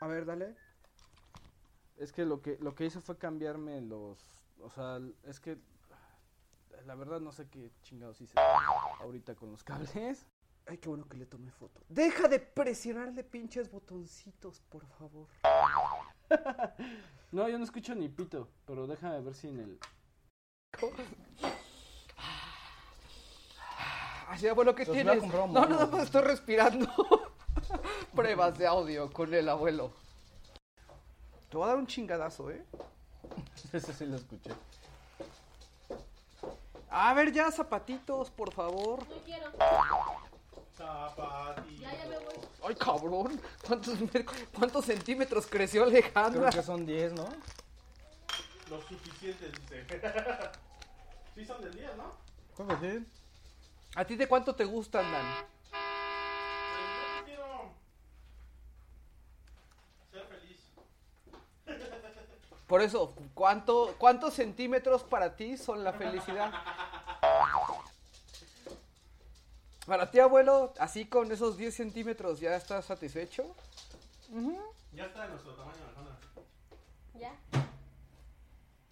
A ver, dale. Es que lo que lo que hizo fue cambiarme los, o sea, es que la verdad no sé qué chingados hice ahorita con los cables. Ay, qué bueno que le tomé foto. Deja de presionarle pinches botoncitos, por favor. No, yo no escucho ni pito, pero déjame ver si en el Así abuelo, Ah, ¿qué Los voy a tienes? comprar No, un mono, nada más güey. estoy respirando. Pruebas de audio con el abuelo. Te voy a dar un chingadazo, ¿eh? ese sí lo escuché. A ver ya, zapatitos, por favor. No quiero. Zapatito. Ya, ya me voy. Ay, cabrón. ¿Cuántos, me- cuántos centímetros creció Creo Alejandra? que son 10, ¿no? Los suficientes, dice. sí son del día, ¿no? ¿Cuántos tienen? ¿A ti de cuánto te gustan, Dan? Pero yo quiero ser feliz. Por eso, ¿cuánto, ¿cuántos centímetros para ti son la felicidad? Para ti, abuelo, así con esos 10 centímetros ya estás satisfecho. Ya está de nuestro tamaño, Alejandra. Ya.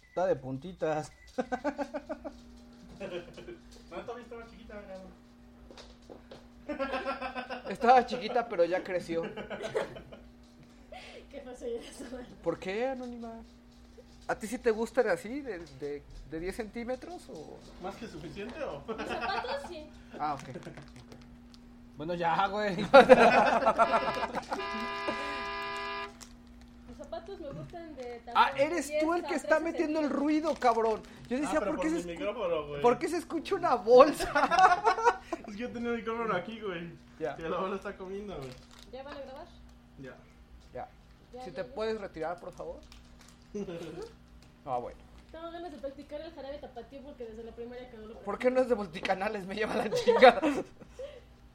Está de puntitas. No, todavía estaba chiquita, cabrón. Estaba chiquita, pero ya creció. Que no soy de eso. ¿Por qué, Anónima? ¿A ti sí te gustan así, de, de, de 10 centímetros? O... ¿Más que suficiente o? Los zapatos sí. Ah, ok. Bueno, ya, güey. Los zapatos me gustan de tamaño Ah, eres tú el 10 a que está 13 metiendo el centímetros. ruido, cabrón. Yo decía, Ah, pero ¿por, qué mi se escu- micrófono, güey. ¿por qué se escucha una bolsa? Es que yo tenía el micrófono aquí, güey. Ya. Que la bola está comiendo, güey. ¿Ya van a grabar? Ya. Ya, Ya, si ya, te ya. puedes retirar, por favor. Ah, bueno. Tengo ganas de practicar el jarabe tapatío porque desde la primaria que no lo ¿Por qué no es de multicanales? Me lleva la chingada.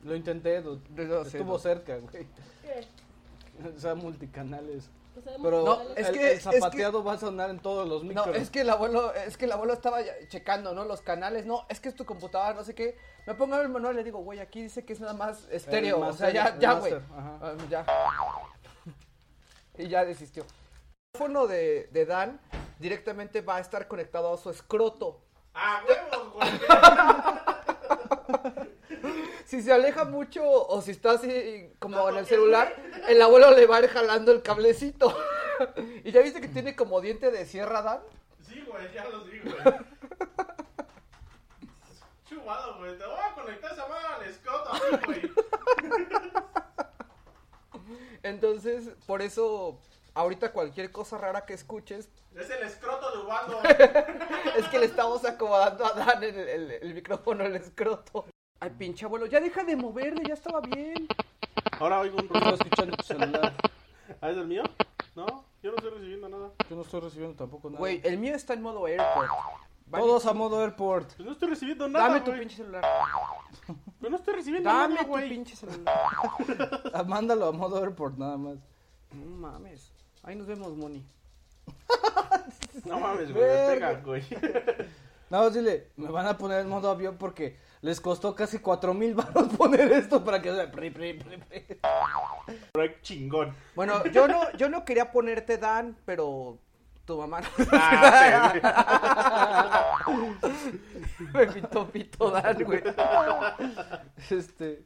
Lo intenté, du- No sé, estuvo no. cerca, güey. ¿Qué? O sea, multicanales. O sea, Pero No, hemos- es el, que- el zapateado va a sonar en todos los No, micros. es que el abuelo, es que el abuelo estaba ya checando, ¿no? Los canales, no, es que es tu computadora, no sé qué. Me pongo a ver el manual y le digo, güey, aquí dice que es nada más estéreo. El o sea, master, ya, el ya, güey. master, ajá. Ah, Ya. Y ya desistió. El teléfono de, de Dan directamente va a estar conectado a su escroto. ¡Ah, huevos, güey! Si se aleja mucho o si está así como No, en el porque- celular, el abuelo le va a ir jalando el cablecito. ¿Y ya viste que tiene como diente de sierra, Dan? Sí, güey, ya los vi, güey. Chubado, güey. Te voy a conectar esa madre al escoto, güey. Entonces, por eso, ahorita cualquier cosa rara que escuches, Es el escroto de Ubando. es que le estamos acomodando a Dan el, el- el micrófono, el escroto. Ay, pinche abuelo, ya deja de moverle, ya estaba bien. Ahora oigo un Estaba escuchando tu celular. ¿Ah, es el mío? No, yo no estoy recibiendo nada. Yo no estoy recibiendo tampoco nada. Güey, el mío está en modo airport. Vale, Todos a modo airport. Pues no estoy recibiendo nada, Dame tu güey. pinche celular. Yo no estoy recibiendo Dame nada, tu güey. pinche celular. Ah, Mándalo a modo airport nada más. No mames. Ahí nos vemos, Moni. No mames, güey. Verga. Pega, güey. Nada más dile, me van a poner en modo avión porque les costó casi cuatro mil baros poner esto para que sea pri, pri, pri, pri. Pero chingón. Bueno, yo no, yo no quería ponerte Dan, pero tu mamá no Ah, sí, güey. me pintó pito Dan, güey. Este.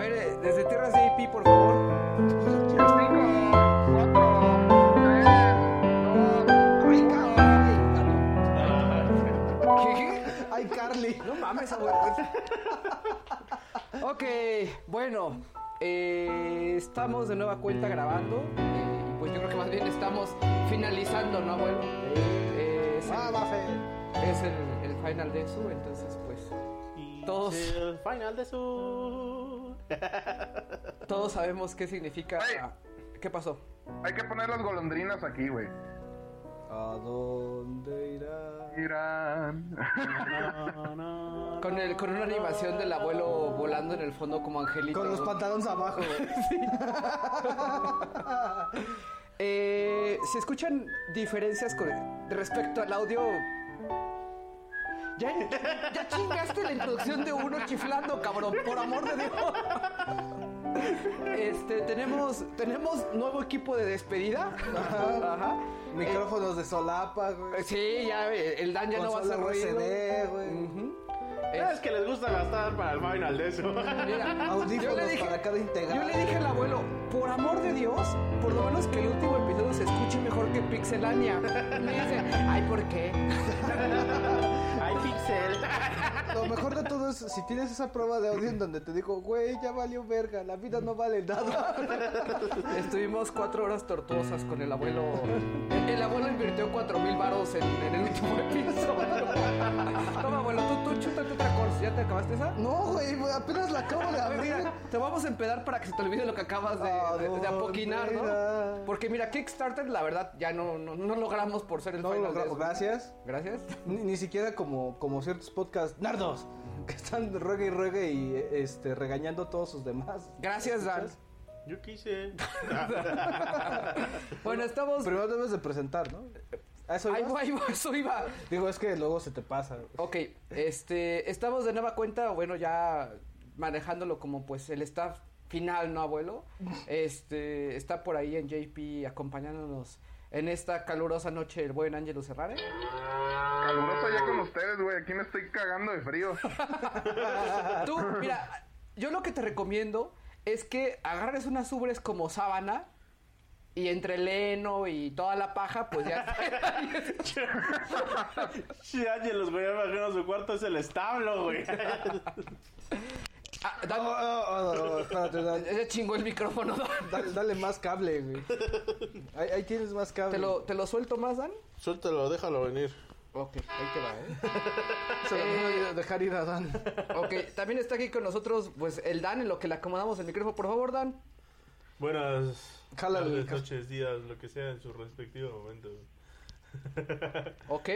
desde, desde tierras de IP, por favor. ¿Qué? Ay, Carly. No mames, abuelo. ok, bueno. eh, estamos de nueva cuenta grabando. eh, y pues yo creo que más bien estamos finalizando, ¿no, abuelo? Eh, es el- Mamá fe. es el, el final de eso, entonces pues Todos. It's el final de su. todos sabemos qué significa. ¿Qué pasó? Hay que poner las golondrinas aquí, güey. ¿A dónde irá? Irán. Con el con una animación del abuelo volando en el fondo como angelito. Con los ¿no? pantalones abajo, güey. Eh, ¿Se escuchan diferencias con, respecto al audio? ¿Ya, ya chingaste la introducción de uno chiflando, cabrón, por amor de Dios. Este, tenemos, tenemos nuevo equipo de despedida. Ajá. Micrófonos de solapa, güey. Sí, ya, eh, el Dan ya no va a hacer Consola ruido. USB, güey. Ujú. Es que les gusta gastar para el final de su. Mira, Audífonos para cada integrante. Yo le dije al abuelo, por amor de Dios, por lo menos que el último episodio se escuche mejor que Pixelania. Y Me dice, ay, ¿por qué? Ay, Pixel. Lo mejor de todo es si tienes esa prueba de audio en donde te digo, güey, ya valió verga, la vida no vale nada. Estuvimos cuatro horas tortuosas con el abuelo. El abuelo invirtió cuatro mil varos en, en el último episodio. Toma, abuelo, tú, tú chútate otra cosa. ¿Ya te acabaste esa? No, güey, apenas la acabo de Ah, abrir. mira, te vamos a empedar para que se te olvide lo que acabas de, Ah, de- de no, apoquinar, ¿no? mira. Porque mira, Kickstarter, la verdad, ya no, no, no logramos por ser el No, final lo de grabo, eso. gracias. Gracias. Ni, ni siquiera como, como ciertos podcasts nardos que están ruegue y ruegue y eh, este, regañando a todos sus demás. Gracias, Dan. ¿Escuchas? Yo quise. Bueno, estamos. Primero debes de presentar, ¿no? ¿A eso Ahí ibas? va, ahí va, eso iba. Digo, es que luego se te pasa. güey. Ok, este, estamos de nueva cuenta, bueno, ya manejándolo como pues el staff final, ¿no, abuelo? Este, está por ahí en JP acompañándonos en esta calurosa noche el buen Ángelo Serrare. Caluroso ya con ustedes, güey. Aquí me estoy cagando de frío. Tú, mira, yo lo que te recomiendo es que agarres unas ubres como sábana y entre el heno y toda la paja, pues ya... Eh, Sí, Ángelos, güey, ya me imagino su cuarto es el establo, güey. Ah, Oh, Dan- oh, oh, no, no, espérate, Dan. ya chingó el micrófono, Dan. Dale, dale más cable, güey. Ahí, ahí tienes más cable. ¿Te lo, ¿Te lo suelto más, Dan? Suéltalo, déjalo venir. Ok, ahí te va, ¿eh? Se lo voy a dejar ir a Dan. Ok, también está aquí con nosotros, pues, el Dan, en lo que le acomodamos el micrófono. Por favor, Dan. Buenas Jálale, tardes, Cas- noches, días, lo que sea en su respectivo momento. Ok,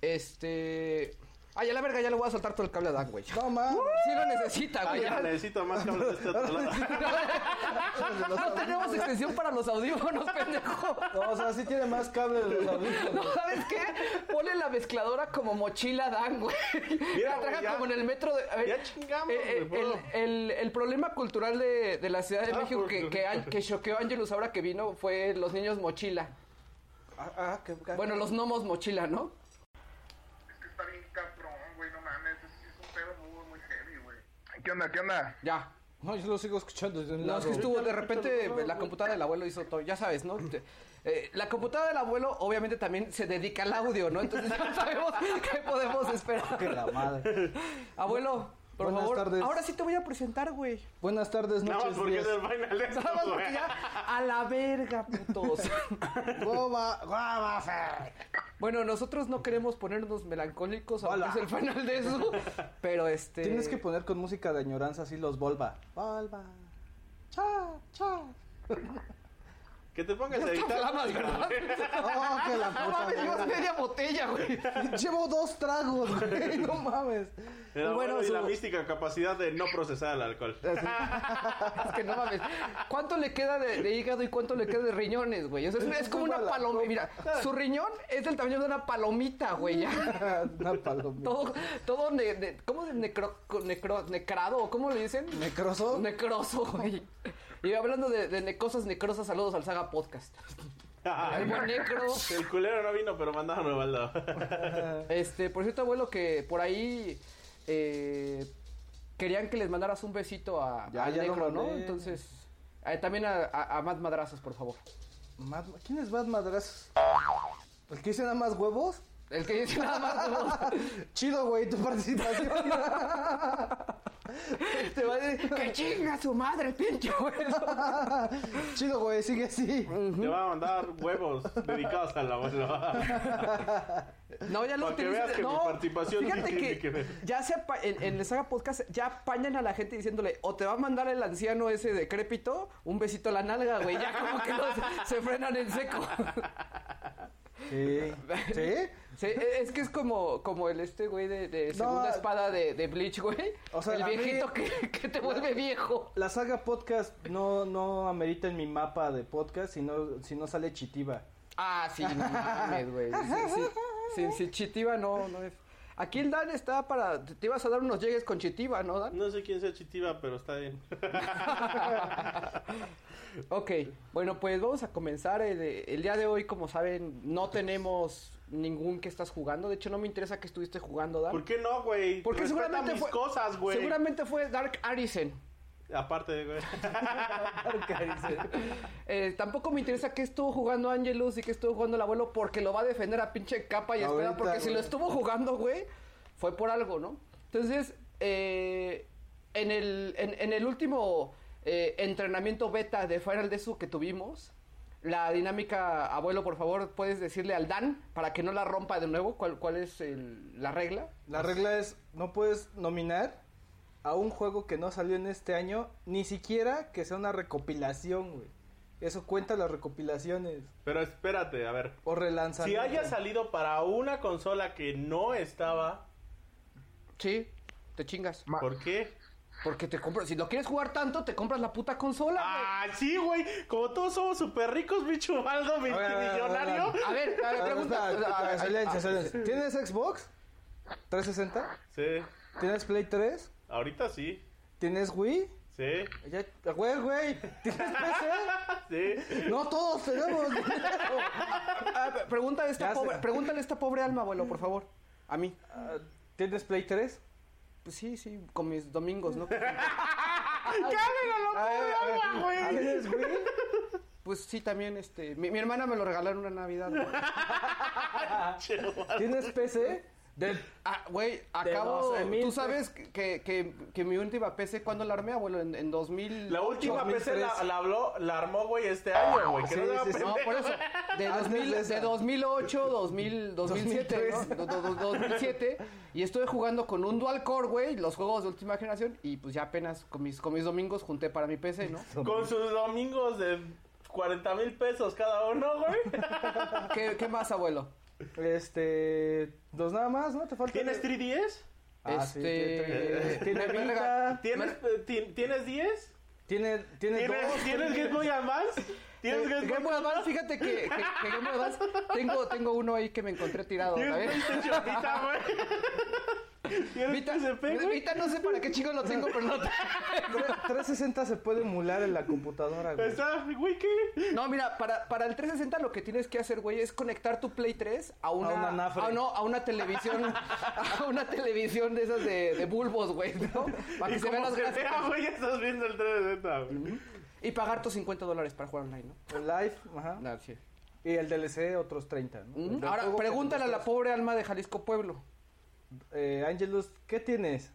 este... Ah, ya la verga, ya le voy a soltar todo el cable a Dan, güey. Uh, Sí No, man. lo necesita, Ah, güey. ya necesito más cables de este otro lado. No tenemos extensión para los audífonos, pendejo. No, o sea, sí tiene más cable de los audífonos. No, ¿sabes qué? Ponle la mezcladora como mochila Dan, güey. Mira, la traga güey, ya. como en el metro de... a ver, Ya chingamos, eh, eh, güey, bro. el, el- el problema cultural de, de la Ciudad de Ah, México por que, que, supuesto. que choqueó a Angelus ahora que vino fue los niños mochila. Ah, ah, qué ca- Bueno, los gnomos mochila, ¿no? Es que está bien cabrón, güey. No mames. Es, es un pedo muy, muy heavy, güey. ¿Qué onda? ¿Qué onda? Ya. No, yo lo sigo escuchando desde un No, es que lado. estuvo, de repente la computadora del abuelo hizo todo, ya sabes, ¿no? Te- eh, la computadora del abuelo obviamente también se dedica al audio, ¿no? Entonces ya sabemos qué podemos Que esperar. la madre. Abuelo, por Buenas favor, tardes. ahora sí te voy a presentar, güey. Buenas tardes, Nada más noches, porque es días. el final de esto, Nada más güey. porque ya a la verga, putos. Goma, goma, fer. Bueno, nosotros no queremos ponernos melancólicos, aunque Hola. es el final de eso, pero este... Tienes que poner con música de añoranza así los Volva. Volva. Cha, cha. Que te pongas a Te editar. inflamas, ¿verdad? Oh, que la No puta. mames, llevas media botella, güey. madre. Llevo dos tragos, güey. No mames. El abuelo Pues Bueno, y la su- mística capacidad de no procesar el alcohol. Es que no mames. ¿Cuánto le queda de, de hígado y cuánto le queda de riñones, güey? O sea, es, es como una palomita. Mira, su riñón es del tamaño de una palomita, güey. ya. Una palomita. Todo, todo ne- ne- ¿cómo es necro, necro- necrado? ¿o ¿Cómo le dicen? ¿Necroso? Necroso, güey. Y hablando de, de necosas, necrosas, saludos al Saga Podcast. Al buen necro. El culero no vino, pero mandaron a balda. Este, por cierto, abuelo, que por ahí eh, querían que les mandaras un besito a, Ya, al ya lo negro, ¿no? mandé. Entonces, eh, también a, a, a Matt Madrazos, por favor. Mad- ¿Quién es Mad Madrazos? ¿El que dice nada más huevos? El que dice nada más, ¿no? Chido, güey, tu participación. Te va a decir, ¡Que chinga su madre, pinche abuelo! Chido, güey, sigue así. Te van a mandar huevos dedicados al abuelo. No, ya lo Para que utilicen- veas que no, mi participación no Fíjate tiene que, que ver. ya se apa- en, en la saga podcast ya apañan a la gente diciéndole o te va a mandar el anciano ese decrépito un besito a la nalga, güey. Ya como que los- se frenan en seco. Sí. ¿Sí? Sí, e- es que es como, como el este güey de, de segunda No. espada de, de Bleach, güey. O sea, el a mí- viejito que, que te vuelve viejo. La saga podcast no, no amerita en mi mapa de podcast si no, si no sale Chitiva. Ah, sí, no mames, güey. Sí, sí, sí, sí, Chitiva no, no es. Aquí el Dan está para. Te ibas a dar unos llegues con Chitiva, ¿no, Dan? No sé quién sea Chitiva, pero está bien. Ok, bueno, pues vamos a comenzar. El, el día de hoy, como saben, no tenemos ningún que estás jugando. De hecho, no me interesa que estuviste jugando, Dan. ¿Por qué no, güey? Porque Respeta seguramente mis fue. cosas, güey. Seguramente fue Dark Arisen. Aparte, güey. Eh, tampoco me interesa que estuvo jugando Angelus y que estuvo jugando el abuelo porque lo va a defender a pinche capa y espada Ahorita, porque si güey. lo estuvo jugando, güey, fue por algo, ¿no? Entonces, eh, en, el, en, en el último eh, entrenamiento beta de Final Desu que tuvimos, la dinámica, abuelo, por favor, puedes decirle al Dan para que no la rompa de nuevo cuál, cuál es el- la regla. La regla es, no puedes nominar a un juego que no salió en este año, ni siquiera que sea una recopilación, güey. Eso cuenta las recopilaciones Pero espérate, a ver. o Si relanzamientos. haya salido para una consola que no estaba, Sí, te chingas. Ma- ¿por qué? Porque te compras, si lo quieres jugar tanto, te compras la puta consola, güey. Ah, sí, güey. Como todos somos súper ricos, mi chubaldo, mi A ver, a ver, a ver, millonario. A ver, a ver, Ah, no, pregunta. espera, espera, a ver, silencio, a- silencio. ¿Tienes Xbox? ¿360? Sí, ¿Tienes Play 3? ahorita sí. ¿Tienes Wii? Sí, Ya, güey, güey, ¿tienes PC? sí. No todos tenemos. dinero. a- a- Ah, pregunta a esta Ya pobre, sé. pregúntale a esta pobre alma, abuelo, por favor. A mí. Ah, ¿Tienes Play 3? Pues sí, sí, con mis domingos, ¿no? A ver, a ver, ¿Tienes Wii? Pues sí, también, este... Mi, mi hermana me lo regalaron una Navidad. güey. ¿Tienes PC? Ah, Güey, acabo... 12,000, Tú sabes que, que, que mi última PC, ¿cuándo la armé, abuelo? En, en 2000... La última PC 2003. la, la habló, la armó, güey, este año, güey. Que Ah, Sí, no era sí, sí. No, pendejo. por eso. De, Antes 2000, de de esa. 2008, 2000, 2007, ¿no? Do- do- do- 2007. Y estuve jugando con un dual core, güey, los juegos de última generación. Y pues ya apenas con mis, con mis domingos junté para mi PC, ¿no? Con sus domingos de 40 mil pesos cada uno, güey. ¿Qué, qué más, abuelo? Este, dos nada más, ¿no? Te falta. ¿Tienes 3DS? Ah, sí, tiene Este, tres. Tiene me- me Vita. rega- ¿Tienes, eh, ti- ¿tienes 10? Tiene, tiene ¿Tienes, dos. ¿tienes Game Boy Advance? ¿Tienes Eh, Game Game Boy Boy Advance, fíjate que, que- que Game Boy Advance, tengo, tengo uno ahí que me encontré tirado, ¿Tienes ¿sabes? PlayStation Vita, güey? ¿Tienes Vita, PSP, güey? Vita no sé para qué chingo lo tengo, pero no. Tre- 360 se puede emular en la computadora, güey. Está, güey, ¿qué? No, mira, para, para el 360 lo que tienes que hacer, güey, es conectar tu Play 3 a una... una anafre. a, no, a una televisión, a una televisión de esas de, de bulbos, güey, ¿no? Para ¿Y que se vean cómo las se vea, gráficas. güey? Estás viendo el 360, güey. Y pagar tus 50 dólares para jugar online, ¿no? El Live, ajá. Nah, sí. Y el DLC, otros 30, ¿no? Ujú. Del Ahora, juego que pregúntale a la compras. pobre alma de Jalisco Pueblo. Eh, Angelus, ¿qué tienes?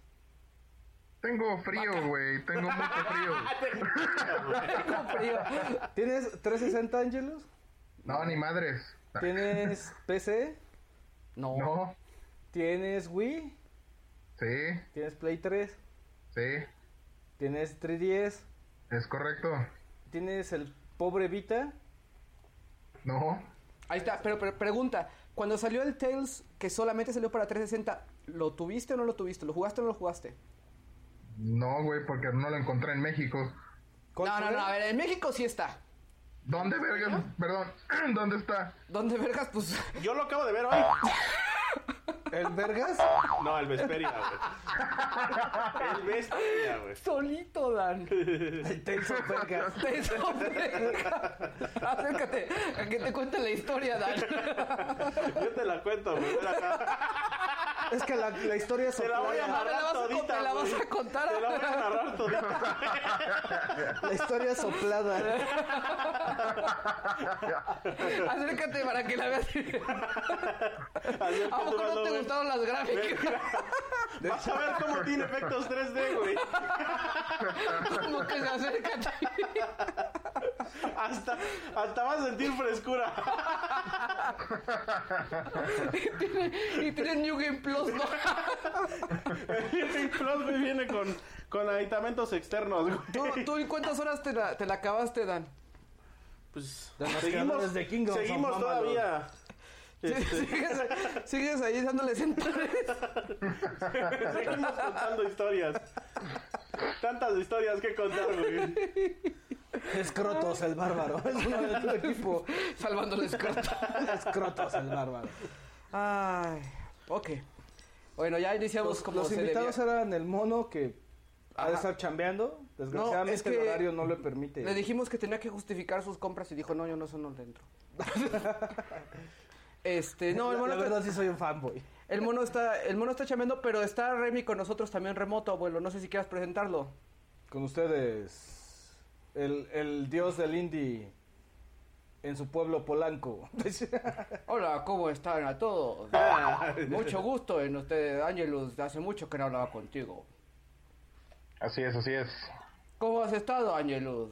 Tengo frío, güey. Tengo mucho frío. Tengo frío. ¿Tienes 360, Angelus? No, ni madres. ¿Tienes PC? No. No. ¿Tienes Wii? Sí, ¿Tienes Play 3? sí. ¿Tienes 3DS? Es correcto. ¿Tienes el pobre Vita? No. Ahí está, pero, pero pregunta, cuando salió el Tales, que solamente salió para 360, ¿lo tuviste o no lo tuviste? ¿Lo jugaste o no lo jugaste? No, güey, porque no lo encontré en México. No, no, no, a ver, en México sí está. ¿Dónde, vergas? Perdón. ¿Dónde está? ¿Dónde vergas? Pues Yo lo acabo de ver hoy. ¿El Vergas? No, el Vesperia, güey. El Vesperia, güey. solito, Dan. El Tales of Vergas. Te sobreca. Acércate, a que te cuente la historia, Dan. Yo te la cuento, güey. Ven acá. Es que la, la historia es Te la voy a soplada. Me Ah, la narrar vas a todita, contar, la vas güey. a contar. Te la voy a narrar todita. La historia es soplada. Acércate para que la veas. ¿A poco no te güey. gustaron las gráficas? Vas a ver cómo tiene efectos 3D, güey. Como que se acércate. Hasta, hasta vas a sentir frescura. Y tiene New Game Plus, ¿no? El Plus, güey, viene con, con aditamentos externos, güey. ¿Tú, tú en cuántas horas te la, te la acabaste, Dan? Pues De los seguimos, creadores de Kingdoms of seguimos Amalur. todavía. Este, ¿Sigues, sigues ahí dándole centales. Este, seguimos contando historias. Tantas historias que contar, güey. Escrotos el bárbaro. Es uno de tu equipo. Salvando el escroto. Escrotos el bárbaro. Ay, ok. Bueno, ya iniciamos Los, como los se debía. invitados eran el mono que ha de Ajá. estar chambeando. Desgraciadamente es que- el horario no le permite. Le dijimos que tenía que justificar sus compras y dijo, no, yo no eso no le entro. este, no, el la, mono, la está- verdad sí soy un fanboy. el mono está, el mono está chambeando, pero está Remy con nosotros también remoto, abuelo. No sé si quieras presentarlo. Con ustedes, el, el dios del indie en su pueblo polanco. Hola, ¿cómo están a todos? Mucho gusto en ustedes, Angelus. Hace mucho que no hablaba contigo. Así es, así es. ¿Cómo has estado, Angelus?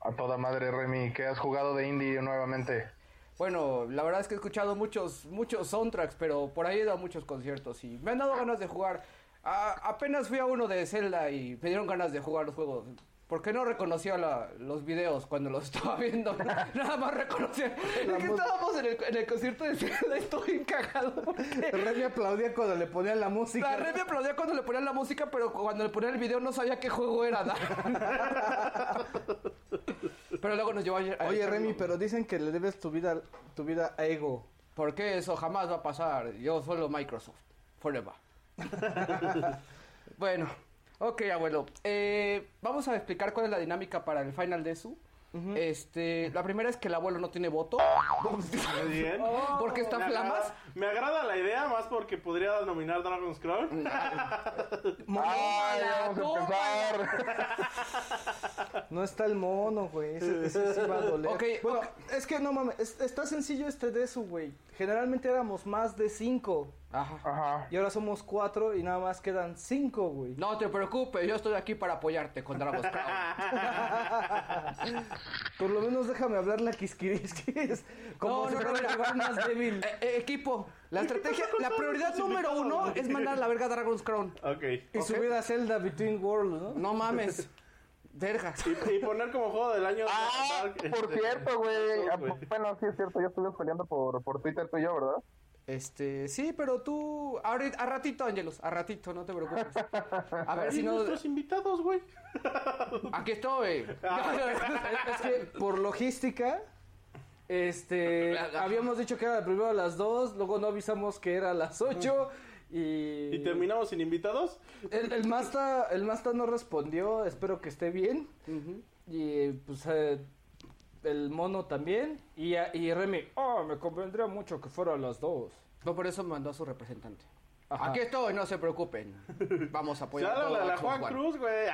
A toda madre, Remy, que has jugado de indie nuevamente. Bueno, la verdad es que he escuchado muchos, muchos soundtracks, pero por ahí he ido a muchos conciertos y me han dado ganas de jugar. A- apenas fui a uno de Zelda y me dieron ganas de jugar los juegos. Porque no reconocía la- los videos cuando los estaba viendo. Na- Nada más reconocía. Es que música. estábamos en el, en el concierto de Zelda y estoy cagado. porque Remy aplaudía cuando le ponían la música. La red me aplaudía cuando le ponían la música, pero cuando le ponían el video no sabía qué juego era. ¿no? pero luego nos llevó a. a- Oye, Remy, pero dicen que le debes tu vida, tu vida a Ego. ¿Por qué eso jamás va a pasar? Yo solo Microsoft. Forever. bueno, ok, abuelo. Eh, vamos a explicar cuál es la dinámica para el final de su. Este, la primera es que el abuelo no tiene voto. Muy bien. Porque está Me agrada- flamas. Me agrada la idea más porque podría nominar Dragon's Crown. ¡Ay, Tómala, vamos a empezar! No está el mono, güey. Ese, ese sí va a doler. Ok, bueno, ok. es que no mames, es- está sencillo este de su, güey. Generalmente éramos más de cinco. Ajá. Ajá. Y ahora somos cuatro y nada más quedan cinco, güey. No te preocupes, yo estoy aquí para apoyarte con Dragon's Crown. Por lo menos déjame hablar la quisquirisquis. Como No, si no, no, fuera el mira. lugar más débil. Eh, eh, equipo, la estrategia, la prioridad número uno es mandar a la verga a Dragon's Crown. Ok. Y, Y subir a Zelda Between Worlds, ¿no? No mames. Verga. y poner como juego del año. Ah, Dark- por este, cierto, güey. Souls, Ah, Bueno, sí es cierto, ya estuvimos peleando por, por Twitter tú y yo, ¿verdad? Este, sí, pero tú. Ahorita, a ratito, Ángelos, a ratito, no te preocupes. A ver Y si no. nuestros invitados, güey. Aquí estoy. Es que por logística, este, habíamos dicho que era primero a las dos, luego no avisamos que era a las ocho y... Y terminamos sin invitados. El, el Masta, el Masta no respondió, espero que esté bien. Y pues eh, el mono también. Y, a- y Remy, oh, me convendría mucho que fueran las dos. No, por eso mandó a su representante. Ajá. Aquí estoy, no se preocupen. Vamos a Se apoyar a Pues habla todo de la Xbox Juan One. Cruz, güey.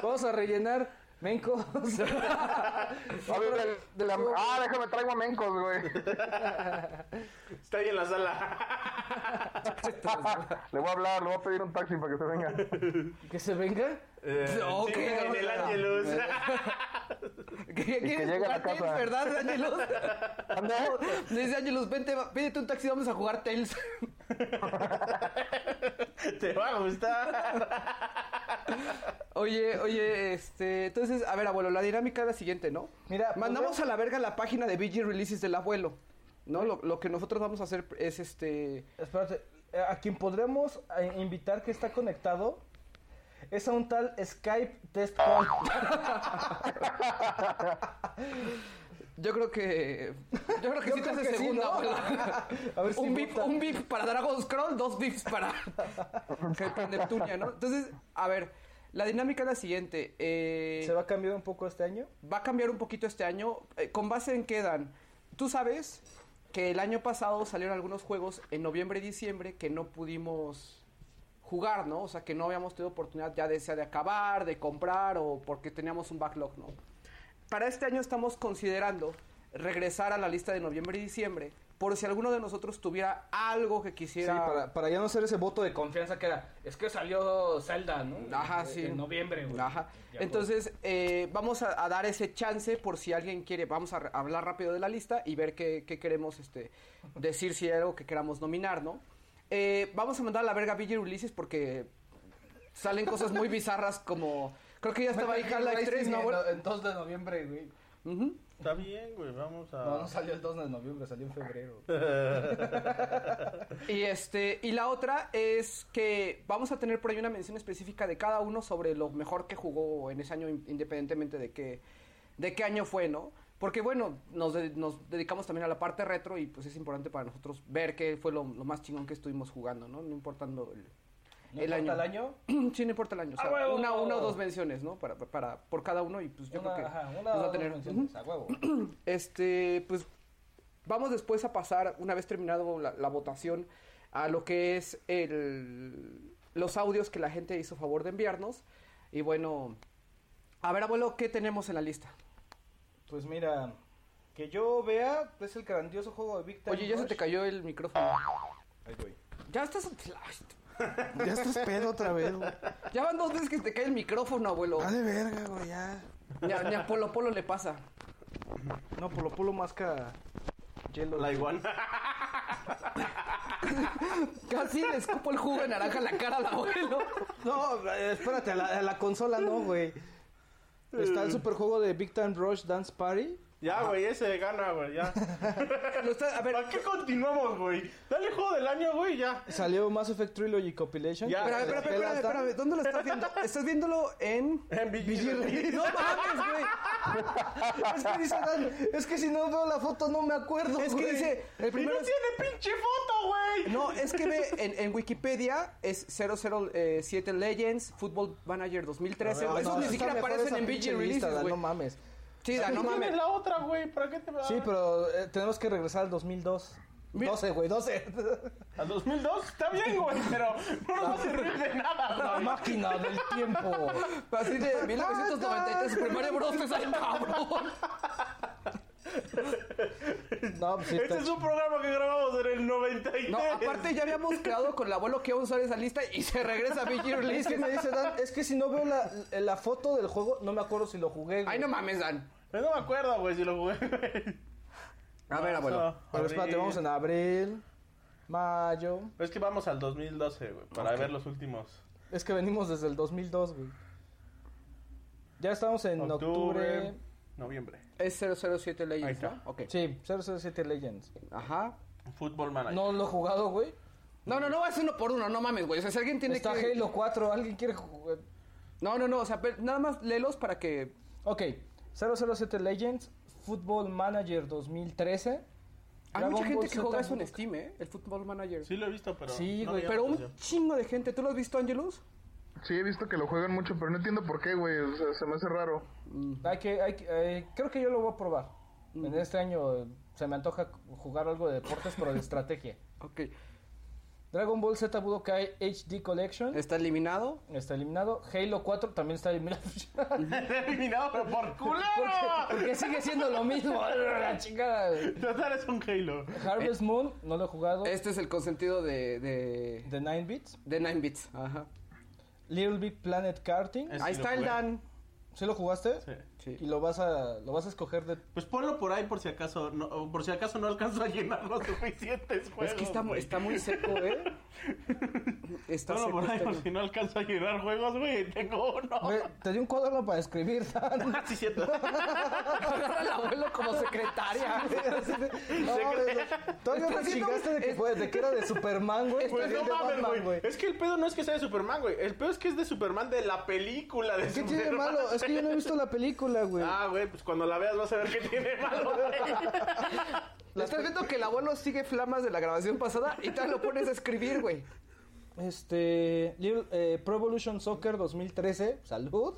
Vamos a rellenar mencos. A ver, de- de la- Ah, déjame traigo a Mencos, güey. Está ahí en la sala. le voy a hablar, le voy a pedir un taxi para que se venga. que se venga. Eh, Ok. sí, en el Angelus. ¿Qué- que ¿Quieres llegue a la jugar Tails, casa. verdad, Ángelos? ¿Anda? Dice Ángelos, vente, va- pídete un taxi, vamos a jugar Tails. Te va a gustar. Oye, oye, este. Entonces, a ver, abuelo, la dinámica es la siguiente, ¿no? Mira, pues mandamos podría- a la verga la página de BG Releases del abuelo. ¿No? Lo, lo que nosotros vamos a hacer es este. Espérate, eh, a quien podremos eh, invitar que está conectado es a un tal Skype Test Call. Yo creo que. Yo creo que Yo sí te creo hace que sí, segunda, ¿no? abuelo. A ver si un, beep, vota. un beep para Dragon Scroll, dos beeps para Jefe Neptunia, ¿no? Entonces, a ver, la dinámica es la siguiente. eh, ¿Se va a cambiar un poco este año? va a cambiar un poquito este año. eh, ¿Con base en qué dan? Tú sabes que el año pasado salieron algunos juegos en noviembre y diciembre que no pudimos jugar, ¿no? O sea, que no habíamos tenido oportunidad ya de, sea de acabar, de comprar o porque teníamos un backlog, ¿no? Para este año estamos considerando regresar a la lista de noviembre y diciembre por si alguno de nosotros tuviera algo que Sí, quisiera... para, para ya no ser ese voto de confianza que era, es que salió Zelda, ¿no? Ajá, En- sí. En noviembre, güey. Ajá. Ya, Entonces, eh, vamos a, a dar ese chance por si alguien quiere. Vamos a re- hablar rápido de la lista y ver qué, qué queremos este, decir, si hay algo que queramos nominar, ¿no? Eh, vamos a mandar a la verga a Billy Ulises porque salen cosas muy bizarras como. Creo que ya estaba ahí Half-Life 3, ¿no, güey? El 2 de noviembre, güey. Ujú. Está bien, güey, vamos a... No, no salió el 2 de noviembre, salió en febrero. Y este y la otra es que vamos a tener por ahí una mención específica de cada uno sobre lo mejor que jugó en ese año in- independientemente de qué de qué año fue, ¿no? Porque bueno, nos, de- nos dedicamos también a la parte retro y pues es importante para nosotros ver qué fue lo, lo más chingón que estuvimos jugando, ¿no? No importando el, ¿No el importa año. el año? sí, no importa el año. O sea, ¡A huevo! una, una o dos menciones, ¿no? Para, para, por cada uno y pues yo una, creo que ajá, una o nos va a dos tener... menciones, a huevo. Este, pues vamos después a pasar, una vez terminado la, la votación, a lo que es el, los audios que la gente hizo favor de enviarnos. Y bueno, a ver, abuelo, ¿qué tenemos en la lista? Pues mira, que yo vea, es el grandioso juego de Big Time Oye, ya se Rush. te cayó el micrófono. Ahí voy. Ya estás. Ya estás pedo otra vez, güey. Ya van dos veces que te cae el micrófono, abuelo. Dale verga, güey, ya. Ni a, ni a Polo Polo le pasa. No, Polo Polo masca hielo. La iguana. Casi le escupo el jugo de naranja en la cara al abuelo. No, eh, espérate, a la, a la consola no, güey. Está el superjuego de Big Time Rush Dance Party. Ya, güey, ese gana, güey, ya. Lo está- a ver, ¿Para qué continuamos, güey? Dale juego del año, güey, ya. Salió Mass Effect Trilogy Compilation. Ya, que espérame, espérame, se pela espérame, hasta- espérame. ¿Dónde lo estás viendo? Estás viéndolo en. En BG. No mames, güey. Es que dice Dan, es que si no veo la foto no me acuerdo. Es que güey. dice, el Y no primero es- tiene pinche foto, güey. No, es que ve, en, en Wikipedia es 007 Legends, Football Manager 2013. Ah, No, güey. Esos no, ni está siquiera mejor aparecen esa en pinche BG lista, Releases, Dan, güey. No mames. Sí, da, no mames. Tienes la otra, güey, ¿para qué te va? Sí, pero eh, tenemos que regresar al 2002. Mira. 12, güey, 12. Al 2002 está bien, güey, pero no nos sirve de nada, La güey. máquina del tiempo. Así de 1993, Super Mario Bros. te sale cabrón. No, pues sí, Este está- es un programa que grabamos en el 93. No, aparte ya habíamos quedado con el abuelo que iba a usar esa lista y se regresa a BG Es que Releases. me dice Dan, es que si no veo la, la foto del juego, no me acuerdo si lo jugué. güey. Ay, no mames, Dan. Yo no me acuerdo, güey, si lo jugué, güey. A ver, abuelo. Pero espérate, vamos en abril, mayo. Es que vamos al 2012, güey, para ver los últimos. Es que venimos desde el 2002, güey. Ya estamos en octubre. noviembre. Es 007 Ahí Legends, está. ¿no? Ok. Sí, 007 Legends. Ajá. Fútbol Manager. No lo he jugado, güey. No, no, no va a ser uno por uno, no mames, güey. O sea, si alguien tiene Está que... Halo 4, ¿alguien quiere jugar? No, no, no, o sea, ve- nada más léelos para que... Ok, 007 Legends, Football Manager 2013. Hay Dragon mucha gente Ball que Z juega eso en Budokai. Steam, ¿eh? El Football Manager. Sí lo he visto, pero Sí, no güey, me Pero llama la un atención. chingo de gente. ¿Tú lo has visto, Angelus? Sí, he visto que lo juegan mucho, pero no entiendo por qué, güey. O sea, se me hace raro. Mm. Hay que, hay que- eh, creo que yo lo voy a probar. Mm. En este año eh, se me antoja jugar algo de deportes, pero de estrategia. Ok. Dragon Ball Z Budokai HD Collection. Está eliminado. Está eliminado. Halo 4 también está eliminado. Eliminado, pero por porque, culero. porque sigue siendo lo mismo. La chingada. güey. Total es un Halo. Harvest Moon, no lo he jugado. Eh, Este es el consentido de... De, The 9 Bits. de 9 bits. Ajá. Little Big Planet Karting. Es- Ahí sí lo está el jugué. Dan. ¿Sí lo jugaste? Sí. Sí. Y lo vas a lo vas a escoger de Pues ponlo por ahí por si acaso no, o por si acaso no alcanzo a llenar los suficientes juegos. Es que está, mu- güey. está muy seco, ¿eh? Está Ponlo seco. por ahí está- por si no alcanzo a llenar juegos, güey. Tengo uno. Güey, te di un cuaderno para escribir, Dan. Ah, sí, cierto. Agarra al abuelo como secretaria. No, güey, Todavía te chingaste de que, fue- de que era de Superman, güey. Este Pues y no de Batman, mames, güey. güey. Es que el pedo no es que sea de Superman, güey. El pedo es que es de Superman de la película de ¿Qué Superman. tiene de malo? Es que yo no he visto la película, güey. Ah, güey, pues cuando la veas vas a ver qué tiene de malo, güey. Estás viendo que el abuelo sigue flamas de la grabación pasada y te lo pones a escribir, güey. Este. Little- eh, Pro Evolution Soccer 2013. Salud.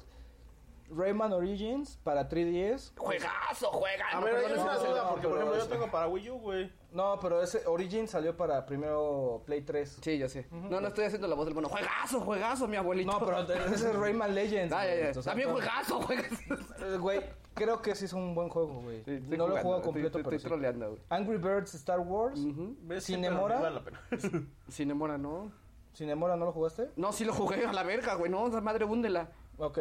Rayman Origins para 3DS. ¡Juegazo, juega! A No, ver, perdón, Ah, yo tengo una no, duda, no, porque por ejemplo yo tengo para Wii U, güey. No, pero ese Origins salió para primero Play 3. Sí, ya sé. No, no estoy haciendo la voz del mono. ¡Juegazo, juegazo, mi abuelito! No, pero ese es Rayman Legends. Ah, ya, güey. ya. Entonces, También no- juegazo, juegazo. Eh, Güey, creo que sí es un buen juego, güey. Sí, estoy no lo jugando, he jugado estoy- completo, estoy, pero estoy sí. troleando, güey. Angry Birds Star Wars. ¿Ves? Sin Sí, pero demora. me vale la pena. Cinemora, ¿no? Cinemora, ¿no lo jugaste? No, sí lo jugué a la verga, güey. No, esa madre búndela. Ok.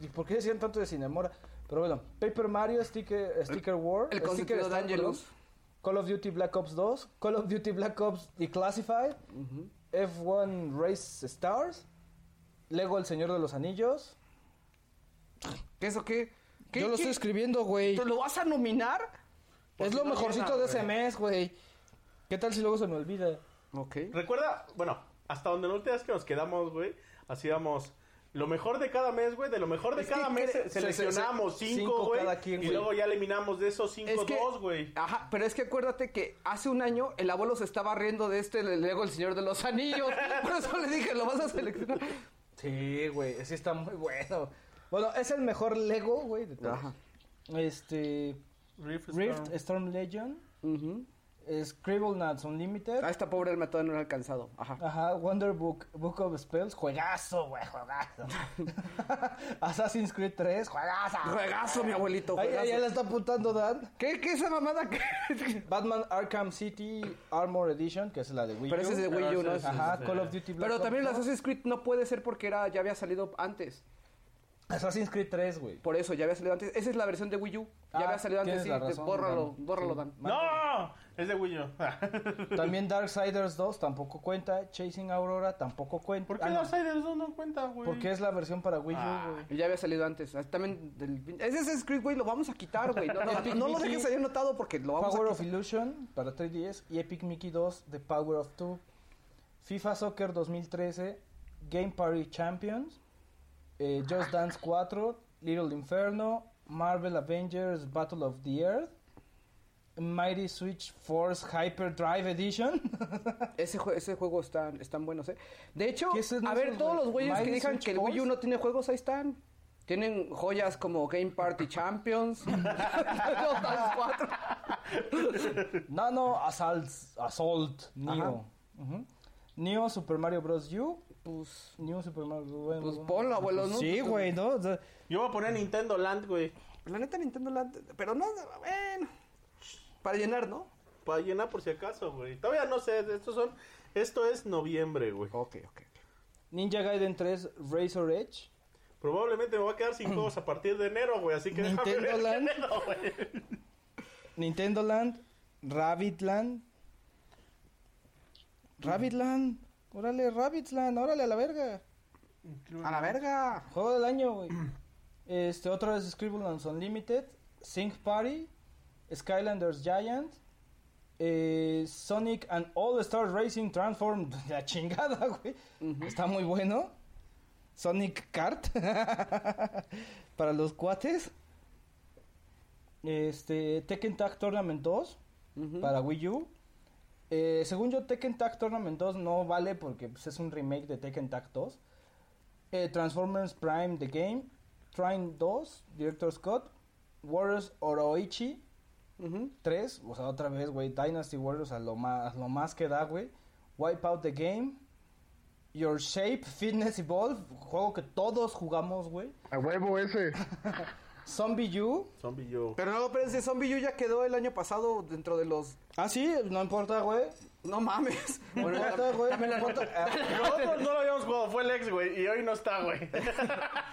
¿Y por qué decían tanto de Cinemora? Pero bueno, Paper Mario, Sticker, Sticker War, El Sticker consentido de Star Angelus. Bros, Call of Duty Black Ops 2, Call of Duty Black Ops Declassified, F1 Race Stars, Lego El Señor de los Anillos. ¿Qué eso qué? ¿Qué- Yo lo qué- estoy escribiendo, güey. ¿Te lo vas a Pues, nominar? Es lo no mejorcito llena, de ese mes, güey. ¿Qué tal si luego se me olvida? Ok. Recuerda, bueno, hasta donde la última vez que nos quedamos, güey, hacíamos lo mejor de cada mes, güey, de lo mejor de Es que cada mes cre- se- seleccionamos se- se- cinco, cinco güey, cada quien, y güey. luego ya eliminamos de esos cinco dos, güey. Ajá, pero es que acuérdate que hace un año el abuelo se estaba riendo de este Lego El Señor de los Anillos. Por eso le dije, lo vas a seleccionar. Sí, güey, ese está muy bueno. Bueno, es el mejor Lego, güey, de todos. Ajá. Este, Rift, Rift, Storm Legend, Ujú. Scribble Nuts Unlimited, A esta pobre alma todavía no la ha alcanzado. Ajá. ajá, Wonder Book, Book of Spells, juegazo, güey, juegazo. Assassin's Creed 3, juegazo. Juegazo, mi abuelito, Ahí, juegazo. ahí, ahí la está apuntando Dan. ¿Qué, ¿Qué esa mamada? que- Batman Arkham City Armor Edition, que es la de Wii Pero U. ese es de Wii U, ¿no? Ajá, Call of Duty Black Pero Ops también el 2. Assassin's Creed no puede ser porque era, ya había salido antes. Assassin's Creed 3, güey. Por eso, ya había salido antes. Esa es la versión de Wii U. Ya Ah, había salido antes, tienes sí. la te- razón, bórralo, Dan. bórralo, Sí. Dan. ¡No! Es de Wii U. También Darksiders 2 tampoco cuenta. Chasing Aurora tampoco cuenta. ¿Por qué Ah, no, los Siders 2 no cuenta, güey? Porque es la versión para Wii U, güey. Ah, Ya había salido antes. Ah, También del... Ese es Creed, güey, lo vamos a quitar, güey. No, no, Epic no lo Mickey. dejes ahí anotado porque lo vamos Power a of Illusion para 3DS y Epic Mickey 2 The Power of Two. FIFA Soccer 2013, Game Party Champions, eh, Just Dance 4, Little Inferno, Marvel Avengers Battle of the Earth, Mighty Switch Force Hyperdrive Edition. Ese, jue- ese juego están, están buenos, ¿eh? De hecho, ¿Qué es eso, a ver, güey? todos los güeyes que Mighty digan Switch que el Wii U Force. no tiene juegos, ahí están. Tienen joyas como Game Party Champions, Los Dance 4. Nano Assault, Assault Neo. Ajá. Ujú. Neo Super Mario Bros. U. Pues, Neo Super Mario Bros. bueno, pues bueno. ponlo, abuelo, ¿no? Sí, güey, ¿no? O sea, Yo voy a poner Nintendo Land, güey. Pues La neta Nintendo la... Pero no, bueno. Para llenar, ¿no? Para llenar por si acaso, güey. Todavía no sé, estos son... Esto es noviembre, güey. Ok, ok. Ninja Gaiden 3 Razor Edge. Probablemente me voy a quedar sin juegos a partir de enero, güey. Así que déjame Nintendo ver Land. enero, güey. Nintendo Land, Rabbit Land. Rabbit Land. Órale, Rabbit Land, órale a la verga. A la verga. Juego del año, güey. Este, otro es Scribblenauts Unlimited, Sync Party, Skylanders Giant, eh, Sonic and All Star Racing Transformed. La chingada, güey. Está muy bueno. Sonic Kart. Para los cuates. Este, Tekken Tag Tournament 2 para Wii U. Eh, según yo, Tekken Tag Tournament 2 no vale porque pues, es un remake de Tekken Tag 2. Eh, Transformers Prime The Game, Trine 2, Director Scott, Warriors Oroichi 3, o sea, otra vez, güey, Dynasty Warriors a lo más, lo más que da, güey. Wipeout The Game, Your Shape, Fitness Evolve, juego que todos jugamos, güey. A huevo ese. Zombie U. Zombie yo. Pero no, espérense, Zombie U ya quedó el año pasado dentro de los... Ah, sí, no importa, güey. No mames. No Bueno, importa, güey, no importa. Nosotros no lo habíamos jugado, fue el ex, güey, y hoy no está, güey.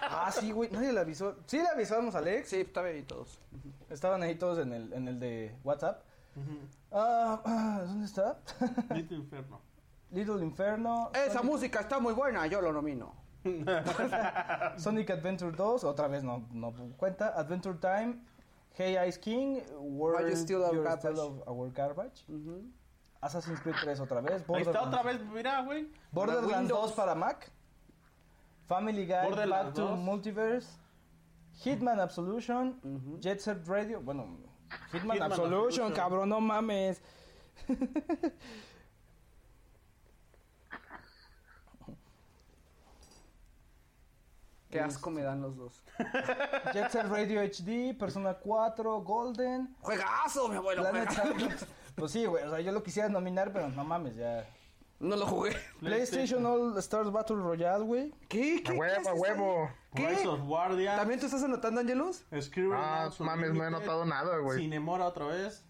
Ah, sí, güey, nadie le avisó. Sí le avisamos a Alex. sí, está bien y todos. Estaban ahí todos en el, en el de WhatsApp. Ah, ah, ¿Dónde está? Little Inferno. Little Inferno. Esa Sonic- música está muy buena, yo lo nomino. Sonic Adventure 2, otra vez no, no cuenta. Adventure Time, Hey Ice King, World Why you steal our garbage. Mm-hmm. Our Garbage. Assassin's Creed 3 otra vez. Ahí está Borderlands- otra vez, mira, güey. Borderlands Windows. 2 para Mac. Family Guy, Back Borderlands to 2. Multiverse. Hitman Absolution, Mm-hmm. Jet Set Radio. Bueno, Hitman, Hitman Absolution, Absolution. cabrón, no mames. Qué asco me dan los dos. Jet Set Radio HD, Persona 4, Golden, ¡Juegazo, mi abuelo! Planet juegazo! Side. Pues sí, güey, o sea, yo lo quisiera nominar, pero no mames, ya. No lo jugué. PlayStation All Stars Battle Royale, güey. ¿Qué? ¿Qué? A ¿Qué huevo, a haces huevo. ahí? ¿Qué? Rise of Guardian. ¿También tú estás anotando, Angelus? Scribblenauts Ah, mames, no he Unlimited, notado nada, güey. Cinemora otra vez.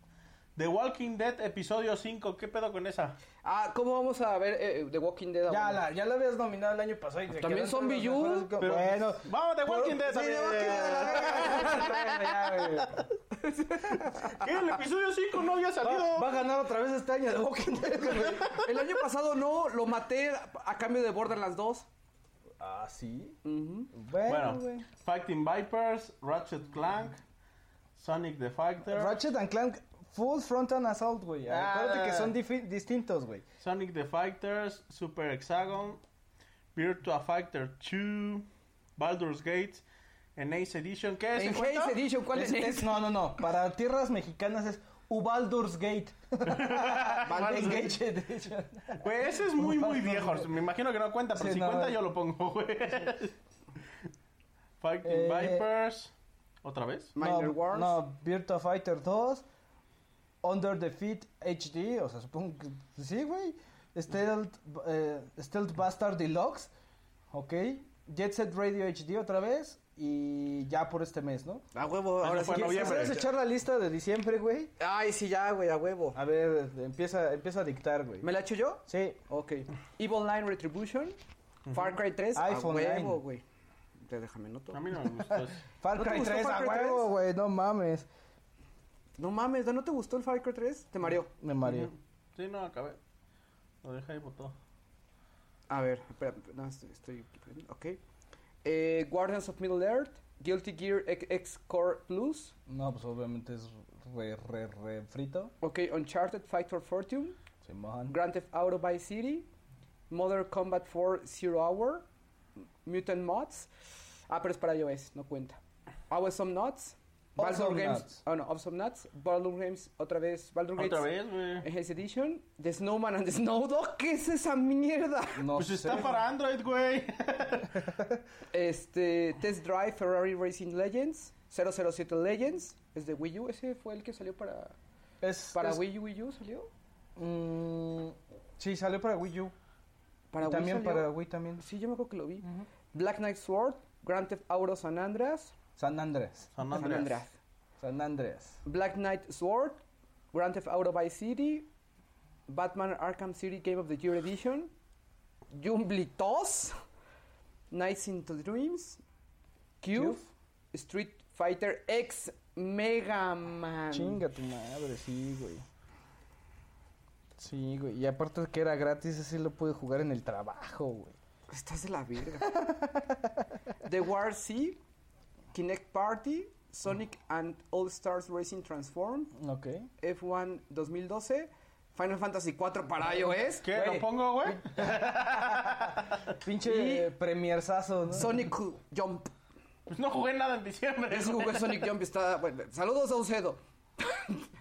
The Walking Dead, episodio 5. ¿Qué pedo con esa? Ah, ¿cómo vamos a ver eh, The Walking Dead? Ya abuelo? la, ya la habías nominado el año pasado. Y te También quedaste Zombie en los U. mejores co- Pero- bueno. Vamos, The Walking Dead. Sí, también. The Walking Dead, la verga, ya, güey. ¿Qué? El episodio 5 no había salido. Va a ganar otra vez este año de Walking Dead, güey. El año pasado no, lo maté a- a cambio de Borderlands 2. Ah, sí. Ujú. Bueno, Bueno, güey. Fighting Vipers, Ratchet Clank, Sonic the Fighter, Ratchet and Clank Full Frontal Assault, güey. Ah, Acuérdate que la- son difi- distintos, güey. Sonic the Fighters, Super Hexagon, Virtua Fighter 2, Baldur's Gate, en Ace Edition. ¿Qué es? En ¿cincuenta? Haze Edition, ¿cuál es? Es- es- no, no, no. Para tierras mexicanas es Ubaldur's Gate. Baldur's Gate Edition. Güey, ese es muy, muy viejo. Me imagino que no cuenta, pero Sí, si no, cuenta eh. yo lo pongo, güey. Fighting Eh. Vipers. ¿Otra vez? Minor no, Wars. No, Virtua Fighter 2. Under the Feet HD. O sea, supongo que sí, güey. Stealth, eh, Stealth Bastard Deluxe. Ok. Jet Set Radio HD otra vez. Y ya por este mes, ¿no? A huevo, Eso ahora sí. fue en ¿Quieres- noviembre. ¿Quieres echar la lista de diciembre, güey? Ay, sí, ya, güey, a huevo. A ver, empieza, empieza a dictar, güey. ¿Me la echo yo? Sí. Ok. Evil Line Retribution. Far Cry 3. iPhone a Nine. huebo, güey. Te déjame noto. A mí no me gustó ese. Far ¿No te Cry gustó 3, Far a Cry huevo, 3? güey, no mames. No mames, ¿no te gustó el Far Cry 3? Te mareó. Me mareo. Sí, no, acabé. Lo dejé ahí botó. A ver, espera, no, estoy- estoy... Ok. Eh, Guardians of Middle Earth. Guilty Gear X- X Core Plus. No, pues obviamente es re, re, re frito. Ok, Uncharted Fight for Fortune. Simón. Grand Theft Auto Vice City, Modern Combat 4 Zero Hour, Mutant Mods. Ah, pero es para iOS, no cuenta. Awesome Nuts, Baldur Awesome Games. Nuts. Ah, no, Awesome Nuts, Baldur Games, otra vez, Baldur ¿Otra vez, Games. güey? His Edition, The Snowman and the Snowdog, ¿qué es esa mierda? No Pues sé. está para Android, güey. Este, Test Drive, Ferrari Racing Legends, 007 Legends, es de Wii U, ese fue el que salió para, Es, para es- Wii U, Wii U salió. mm, sí, salió para Wii U. Para Y también Wii salió. para Wii también. Sí, yo me acuerdo que lo vi. Black Knight Sword, Grand Theft Auto San Andreas, San Andrés. San San Andreas. Andreas. San Andrés. Black Knight Sword, Grand Theft Auto Vice City, Batman Arkham City Game of the Year Edition, Jumbly Toss, Nights into Dreams, Cube, Cube. Street Fighter X Mega Man. Chinga tu madre, sí, güey. Sí, güey. Y aparte que era gratis, así lo pude jugar en el trabajo, güey. Estás de la verga. The War C, Kinect Party, Sonic and All Stars Racing Transform, Ok. F1 2012, Final Fantasy 4 para iOS. ¿Qué? Güey, ¿Lo pongo, güey? Pinche Y- eh, premierzazo, ¿no? Sonic Jump. Pues no jugué nada en diciembre. Yo sí güey. jugué Sonic Jump y está. bueno, saludos a Ucedo.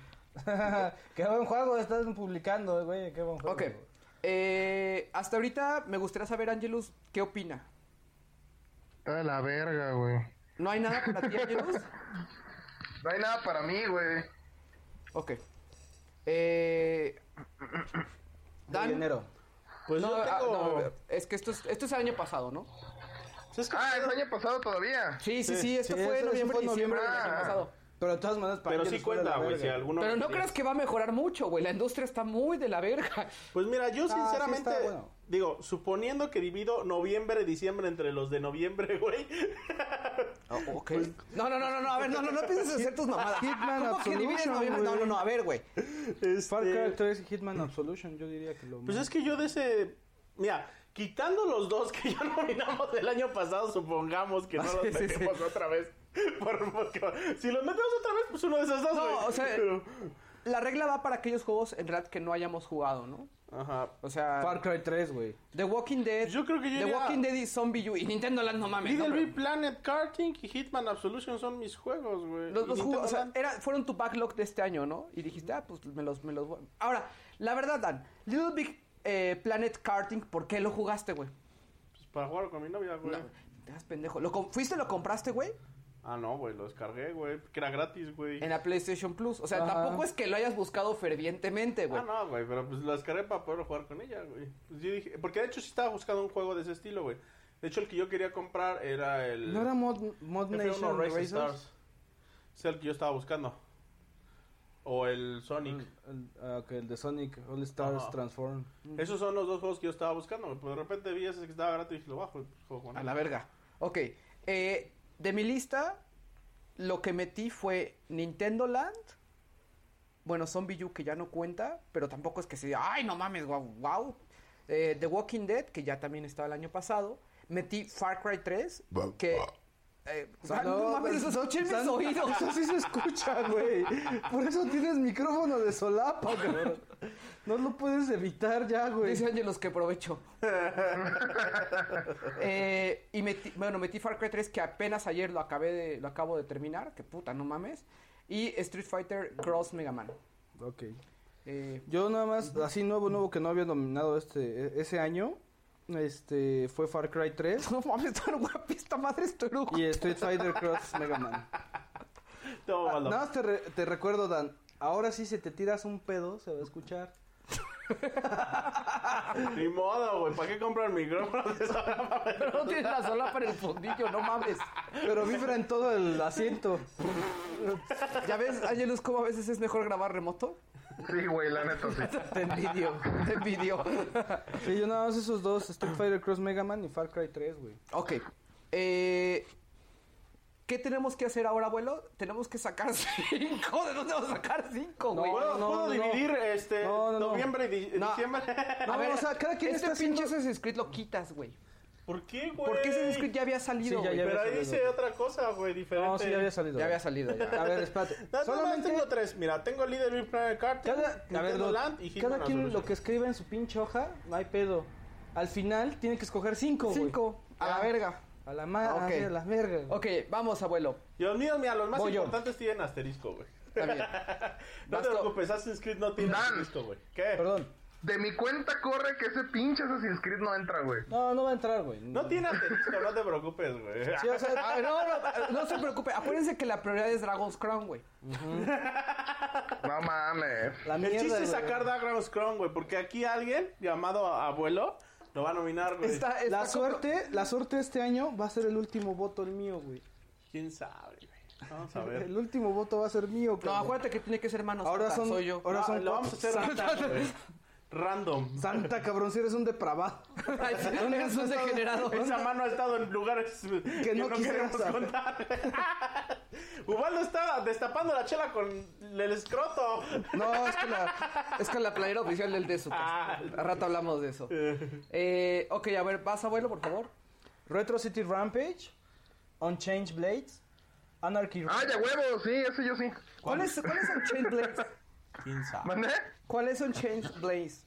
Qué buen juego estás publicando, güey. Qué buen juego. Ok. güey. Eh, hasta ahorita me gustaría saber, Angelus, ¿qué opina? Está de la verga, güey. ¿No hay nada para ti, Angelus? No hay nada para mí, güey. Ok. Eh, De Dan. enero. Pues No, yo ah, tengo... no, es que esto es, esto es el año pasado, ¿no? ¿Sabes qué? Ah, es año pasado todavía. Ah. Sí, sí, sí, esto sí, fue eso- eso noviembre, fue y diciembre del noviembre. año pasado. Pero de todas maneras, para Pero ellos sí fue de la cuenta, güey, verga. si alguno... Pero no quería. creas que va a mejorar mucho, güey. La industria está muy de la verga. Pues mira, yo Ah, sí sinceramente... está bueno. Digo, suponiendo que divido noviembre y diciembre entre los de noviembre, güey. Pues, No, no, no, no, no, Ah, a ver, no, no, no pienses hacer tus mamadas. Hitman ¿Cómo que dividen Absolution, noviembre? No, güey. no, no, a ver, güey. Este, Far Cry 3 y Hitman Absolution, yo diría que lo más- Pues es que yo de ese... Mira, quitando los dos que ya nominamos del año pasado, supongamos que no los Ah, sí, sí. metemos otra vez. Por- porque si los metemos otra vez, pues uno de esos dos, No, güey. o sea- Pero- La regla va para aquellos juegos en realidad que no hayamos jugado, ¿no? Ajá. O sea, Far Cry 3, güey. The Walking Dead. Yo creo que yo The iría- Walking Dead y Zombie U. Y Nintendo Land, no mames. Little no, Big pero- Planet Karting y Hitman Absolution son mis juegos, güey. los, Y los Nintendo jugos, o sea, Land. era, fueron tu backlog de este año, ¿no? Y dijiste, ah, pues me los, me los voy. Ahora, la verdad, Dan, Little Big eh, Planet Karting, ¿por qué lo jugaste, güey? Pues para jugar con mi novia, güey. No. Te hagas pendejo. ¿Lo com- ¿Fuiste lo compraste, güey? Ah, no, güey, lo descargué, güey. Que era gratis, güey. En la PlayStation Plus. O sea, Ajá. tampoco es que lo hayas buscado fervientemente, güey. Ah, no, güey, pero pues la descargué para poder jugar con ella, güey. Pues yo dije, porque de hecho sí estaba buscando un juego de ese estilo, güey. De hecho, el que yo quería comprar era el... ¿No era Mod, Mod F1 Nation Racing Racers? Stars. Es el que yo estaba buscando. O el Sonic. El, el- ah, ok, el de Sonic, All Stars Ajá. Transform. Esos son los dos juegos que yo estaba buscando, güey. Pero de repente vi ese que estaba gratis y dije, lo bajo y pues, juego con A él. la verga. Ok. eh, de mi lista, lo que metí fue Nintendo Land. Bueno, Zombie U, que ya no cuenta, pero tampoco es que se diga, ay, no mames, wow, wow. Eh, The Walking Dead, que ya también estaba el año pasado. Metí Far Cry 3, que... eh, ah, no, mames, esos son mis San- oídos. Eso sí se escucha, güey. Por eso tienes micrófono de solapa, cabrón. No lo puedes evitar ya, güey. Dice Ángelos que aprovecho. Eh, y metí, bueno, metí Far Cry 3 que apenas ayer lo acabé de, lo acabo de terminar, que puta, no mames. Y Street Fighter Cross Mega Man. Ok. Eh, Yo nada más, así nuevo, nuevo que no había nominado este, e- ese año, este, fue Far Cry 3 no mames, tan guapi esta madre es y Street Fighter Cross Mega Man. Ah, Tómalo. Nada más te, re- te recuerdo, Dan, ahora sí si te tiras un pedo, se va a escuchar. Ni modo, güey. ¿Para qué comprar micrófono de esa Pero no tienes la sola para el fundillo, no mames. Pero vibra en todo el asiento. ¿Ya ves, Ángelos, cómo a veces es mejor grabar remoto? Sí, güey, la neta, sí. Te envidio, te envidio. Sí, yo nada más esos dos, Street Fighter Cross Mega Man y Far Cry 3, güey. Ok. Eh, ¿Qué tenemos que hacer ahora, abuelo? Tenemos que sacar cinco. ¿De dónde vamos a sacar cinco, güey? ¿Puedo, no, puedo no, no. dividir este No, no, no. noviembre y di- No. diciembre? No, o sea, cada quien este está haciendo- pinche Assassin's Creed lo quitas, güey. ¿Por qué, güey? Porque Assassin's Creed ya había salido, Sí, ya, güey. ya Pero había ahí salido. dice otra cosa, güey, diferente. No, sí, ya había salido. Ya había güey. salido, A ya. ver, espérate. No, no, Solamente... tengo tres. Mira, tengo Leader Big Planet Carter, Cada, a ver, Nintendo Dot, Land y Hitman cada quien lo Absolution. que escribe en su pinche hoja, no hay pedo. Al final tiene que escoger cinco, güey. Cinco. A la Ya. verga. A la madre, Ah, ok. a la verga. güey. Ok, vamos, abuelo. Y los míos, mira, los más Voy yo. importantes tienen asterisco, güey. Está bien. No te Basto. preocupes, Assassin's Creed no tiene Dan. asterisco, güey. ¿Qué? Perdón. De mi cuenta corre que ese pinche Assassin's Creed no entra, güey. No, no va a entrar, güey. No tiene asterisco, no te preocupes, güey. Sí, o sea, Ah, no, no, no se preocupe. Acuérdense que la prioridad es Dragon's Crown, güey. No mames. la El mierda, chiste es güey. sacar Dragon's Crown, güey, porque aquí alguien llamado abuelo lo va a nominar, güey. Está, está La como- suerte, la suerte este año va a ser el último voto el mío, güey. ¿Quién sabe, güey? Vamos a ver. El último voto va a ser mío, No, cabrón. acuérdate que tiene que ser manos. Ahora altas, son- Soy yo. ahora- No, son Ah, lo vamos a hacer random, güey. Random. Santa cabrón, si eres un depravado. Ay, sí, eres un degenerado. Esa mano ha estado en lugares que, no no, quisiera queremos saber. contar. Ubaldo está destapando la chela con el escroto. No, es que la, es que la playera oficial del de su casa. Ah. A rato hablamos de eso. Eh, ok, a ver, vas, abuelo, por favor. Retro City Rampage, Unchanged Blades, Anarchy Ah, ya huevo, sí, ese yo sí. ¿Cuál es, ¿cuál es Unchained Blades? ¿Quién sabe? ¿Mandé? ¿Cuál es Unchained Blaze?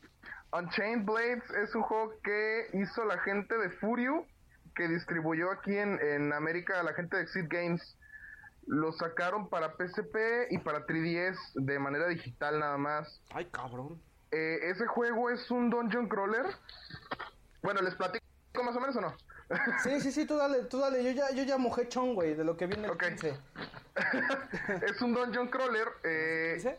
Unchained Blades es un juego que hizo la gente de Furio, que distribuyó aquí en, en América la gente de Exit Games. Lo sacaron para PSP y para 3DS de manera digital nada más. Ay, cabrón. Eh, ese juego es un dungeon crawler. Bueno, ¿les platico más o menos o no? Sí, sí, sí, tú dale, tú dale. Yo ya, yo ya mojé chon, güey, de lo que viene el Ok. 15. es un dungeon crawler eh, ¿Dice?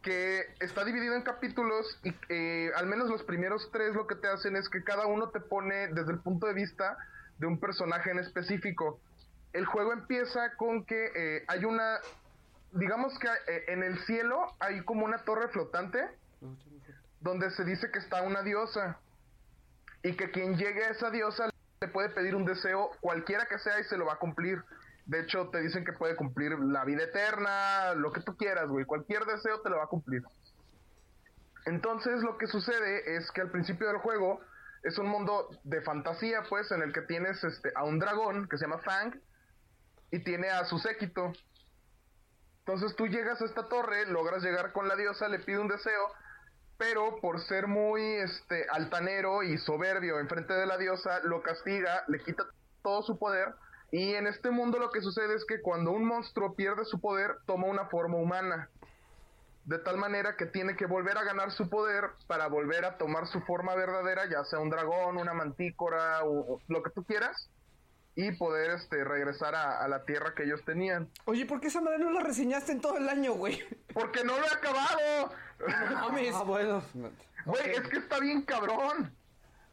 que está dividido en capítulos y eh, al menos los primeros tres lo que te hacen es que cada uno te pone desde el punto de vista de un personaje en específico. El juego empieza con que eh, hay una, digamos que eh, en el cielo hay como una torre flotante donde se dice que está una diosa y que quien llegue a esa diosa le puede pedir un deseo cualquiera que sea y se lo va a cumplir. De hecho, te dicen que puede cumplir la vida eterna, lo que tú quieras, güey. Cualquier deseo te lo va a cumplir. Entonces lo que sucede es que al principio del juego es un mundo de fantasía, pues, en el que tienes este, a un dragón que se llama Fang y tiene a su séquito. Entonces tú llegas a esta torre, logras llegar con la diosa, le pide un deseo, pero por ser muy este altanero y soberbio enfrente de la diosa, lo castiga, le quita todo su poder. Y en este mundo lo que sucede es que cuando un monstruo pierde su poder, toma una forma humana. De tal manera que tiene que volver a ganar su poder para volver a tomar su forma verdadera, ya sea un dragón, una mantícora o, o lo que tú quieras. y poder este, regresar a, a la tierra que ellos tenían. Oye, ¿por qué esa madre no la reseñaste en todo el año, güey? Porque no lo he acabado. Mames. Ah, bueno. Güey, es que está bien cabrón.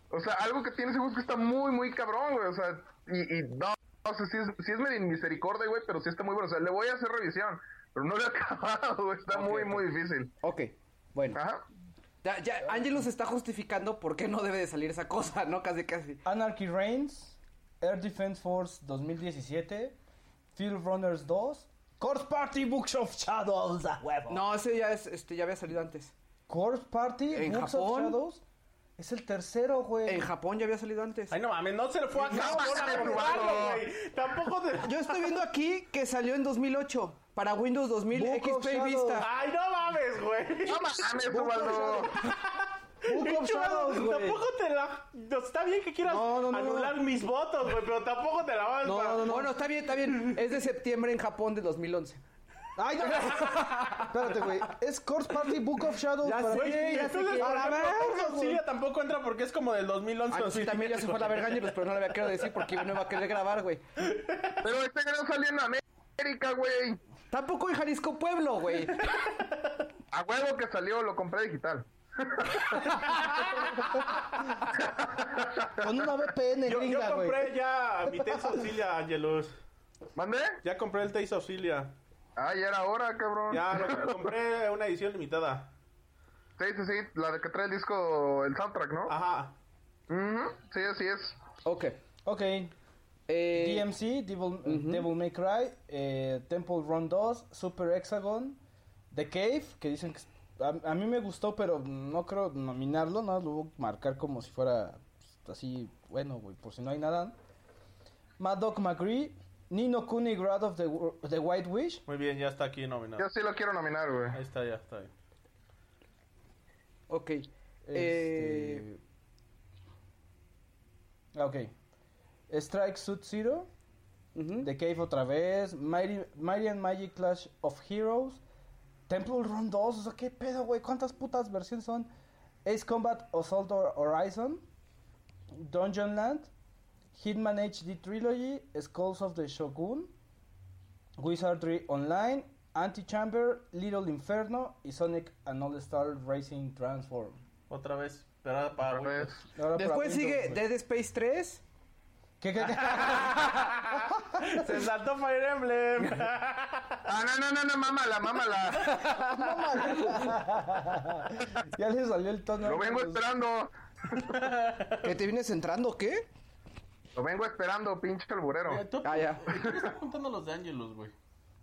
O sea, algo que tiene ese juego es que está muy, muy cabrón, güey. O sea, y, y no, o sea, sí es, sí es medio misericordia, güey, pero sí está muy bueno. O sea, le voy a hacer revisión, pero no lo he acabado, güey. Está Ok, muy, ok. muy difícil. Ok, bueno. Ajá. Ya, ya, Angelus está justificando por qué no debe de salir esa cosa, ¿no? Casi, casi. Anarchy Reigns, Air Defense Force 2017, Field Runners 2, Corpse Party Books of Shadows, a huevo. No, ese ya es, este, ya había salido antes. Corpse Party ¿En Books of Japón? Shadows es el tercero, güey. En Japón ya había salido antes. Ay, no mames, no se le fue a cabo mames, a comprarlo, vato. güey. Tampoco te... Yo estoy viendo aquí que salió en 2008 para Windows 2000 Book of XP y Shadows. Vista. Ay, no mames, güey. No mames, Ubaldo. Book of Pinche Shadows, vato, güey. Tampoco te la... no, Está bien que quieras No, no, no, anular mis votos, güey, pero tampoco te la vas No, a... no, no. Bueno, está bien, está bien. Es de septiembre en Japón de 2011. Ay, no. Espérate, güey. Es Corpse Party Book of Shadows Ya para sé, Güey, Play. entonces, por Para ejemplo, verga, Paco güey. Auxilia tampoco entra porque es como del 2011. Ah, no, sí, así. también ya se fue a la verga Angelus, pero no le había querido decir porque no iba a querer grabar, güey. Pero este no salió en América, güey. Tampoco en Jalisco Pueblo, güey. A huevo que salió, lo compré digital. Con una VPN Yo, yo gringa, güey. compré ya mi Taste Auxilia, Angelus. ¿Mandé? Ya compré el Taste Auxilia. Ah, ya era hora, cabrón. Ya lo compré una edición limitada. Sí, sí, sí. La de que trae el disco, el soundtrack, ¿no? Ajá. Ujú, Sí, así es. Ok. Ok. Eh, DMC, Devil, Devil May Cry, eh, Temple Run 2, Super Hexagon, The Cave, que dicen que... es- A, a mí me gustó, pero no creo nominarlo, no lo voy a marcar como si fuera pues, así, bueno, güey, por si no hay nada. Mad Dog McCree, Nino Kuni, Grad of the, Wo- the White Wish, Muy bien, ya está aquí Yo nominado. sí lo quiero nominar, güey. Ahí está, ya está. ahí. ok. Eh, este, ah, Ok. Strike Suit Zero. ujú. The Cave otra vez. Mighty, Mighty and Magic Clash of Heroes. Temple Run 2. O sea, qué pedo, güey. ¿Cuántas putas versiones son? Ace Combat Assault Hor- Horizon. Dungeon Land. Hitman HD Trilogy. Skulls of the Shogun. Wizardry Online. Antichamber. Little Inferno. Y Sonic and All Star Racing Transform. Otra vez. Pero para Otra vez. Ahora para Después pues, Windows, sigue güey. Dead Space 3. ¿Qué, qué, qué? Se saltó Fire Emblem. Ah, no, no, no, no, mámala, mámala. ya le salió el tono. Lo vengo Pues, esperando. ¿Que te vienes entrando o qué? Lo vengo esperando, pinche alburero. ¿Tú, Ah, ya. ¿Tú estás contando los de Angelus, güey?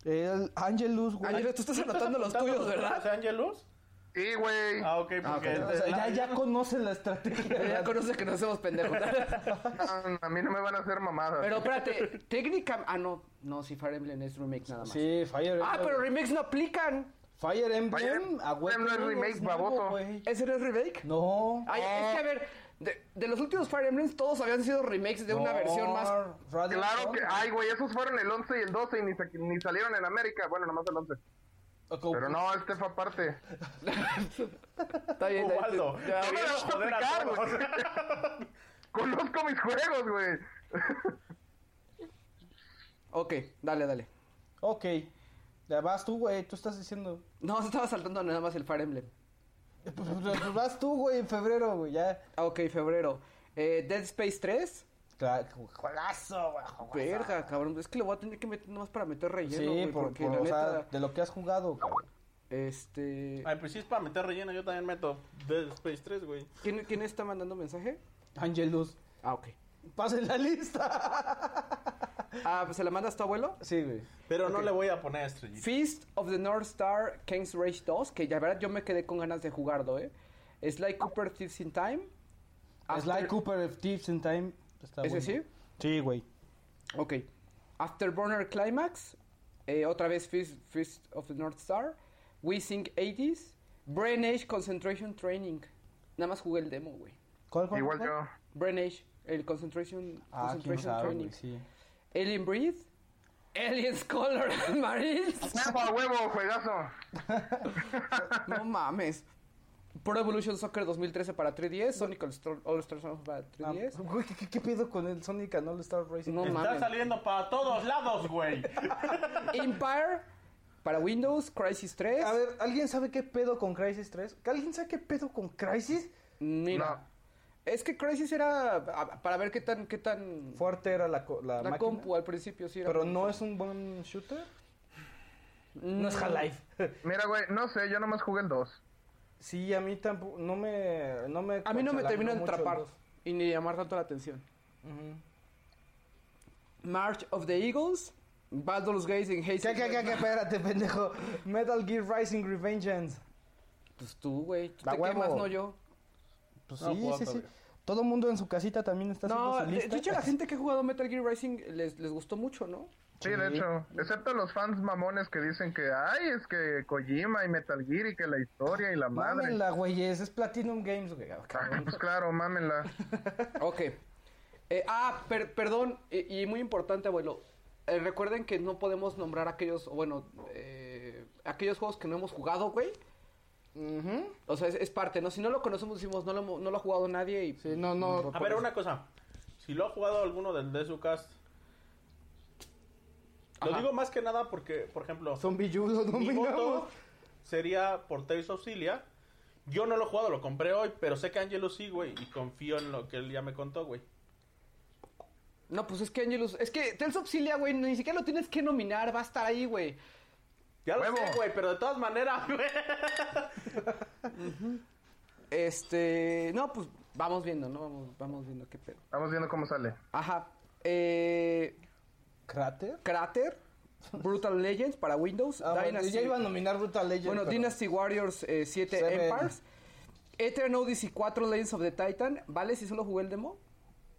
El Angelus, güey. Angelus, tú estás anotando los tuyos, ¿Los ¿verdad? de Angelus? Sí, güey. Ah, ok, porque... O sea, la- ya, ya conocen la estrategia. Ya conoces que nos hacemos pendejos. No, a mí no me van a hacer mamadas. Pero espérate, técnica. Ah, no, no, si Fire Emblem es remake nada más. Sí, Fire Emblem. Ah, pero remakes no aplican. Fire Fire Emblem, Emblem a huevo, no es remake, nuevo, baboso. güey. ¿Ese no es remake? No. Ay, es que a ver, de, de los últimos Fire Emblems todos habían sido remakes de una No, versión más. Radio Claro Front. que, ay, güey, esos fueron el 11 y el 12 y ni, sa- ni salieron en América. Bueno, nomás el 11. Ok, Pero no, este fue aparte. Está bien, está bien. Ubaldo. Ya, No me Queriendo vas a joder a aplicar, todos. güey. Conozco mis juegos, güey. Ok, dale, dale. Ok. Ya vas tú, güey. Tú estás diciendo. No, se estaba saltando nada más el Fire Emblem. Pues, pues, Vas tú, güey, en febrero, güey. Ya. Ah, ok, febrero. Eh, Dead Space 3. Claro, juegazo, güey. juegazo. Verga, cabrón. Es que lo voy a tener que meter nomás para meter relleno. Sí, güey, por, porque por, la o sea, neta. de lo que has jugado, cabrón. Este. Ay, pues sí, es para meter relleno. Yo también meto Dead Space 3, güey. ¿quién, quién está mandando mensaje? Angelus. Ah, ok. Pasen la lista. Ah, pues se la mandas a tu abuelo. Sí, güey. Pero no le voy a poner estrellita. Feast of the North Star King's Rage 2, que ya verdad yo me quedé con ganas de jugarlo, eh. Sly Cooper Thieves in Time. Sly After- Cooper of Thieves in Time. Está ¿Ese bueno. sí? Sí, güey. Ok. Afterburner Climax. eh, otra vez Fist, Fist of the North Star. We Sing 80s. Brain Age Concentration Training. Nada más jugué el demo, güey. ¿Cuál, cuál, Igual cuál? yo. Brain Age, el Concentration, Ah, quién concentration sabe, Training. güey, sí. Alien Breathe. Alien Scholar and Marines. Huevo, a huevo, juegazo. no mames. Pro Evolution Soccer 2013 para 3DS, Sonic All-Star- All-Star Soccer para 3DS. Ah, güey, ¿qué, qué, qué pedo con el Sonic All Star Racing? No Está mames. saliendo para todos lados, güey. Empire para Windows, Crisis 3. A ver, ¿alguien sabe qué pedo con Crisis 3? ¿Alguien sabe qué pedo con Crisis? Mira. Es que Crisis era a- para ver qué tan qué tan Fuerte era la, co- la la máquina, compu al principio sí era. Pero no es un buen shooter. Mm. no es No. Mira, güey, no sé, yo nomás jugué el 2. Sí, a mí tampoco, no me, no me... A mí no me conchalanó termina de mucho el atrapar dos. y ni llamar tanto la atención. Ujú. March of the Eagles, Baldur's Gate en Hades. ¿Qué, qué, qué, qué? Espérate, pendejo. Metal Gear Rising Revengeance. Pues tú, güey, tú Da te huevo. quemas, no yo. Pues No, sí, puedo sí, sí. todavía. Todo mundo en su casita también está No, eh, haciendo de, su lista. de hecho la gente que ha jugado Metal Gear Rising les, les gustó mucho, ¿no? Sí, de Sí. hecho, excepto los fans mamones que dicen que, ay, es que Kojima y Metal Gear y que la historia y la madre. Mámenla, güey, es, es Platinum Games, güey. ah, Ah, cabrón. pues claro, mámenla. Ok. Eh, ah, per- perdón, eh, y muy importante, abuelo. eh, recuerden que no podemos nombrar aquellos, bueno, eh, aquellos juegos que no hemos jugado, güey. Ujú. O sea, es, es parte, ¿no? Si no lo conocemos, decimos, no lo, hemo- no lo ha jugado nadie y... Sí, no, no. A ver, una cosa. Si lo ha jugado alguno del de su cast. Lo Ajá. digo más que nada porque, por ejemplo, Zombie Yu lo mi voto dominamos. sería por Tales of Cilia. Yo no lo he jugado, lo compré hoy, pero sé que Angelo sí, güey, y confío en lo que él ya me contó, güey. No, pues es que Angelus... Es que Tales of Cilia, güey, ni siquiera lo tienes que nominar, va a estar ahí, güey. Ya lo Huevo. sé, güey, pero de todas maneras, güey. Este... No, pues vamos viendo, ¿no? Vamos, vamos viendo qué pedo. Vamos viendo cómo sale. Ajá. Eh... ¿Crater? Crater. Brutal Legends para Windows. Ah, bueno, Dynasty- ya iba a nominar Brutal Legend. Bueno, pero- Dynasty Warriors eh, 7 Seven. Empires. Etern Odyssey 4 Lanes of the Titan. ¿Vale si solo jugué el demo?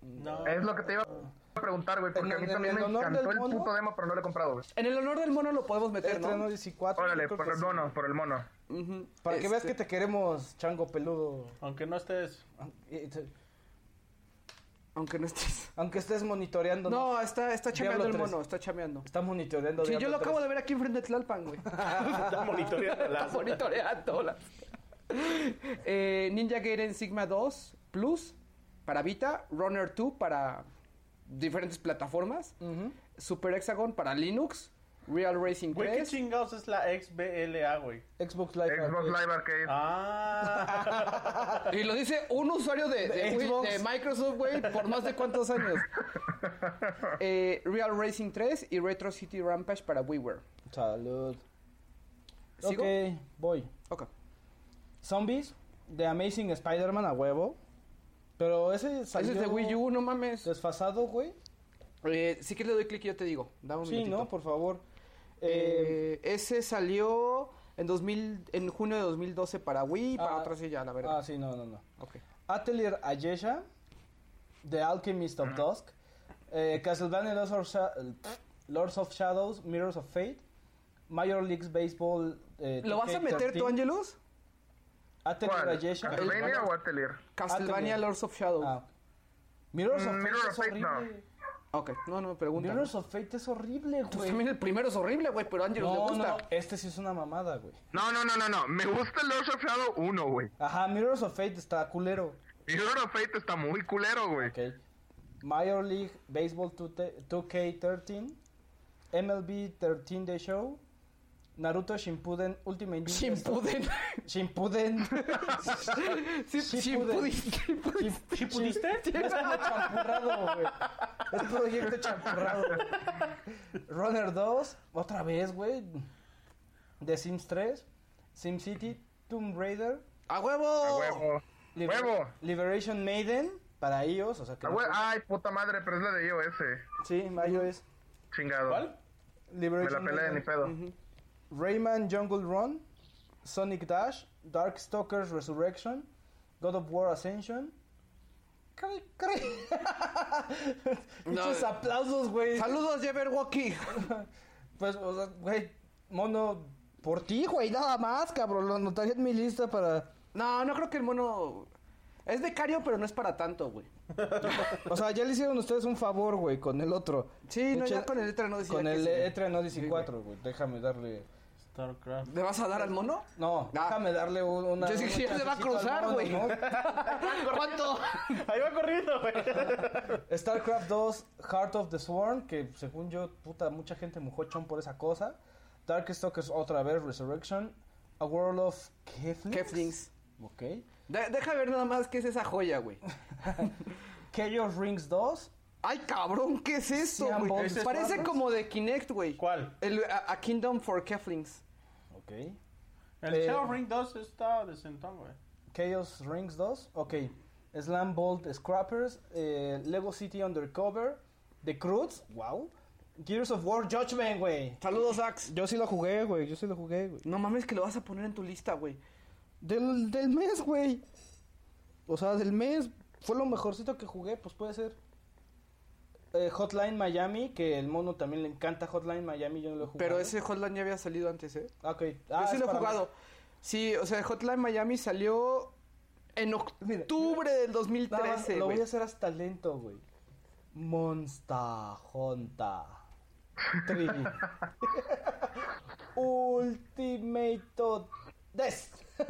No. Es lo que te iba a preguntar, güey, porque En- a mí en- también en me honor encantó del ¿Eh, el mono. puto demo, pero no lo he comprado, güey. En el honor del mono lo podemos meter, Estreno ¿no? 14. Órale, yo creo por que el sí. mono, por el mono. Ujú. Para que veas que Este, te queremos, chango peludo. Aunque no estés. Eh, te- Aunque no estés... Aunque estés monitoreando. No, está, está chameando Diablo el tres. mono, está chameando. Está monitoreando. Sí, yo lo acabo de ver aquí enfrente de Tlalpan, güey. Está monitoreando Está las- monitoreando las- Eh, Ninja Gaiden Sigma 2 Plus para Vita, Runner 2 para diferentes plataformas, Super Hexagon para Linux, Real Racing Güey, qué 3. chingados es la XBLA, güey. Xbox Live. Xbox Arcade. Live Arcade. Ah. Y lo dice un usuario de, de- De Wii- Xbox. de Microsoft, güey, por más de cuántos años. Eh, Real Racing 3 y Retro City Rampage para WiiWare. Salud. ¿Sigo? Ok, voy. Ok. Zombies, The Amazing Spider-Man a huevo. Pero ese Ese salió es de Wii U, no mames. Desfasado, güey. Eh, si quieres le doy clic y yo te digo. Dame un Sí, minutito. ¿no? Por favor. Eh, Eh, ese salió en 2000, en junio de 2012 para Wii, para Ah. otras sí ya, la verdad. ah, sí, no, no, no. Ok. Atelier Ayesha, The Alchemist Mm. of Dusk, eh, Castlevania Lords of, Sha- el- Lords of Shadows, Mirrors of Fate, Major League Baseball. eh, ¿Lo vas a meter 2K13, tú, Angelus? Atelier ¿Cuál? Ayesha. ¿Castlevania o Atelier? Castlevania Atelier. Lords of Shadows. Ah, Mirrors of Mm, Fate Mirror es of Fate, no. horrible. Ok, no, no me preguntan. Mirrors of Fate es horrible, Pues güey. también el primero es horrible, güey, pero a Angelus le No, gusta. no, este sí es una mamada, güey. No, no, no, no, no. Me gusta el Lords of Shadow 1, güey. Ajá, Mirrors of Fate está culero. Y Lord of Fate está muy culero, güey. Ok. Major League Baseball 2T- 2K13, MLB 13 The Show, Naruto Shippuden Ultimate Ninja Star- Shimpuden. Shimpuden. Sí, Shippuden. Shimpuden. Shimpuden. ¿Shimpudiste? Es como champurrado, güey. Es proyecto champurrado. güey. Runner 2, otra vez, güey. The Sims 3, Sim City, Tomb Raider, ¡A huevo! A huevo. Liber- ¡Huevo! Liberation Maiden para ellos, o sea que A hue- Ay, puta madre, pero es la de iOS. Sí, Mario es Chingado. ¿Cuál? Me la Liberation pelea de ni Maiden. pedo. Rayman Jungle Run, Sonic Dash, Darkstalkers Resurrection, God of War Ascension. Caray, caray. Muchos aplausos, güey. ¡Saludos, Jabberwocky! Pues, o sea, güey, mono, por ti, güey, nada más, cabrón. Lo anotaría en mi lista para. No, no creo que el mono... Es de Cario, pero no es para tanto, güey. O sea, ya le hicieron ustedes un favor, güey, con el otro. Sí, De no, hecho, ya con el E Eternal Odyssey Con ya que el E sí. Etran Odyssey Sí, güey. 4, güey. Déjame darle. StarCraft. ¿Le vas a dar al mono? No, Ah. déjame darle un- una. Yo sí un que sí, se va a chancecito cruzar, al mono, güey. ¿no? ¿Cuánto? Ahí va corriendo, güey. StarCraft 2, Heart of the Sworn, que según yo, puta, mucha gente mojó chon por esa cosa. Darkstalkers otra vez, Resurrection. A World of Keflings. Keflings. Ok. De- deja ver nada más qué es esa joya, güey. Chaos Rings 2. Ay, cabrón, ¿qué es eso, Sean güey? bombs. Parece Ese es- como de Kinect, güey. ¿Cuál? El, a, a Kingdom for Keflings. Ok. El Eh, Shadowring 2 está decentón, güey. Chaos Rings 2. Ok. Slam Bolt Scrappers. eh, Lego City Undercover. The Croods. Wow. Gears of War Judgment, güey. Saludos, Ax. Yo sí lo jugué, güey. Yo sí lo jugué, güey. No mames que lo vas a poner en tu lista, güey. Del, del mes, güey. O sea, del mes fue lo mejorcito que jugué, pues puede ser. Eh, Hotline Miami, que el mono también le encanta Hotline Miami, yo no lo he jugado. Pero ese Hotline ya había salido antes, ¿eh? Ah, ok. Yo Ah, sí es lo he para- jugado. Sí, o sea, Hotline Miami salió en Mira, octubre del Nada más, 2013, lo güey. voy a hacer hasta lento, güey. Monster Hunter. Trinity. Ultimate Death.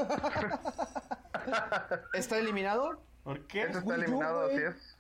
¿Está eliminado? ¿Por Ese qué? está Wii U, eliminado, güey. así es.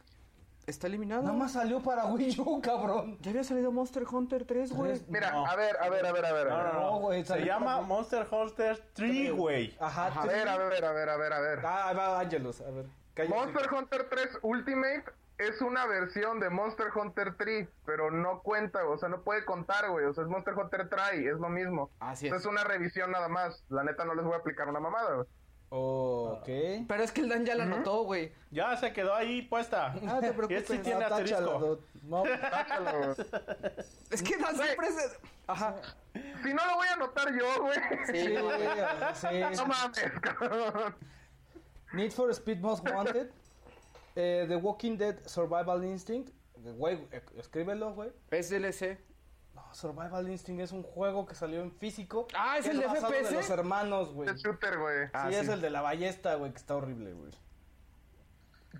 ¿Está eliminado? Nada más salió para Wii U, cabrón. Ya había salido Monster Hunter 3, güey. Mira, No. a ver, a ver, a ver, a ver. No, a no, ver. No, no. güey, Se salió llama para- Monster Hunter 3, güey. Ajá, A ver, a ver, a ver, a ver, a ver. Ah, ahí va Ángelos, a ver. cállate. Monster Hunter 3 Ultimate es una versión de Monster Hunter 3, pero no cuenta, o sea, no puede contar, güey. O sea, es Monster Hunter Try, es lo mismo. Así es. Es una revisión nada más. La neta no les voy a aplicar una mamada, güey. Oh, ok. Pero es que el Dan ya la anotó, güey. Ya se quedó ahí puesta. Ah, te Y preocupes. este tiene Ah, táchalo, asterisco. dude. No, Sácalo, güey. Es que Dan siempre se... Ajá. si no lo voy a anotar yo, güey. Sí, sí, no mames. sí. No mames, cabrón. Need for Speed Most Wanted. eh, The Walking Dead Survival Instinct. Güey, eh, escríbelo, güey. Es DLC. No, Survival Instinct es un juego que salió en físico. Ah, ¿es que el de basado FPS? los hermanos, güey. Es shooter, güey. Ah, sí, es sí. el de la ballesta, güey, que está horrible, güey.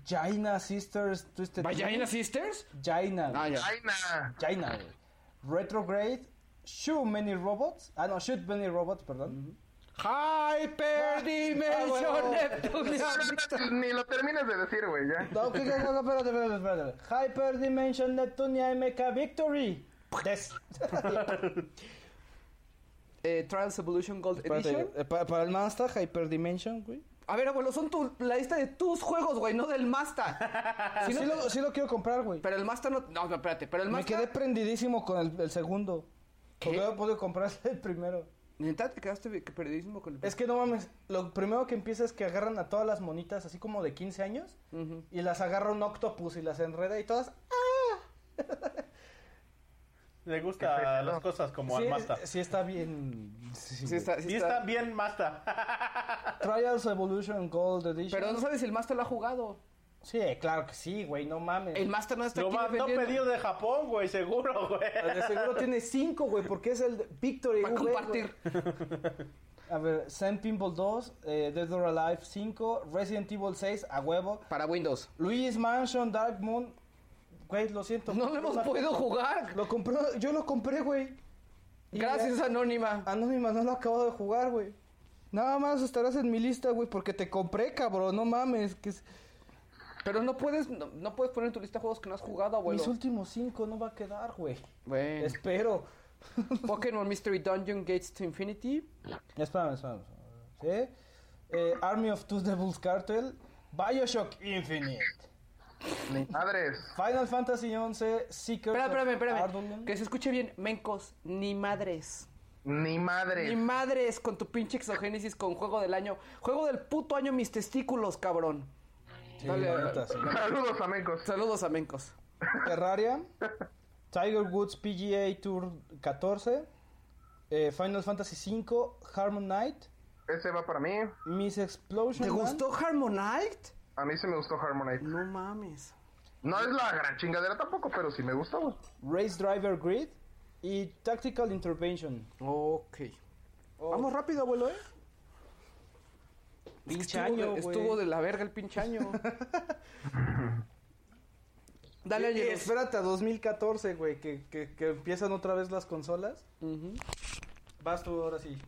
Jaina Sisters Twisted. ¿Vagina Sisters. Sisters? Jaina. güey. Ah, ya. Ay, na. China, güey. Retrograde, Shoot Many Robots. Ah, no, Shoot Many Robots, perdón. Ah, Hyperdimension bueno. Neptunian. No, no, Ni lo termines de decir, güey, ya. No, ok, no, no, no, espérate, espérate, espérate. Hyper Dimension Neptunia MK Victory. Des. Eh, Trials Evolution Gold Edition. eh, para, el Master, Hyper Dimension, güey. A ver, abuelo, son tu, la lista de tus juegos, güey, no del Masta. Si Sí, no- lo, sí lo quiero comprar, güey. pero el Masta no... No, no, espérate, pero el Me Masta... quedé prendidísimo con el, el segundo. ¿Qué? Porque no he podido comprar el primero. Neta, te quedaste vi- que perdidísimo con el... Es que no mames, lo primero que empieza es que agarran a todas las monitas, así como de 15 años, Ujú. y las agarra un octopus y las enreda y todas. Le Qué gusta feo. las cosas como sí, al Masta. sí está bien. Sí, Sí güey. está- sí Y está- está bien Masta. Trials Evolution Gold Edition. Pero no sabes si el Masta lo ha jugado. Sí, claro que sí, güey, no mames. El Masta no está Lo aquí mandó defendiendo. pedido de Japón, güey, seguro, güey. De seguro tiene cinco, güey, porque es el de Victory. Para V, güey. compartir. A ver, Zen Pinball 2, eh, Dead or Alive 5, Resident Evil 6, a huevo. Para Windows. Luigi's Mansion, Dark Moon. Güey, lo siento. No lo hemos podido jugar. Lo compré, yo lo compré, güey. Y Gracias, ya- Anónima. Anónima, no lo acabo de jugar, güey. Nada más estarás en mi lista, güey, porque te compré, cabrón, no mames. Que es- Pero no puedes, no, no puedes poner en tu lista juegos que no has jugado, abuelo. Mis últimos cinco no va a quedar, güey. Bueno. Espero. Pokémon Mystery Dungeon Gates to Infinity. Espérame, espérame. espérame. ¿Sí? Eh, Army of Two Devils Cartel, Bioshock Infinite, Madres. Final Fantasy XI, Seeker. Espera, espérame, espérame. Ardulon. Que se escuche bien. Mencos, ni madres. Ni Ni madres. madres con tu pinche exogénesis con juego del año. Juego del puto año, mis testículos, cabrón. Sí, Dale, la dale. neta, sí. Saludos, amigos. Saludos a Mencos. Terraria, Tiger Woods PGA Tour 14, eh, Final Fantasy V, Harmon Knight, Ese va para mí. Miss Explosion. ¿Te Man, gustó Harmonite? A mí sí me gustó Harmonite. No mames. No es la gran chingadera tampoco, pero sí me gustó, güey. Race Driver Grid y Tactical Intervention. Oh. Ok. Vamos rápido, abuelo, ¿eh? Pinche Estuvo de- año, güey. Estuvo de la verga el pinche año. Dale, Eh, Ángelos. espérate a 2014, güey, que, que- que empiezan otra vez las consolas. Ujú. Vas tú ahora sí.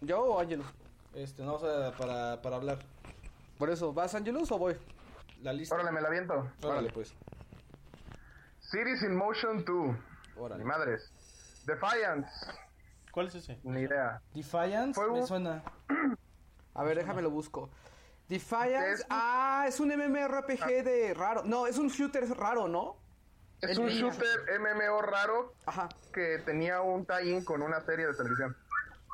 ¿Yo o Ángelus? Este, no, o sea, para, para hablar. Por eso, ¿vas Ángelus o voy? La lista. Órale, me la aviento. Órale, pues. Cities in Motion 2. Órale. Ni madres. Defiance. ¿Cuál es ese? Ni idea. Defiance, Fue me un- suena. A ver, déjame lo busco. Defiance. Es- Ah. Ah, es un MMORPG de raro. No, es un shooter raro, ¿no? Es En un línea. shooter MMO raro Ajá. que tenía un tie-in con una serie de televisión.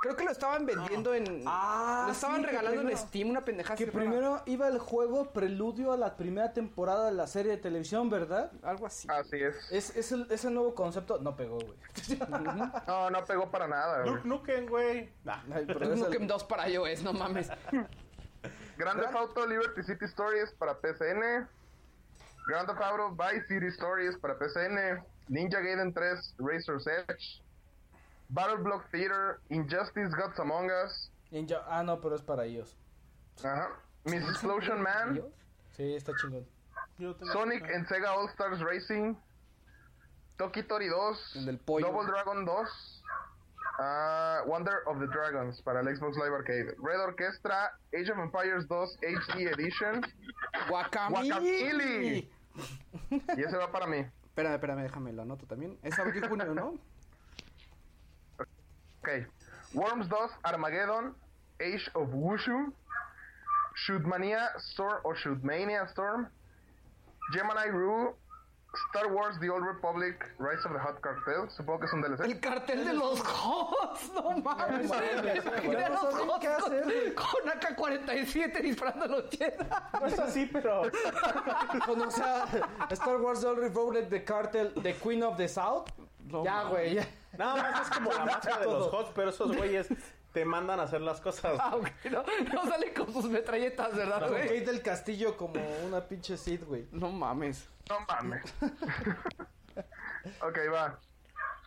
Creo que lo estaban vendiendo en. Ah, lo estaban sí, que regalando en primero- Steam, una pendejada. Que así rara. primero iba el juego preludio a la primera temporada de la serie de televisión, ¿verdad? Algo así. Así es. Es, es, el, es el nuevo concepto. No pegó, güey. No, no pegó para nada. güey. Duke Nukem, güey. Nah. Ay, pero Es es el- Nukem 2 em para iOS, no mames. Grand Theft Auto Liberty City Stories para PCN. Grand Theft Auto Vice City Stories para PCN. Ninja Gaiden 3 Razor's Edge. Battle Block Theater. Injustice Gods Among Us. Ninja- Ah, no, pero es para ellos. Ajá. Miss Explosion Man. Sí, está chingón. Yo tengo- Sonic en Sega All Stars Racing. Toki Tori 2. El del pollo. Double Dragon 2. ah, Wonder of the Dragons para el Xbox Live Arcade. Red Orchestra. Age of Empires 2 HD Edition. Guacamili. Guacamili. Y ese va para mí. Espérame, espérame, déjame, lo anoto también. Es abril junio, ¿no? Ok. Worms 2, Armageddon, Age of Wushu, Shootmania Storm o Shootmania Storm, Gemini Rue, Star Wars The Old Republic, Rise of the Hot Cartel, supongo que es un DLC. El cartel de los Hots, no mames. El de los Hots con- con AK-47 disparando a los Jedi. No es así, pero. Pues, o sea, Star Wars The Old Republic, The Cartel, The Queen of the South. ya, güey. ya. Nada más es como la máscara de los hots, pero esos güeyes te mandan a hacer las cosas. Ah, ok, no, no sale con sus metralletas, ¿verdad, Con güey? Kate del Castillo como una pinche Sid, güey. No mames. No mames. ok, va.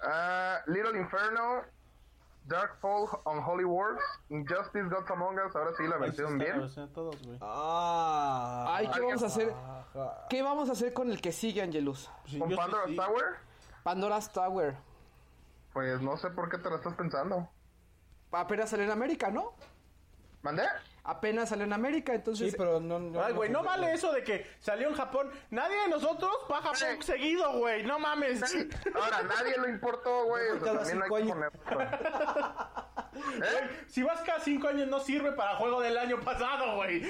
Ah, Little Inferno, Darkfall on Holy Wars, Injustice Gods Among Us, ahora sí la Ahí sí versión está la bien. versión de todos, güey. Ah. Ay, ¿qué vamos a hacer? Ajá. ¿Qué vamos a hacer con el que sigue, Angelus? Sí, Con yo sí, Pandora's sí. Tower, Pandora's Tower. pues no sé por qué te lo estás pensando. Apenas salió en América, ¿no? ¿Mandé? Apenas salió en América, entonces... Sí, pero no. no Ay, güey, no vale eso de que salió en Japón. Nadie de nosotros va a Japón Sí. seguido, güey. No mames. Ahora, nadie lo importó, güey. O sea, Cada también cinco hay que años. poner- ¿Eh? Si vas cada cinco años no sirve para juego del año pasado, güey.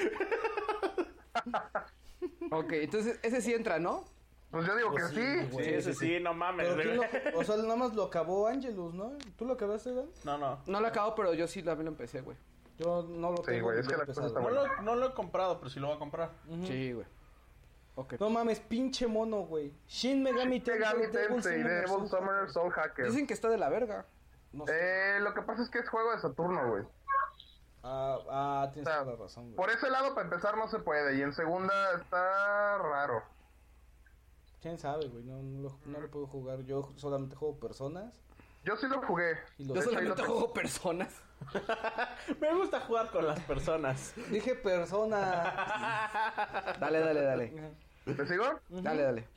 Ok, entonces ese sí entra, ¿no? Pues yo digo que sí. Sí, ese sí, no mames. Pero güey. quién lo- o sea, nada más lo acabó Angelus, ¿no? ¿Tú lo acabaste, Dan? No, no. No lo acabo, pero yo sí también lo empecé, güey. Yo no lo Sí, tengo. güey, ni es que lo he la cosa empezado. está No lo, no lo he comprado, pero sí lo voy a comprar. Sí, güey. Ok. No mames, pinche mono, güey. Shin Megami Megami Tensei, Summoner Devil Soul. Summoner Soul Hacker. Dicen que está de la verga. No sé. Eh, lo que pasa es que es juego de Saturno, güey. Ah, ah, tienes O sea, toda la razón, güey. Por ese lado, para empezar, no se puede. Y en segunda, está raro. ¿Quién sabe, güey? No, no, lo, no lo puedo jugar. Yo solamente juego personas. Yo sí lo jugué. Y lo De Yo hecho, ahí solamente lo tengo. juego personas. Me gusta jugar con las personas. Dije persona. Dale, dale, dale. ¿Te sigo? Dale, dale.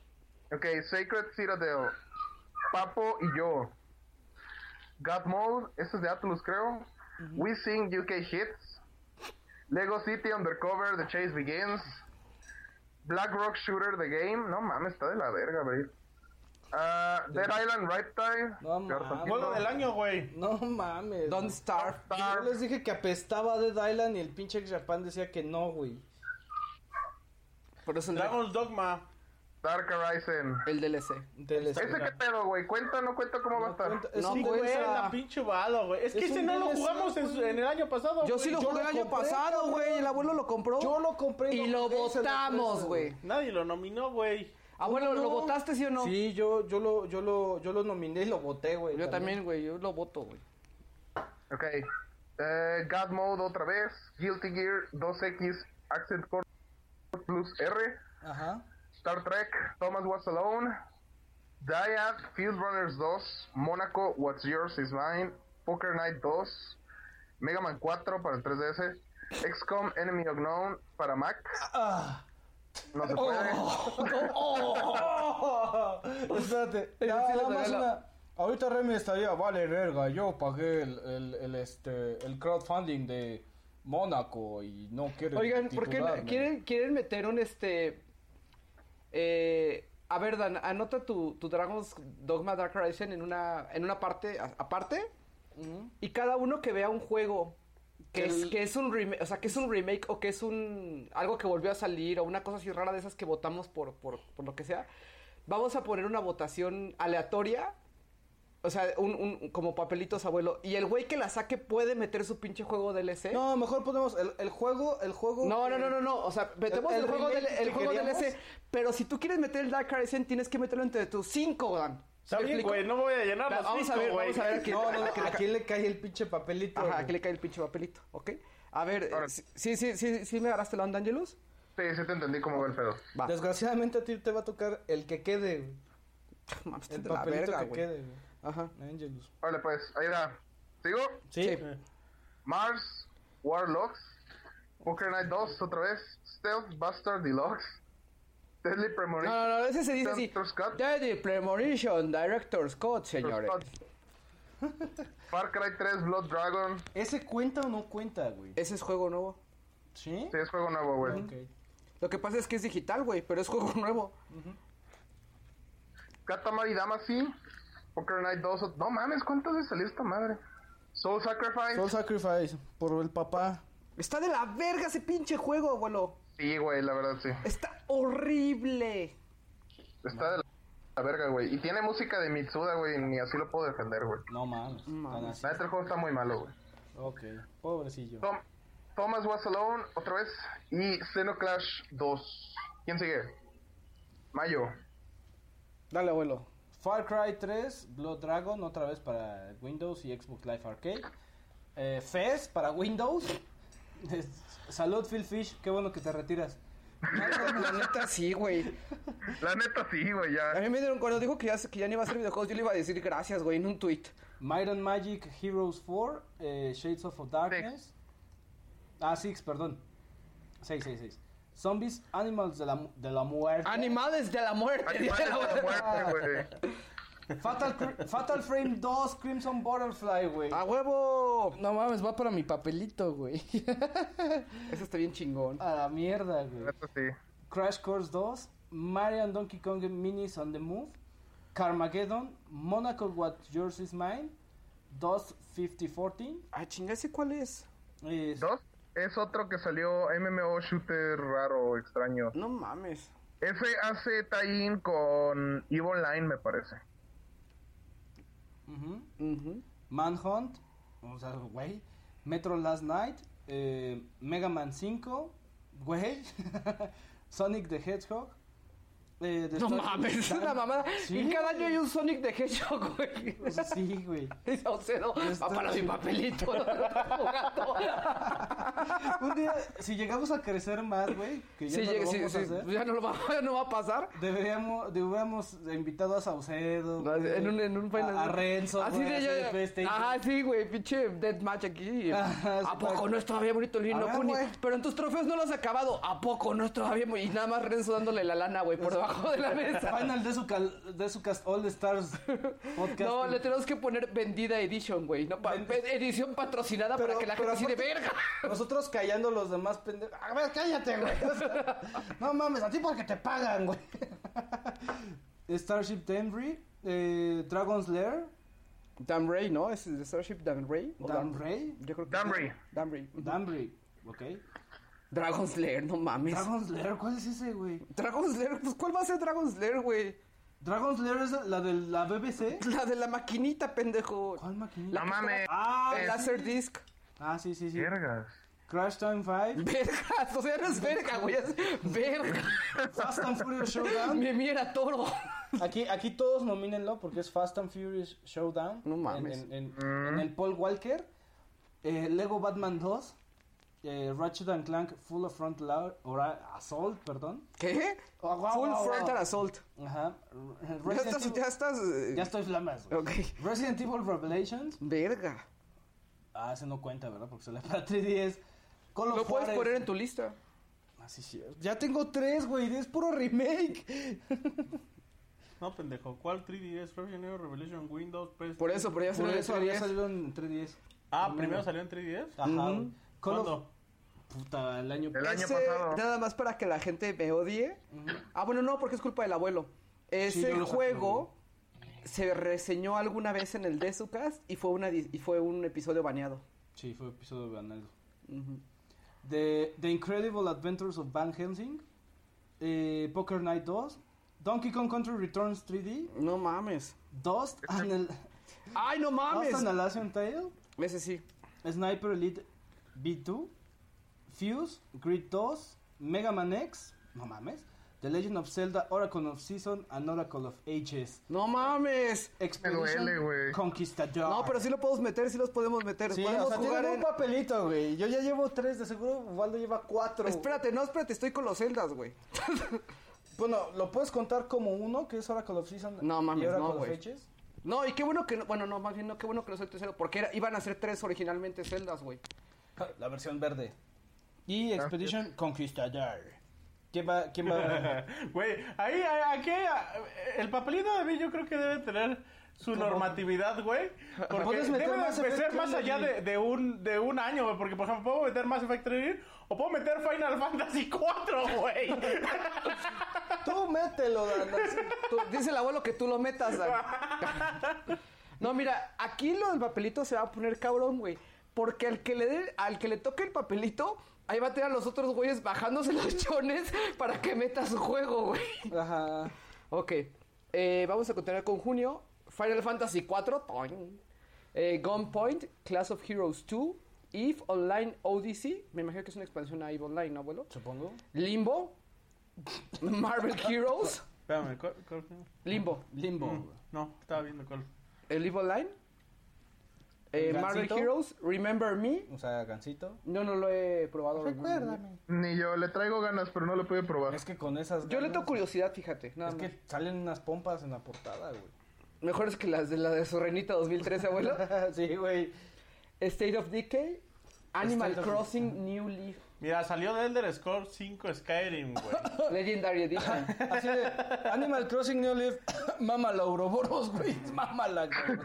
Ok, Sacred Citadel. Papo y yo. God Mode, este es de Atlus, creo. We Sing UK Hits. Lego City Undercover, The Chase Begins. Black Rock Shooter, The Game. No mames, está de la verga, güey. Ah, Dead Island Riptide. No mames. Juego del año, güey. No mames. Don't Starve. Yo les dije que apestaba Dead Island y el pinche Japan decía que no, güey. Por eso entra Dragon's Dogma. Dark Horizon. el DLC. Entonces, ¿Ese qué pedo, güey? ¿Cuenta o no cuenta cómo va a estar? cuenta- es No un Güey, cuenta. Esa- la pinche bala, güey. Es que Es ese un no lo DLC, jugamos en, su- en el año pasado. Yo güey. sí lo yo jugué el lo año compré, pasado, cabrón. güey. El abuelo lo compró. Yo lo compré Y lo jugué, se votamos, presta, güey. Nadie lo nominó, güey. Abuelo, Oh, No. Ah, ¿lo votaste sí o no? Sí, yo, yo lo, yo lo, yo lo nominé y lo voté, güey. Yo también, güey. Yo lo voto, güey. Ok. Eh, God Mode otra vez. Guilty Gear 2X Accent Core Plus R. Ajá. Star Trek, Thomas Was Alone, Dyad, Field Runners 2, Monaco, What's Yours Is Mine, Poker Night 2, Mega Man 4 para el 3DS, XCOM Enemy Unknown para Mac. No se Oh. puede. Espérate. Ya, sí le nada doy más la- una, Ahorita Remy estaría, vale, verga, yo pagué el, el, el, este, el crowdfunding de Mónaco y no quiero Oigan, ¿por qué titularme". quieren, quieren meter un este. eh, a ver, Dan, anota tu, tu Dragon's Dogma Dark Horizon en una, en una parte a- aparte. Y cada uno que vea un juego que, es, que es un remake, o sea, que es un remake o que es un algo que volvió a salir o una cosa así rara de esas que votamos por, por, por lo que sea, vamos a poner una votación aleatoria. O sea, un, un- como papelitos, abuelo. Y el güey que la saque puede meter su pinche juego DLC. No, mejor ponemos el, el juego, el juego... No, no, que- no, no, no. O sea, metemos el el, juego, remake del, que el juego queríamos. DLC. Pero si tú quieres meter el Dark Horizon, tienes que meterlo entre tus cinco, Dan. Está ¿Me bien, explico? güey, no voy a llenar Va- los vamos a cinco, ver, güey. vamos a ver. No, no, no, ¿a quién le cae el pinche papelito? Ajá, güey? aquí le cae el pinche papelito, ¿ok? A ver, eh, Ahora. sí, sí, sí, sí, sí me agarraste la onda, Angelus. Sí, sí te entendí cómo va el pedo. Va. Desgraciadamente a ti te va a tocar el que quede, güey. Mames, El de la papelito verga, que güey. quede, güey. Ajá. Angelus. Vale, pues, ahí era. ¿Sigo? Sí. Mars, Warlocks, Poker Night 2 otra vez, Stealth Buster Deluxe, Deadly No, Premonition. no, no, ese se dice así. Director Scott. Daddy Premonition, Director Scott, señores. Far Cry 3 Blood Dragon. ¿Ese cuenta o no cuenta, güey? Ese es juego nuevo. ¿Sí? Sí, es juego nuevo, güey. Ok. Lo que pasa es que es digital, güey, pero es juego nuevo. Katamari Damacy, Poker Night 2. o- No mames, ¿cuántas veces salió esta madre? Soul Sacrifice. Soul Sacrifice, por el papá. Está de la verga ese pinche juego, abuelo. Sí, güey, la verdad, sí. Está horrible. Está de la, la verga, güey. Y tiene música de Mitsuda, güey, ni así lo puedo defender, güey. No mames. tan Mames. La neta, el juego está muy malo, güey. así. Ok, pobrecillo. Tom- Thomas Was Alone, otra vez. Y Xenoclash 2. ¿Quién sigue? Mayo. Dale, abuelo. Far Cry 3, Blood Dragon, otra vez para Windows y Xbox Live Arcade. Eh, Fez para Windows. Es- Salud, Phil Fish, qué bueno que te retiras. La neta sí, güey. La neta, sí, güey, A ya. mí me dieron cuando dijo que ya, que ya no iba a hacer videojuegos, yo le iba a decir gracias, güey, en un tweet. Myron Magic Heroes 4, eh, Shades of Darkness. Ah, Six, perdón. 6, 6, 6. Zombies, Animals de la, mu- de la Muerte. Animales de la muerte. Animales de la muerte, güey. Fatal, Cr- Fatal Frame 2, Crimson Butterfly, güey. A huevo. No mames, va para mi papelito, güey. Eso está bien chingón. A la mierda, güey. La neta, sí. Crash Course 2, Mario and Donkey Kong Minis on the Move, Carmageddon, Monaco What Yours Is Mine, Dust 5014. Ah, chinga, ¿ese cuál es? es- Dos. Es otro que salió MMO shooter raro, extraño. No mames. Ese hace tie-in con EVE Online, me parece. Ujú. Ujú. Manhunt, o sea, güey. Metro Last Night, eh, Mega Man 5, güey. Sonic the Hedgehog. eh, No Destruction mames, es Time. una mamada. Sí, y cada güey. año hay un Sonic de Hedgehog, güey. O sea, Sí, güey. Dice Ocedo, va Está para mi chido. papelito. lo está jugando. Un día, si llegamos a crecer más, güey, que ya Sí, no llega- lo sí, vamos a sí, hacer. ya no, lo va, ya no va a pasar. Deberíamos, deberíamos invitado a Saucedo. No, güey, en un, en un final- a, a Renzo. Así güey, de así ya- de PlayStation. Ajá, sí, güey, pinche deathmatch aquí. Ajá, sí, ¿A poco para- no es todavía bonito el A vino, ver, Kuni? güey. Pero en tus trofeos no lo has acabado. ¿A poco no es todavía muy- Y nada más Renzo dándole la lana, güey, por debajo de la mesa. Final de su, cal- de su cast All Stars podcast. No, le tenemos que poner vendida edition, güey. No, Pa- edición patrocinada Pero- para que la gente pero así de aparte- verga. Nosotros callando a los demás pendejos. A ver, cállate, güey. O sea, no mames, a ti porque te pagan, güey. Starship Denver, eh, Dragon's Lair, Dan Ray, ¿no? Es de Starship Dan Ray. o Dan Ray, ¿Eh? Yo creo que Dan sí. Ray. Dan Ray. ujú. Danbury, ok. Dragon Slayer, no mames. Dragon's Lair, ¿cuál es ese, güey? Dragon Slayer, pues ¿cuál va a ser Dragon Slayer, güey? Dragon's Lair es la de la BBC. La de la maquinita, pendejo. ¿Cuál maquinita? No mames. Ah, El Laser Disc. Ah, sí, sí, sí. Vergas. Crash Time 5, Vergas, o sea, no es verga, güey, es verga. Fast and Furious Showdown. Me mira toro. Aquí, aquí todos nomínenlo porque es Fast and Furious Showdown. No mames. En, Mm. en- en- en el Paul Walker. eh, Lego Batman 2. eh, Ratchet and Clank Full of Front Assault, perdón. ¿Qué? Oh, wow, Full wow, wow. Frontal Assault. Ajá. R- Ya Resident estás, Evil- ya estás. eh, ya estoy flamas. güey. Ok. Resident Evil Revelations. Verga. Ah, ese no cuenta, ¿verdad? Porque se le para 3DS. Call of Lo puedes Juarez. poner en tu lista. Ah, sí, sí. Ya tengo tres, güey. Es puro remake. No, pendejo. ¿Cuál 3DS? Virgin New Revolution Windows. PS3. Por eso, por ya Por salió eso había 3DS. salido en 3DS. Ah, primero salió en 3DS. Ajá. güey. Call of- ¿Cuándo? Puta, el año. El año Ese, pasado. Nada más para que la gente me odie. Ah, bueno, no, porque es culpa del abuelo. Ese yo lo saqué, juego se reseñó alguna vez en el Desucast y fue una di- y fue un episodio baneado. Sí, fue episodio banal. Ujú. The, The Incredible Adventures of Van Helsing, eh, Poker Night 2, Donkey Kong Country Returns 3D, No mames. Dust and el, ¡Ay, no mames! Dust and Alation Tale, Ese sí. Sniper Elite B2, Fuse, Grid 2, Mega Man X, no mames, The Legend of Zelda Oracle of Season and Oracle of Ages. ¡No mames! duele, güey. Expedition Conquistador. No, pero sí lo podemos meter, sí los podemos meter. Ah, Sí, podemos o sea, jugar tienen un en- papelito, güey. Yo ya llevo tres, de seguro Waldo lleva cuatro. Espérate, no, espérate, estoy con los celdas, güey. Bueno, ¿lo puedes contar como uno, que es Oracle of Season? No mames, y Oracle no, of güey. Ages? No, y qué bueno que no, bueno, no, más bien no, qué bueno que no es el tercero, porque era- iban a ser tres originalmente celdas, güey. Ah, La versión verde. Y Expedition Conquistador. ¿Quién va? ¿Quién va? Güey, ahí, ahí, aquí, ah, el papelito de mí yo creo que debe tener su normatividad, güey. Porque Puedes debe meter de Mass Effect ser más allá Trilogy. de, de un, de un año, güey. Porque, por ejemplo, puedo meter Mass Effect Trilogy o puedo meter Final Fantasy 4, güey. Tú mételo, Dan. Tú- dice el abuelo que tú lo metas, Dan. No, mira, aquí lo del papelito se va a poner cabrón, güey. Porque al que le dé, al que le toque el papelito, ahí va a tener a los otros güeyes bajándose los chones para que meta su juego, güey. Ajá. Ok. eh, vamos a continuar con junio. Final Fantasy 4. toing. Eh, Gunpoint, Class of Heroes 2, Eve Online Odyssey. Me imagino que es una expansión a Eve Online, ¿no, abuelo? Supongo. Limbo. Marvel Heroes. Espérame, ¿cuál- cuál- cuál? Limbo. Limbo. Mm, No, estaba viendo cuál. El Evil Line. Eh, Gansito. Marvel Heroes, Remember Me. O sea, Gancito. No, no lo he probado. Remember Me. Recuérdame. Ni yo, le traigo ganas, pero no lo pude probar. Es que con esas. Yo le ganas- tengo curiosidad, fíjate. Nada Es más. que salen unas pompas en la portada, güey. Mejores que las de la de su reinita 2013, abuelo. sí, güey. State of Decay, Animal State of- Crossing New Leaf, Mira, salió de Elder Scrolls 5 Skyrim, güey. Legendary Edition. Así de Animal Crossing New Leaf. Mámala, Ouroboros, güey. Mámala, güey.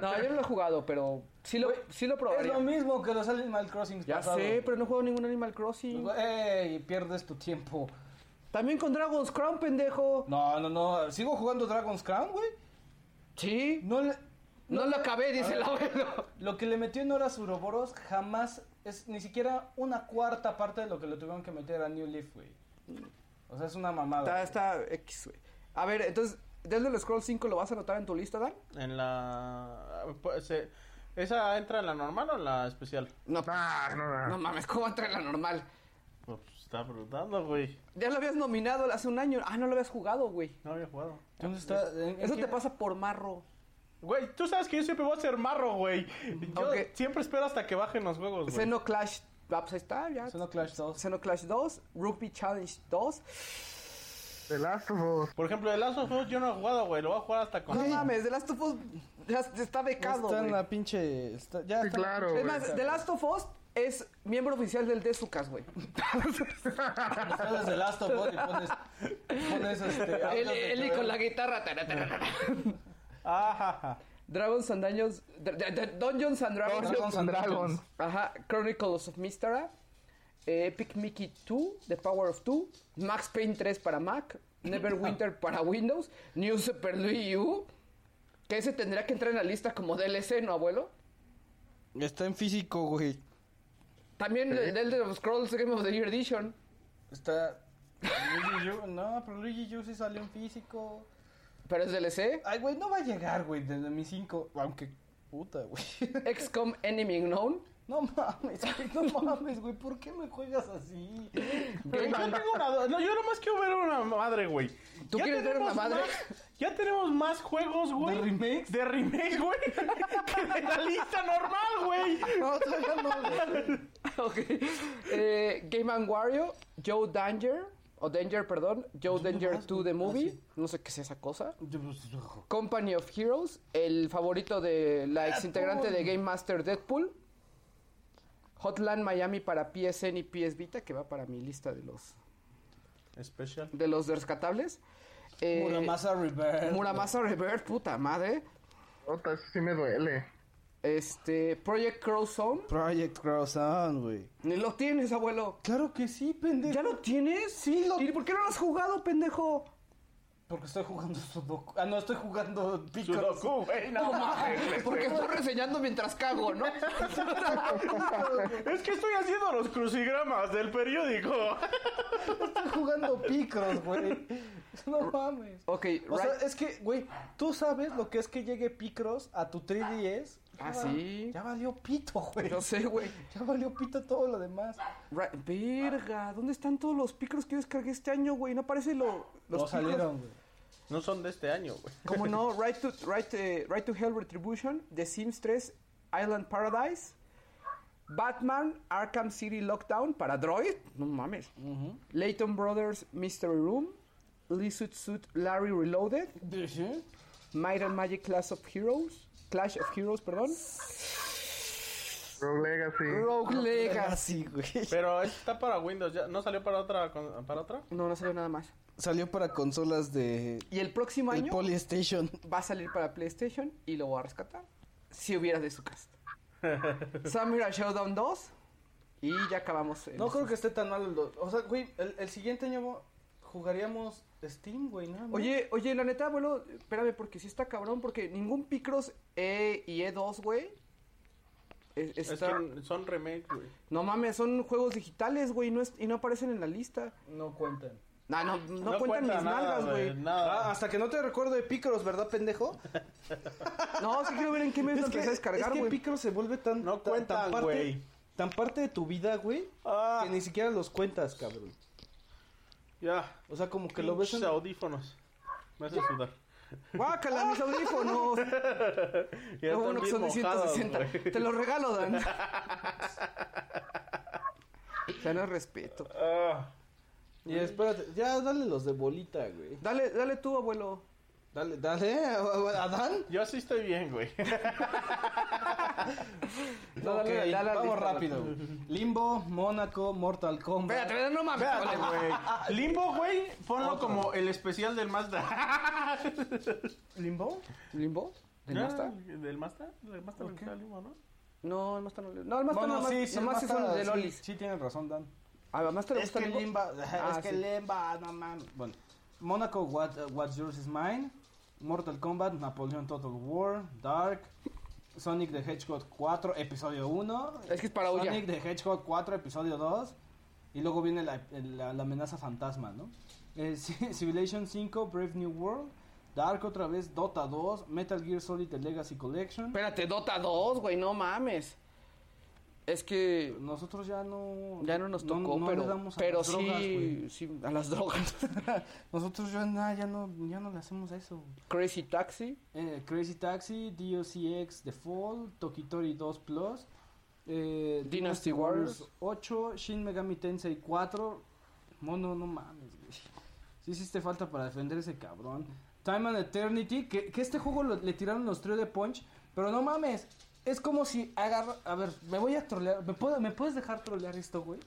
No, yo no lo he jugado, pero sí lo, sí lo Es lo probaría. mismo que los Animal Crossing. Ya sé, pero no juego ningún Animal Crossing. Güey, pierdes tu tiempo. También con Dragon's Crown, pendejo. No, no, no. Sigo jugando Dragon's Crown, güey. Sí, No le- no lo acabé, dice el abuelo. Lo que le metió en horas Uroboros jamás es ni siquiera una cuarta parte de lo que le tuvieron que meter a New Leaf, güey. O sea, es una mamada. Está, güey. está X, güey. A ver, entonces, The Elder Scrolls 5 lo vas a anotar en tu lista, Dan? En la... pues, eh, ¿Esa entra en la normal o en la especial? No, Ah, no, no. no mames, ¿cómo entra en la normal? Pues está preguntando, güey. Ya lo habías nominado hace un año. Ah, no lo habías jugado, güey. No había jugado. Entonces está- ¿en- en Eso qué- te pasa por marro. Güey, tú sabes que yo siempre voy a ser marro, güey. Yo Ok. siempre espero hasta que bajen los juegos, güey. Xeno Clash. Ah, pues ahí está, ya. Xeno Clash 2. Xenoclash 2, Rugby Challenge 2. The Last of Us. Por ejemplo, el Last of Us yo no he jugado, güey. Lo voy a jugar hasta con... No mames, The Last of Us ya está becado. Está en güey. la pinche. está- ya Sí, está en la claro, pinche- Es güey. más, The Last of Us es miembro oficial del Desucas, güey. Está desde Last of Us y pones. pones este. Él audios de él y que- con la guitarra. tara, tara, tara. Ajaja. Dragons and Dungeons. Dr- Dr- Dr- Dungeons and Dragons. Dungeons and Dragons. Ajá, Chronicles of Mystara. eh, Epic Mickey 2, The Power of 2. Max Payne 3 para Mac. Neverwinter para Windows. New Super Luigi U. Que ese tendría que entrar en la lista como DLC, ¿no, abuelo? Está en físico, güey. También el Elder Scrolls Game of the Year Edition. Está. Luigi Yu- No, pero Luigi Yu sí salió en físico. Pero es DLC. Ay, güey, no va a llegar, güey, desde mi 5. Aunque. Puta, güey. XCOM Enemy Unknown. No mames, güey, no mames, güey, ¿por qué me juegas así? Güey, yo tengo una... do- No, yo nomás quiero ver una madre, güey. ¿Tú quieres ver una tenemos madre? más- ya tenemos más juegos, güey. ¿De remakes? De remakes, güey. que de la lista normal, güey. No, todavía no, güey. ok. Eh, Game and Wario, Joe Danger, o Danger, perdón, Joe Danger 2 The Movie, no sé qué es esa cosa. Yo, pues, ojo. Company of Heroes, el favorito de la ex integrante de Game Master Deadpool. Hotline Miami para PSN y PS Vita, que va para mi lista de los Especial. de los rescatables. Eh, Muramasa Reverse. Muramasa Revert, puta madre. Ota, eso sí me duele. Este, Project Crow Zone. Project Cross On, güey. Ni Lo tienes, abuelo. Claro que sí, pendejo. ¿Ya lo tienes? Sí, lo- ¿Y por qué no lo has jugado, pendejo? Porque estoy jugando Sudoku. Ah, no, estoy jugando Picross. Sudoku, güey, no mames. Porque estoy reseñando mientras cago, ¿no? Es que estoy haciendo los crucigramas del periódico. Estoy jugando Picross, güey. No mames. ok, right. O sea, es que, güey, tú sabes lo que es que llegue Picross a tu 3DS. Ah, Ya- sí. Ya valió pito, güey. Yo sé, güey. Ya valió pito todo lo demás. Right. Verga, ¿dónde están todos los picros que yo descargué este año, güey? No parece lo, los Los Picross. salieron, güey. No son de este año, güey. Como no, right to, right, eh, Right to Hell Retribution, The Sims 3, Island Paradise, Batman, Arkham City Lockdown para Droid, no mames, Layton Brothers Mystery Room, Lee Suit Suit Larry Reloaded, Might and Magic Clash of Heroes, Clash of Heroes, perdón, Rogue Legacy. Rogue Legacy. Así, güey. Pero está para Windows, ya. ¿No salió para otra? con- ¿Para otra? No, no salió nada más. Salió para consolas de. Y el próximo El año Polystation. va a salir para PlayStation y lo voy a rescatar. Si hubiera de su cast. Samurai Showdown 2 y ya acabamos. el- No creo que esté tan mal. el do- O sea, güey, el, el siguiente año jugaríamos Steam, güey, nada más. Oye, oye, la neta, abuelo, espérame, porque sí está cabrón, porque ningún Picross E y E2, güey. es- Es están- que son remakes, güey. No mames, son juegos digitales, güey, no es- y no aparecen en la lista. No cuentan. No, no, no, cuentan cuenta mis nada, nalgas, güey. Ah, Nada. hasta que no te recuerdo de Picross, ¿verdad, pendejo? No, sí quiero ver en qué mes lo que, empecé a descargar, es que güey. Picross se vuelve tan. No tan- tan cuentan, parte- güey. Tan parte de tu vida, güey, Ah, que ni siquiera los cuentas, cabrón. ya. O sea, como que lo ves Pinches en... audífonos. Me hace sudar. Guácala, mis audífonos. Ya Lo bueno están que son de bien mojados, 160. güey. Te los regalo, Dan. o sea, no es respeto. Ah, Y espérate, ya dale los de bolita, güey. Dale, dale tú, abuelo. Dale, dale, a- a- Adán. yo sí estoy bien, güey. No, dale, Ok, dale, dale, vamos lista, rápido. Limbo, Mónaco, Mortal Kombat. Espérate, no mames. Espérate, abuelo. güey. Limbo, güey, ponlo como el especial del Mazda. ¿Limbo? ¿Limbo? ¿El Ya, Masta? ¿Del Mazda? ¿Del Mazda le gusta el Limbo, no? No, el Masta no le No, el Masta Bueno, nomás, sí, sí, nomás el es un Mazda, de sí, Lolis. Sí, tienes razón, Dan. A ver, Ah, ¿más te le Es gusta que el Limbo? Limba, Ah, es que sí. Limba, no mames. Bueno, Monaco, what, uh, What's Yours is Mine, Mortal Kombat, Napoleon Total War, Dark, Sonic the Hedgehog 4, episodio 1. Es que es para Ulla. Sonic the Hedgehog 4, episodio 2. Y luego viene la, la- la amenaza fantasma, ¿no? Eh, Ci- Civilization 5, Brave New World, Dark otra vez, Dota 2, Metal Gear Solid The Legacy Collection. Espérate, Dota 2, güey, no mames. Es que Nosotros ya no... ya no nos no tocó, le pero, damos a pero las sí, drogas, güey. sí, a las drogas. Nosotros ya, na- ya, no, ya no le hacemos a eso. Crazy Taxi, Eh, Crazy Taxi, DOCX The Fall, Tokitori 2 Plus, eh, Dynasty Warriors 8, Shin Megami Tensei 4. Mono, no mames, güey. Sí hiciste falta para defender ese cabrón. Time and Eternity, que, que este juego lo- le tiraron los tríos de Punch, pero no mames. Es como si agarra... A ver, me voy a trolear. ¿Me, puedo, ¿me puedes dejar trolear esto, güey?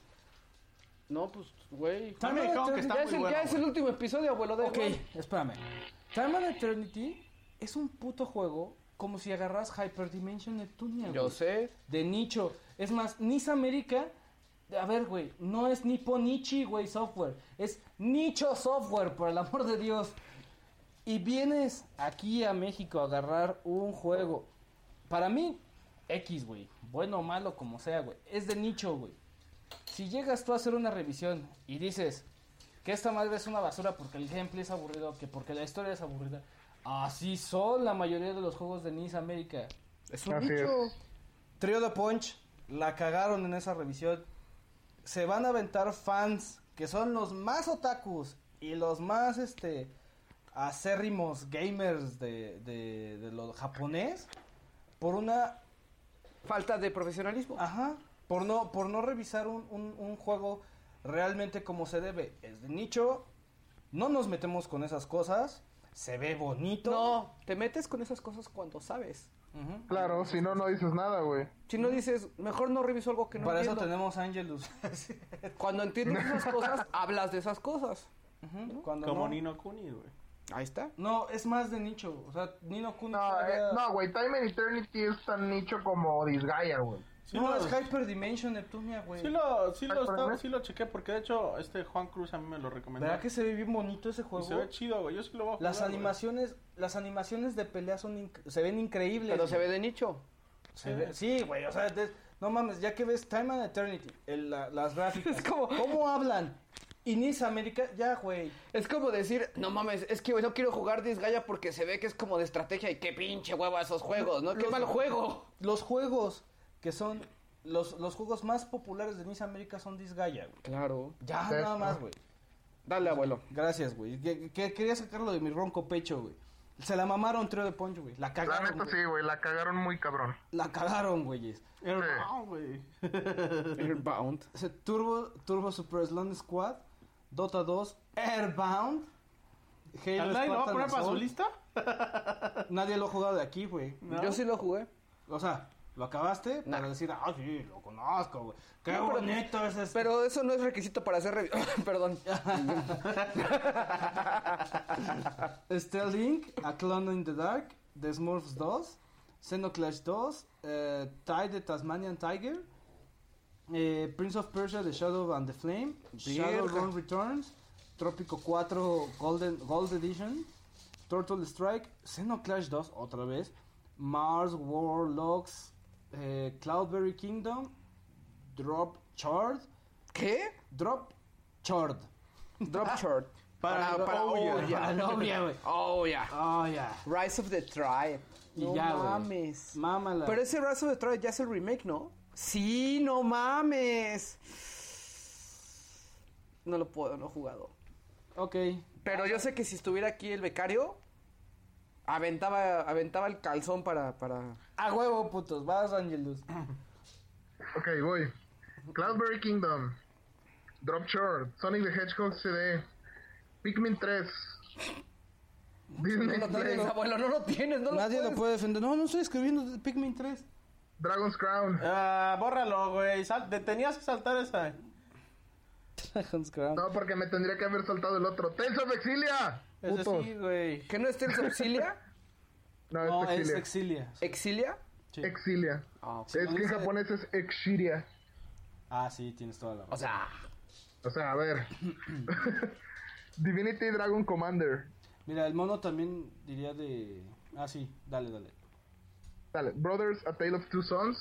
No, pues, güey. A mí me dijeron que está Ya, muy es el, bueno, ya es el güey. último episodio, abuelo. de Ok, espérame. Time and Eternity es un puto juego como si agarras Hyperdimension Neptunia, Yo güey. sé. De nicho. Es más, Nice América. A ver, güey, no es Nipponichi, güey, software. Es nicho software, por el amor de Dios. Y vienes aquí a México a agarrar un juego. Para mí, X, güey. Bueno o malo, como sea, güey. Es de nicho, güey. Si llegas tú a hacer una revisión y dices que esta madre es una basura porque el gameplay es aburrido, que porque la historia es aburrida. Así son la mayoría de los juegos de Nice América. Es un Así bicho. Trio de Punch la cagaron en esa revisión. Se van a aventar fans que son los más otakus y los más este acérrimos gamers de, de, de lo japonés por una Falta de profesionalismo. ajá por no por no revisar un, un- un juego realmente como se debe es de nicho no nos metemos con esas cosas se ve bonito no, te metes con esas cosas cuando sabes. Ujú. Claro, si no, no dices nada, güey. Si no dices, mejor no reviso algo que no para eso entiendo. tenemos Angelus Cuando entiendes esas cosas, hablas de esas cosas. Ujú, cuando Como no- Nino Kuni, güey. Ahí está. No, es más de nicho. O sea, Nino Kun. No, eh, todavía- no, güey, Time and Eternity es tan nicho como Disgaea, güey. Sí No, lo- es Hyper Dimension Neptunia, güey. Sí lo, sí, lo Hyper estaba- Man. sí lo chequé porque de hecho este Juan Cruz a mí me lo recomendó. ¿Verdad que se ve bien bonito ese Y juego? se ve chido, güey. Yo sí lo voy a Las jugar, güey. animaciones, las animaciones de pelea son inc- se ven increíbles. Pero se ve güey. de nicho. Se ve- sí, güey, o sea, de- no mames, ya que ves Time and Eternity, el- la- las gráficas, como- ¿cómo hablan? Y Nice América, ya, güey. Es como decir, no mames, es que no quiero jugar Disgaea porque se ve que es como de estrategia y qué pinche hueva esos juegos, ¿no? ¡Qué Los- mal juego! Los juegos que son los, los juegos más populares de Nice América son Disgaea, güey. Claro. Ya, Sí. nada más, güey. Dale, abuelo. Gracias, güey. Que- que- quería sacarlo de mi ronco pecho, güey. Se la mamaron trío de Poncho, güey. La La cagaron. neta güey. sí, güey, la cagaron muy cabrón. La cagaron, güeyes. Airbound, güey. Airbound. Ese Turbo, Turbo Super Slon Squad, Dota 2, Airbound, Halo ¿Nadie lo va a Spartan poner para su Assault. lista? Nadie lo ha jugado de aquí, güey. No. Yo sí lo jugué. O sea, lo acabaste Nah. para decir, ah, sí, lo conozco, güey. Qué No, pero- bonito es este. Pero eso no es requisito para hacer review. Perdón. Steel Link, A Clone in the Dark, The Smurfs 2, Xenoclash 2, eh, Tide the Tasmanian Tiger, eh, Prince of Persia, The Shadow and the Flame, Shadowrun Returns, Trópico 4 Golden, Gold Edition, Turtle Strike, Xenoclash 2 otra vez, Mars Warlocks, eh, Cloudberry Kingdom, Drop Chord, ¿Qué? Drop Chord. Drop short. Para- para oh, Ouya. Para Ouya, güey. Oh, yeah. Oh, ya. Rise of the Tribe. Y no ya, güey. mames. Mámala. Pero ese Rise of the Tribe ya es el remake, ¿no? Sí, no mames. No lo puedo, no he jugado. Ok. Pero yo sé que si estuviera aquí el becario, aventaba, aventaba el calzón para, para... A huevo, putos. Vas, Angelus. Ok, voy. Cloudberry Kingdom, Drop Short, Sonic the Hedgehog CD, Pikmin 3, Disney Plus, abuelo, no lo tienes, no Nadie lo lo puede defender. No, no estoy escribiendo de Pikmin 3. Dragon's Crown. Ah, bórralo, güey. Sal- te tenías que saltar esa. Dragon's Crown. No, porque me tendría que haber saltado el otro. ¡Tales of Exilia! Ese Puto. sí, güey. ¿Que no esté el Auxilia? No, No, es es Exilia. Exilia. ¿Exilia? Exilia. Ah, es que en japonés es Exilia. Ah, sí, tienes toda la razón. O sea, O sea, a ver. Divinity Dragon Commander. Mira, el mono también diría de. Ah, sí, dale, dale. Dale. Brothers, A Tale of Two Sons.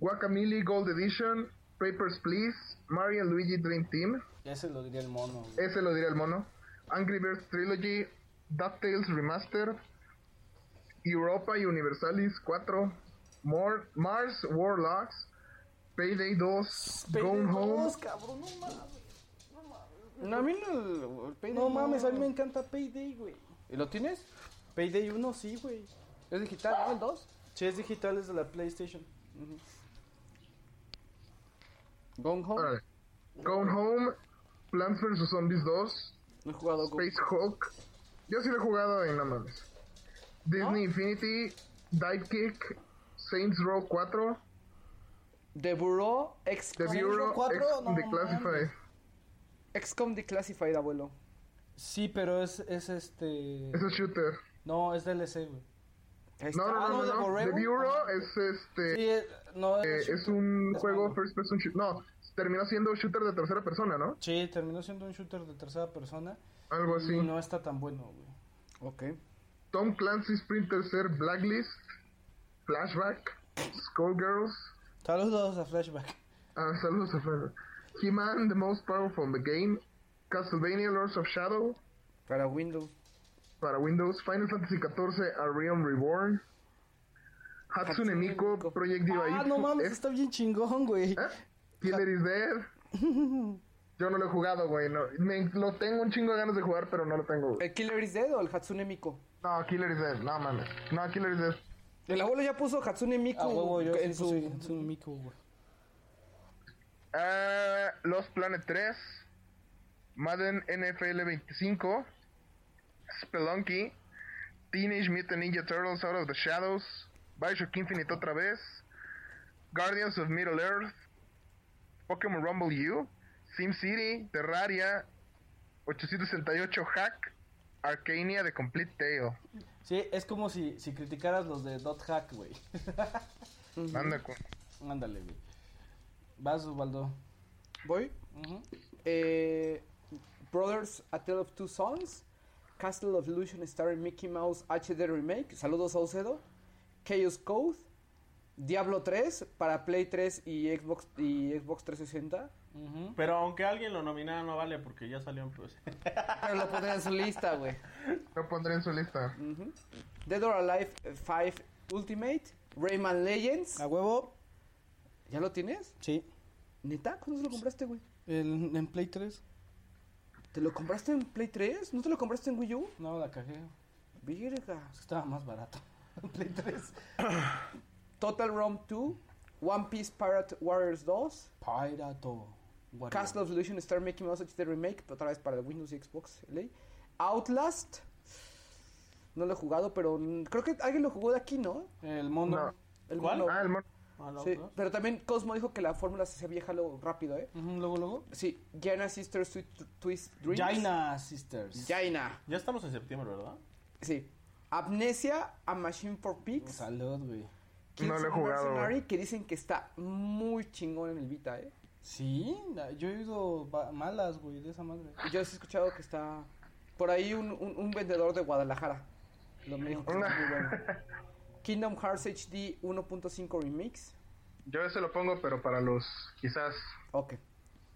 Guacamole Gold Edition. Papers, Please. Mario and Luigi Dream Team. Ese lo diría el mono. güey. Ese lo dirá el mono. Angry Birds Trilogy. DuckTales Remastered. Europa Universalis 4. More, Mars Warlocks. Payday 2. Gone Home. no, a mí no... el peine No mames, a mí me encanta Payday, güey. ¿Y lo tienes? Payday 1, sí, güey. ¿Es digital, no? ¿El 2? Ches digitales de la PlayStation. Gone Home. Órale. Gone Home. Plants vs. Zombies 2. No he jugado Gone Space Hulk. Yo sí lo he jugado en no mames. Disney Infinity, Divekick, Saints Row 4, The Bureau, Ex- The Bureau, 4, Ex- no The Classified. XCOM Declassified, abuelo. Sí, pero es, es este. Es un shooter. No, es DLC, güey. Ahí No, está. no, Ah, no, ¿no, de no, no. The Borrego? Bureau es este. Sí, eh, no eh, es. es un es juego malo. first person shooter. No, terminó siendo shooter de tercera persona, ¿no? Sí, terminó siendo un shooter de tercera persona. Algo Y así. no está tan bueno, güey. Ok. Tom Clancy's Sprinter Ser Blacklist, Flashback, Skullgirls. Saludos a Flashback. Ah, saludos a Fer. He-Man, the most powerful in the game. Castlevania Lords of Shadow. Para Windows. para Windows, Final Fantasy XIV, A Realm Reborn, Hatsune Hatsune Miku, Miku. Project Diva ¿Eh? Ah, no mames, está bien chingón, güey. Killer is Dead. Yo no lo he jugado, güey. No. Me- lo tengo un chingo de ganas de jugar, pero no lo tengo, güey. ¿El Killer is Dead o el Hatsune Miku? No, Killer is Dead. No mames. No, Killer is Dead. El abuelo ya puso Hatsune Miku A huevo, yo en sí puse su... Hatsune Miku, güey. Ah, Lost Planet 3, Madden NFL 25, Spelunky, Teenage Mutant Ninja Turtles Out of the Shadows, Bioshock Infinite otra vez, Guardians of Middle Earth, Pokémon Rumble U, SimCity, Terraria, 868 Hack, Arcania de Complete Tale. Sí, es como si, si criticaras los de Dot Hack, güey. Anda, cu- Ándale, güey. Vas, Osvaldo. Voy. Ujú. Eh, Brothers, A Tale of Two Sons, Castle of Illusion starring Mickey Mouse HD Remake, saludos Saucedo, Chaos Code, Diablo 3 para Play 3 y Xbox y Xbox 360. Ujú. Pero aunque alguien lo nominara no vale porque ya salió en pues. Pero lo pondré en su lista, güey. Lo pondré en su lista. Ujú. Dead or Alive 5 Ultimate, Rayman Legends. A huevo. ¿Ya lo tienes? Sí. ¿Neta? ¿Cuándo se lo compraste, güey? El, en Play 3. ¿Te lo compraste en Play 3? ¿No te lo compraste en Wii U? No, la cagué. Virga. Estaba más barato. Play 3. Total Rom 2, One Piece Pirate Warriors 2, Pirato. Warrior. Castle of Illusion Star Mickey Mouse HD Remake, otra vez para Windows y Xbox LA. Outlast, no lo he jugado, pero mm, creo que alguien lo jugó de aquí, ¿no? El mundo. No. El ¿Cuál? mono. Ah, el mono. Ah, la Sí, otra. pero también Cosmo dijo que la fórmula se hacía vieja luego rápido, ¿eh? Ujú, luego, luego. Sí, Jaina Sister Sweet T- Twist Dreams. Jaina Sisters. Jaina. Ya estamos en septiembre, ¿verdad? Sí. Amnesia, A Machine for Pigs. Salud, güey. Kids No lo he of jugado, Mercenary, que dicen que está muy chingón en el Vita, ¿eh? Sí, la- yo he oído ba- malas, güey, de esa madre. Yo sí he escuchado que está por ahí un, un- un vendedor de Guadalajara. Lo me dijo que está muy bueno. Kingdom Hearts HD 1.5 Remix. Yo ese lo pongo, pero para los quizás. Ok.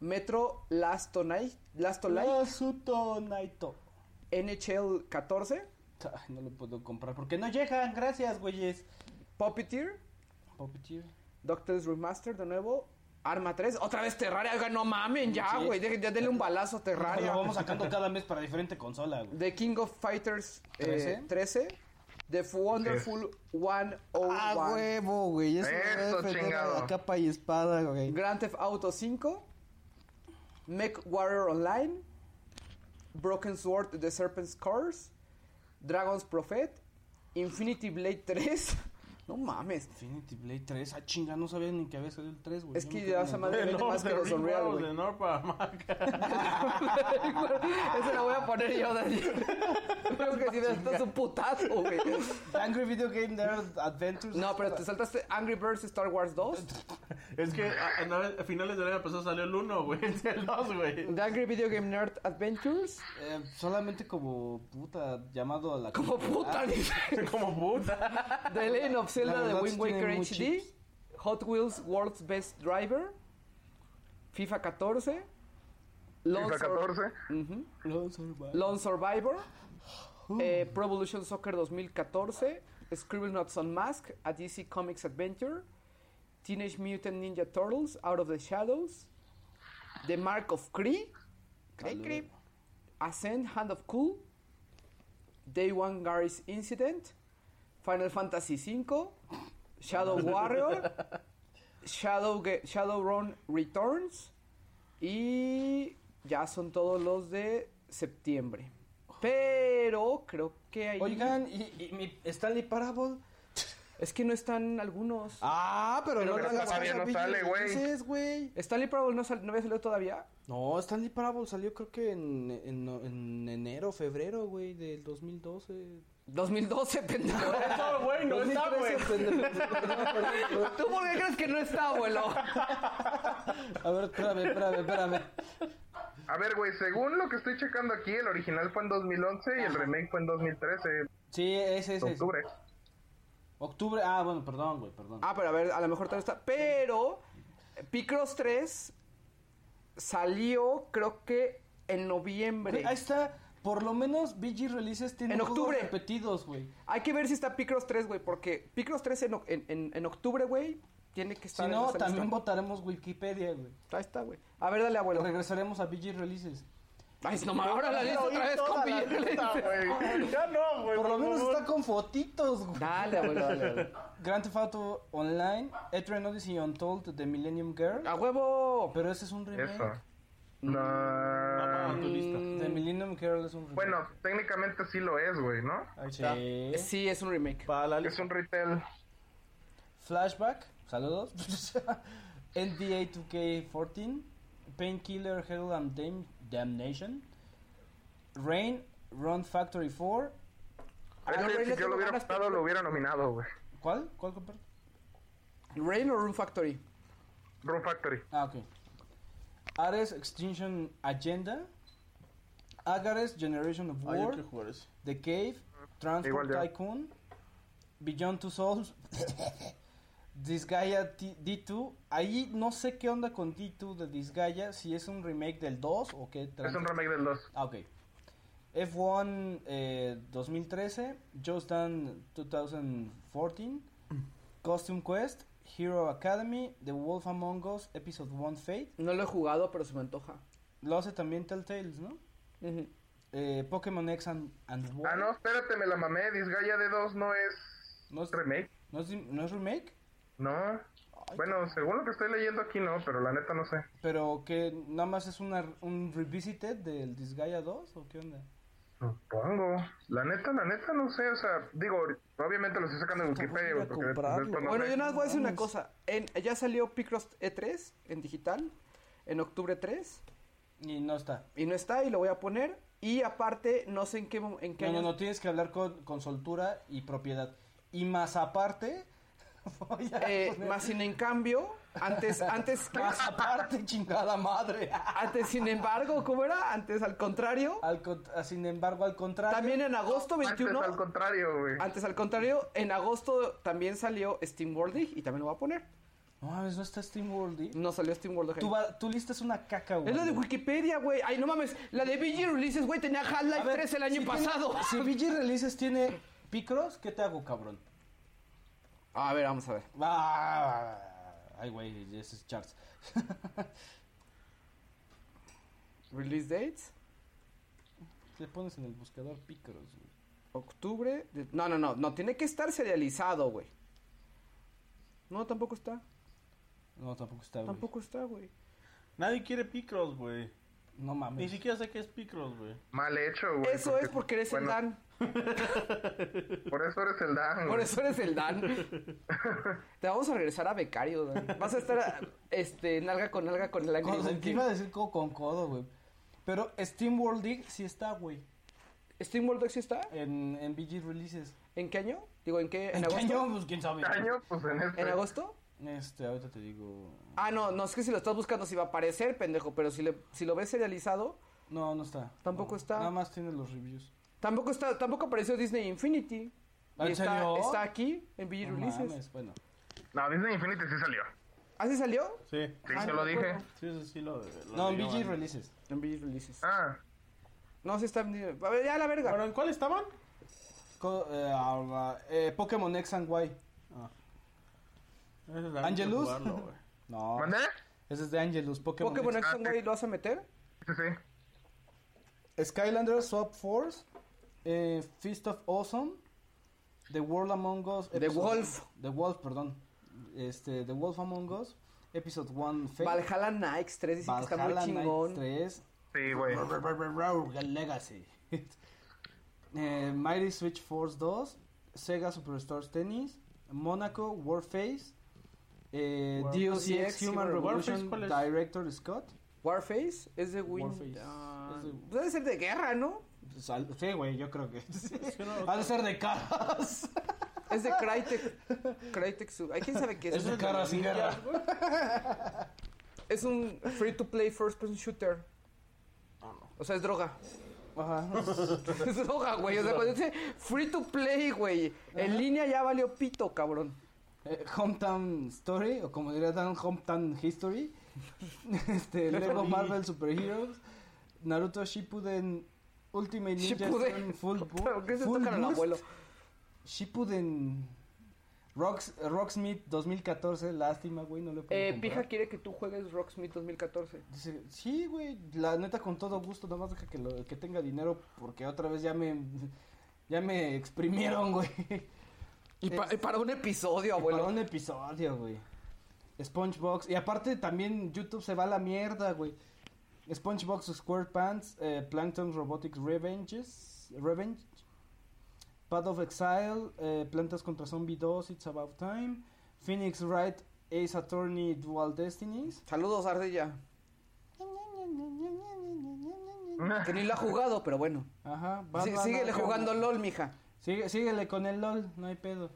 Metro Last Tonight, Last Light, Lasuto Naito. NHL 14, Ay, no lo puedo comprar porque no llegan. Gracias, güeyes. Puppeteer, Puppeteer. Doctors Remaster de nuevo, Arma 3, otra vez Terraria. Oiga, no mamen ya, Sí. güey. dejen- Ya denle un balazo a Terraria. Lo vamos sacando cada mes para diferente consola, güey. The King of Fighters eh, ¿Trece? 13, The Wonderful 101. Ah, huevo, güey. eso lo voy a Eso, defender a chingado. capa y espada, güey. Grand Theft Auto 5, Mech Warrior Online, Broken Sword The Serpent's Curse, Dragon's Prophet, Infinity Blade 3. No mames. Infinity Blade 3. Ah, chinga, no sabía ni que había salido el 3, güey. Es Yo que me ya acuerdo esa ni- madre El vende más que los Unreal, güey. de Nor para Maca. Esa la voy a poner yo, Daniel. Creo que sí, esto es un putazo, güey. Angry Video Game Nerd Adventures. No, pero te saltaste Angry Birds Star Wars 2, Es que a, a- a finales del año pasado salió el 1, güey. El 2, güey. The Angry Video Game Nerd Adventures. Eh, solamente como puta llamado a la. Ah. Como puta, dice. Como puta. The Legend of Zelda La de verdad Wind sí tiene Waker muchos HD, chips. Hot Wheels World's Best Driver, FIFA 14, Lone, FIFA Sur- 14. Ujú. Los hermanos. Lone Survivor, eh, Pro Evolution Soccer 2014, Scribble Nuts on Mask, A DC Comics Adventure, Teenage Mutant Ninja Turtles, Out of the Shadows, The Mark of Kree, Kree, Salud. Kree, Ascend, Hand of Cool, Day One Gary's Incident, Final Fantasy V, Shadow Warrior, Shadow, Ge- Shadowrun Returns y ya son todos los de septiembre. Pero creo que hay... Oigan, y, y mi Stanley Parable. Es que no están algunos. Ah, pero, Pero le hagas todavía caso a no Billy sale, güey. Ulises, güey. ¿Stanley Parable no, sal- no había salido todavía? No, Stanley Parable salió creo que en, en, en enero, febrero, güey, del 2012. 2012, pendejo. No, güey, no está, güey. 2013, pendejo. ¿Tú por qué crees que no está, abuelo? A ver, espérame, espérame, espérame. A ver, güey, según lo que estoy checando aquí, el original fue en 2011 y el remake fue en 2013, Sí, ese, ese. ese. octubre. Octubre. Ah, bueno, perdón, güey, perdón. Ah, pero a ver, a lo mejor todavía está. Pero eh, Picross 3 salió, creo que en noviembre. Güey, ahí está. Por lo menos BG Releases tiene En juegos octubre. repetidos, güey. Hay que ver si está Picross 3, güey, porque Picross 3 en, o- en- en- en octubre, güey, tiene que Si estar en no, esa también lista. votaremos Wikipedia, güey. Ahí está, güey. A ver, dale, abuelo. Regresaremos a BG Releases. Ay, no mames, ahora la lista Quiero otra ir vez toda con la lista, Village. güey. Ya no, güey. Por lo menos favor. está con fotitos, güey. Dale, abuelo, dale, abuelo. Grand Theft Auto Online, Etrian Odyssey Untold de Millennium Girl. ¡A huevo! Mm. Pero ese es un remake. Eso. Ah, No. tu lista. De Millennium Girl es un remake. Bueno, técnicamente sí lo es, güey, ¿no? Ahí está. Sí. Sí, es un remake. Para la Es lista. un retail. Flashback, saludos. NBA 2K14, Painkiller, Herald and Dam- Damnation, Rain, Run Factory 4. Ah, Ese, Rey si le yo tengo lo hubiera ganas, votado, pero- lo hubiera nominado, güey. ¿Cuál? ¿Cuál compadre? Rail o Room Factory. Run Factory. Ah, ok. Ares Extinction Agenda. Agares Generation of Ah, Ay, hay War. que jugar eso. The Cave, Transport Igual ya. Tycoon, Beyond Two Souls, Disgaea T- D2. Ahí no sé qué onda con D2 de Disgaea, si es un remake del 2 o qué. Es trans- un remake del 2. Ah, ok. F1 eh, 2013, Just Dance 2014, Costume Quest, Hero Academy, The Wolf Among Us, Episode 1 Fate. No lo he jugado, pero se me antoja. Lo hace también Telltales, ¿no? Ujú. Eh, Pokémon X and, and Ah, War. no, espérate, me la mamé. Disgaea de 2 no es ¿No es, remake, no es- no es remake? ¿no? Bueno, según lo que estoy leyendo aquí no, pero la neta no sé. Pero que nada más es una, un revisited del Disgaea 2 o qué onda? Supongo. La neta, la neta no sé, o sea, digo, obviamente lo estoy sacando de Wikipedia, güey, porque de- de esto no Bueno, sé. yo nada más voy a decir una Vamos. cosa. En- ya salió Picross E3 en digital, en octubre 3, Y no está. y no está, y lo voy a poner. Y aparte, no sé en qué, mo- en qué No, no, año- no, tienes que hablar con, con soltura y propiedad. Y más aparte, voy a Eh, poner- más sin en cambio, antes, antes, que- más aparte, chingada madre. antes sin embargo, ¿cómo era? Antes al contrario. Al con- ah, sin embargo, al contrario. También en agosto Antes 21. al contrario, güey. Antes al contrario, en agosto también salió Steam World Dig, y también lo voy a poner. No mames, no está Steam World. ¿eh? No salió Steam World Dig. Tu, va- tu lista es una caca, güey. Es la de Wikipedia, güey. Ay, no mames. La de BG Releases, güey, tenía A Half-Life ver, 3 el año si pasado. tiene- si VG Releases tiene Picross, ¿qué te hago, cabrón? A ver, vamos a ver. Ah, ay, güey, ese es Charles. Release dates. Te pones en el buscador Picross, güey. Octubre. de- No, no, no. No, tiene que estar serializado, güey. No, tampoco está. No, tampoco está, Ah, güey. Tampoco está, güey. Nadie quiere Picross, güey. No Ni mames. siquiera sé qué es Picross, güey. Mal hecho, güey. Eso es porque eres el bueno, Dan. Por eso eres el Dan, Por güey. eso eres el Dan. Te vamos a regresar a becario, Dan. Vas a estar este, nalga con nalga con el Angry Con- Monkey. te iba a decir como con codo, güey. Pero Steam World Dig sí está, güey. ¿Steam World Dig sí está? En, en VG Releases. ¿En qué año? Digo, ¿en qué? ¿En, ¿En qué agosto? año? Pues quién sabe. Año, pues en este. ¿En agosto? Este, ahorita te digo. Ah, no, no, es que si lo estás buscando si va a aparecer, pendejo, pero si, le- si lo ves serializado, No, no está. Tampoco No. está. Nada más tiene los reviews. tampoco está, tampoco apareció Disney Infinity. ¿En Y está, serio? está aquí, en VG No Releases. mames, bueno. No, Disney Infinity sí salió. ¿Ah, sí salió? Sí, Sí, yo Ah, no lo me dije. acuerdo. sí, eso sí lo. lo No, en digo, VG bueno. Releases. En VG Releases. Ah, No, sí está en... A ver, ya la verga. Bueno, ¿en cuál estaban? Co- eh, ah, eh, Pokémon X and Y. Ah. Ese también quiero ¿Angelus? jugarlo, güey. No. ¿mandé? Ese es de Angelus. Pokémon, Pokémon X- X and Y, ¿lo vas a meter? Sí, sí. Skylanders Swap Force. eh, Feast of Awesome. The World Among Us. The episode- Wolf. The Wolf, perdón. Este, The Wolf Among Us. Episode 1. Fate. Valhalla Nikes 3 dice que está muy Valhalla Knights chingón. 3. Sí, güey. Rogue Legacy. Eh, Mighty Switch Force 2. Sega Superstars Tennis. Monaco Warface. Eh, War- DOCX Human Human Revolution Warface, ¿cuál es? Director Scott. Warface es de Win. Warface. Ah, Es de- pues Debe ser de guerra, ¿no? Sal- Sí, güey, yo creo que. que no- Ha de ser de caras. Es de Crytek. Crytek Sub. Ay, ¿Quién sabe qué es? Es de caras y guerra. Es un free to play first person shooter. O sea, es droga. Ajá. Es droga, güey. O sea, cuando dice free to play, güey. En línea ya valió pito, cabrón. Eh, Hometown Story, o como diría Dan, Hometown History. este, Lego Marvel Super Heroes. Naruto Shippuden Ultimate Ninja Shippuden. Storm Full, Bu- ¿Por qué se Full tocan al Boost, abuelo? Shippuden Rocks, Rocksmith 2014, lástima, güey, no lo puedo Eh, comprar. Pija quiere que tú juegues Rocksmith 2014. Dice, sí, güey, la neta con todo gusto, nada más deja que, lo- que tenga dinero porque otra vez ya me, ya me exprimieron, güey. Y, pa- y para un episodio, Para abuelo. un episodio, güey. SpongeBox. Y aparte también YouTube se va a la mierda, güey. SpongeBox SquarePants, eh, Plankton Robotic Revenges, Revenge, Path of Exile, eh, Plantas contra Zombie 2, It's About Time, Phoenix Wright, Ace Attorney, Dual Destinies. Saludos, Ardilla. Que ni lo ha jugado, pero bueno. Ajá, Sí, Batman síguele Arkham- jugando LOL, mija. Sigue- síguele con el LOL, no hay pedo.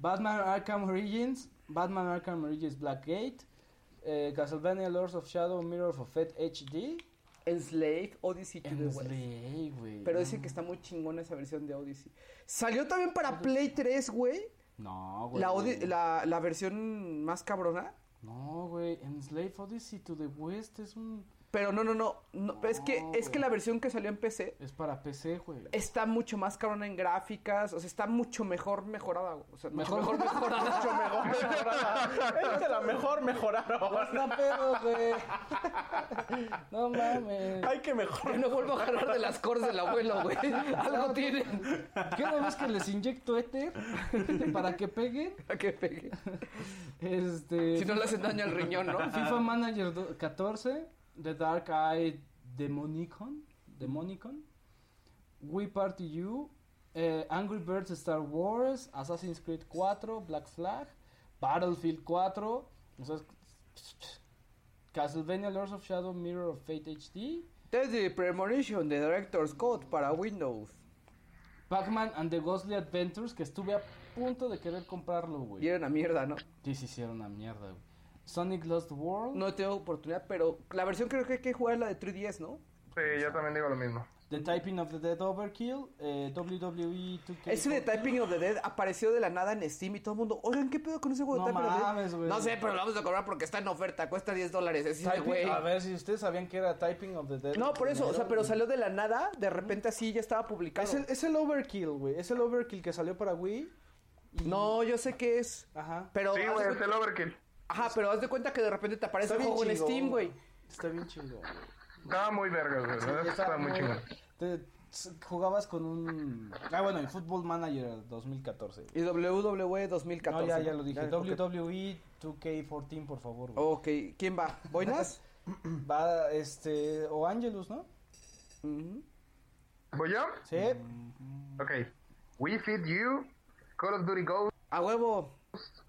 Batman Arkham Origins, Batman Arkham Origins Blackgate, eh, Castlevania Lords of Shadow, Mirror of Fate HD. Enslave, Odyssey to the West. Enslaved, güey. Pero dicen que está muy chingona esa versión de Odyssey. Salió también para Play 3, güey. No, güey. La, Odi- la, la versión más cabrona. No, güey. Enslave Odyssey to the West es un. Pero no, no, no. no, pero es que, No, es que güey. la versión que salió en PC Es para PC, güey. está mucho más cabrona en gráficas. O sea, está mucho mejor mejorada. güey. O sea, mucho Mejor- mejor mejorada. mucho mejor mejorada. Esta es la mejor mejoraron. No está pedo, güey. No mames. Hay que mejorar. Que no vuelvo a agarrar de las cores del abuelo, güey. Algo tienen ¿Qué no ves que les inyecto éter para que peguen? para que pegue. Este. Si no le hacen daño al riñón, ¿no? FIFA Manager do- 14, The Dark Eye Demonicon, Demonicon, We Party You, eh, Angry Birds Star Wars, Assassin's Creed 4, Black Flag, Battlefield 4, o sea, Castlevania Lords of Shadow, Mirror of Fate HD, Test the Premonition de Director Scott para Windows. Pac-Man and the Ghostly Adventures, que estuve a punto de querer comprarlo, güey. Vieron a mierda, ¿no? Sí, se hicieron una mierda, güey. Sonic Lost World. No tengo oportunidad, pero la versión creo que hay que jugar es la de 3DS, ¿no? Sí, yo también digo lo mismo. The Typing of the Dead Overkill, eh, WWE 2K. Ese de Typing of the Dead apareció de la nada en Steam y todo el mundo, oigan, ¿qué pedo con ese juego de No Typing of the Dead?" mames, güey. No sé, pero lo vamos a cobrar porque está en oferta, cuesta 10 dólares. Es decir, güey. Typing, a ver si ustedes sabían que era Typing of the Dead. No, por eso, o sea, pero salió. salió de la nada, de repente así ya estaba publicado. Es el, es el Overkill, güey. Es el Overkill que salió para Wii. y- No, yo sé qué es. Ajá. Pues Pero Sí, haz de güey, es cuenta- el overkill. Ajá, pero haz de cuenta que de repente te aparece el bien juego en chingón, Steam, güey. Está bien chingón. güey. Estaba muy verga, güey. Sí, ¿verdad? Estaba muy chingón. te- s- jugabas con un. Ah, bueno, el Football Manager 2014. güey. Y E WWE 2014. No, ya, ya lo dije. E ok. Oh. WWE 2K14, por favor. güey. Ok, ¿quién va? ¿Boinas? Va, este. O Angelus, ¿no? Ujú. ¿Voy yo? Sí. Ok. We Fit You, Call of Duty Ghost, A huevo.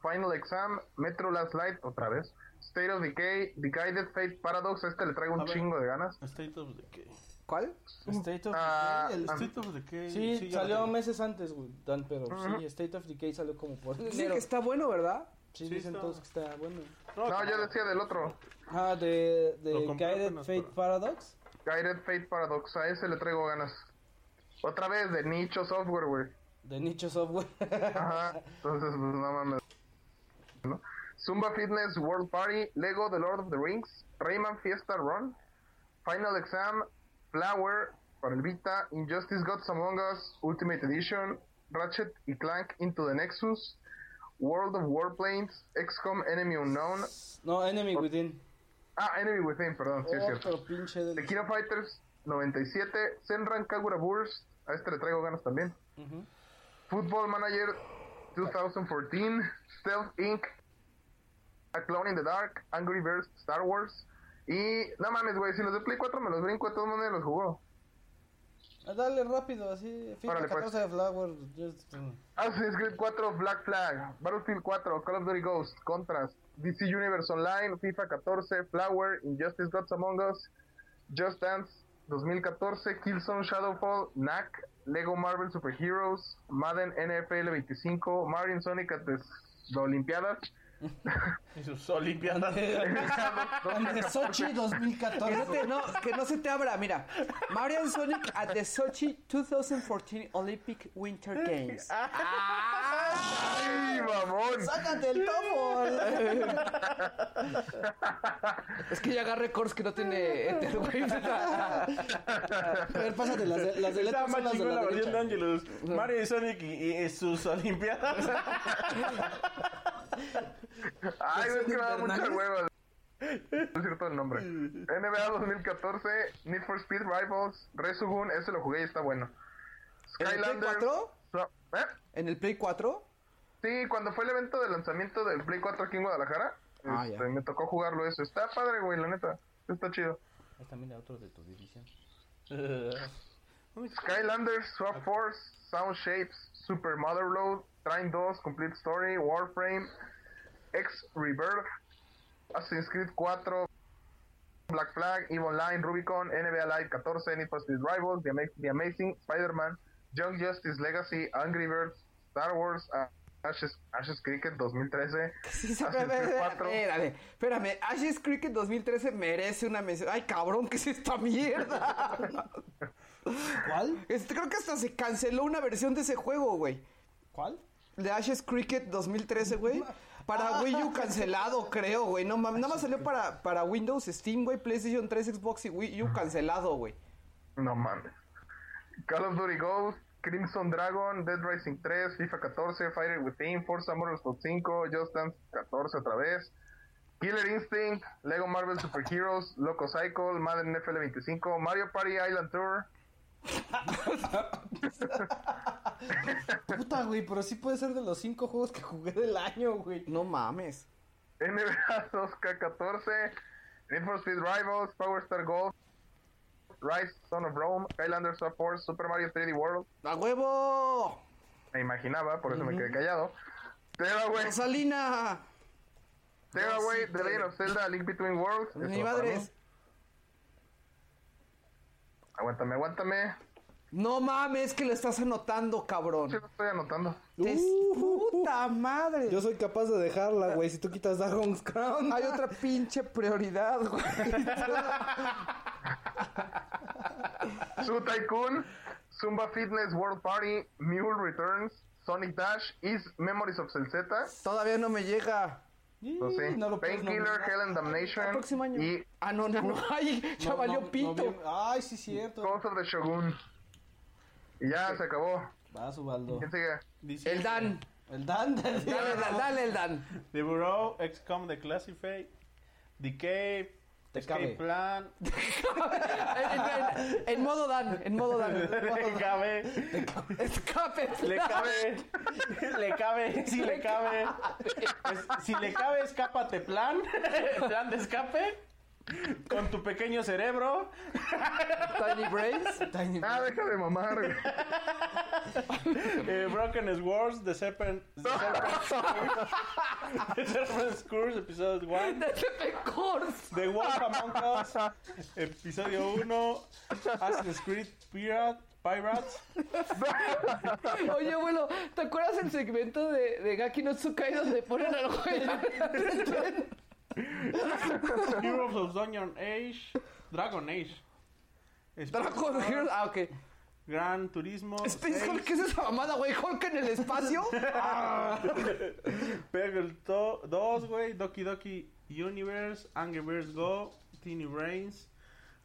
Final Exam, Metro Last Light, otra vez. State of Decay, The Guided Fate Paradox, este le traigo un A ver. chingo de ganas. State of Decay. ¿Cuál? State of Ah, Decay, el- ah, State of Decay. Sí, ya lo salió tengo. meses antes, güey, Dan, pero sí, State of Decay salió como por Dicen enero. que está bueno, ¿verdad? Sí, Sí, dicen está- todos que está bueno. No, yo decía del otro. Ah, de, de Lo compré Guided apenas, Fate pero- Paradox. Guided Fate Paradox, a ese le traigo ganas. Otra vez de nicho software, güey. De Nicho Software. Ajá. Entonces, pues no mames. ¿No? Zumba Fitness World Party, Lego The Lord of the Rings, Rayman Fiesta Run, Final Exam, Flower, para el Vita, Injustice Gods Among Us, Ultimate Edition, Ratchet y Clank Into the Nexus, World of Warplanes, XCOM Enemy Unknown, No, Enemy Within. ah, Enemy Within, perdón, sí es cierto. Otro pinche del... The King of Fighters 97, Senran Kagura Burst, a este le traigo ganas también. Ujú. Football Manager 2014, Stealth Inc., A Clone in the Dark, Angry Birds, Star Wars. Y no mames, güey, si los de Play 4 me los brinco, de todo el mundo los jugó. Ah, Dale rápido, así. FIFA Órale, pues. 14 de Flower. mm, just- Assassin's Creed 4, Black Flag, Battlefield 4, Call of Duty Ghost, Contrast, DC Universe Online, FIFA 14, Flower, Injustice Gods Among Us, Just Dance 2014, Killzone Shadowfall, Knack, Lego Marvel Super Heroes, Madden NFL 25, Mario and Sonic at the s- Olimpiadas, Y sus olimpiadas. Donde Sochi 2014. Que no, te- no, que no se te abra, mira. Mario and Sonic at the Sochi 2014 Olympic Winter Games. ¡Ay, mamón! ¡Sácate el topo! Es que ya agarré cores que no tiene éter, güey. A ver, pásate, las de, las de letras Está son más las de chingón la la versión de derecha. Angelus. Mario y Sonic y, y sus olimpiadas. Ay, es que me da mucha invernales? hueva. No es cierto el nombre. NBA 2014, Need for Speed Rivals, Resugun, ese lo jugué y está bueno. ¿En el Play Skylander. so- 4? ¿eh? ¿En el Play 4? Sí, cuando fue el evento de lanzamiento del Play 4 aquí en Guadalajara, Ah, este, me tocó jugarlo eso. Está padre, güey, la neta. Está chido. Esta mira, otro de tu división. Skylanders, Swap Force, Sound Shapes, Super Motherload, Train 2, Complete Story, Warframe, X Rebirth, Assassin's Creed 4, Black Flag, EVE Online, Rubicon, NBA Live 14, Need for Speed Rivals, The, Ama- The Amazing Spider-Man, Young Justice Legacy, Angry Birds, Star Wars, A- Ashes, Ashes Cricket 2013, Sí, sí, Assassin's Creed espérame, 4. espérame, espérame. Ashes Cricket 2013 merece una mención. Ay, cabrón, ¿qué es esta mierda? ¿Cuál? Este, creo que hasta se canceló una versión de ese juego, güey. ¿Cuál? De Ashes Cricket 2013, güey. Para Wii U cancelado, creo, güey. No mames, nada más salió para, para Windows, Steam, güey, PlayStation 3, Xbox y Wii U cancelado, güey. No mames. Call of Duty Ghost, Crimson Dragon, Dead Rising 3, FIFA 14, Fire Within, Forza Motorsport 5, Just Dance 14 otra vez, Killer Instinct, Lego Marvel Super Heroes, Loco Cycle, Madden NFL 25, Mario Party Island Tour. Puta, güey, pero sí puede ser de los cinco juegos que jugué del año, güey. No mames. NBA 2K14, Need for Speed Rivals, Power Star Golf, Rise Son of Rome, Highlander Star Force, Super Mario 3D World, ¡A huevo! me imaginaba, por eso me quedé callado. Tearaway, ¡Rosalina! Tearaway, The Legend of Zelda, Link Between Worlds. eso ¡Ni para mí. madres! Aguántame, aguántame. No mames, que lo estás anotando, cabrón. Sí, lo estoy anotando. Te- ¡Uh, ¡Puta madre! Yo soy capaz de dejarla, güey, si tú quitas Dragon's Crown. Hay otra pinche prioridad, güey. Su Tycoon, Zumba Fitness World Party, Mule Returns, Sonic Dash, Is Memories of Celzeta, Todavía no me llega. Y no sé, lo puedes Painkiller, nominar. Hell and El Damnation próximo año. y Ah, no, no, no. Ay, ya No, valió no, pito. noviembre. Ay, sí, cierto. Ghost of the Shogun. Y ya se acabó. Va, Subaldo. ¿Quién sigue? Dice- El Dan. El Dan. del día Dale, de la- Dan, dale el Dan. The Bureau, XCOM, The Classified, Decay, Te cabe. Escape Plan, En, en- en- en modo Dan, en modo Dan. Le cabe, Escape. le cabe, le cabe, si le cabe, Es- si le cabe, escápate plan, plan de escape, con tu pequeño cerebro, Tiny Brains. Tiny- Ah, deja de mamar. güey. eh, Broken Swords, The Serpent, The Serpent's Curse, The Serpent's Este Curse, episodio 1, DTP Course. The Wolf Among Us, episodio 1, Assassin's Creed Pirate, Pirates, Oye, abuelo, ¿te acuerdas el segmento de, de Gaki no Tsukai donde ponen al güey? Heroes of Dungeon Age, Dragon Age, Dragon Heroes. Ah, ok. Gran Turismo, Space seis, Hulk, ¿qué es esa mamada, güey? ¿Hulk en el espacio? Peggle to 2, güey, Doki Doki Universe, Angry Birds Go, Teeny Brains,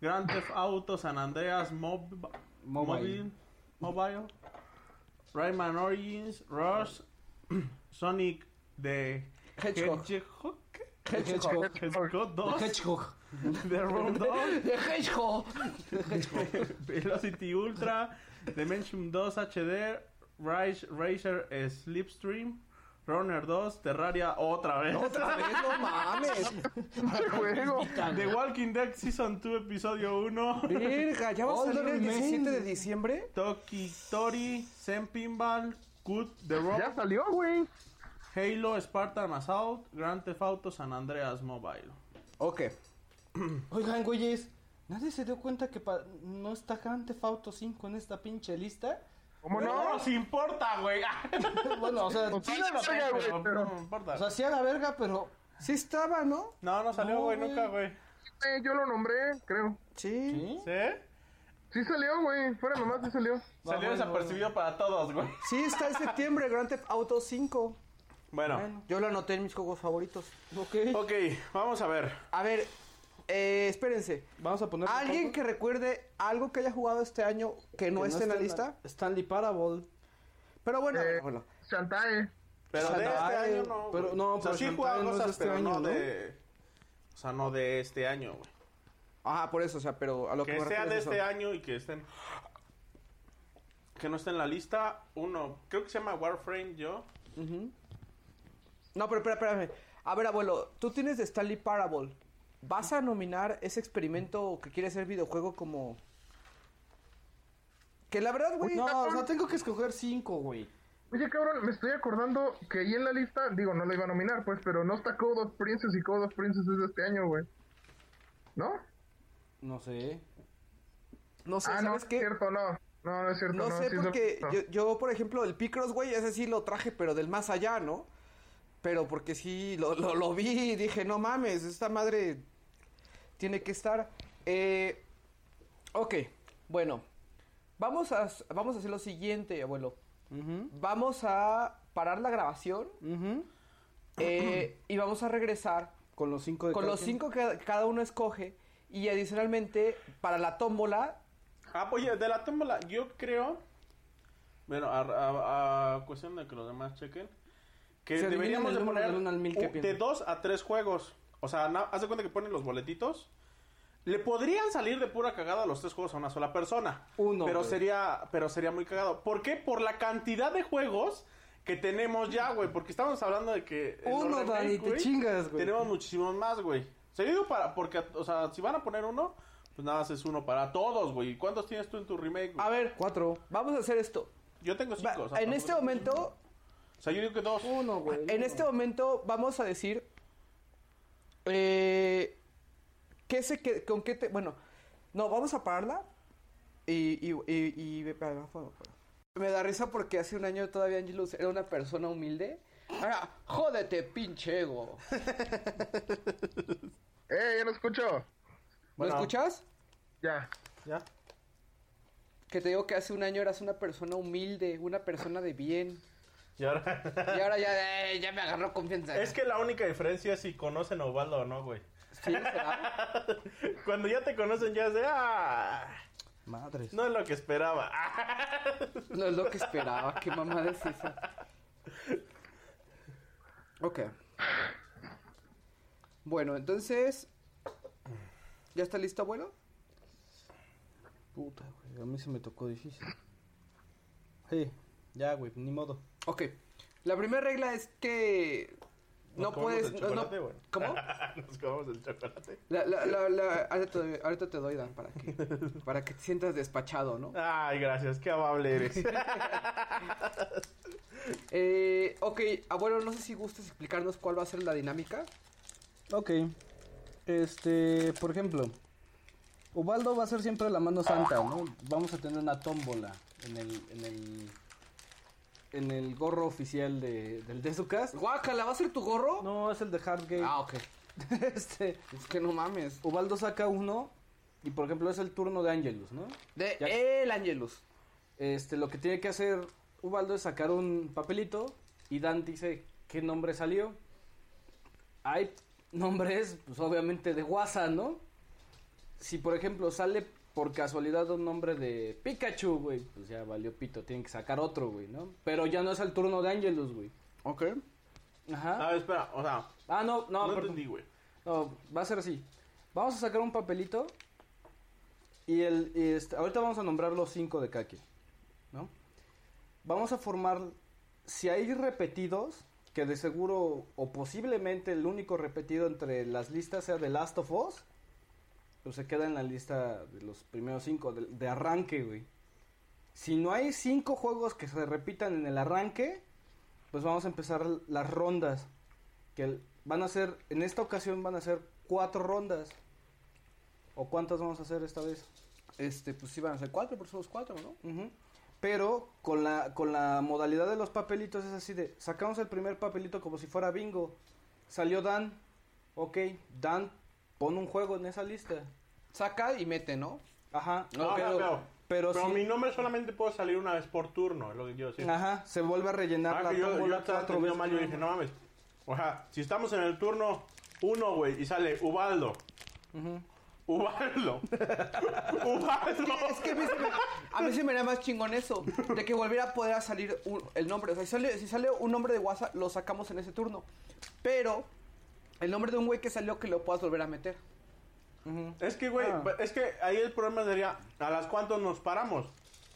Grand Theft Auto, San Andreas Mob Mobile. Mobile, Mobile, Rayman Origins, Rush, Sonic the Hedgehog. Hedgehog, Hedgehog. Hedgehog 2, Hedgehog. The Room 2, De Hedgehog. Velocity Ultra, Dimension 2 HD, Rise Racer Slipstream, Runner 2, Terraria otra vez. Otra vez, no mames. Ese juego. The Walking Dead Season 2, Episodio 1. Verga, ¿ya va a All salir that el remains. 17 de diciembre? Toki Tori, Zen Pinball, Good The Ya Rock, salió, güey. Halo, Spartan Assault, Grand Theft Auto, San Andreas Mobile. Ok. Oigan, güeyes, ¿nadie se dio cuenta que pa- no está Grand Theft Auto 5 en esta pinche lista? ¿Cómo No no? nos importa, güey. bueno, o sea, Sí, sí, no lo sé, verga, güey, pero pero- no me o sea, importa. sí a la verga, pero Sí estaba, ¿no? No, no salió, No, güey, güey. nunca, güey. Eh, Yo lo nombré, creo. Sí. ¿sí? ¿Sí? Sí salió, güey. Fuera nomás, sí salió. Salió bueno, desapercibido para todos, güey. Sí, está en septiembre, Grand Theft Auto 5. Bueno, Yo lo anoté en mis juegos favoritos. Ok. ok, vamos a ver. A ver, eh, espérense. Vamos a poner... ¿Alguien que recuerde algo que haya jugado este año que no esté en la lista? Stanley Parable. Pero bueno, Eh, bueno. Shantae. Pero de este Shantae, año no. pero güey. no, o sea, pero sí Shantae jugaba no es de cosas, este pero no año, ¿no? de. O sea, no de este año, güey. Ajá, Ah, por eso, o sea, pero a lo que, Que me sea refiero de es eso. este año y que estén. Que no esté en la lista. Uno, creo que se llama Warframe, yo. No, pero espera, espérame. A ver, abuelo, tú tienes de Stanley Parable. ¿Vas a nominar ese experimento que quiere ser videojuego como... Que la verdad, güey... No, o sea, tengo que escoger 5, güey. Oye, cabrón, me estoy acordando que ahí en la lista, digo, no lo iba a nominar, pues, pero no está Code of Princess y Code of Princess es de este año, güey. ¿No? No sé. No sé, Ah, no, ¿sabes es qué? cierto, no. No, no es cierto. No, No, sé, sí es porque cierto. yo, yo, por ejemplo, el Picross, güey, ese sí lo traje, pero del más allá, ¿no? Pero porque sí, lo, lo, lo vi y dije, no mames, esta madre tiene que estar. Eh, ok, bueno, vamos a, vamos a hacer lo siguiente, abuelo. Ujú, Vamos a parar la grabación ujú. eh, y vamos a regresar Con los cinco de con cada los quien. cinco que cada uno escoge y adicionalmente para la tómbola Ah, oye, de la tómbola, yo creo. Bueno, a, a- a cuestión de que los demás chequen. Que Se adivina deberíamos del de uno- poner del uno al mil que u- de piensan. dos a tres juegos. O sea, na- haz de cuenta que ponen los boletitos. Le podrían salir de pura cagada los tres juegos a una sola persona. Uno, Pero güey. sería, pero sería muy cagado. ¿Por qué? Por la cantidad de juegos que tenemos ya, güey. Porque estamos hablando de que. el Uno, Orden Dani, Make, te güey, chingas, güey. Tenemos muchísimos más, güey. Se digo para, porque, o sea, si van a poner uno, pues nada más es uno para todos, güey. ¿Y ¿Cuántos tienes tú en tu remake, güey? a ver cuatro vamos a hacer esto yo tengo Va- cinco. o sea, en para- este momento O sea, yo digo que dos. Uno, güey. en este momento vamos a decir eh, qué se que- con qué te bueno no vamos a pararla y, y, y- y- me da risa porque hace un año todavía Angelus era una persona humilde ahora jódete pinche ego Eh, ya lo escucho. ¿lo Bueno. escuchas? Ya. Ya. Que te digo que hace un año eras una persona humilde, una persona de bien. Y ahora... Y ahora ya, eh, ya me agarró confianza. Es que la única diferencia es si conocen a Ubaldo o no, güey. Sí, ¿será? Cuando ya te conocen ya es de... "Ah, Madres. no es lo que esperaba. Ah, No es lo que esperaba. Qué mamada es esa. Ok. Bueno, entonces. ¿Ya está listo, abuelo? Puta, güey. A mí se me tocó difícil. Sí, ya, güey. Ni modo. Ok. La primera regla es que. No Nos comemos puedes. el no- no- chocolate, güey. ¿Cómo? Nos comemos el chocolate. La- la- la- la- ahorita, te, ahorita te doy, Dan, para que, para que te sientas despachado, ¿no? Ay, gracias, qué amable eres. Eh, ok, abuelo, no sé si gustas explicarnos cuál va a ser la dinámica. Ok. Este, por ejemplo, Ubaldo va a ser siempre la mano santa, ¿no? Vamos a tener una tómbola en el, en el, en el gorro oficial de, del Desucast. Guácala, ¿va a ser tu gorro? No, es el de Hard Game. Ah, ok. Este, Es que no mames. Ubaldo saca uno y, por ejemplo, es el turno de Angelus, ¿no? De Ya. el Angelus. Este, lo que tiene que hacer Ubaldo es sacar un papelito y Dan dice qué nombre salió. Hay nombres, pues obviamente de WhatsApp, ¿no? Si por ejemplo sale por casualidad un nombre de Pikachu, güey, pues ya valió pito, tienen que sacar otro, güey, ¿no? Pero ya no es el turno de Angelus, güey. Ok. Ajá. A ver, espera, o sea, Ah, no, no, no perdón. entendí, güey. No, va a ser así. Vamos a sacar un papelito y el y este- ahorita vamos a nombrar los cinco de Kaki, ¿no? Vamos a formar si hay repetidos que de seguro o posiblemente el único repetido entre las listas sea The Last of Us, pues se queda en la lista de los primeros cinco de, de arranque, güey. Si no hay cinco juegos que se repitan en el arranque, pues vamos a empezar las rondas que el- van a ser, en esta ocasión van a ser cuatro rondas. ¿O cuántas vamos a hacer esta vez? Este, pues sí van a ser cuatro, pero somos cuatro, ¿no? Ujú. Pero con la, con la modalidad de los papelitos es así de, sacamos el primer papelito como si fuera bingo. Salió Dan, ok, Dan, pon un juego en esa lista. Saca y mete, ¿no? Ajá, No, pero, no, pero- pero Pero, sí- mi nombre solamente puede salir una vez por turno, es lo que yo decía. ajá, se vuelve a rellenar Ah, la que yo, yo tómbola estaba cuatro entendiendo veces. mal, yo dije, no mames. O sea, si estamos en el turno uno, güey, y sale Ubaldo. Ubaldo. Uh, ah, Ubaldo. Es que a mí, se me, a mí se me era más chingón eso. De que volviera a poder salir un- el nombre. O sea, si sale, si sale un nombre de WhatsApp, lo sacamos en ese turno. Pero el nombre de un güey que salió que lo puedas volver a meter. Ujú. Es que, güey, Ah. Pues, es que ahí el problema sería a las cuántos nos paramos.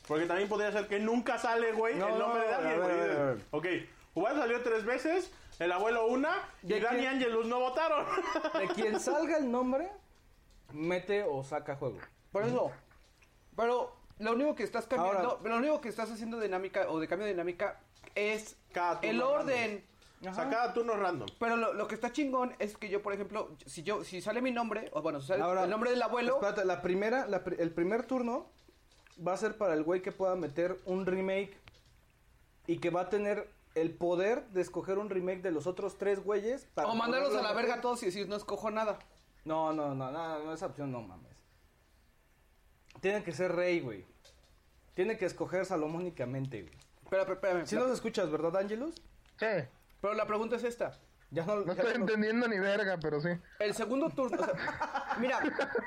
Porque también podría ser que nunca sale, güey, No, el nombre de no, alguien. a ver, güey. a ver, a ver. Ok, Ubaldo salió tres veces, el abuelo una, y ¿De Dani y quién? Angelus no votaron. De quien salga el nombre, mete o saca juego. Por eso. Pero lo único que estás cambiando, Ahora- lo único que estás haciendo dinámica o de cambio de dinámica es Cada turno el hablando. orden. O sea, cada turno random. Pero lo, lo que está chingón es que yo, por ejemplo, si yo si sale mi nombre, o bueno, si sale Ahora, el nombre del abuelo, Espérate, la primera, la pri- el primer turno va a ser para el güey que pueda meter un remake y que va a tener el poder de escoger un remake de los otros tres güeyes. para o mandarlos a poderlo la meter. verga a todos y decir, no escojo nada. No, no, no, no, no, esa opción no mames. Tiene que ser rey, güey. Tiene que escoger salomónicamente, güey. Pero, pero, espérame, Si la- nos escuchas, ¿verdad, Angelus? Sí, pero la pregunta es esta. Ya no, ya no estoy no- entendiendo ni verga, pero sí. El segundo turno, o sea, mira,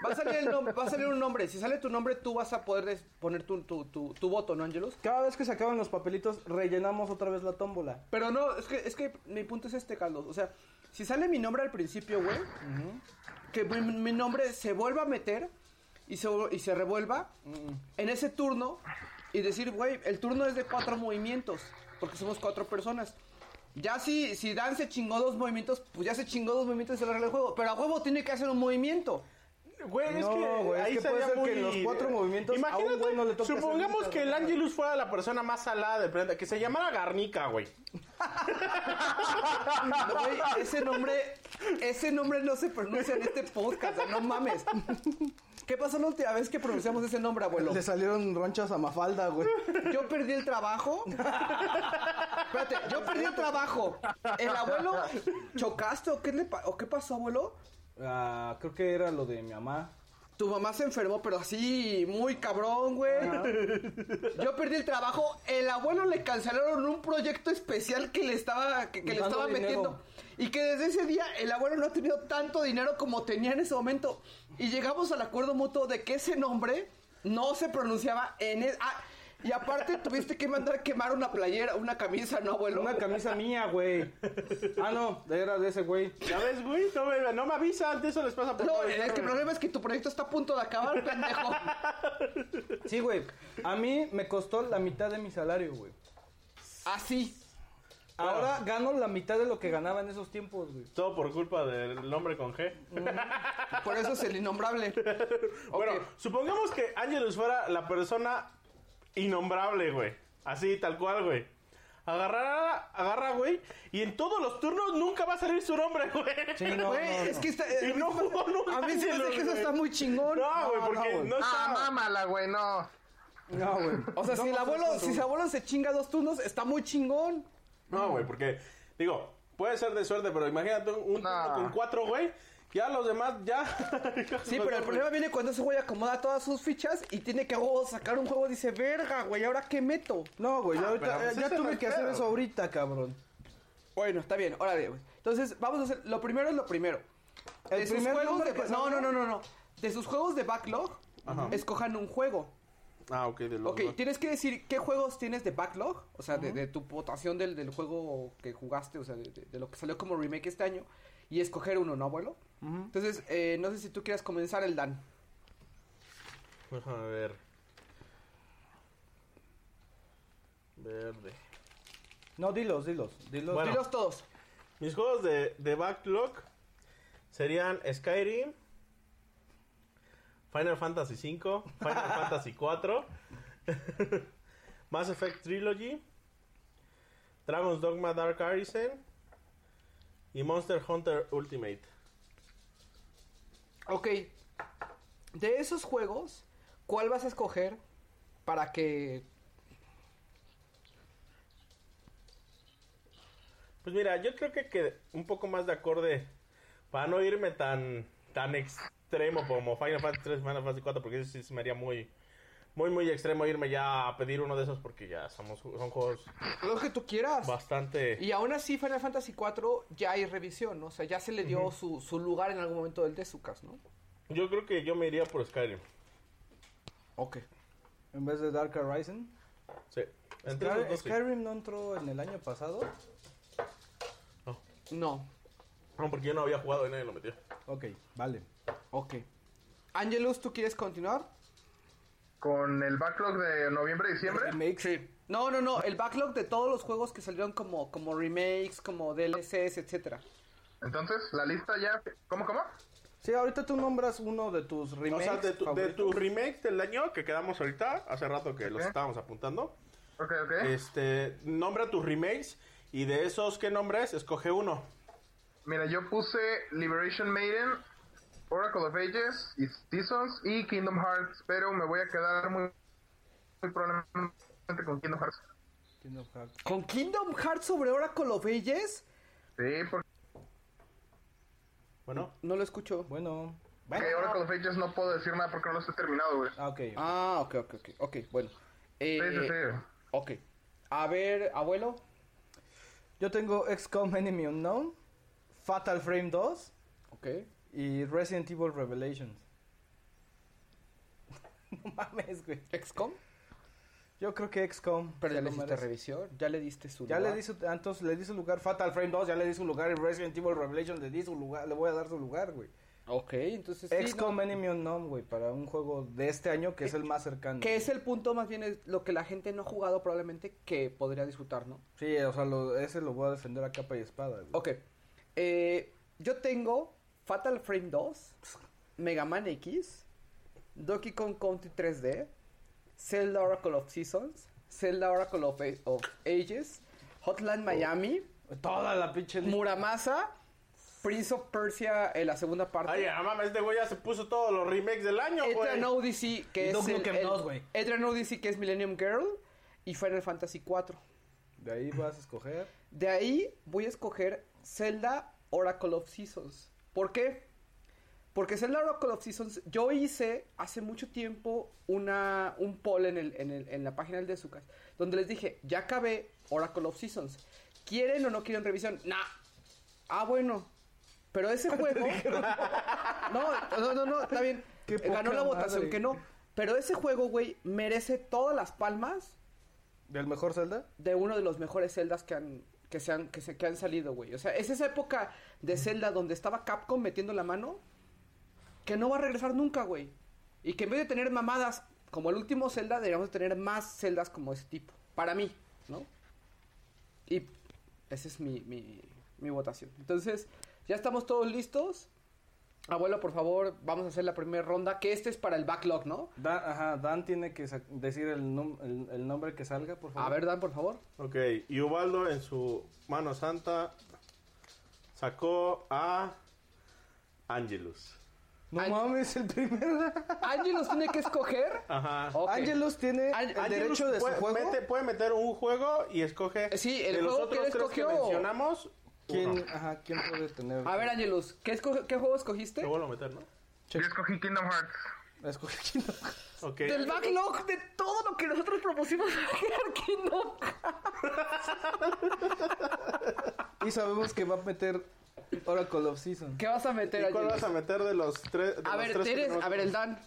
va a salir el nom- va a salir un nombre. Si sale tu nombre, tú vas a poder des- poner tu, tu, tu, tu voto, ¿no, Angelus? Cada vez que se acaban los papelitos, rellenamos otra vez la tómbola. Pero no, es que, es que mi punto es este, Carlos. O sea, si sale mi nombre al principio, güey, que mi, mi nombre se vuelva a meter y se, y se revuelva en ese turno y decir, güey, el turno es de cuatro movimientos, porque somos cuatro personas. Ya si, si Dan se chingó dos movimientos, pues ya se chingó dos movimientos y se le arregla el juego. Pero a huevo tiene que hacer un movimiento. Güey, es No, que güey, es ahí que puede sería ser muy... que los cuatro movimientos a un Imagínate, güey no le toque hacer supongamos muchas que el cosas. Angelus fuera la persona más salada del planeta, que se llamara Garnica, güey. No, güey, ese nombre, ese nombre no se pronuncia en este podcast, no mames. ¿Qué pasó la última vez que pronunciamos ese nombre, abuelo? Le salieron ronchas a Mafalda, güey. Yo perdí el trabajo. Espérate, yo perdí el trabajo. ¿El abuelo chocaste o qué, le pa- o qué pasó, abuelo? Ah, creo que era lo de mi mamá. Tu mamá se enfermó, pero así, muy cabrón, güey. Yo perdí el trabajo. El abuelo le cancelaron un proyecto especial que le estaba, que, que le Dando estaba dinero. metiendo. Y que desde ese día el abuelo no ha tenido tanto dinero como tenía en ese momento. Y llegamos al acuerdo mutuo de que ese nombre no se pronunciaba en el... ah, y aparte tuviste que mandar a quemar una playera, una camisa, ¿no, abuelo? Una camisa mía, güey. Ah, no, era de ese güey. ¿Ya ves, güey? No me, no me avisan, de eso les pasa por No, todo el, que el problema es que tu proyecto está a punto de acabar, pendejo. Sí, güey. A mí me costó la mitad de mi salario, güey. Así. Ahora gano la mitad de lo que ganaba en esos tiempos, güey. Todo por culpa del nombre con G. Por eso es el innombrable. Bueno, Ok. supongamos que Angelus fuera la persona innombrable, güey. Así, tal cual, güey. Agarrar, agarra, güey. Y en todos los turnos nunca va a salir su nombre, güey. Sí, no, Güey, no, es no. que está. Y no jugó nunca. a mí se me hace Angelus, que eso güey. está muy chingón. No, güey, porque no, güey. está... Ah, mámala, güey, no. No, güey. O sea, si el abuelo, si el abuelo se chinga dos turnos, está muy chingón. No, güey, porque... Digo, puede ser de suerte, pero imagínate un turno No. con cuatro, güey. Ya los demás, ya... Sí, pero el problema viene cuando ese güey acomoda todas sus fichas y tiene que oh, sacar un juego. Dice, verga, güey, ¿ahora qué meto? No, güey, ya, ahorita- eh, pero, eh, pues, ya ese no tuve es que hacer pedo. eso ahorita, cabrón. Bueno, está bien, órale, güey. Entonces, vamos a hacer. Lo primero es lo primero. El de sus primer juegos nombre de. que No, salga. no, no, no, no. De sus juegos de backlog, escojan un juego. Ah, ok, de los Ok, dos. tienes que decir qué juegos tienes de backlog, o sea, de, de tu votación del, del juego que jugaste, o sea, de, de- de lo que salió como remake este año, y escoger uno, ¿no, abuelo? Entonces, eh, no sé si tú quieras comenzar el Dan. Déjame Pues ver. Verde. No, dilos, dilos. Dilos. Bueno. Dilos todos. Mis juegos de, de backlog serían Skyrim, Final Fantasy V, Final Fantasy IV, Mass Effect Trilogy, Dragon's Dogma Dark Arisen y Monster Hunter Ultimate. Ok, de esos juegos, ¿cuál vas a escoger para que... Pues mira, yo creo que, que un poco más de acorde para no irme tan tan extremo como Final Fantasy 3, Final Fantasy 4, porque eso sí se me haría muy muy muy extremo irme ya a pedir uno de esos porque ya somos son juegos Los que tú quieras. bastante Y aún así, Final Fantasy IV ya hay revisión, ¿no? o sea, ya se le dio su, su lugar en algún momento del de Sucas, ¿no? Yo creo que yo me iría por Skyrim. Ok. En vez de Dark Horizon. Sí. Entre Sky- esos dos, sí. Skyrim no entró en el año pasado. No, No, porque yo no había jugado y nadie lo metió. Ok, vale. ok. Angelus, ¿tú quieres continuar? Con el backlog de noviembre y diciembre. No, no, no, el backlog de todos los juegos que salieron como, como remakes, como DLCs, etcétera. Entonces, la lista ya. ¿Cómo, cómo? Sí, ahorita tú nombras uno de tus O remakes. sea, de tu, de favoritos. tu remake del año que quedamos ahorita, hace rato que los Ok. estábamos apuntando. Ok, ok. Este, nombra tus remakes Y de esos, ¿qué nombres? Escoge uno. Mira, yo puse Liberation Maiden, Oracle of Ages, y Seasons y Kingdom Hearts, pero me voy a quedar muy, muy probablemente con Kingdom Hearts. Kingdom Hearts. ¿Con Kingdom Hearts sobre Oracle of Ages? Sí, porque Bueno, No lo escucho. Bueno. Oracle of Ages no puedo decir nada porque no los he terminado, güey. Ah, ok. Ah, ok, ok, ok. Ok, bueno. Eh, Sí, sí, sí. Ok. A ver, abuelo. Yo tengo XCOM Enemy Unknown, Fatal Frame 2 Ok. y Resident Evil Revelations. no mames, güey. ¿Excom? Yo creo que XCOM. Pero se ya le lo hiciste merece. revisión. Ya le diste su Ya le lugar. di su, antes le di su lugar Fatal Frame 2, ya le di su lugar y Resident Evil Revelations le di su lugar, le voy a dar su lugar, güey. Ok, entonces. Pues sí, XCOM Enemy Unknown, güey, para un juego de este año que es el más cercano. ¿no? Que es el punto más bien es lo que la gente no ha jugado probablemente que podría disfrutar, ¿no? Sí, o sea, lo- ese lo voy a defender a capa y espada, güey. Ok. Eh, yo tengo Fatal Frame 2, Mega Man X, Donkey Kong Country 3D, Zelda Oracle of Seasons, Zelda Oracle of, A- of Ages, Hotline Miami, Oh. Toda la pinche lista. Muramasa, Prince of Persia en la segunda parte. oye, no mames, este güey ya se puso todos los remakes del año, güey. Etrian Odyssey, Y que es Duke el, Nukem el- 2, güey. Etrian Odyssey, que es Millennium Girl, y Final Fantasy 4. De ahí vas a escoger. De ahí voy a escoger Zelda Oracle of Seasons. ¿Por qué? Porque Zelda Oracle of Seasons, yo hice hace mucho tiempo una, un poll en, el- en el- en la página del Dezucas, donde les dije, ya acabé Oracle of Seasons. ¿Quieren o no quieren revisión? Nah. Ah, bueno. Pero Ah, ese juego... no, no, no, no, está bien. Qué Ganó poca la votación madre. que no. Pero ese juego, güey, merece todas las palmas ¿Del mejor Zelda? de uno de los mejores celdas que han que se han que se que han salido, güey. O sea, es esa época de Zelda donde estaba Capcom metiendo la mano que no va a regresar nunca, güey. Y que en vez de tener mamadas como el último Zelda, deberíamos tener más celdas como ese tipo. Para mí, ¿no? Y esa es mi, mi, mi votación. Entonces, ya estamos todos listos. Abuelo, por favor, vamos a hacer la primera ronda, que este es para el backlog, ¿no? Dan, ajá, Dan tiene que sac- decir el, nom- el, el nombre que salga, por favor. A ver, Dan, por favor. Ok, y Ubaldo en su mano santa sacó a Angelus. No Ay. mames, el primero. Angelos tiene que escoger. Ajá. Ok. Angelus tiene An- el Angelus derecho de su puede, juego. mete- puede meter un juego y escoge Eh, Sí, el de los juego que otros él tres que escogió. mencionamos. ¿Quién, uno. ajá, ¿Quién puede tener? A ver, Angelus, ¿qué, esco- qué juego escogiste? Lo vuelvo a meter, ¿no? Yo escogí Kingdom Hearts. Escoge quién no. Ok. Del backlog de todo lo que nosotros propusimos aquí no. Y sabemos que va a meter Oracle of Season. ¿Qué vas a meter, ¿Y cuál vas Angelus? a meter de los tres? de A los ver, tres que tienes, tenemos? a ver, el Dan.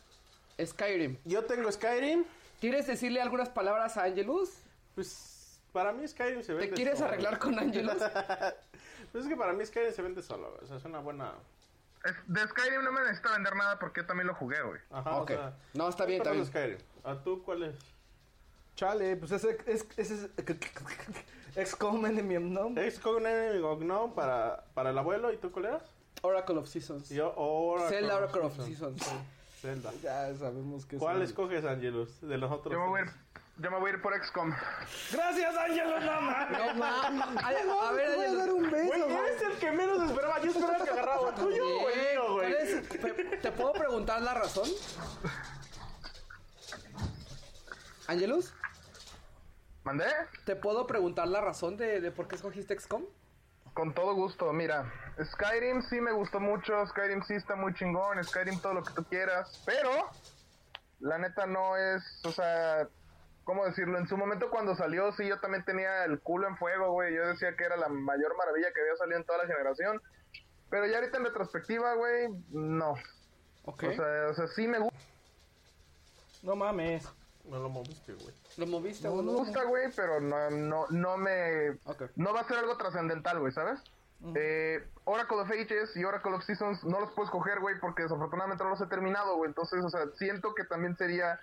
Skyrim. Yo tengo Skyrim. ¿Quieres decirle algunas palabras a Angelus? Pues para mí Skyrim se vende ¿Te quieres solo. arreglar con Angelus? Pues es que para mí Skyrim se vende solo. güey. O sea, es una buena. Es- de Skyrim no me necesita vender nada porque yo también lo jugué, güey. Ajá. Ok. O sea, No, está bien, yo está conozco bien. Skyrim. ¿A tú cuál es? Chale, pues ese es... Ese es XCOM Enemy Unknown. Es con un enemigo no para, para el abuelo y tú cuál eras? Oracle of Seasons. Y Yo ahora. Zelda con- Oracle of Seasons. Zelda. Ya sabemos que es ¿Cuál el- escoges, Angelus? De los otros. Yo me voy a ir, tres. yo me voy a ir por XCOM. ¡Gracias, Angelus! ¡No mames! No mames. A, a ver, Te voy a dar Angelus. un beso, Güey, güey. eres el que menos Ah, esperaba. Yo esperaba que agarraba tuyo o el mío, güey. ¿Cuál es- pe- ¿Te puedo preguntar la razón? ¿Angelus? ¿Mandé? ¿Te puedo preguntar la razón de, de por qué escogiste XCOM? Con todo gusto, mira. Skyrim sí me gustó mucho, Skyrim sí está muy chingón, Skyrim todo lo que tú quieras, pero la neta no es, o sea, ¿cómo decirlo? En su momento cuando salió, sí, yo también tenía el culo en fuego, güey, yo decía que era la mayor maravilla que había salido en toda la generación, pero ya ahorita en retrospectiva, güey, no. Ok. O, sea, o sea, sí me gusta, No mames. No lo moviste, güey. ¿Lo moviste me boludo? gusta, güey, pero no, no, no me Ok. no va a ser algo trascendental, güey, ¿sabes? Eh, Oracle of Ages y Oracle of Seasons no los puedo escoger, güey, porque desafortunadamente no los he terminado, güey. Entonces, o sea, siento que también sería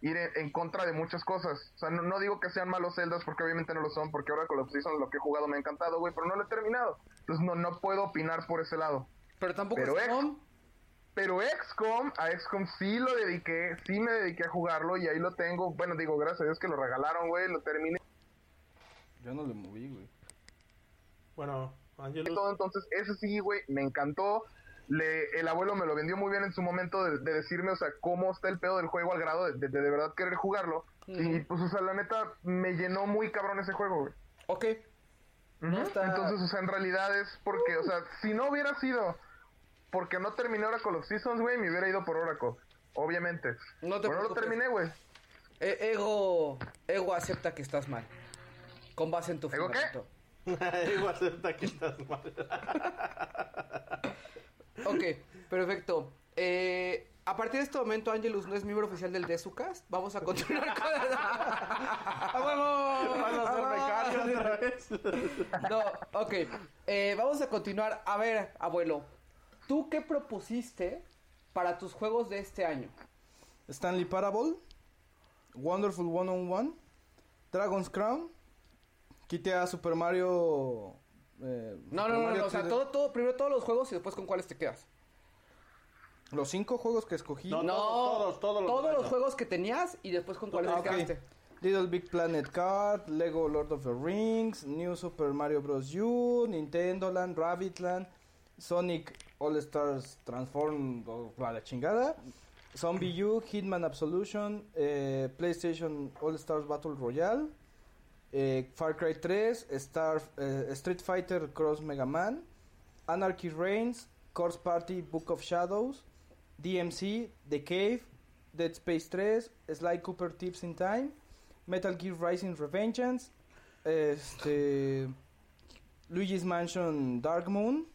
ir en, en contra de muchas cosas. O sea, no, no digo que sean malos celdas, porque obviamente no lo son, porque Oracle of Seasons lo que he jugado me ha encantado, güey, pero no lo he terminado. Entonces, no, no puedo opinar por ese lado. Pero tampoco Pero es ex- XCOM. Pero XCOM, a XCOM sí lo dediqué, sí me dediqué a jugarlo y ahí lo tengo. Bueno, digo, gracias a Dios que lo regalaron, güey, lo terminé. Yo no le moví, güey. Bueno, y Angelus. todo. Entonces, ese sí, güey, me encantó. Le- el abuelo me lo vendió muy bien en su momento de, de decirme, o sea, cómo está el pedo del juego al grado de de, de verdad querer jugarlo. Y pues, o sea, la neta, me llenó muy cabrón ese juego, güey. Ok. Ujú. está- Entonces, o sea, en realidad es porque, o sea, si no hubiera sido porque no terminé Oracle of Seasons, güey, me hubiera ido por Oracle. Obviamente. No te Pero no lo preocupes. terminé, güey. E- ego, ego acepta que estás mal. Con base en tu ¿Ego qué? fundamento. Igual acepta que estás mal. Ok, perfecto. Eh, a partir de este momento, Angelus no es miembro oficial del Desucast. Vamos a continuar con ¡A huevo! Vas a ser ¡A becario huevo! otra vez. No, ok. Eh, vamos a continuar. A ver, abuelo, ¿tú qué propusiste para tus juegos de este año? Stanley Parable, Wonderful 101, Dragon's Crown, quité a Super Mario. eh, No, Super no, no, Mario no, o sea, 3D. todo, todo, primero todos los juegos y después con cuáles te quedas. Los cinco juegos que escogí. No, todos, todos, todos los- los no. juegos que tenías y después con cuáles Ah, te ok. quedaste. Little Big Planet Card, Lego Lord of the Rings, New Super Mario Bros. U, Nintendo Land, Rabbit Land, Sonic All Stars Transform, o a la chingada, Zombie U, Hitman Absolution, eh, PlayStation All Stars Battle Royale, eh, Far Cry 3, Star, eh, Street Fighter Cross Mega Man, Anarchy Reigns, Corpse Party Book of Shadows, DMC, The Cave, Dead Space 3, Sly Cooper Tips in Time, Metal Gear Rising Revengeance, este, Luigi's Mansion Dark Moon,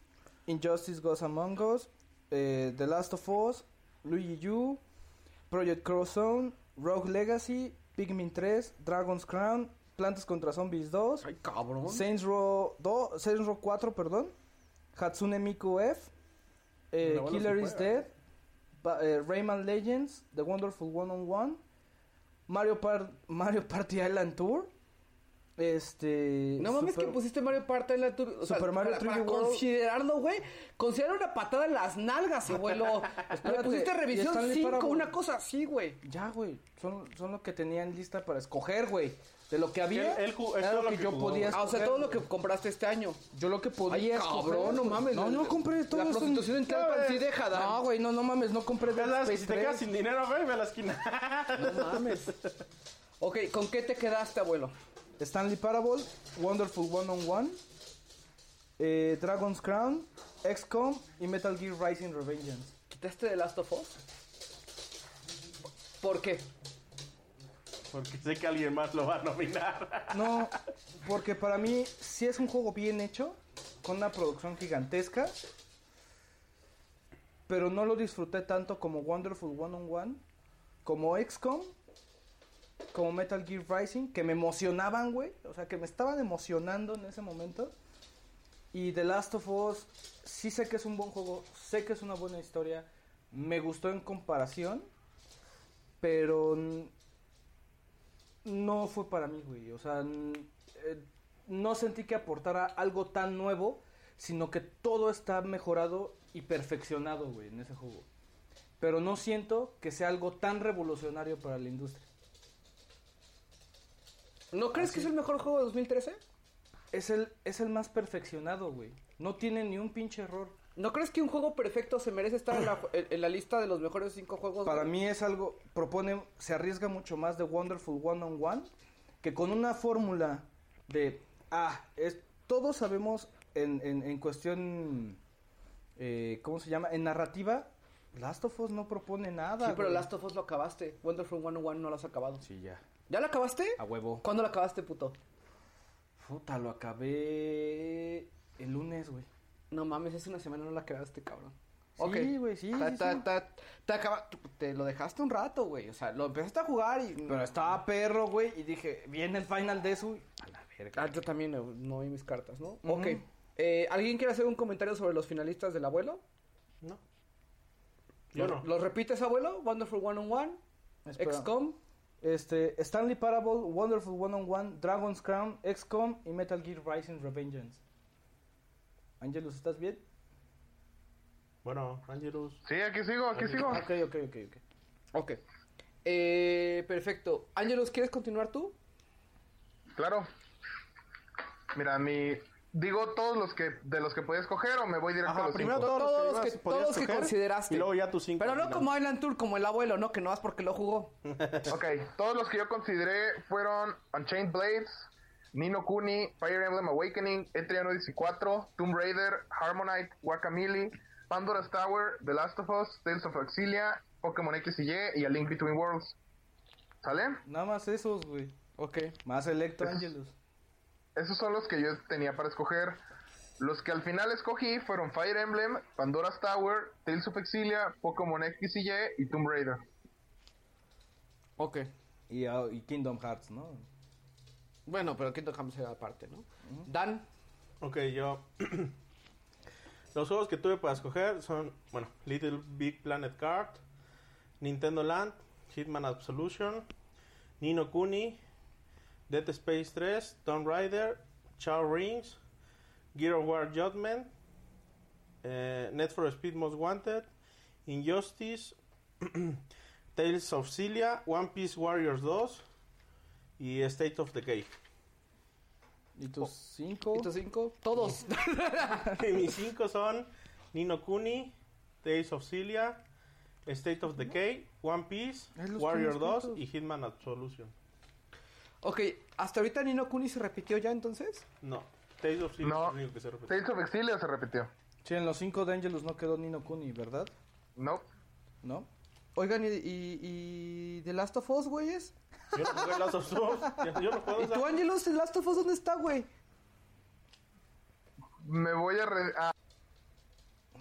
Injustice Goes Among Us, eh, The Last of Us, Luigi U, Project Cross Zone, Rogue Legacy, Pikmin 3, Dragon's Crown, Plantas contra Zombies 2, Ay, cabrón. Saints Row 2, Saints Row 4, perdón, Hatsune Miku F, eh, Bueno, Killer sí is juega. Dead, Ba- eh, Rayman Legends, The Wonderful One on One, Mario, Par- Mario Party Island Tour, este... No mames Super- que pusiste Mario Party en la tur- o sea, Super Mario para, para 3D World. considerarlo, güey. Considera una patada en las nalgas, abuelo. Le Espérate, pusiste y revisión Stanley 5, Parable. una cosa así, güey. Ya, güey, son, son lo que tenían lista para escoger, güey. De lo que había, Él- él ju- es era todo lo lo que, que yo jugó, podía güey. Ah, o sea, escoger, todo lo güey. que compraste este año. Yo lo que podía Ay, escoger, cabrón, no güey. mames. No, no compré todo La esto. prostitución en Tlalpan sí deja, Dan. No, güey, no, no mames, no compré Ve Dead las- Space Si te 3. quedas sin dinero, güey, ve a la esquina. Pues, No mames. ok, ¿con qué te quedaste, abuelo? Stanley Parable, Wonderful One on One, eh, Dragon's Crown, XCOM y Metal Gear Rising Revengeance. ¿Quitaste The Last of Us? ¿Por qué? Porque sé que alguien más lo va a nominar. No, porque para mí sí es un juego bien hecho, con una producción gigantesca, pero no lo disfruté tanto como Wonderful One on One, como XCOM, como Metal Gear Rising, que me emocionaban, güey, o sea, que me estaban emocionando en ese momento. Y The Last of Us, sí sé que es un buen juego, sé que es una buena historia, me gustó en comparación, pero mm, no fue para mí, güey. O sea, n- eh, no sentí que aportara algo tan nuevo, sino que todo está mejorado y perfeccionado, güey, en ese juego. Pero no siento que sea algo tan revolucionario para la industria. ¿No crees que es el mejor juego de 2013? Es el, es el más perfeccionado, güey. No tiene ni un pinche error. ¿No crees que un juego perfecto se merece estar en la, en- en la lista de los mejores cinco juegos? Para mí es algo, propone, se arriesga mucho más de Wonderful One on One que con una fórmula de, ah, es, todos sabemos en, en- en cuestión, eh, ¿cómo se llama? En narrativa, Last of Us no propone nada. Sí, pero güey. Last of Us lo acabaste. Wonderful 101 no lo has acabado. Sí, ya, ¿Ya lo acabaste? a huevo. ¿Cuándo lo acabaste, puto? Puta, lo acabé el lunes, güey. No mames, hace una semana no la acabaste, cabrón. Sí, güey, sí, Ta- sí, ta- sí. ta- te, acaba- te lo dejaste un rato, güey. O sea, lo empezaste a jugar y... Pero estaba perro, güey, y dije, viene el final de su... A la verga. Ah, yo también eh, no vi mis cartas, ¿no? Ujú. Ok. Eh, ¿Alguien quiere hacer un comentario sobre los finalistas del abuelo? No. Yo ¿Lo- no. ¿Los repites, abuelo? Wonderful 101, Espera. XCOM. Este, Stanley Parable, Wonderful One on One, Dragon's Crown, XCOM y Metal Gear Rising Revengeance. Angelus, ¿estás bien? Bueno, Angelus. Sí, aquí sigo, aquí sigo. Ok, ok, ok, ok. Ok. Eh, perfecto. Ángelos, ¿quieres continuar tú? Claro. Mira, mi, Digo todos los que de los que podía escoger o me voy directo a Ajá, los primero cinco? todos, todos los los que, que todos los que escoger, consideraste. y luego ya tus cinco Pero al no final. como Island Tour, como el abuelo, ¿no? Que no vas porque lo jugó. Ok, todos los que yo consideré fueron Unchained Blades, Nino Kuni, Fire Emblem Awakening, Etriano 14, Tomb Raider, Harmonite, Guacamole, Pandora's Tower, The Last of Us, Tales of Exilia, Pokémon X y Y y A Link Between Worlds. ¿Sale? Nada más esos, güey. Ok. Más Electro Angelus. Esos son los que yo tenía para escoger. Los que al final escogí fueron Fire Emblem, Pandora's Tower, Tales of Exilia, Pokémon X y Y y Tomb Raider. Ok. Y, ah, y Kingdom Hearts, ¿no? Bueno, pero Kingdom Hearts era aparte, ¿no? Dan. Ok, yo. Los juegos que tuve para escoger son, bueno, Little Big Planet Card, Nintendo Land, Hitman Absolution, Nino Kuni, Dead Space 3, Tomb Raider, Chao Rings, Gear of War Judgment, eh, Net for Speed Most Wanted, Injustice, Tales of Cilia, One Piece Warriors 2 y State of Decay. Oh. Y tus cinco. ¿Y tus cinco? Todos. Mis cinco son Nino Kuni, Tales of Cilia, State of Decay, One Piece, Ay, los Warrior tienes 2 juntos. y Hitman Absolution. ok, hasta ahorita Nino Kuni se repitió ya entonces. No, Tales of Cilia No. es el único que se repite. Tales of Exilia se repitió. Che, en los cinco de Angelus no quedó Nino Kuni, ¿verdad? No. ¿No? Oigan, ¿y, y, y The Last of Us, güeyes? Yo no jugué Last of Us, yo- yo no juego ¿Y esa- tú, Angelus, The Last of Us dónde está, güey? Me voy a, re- a-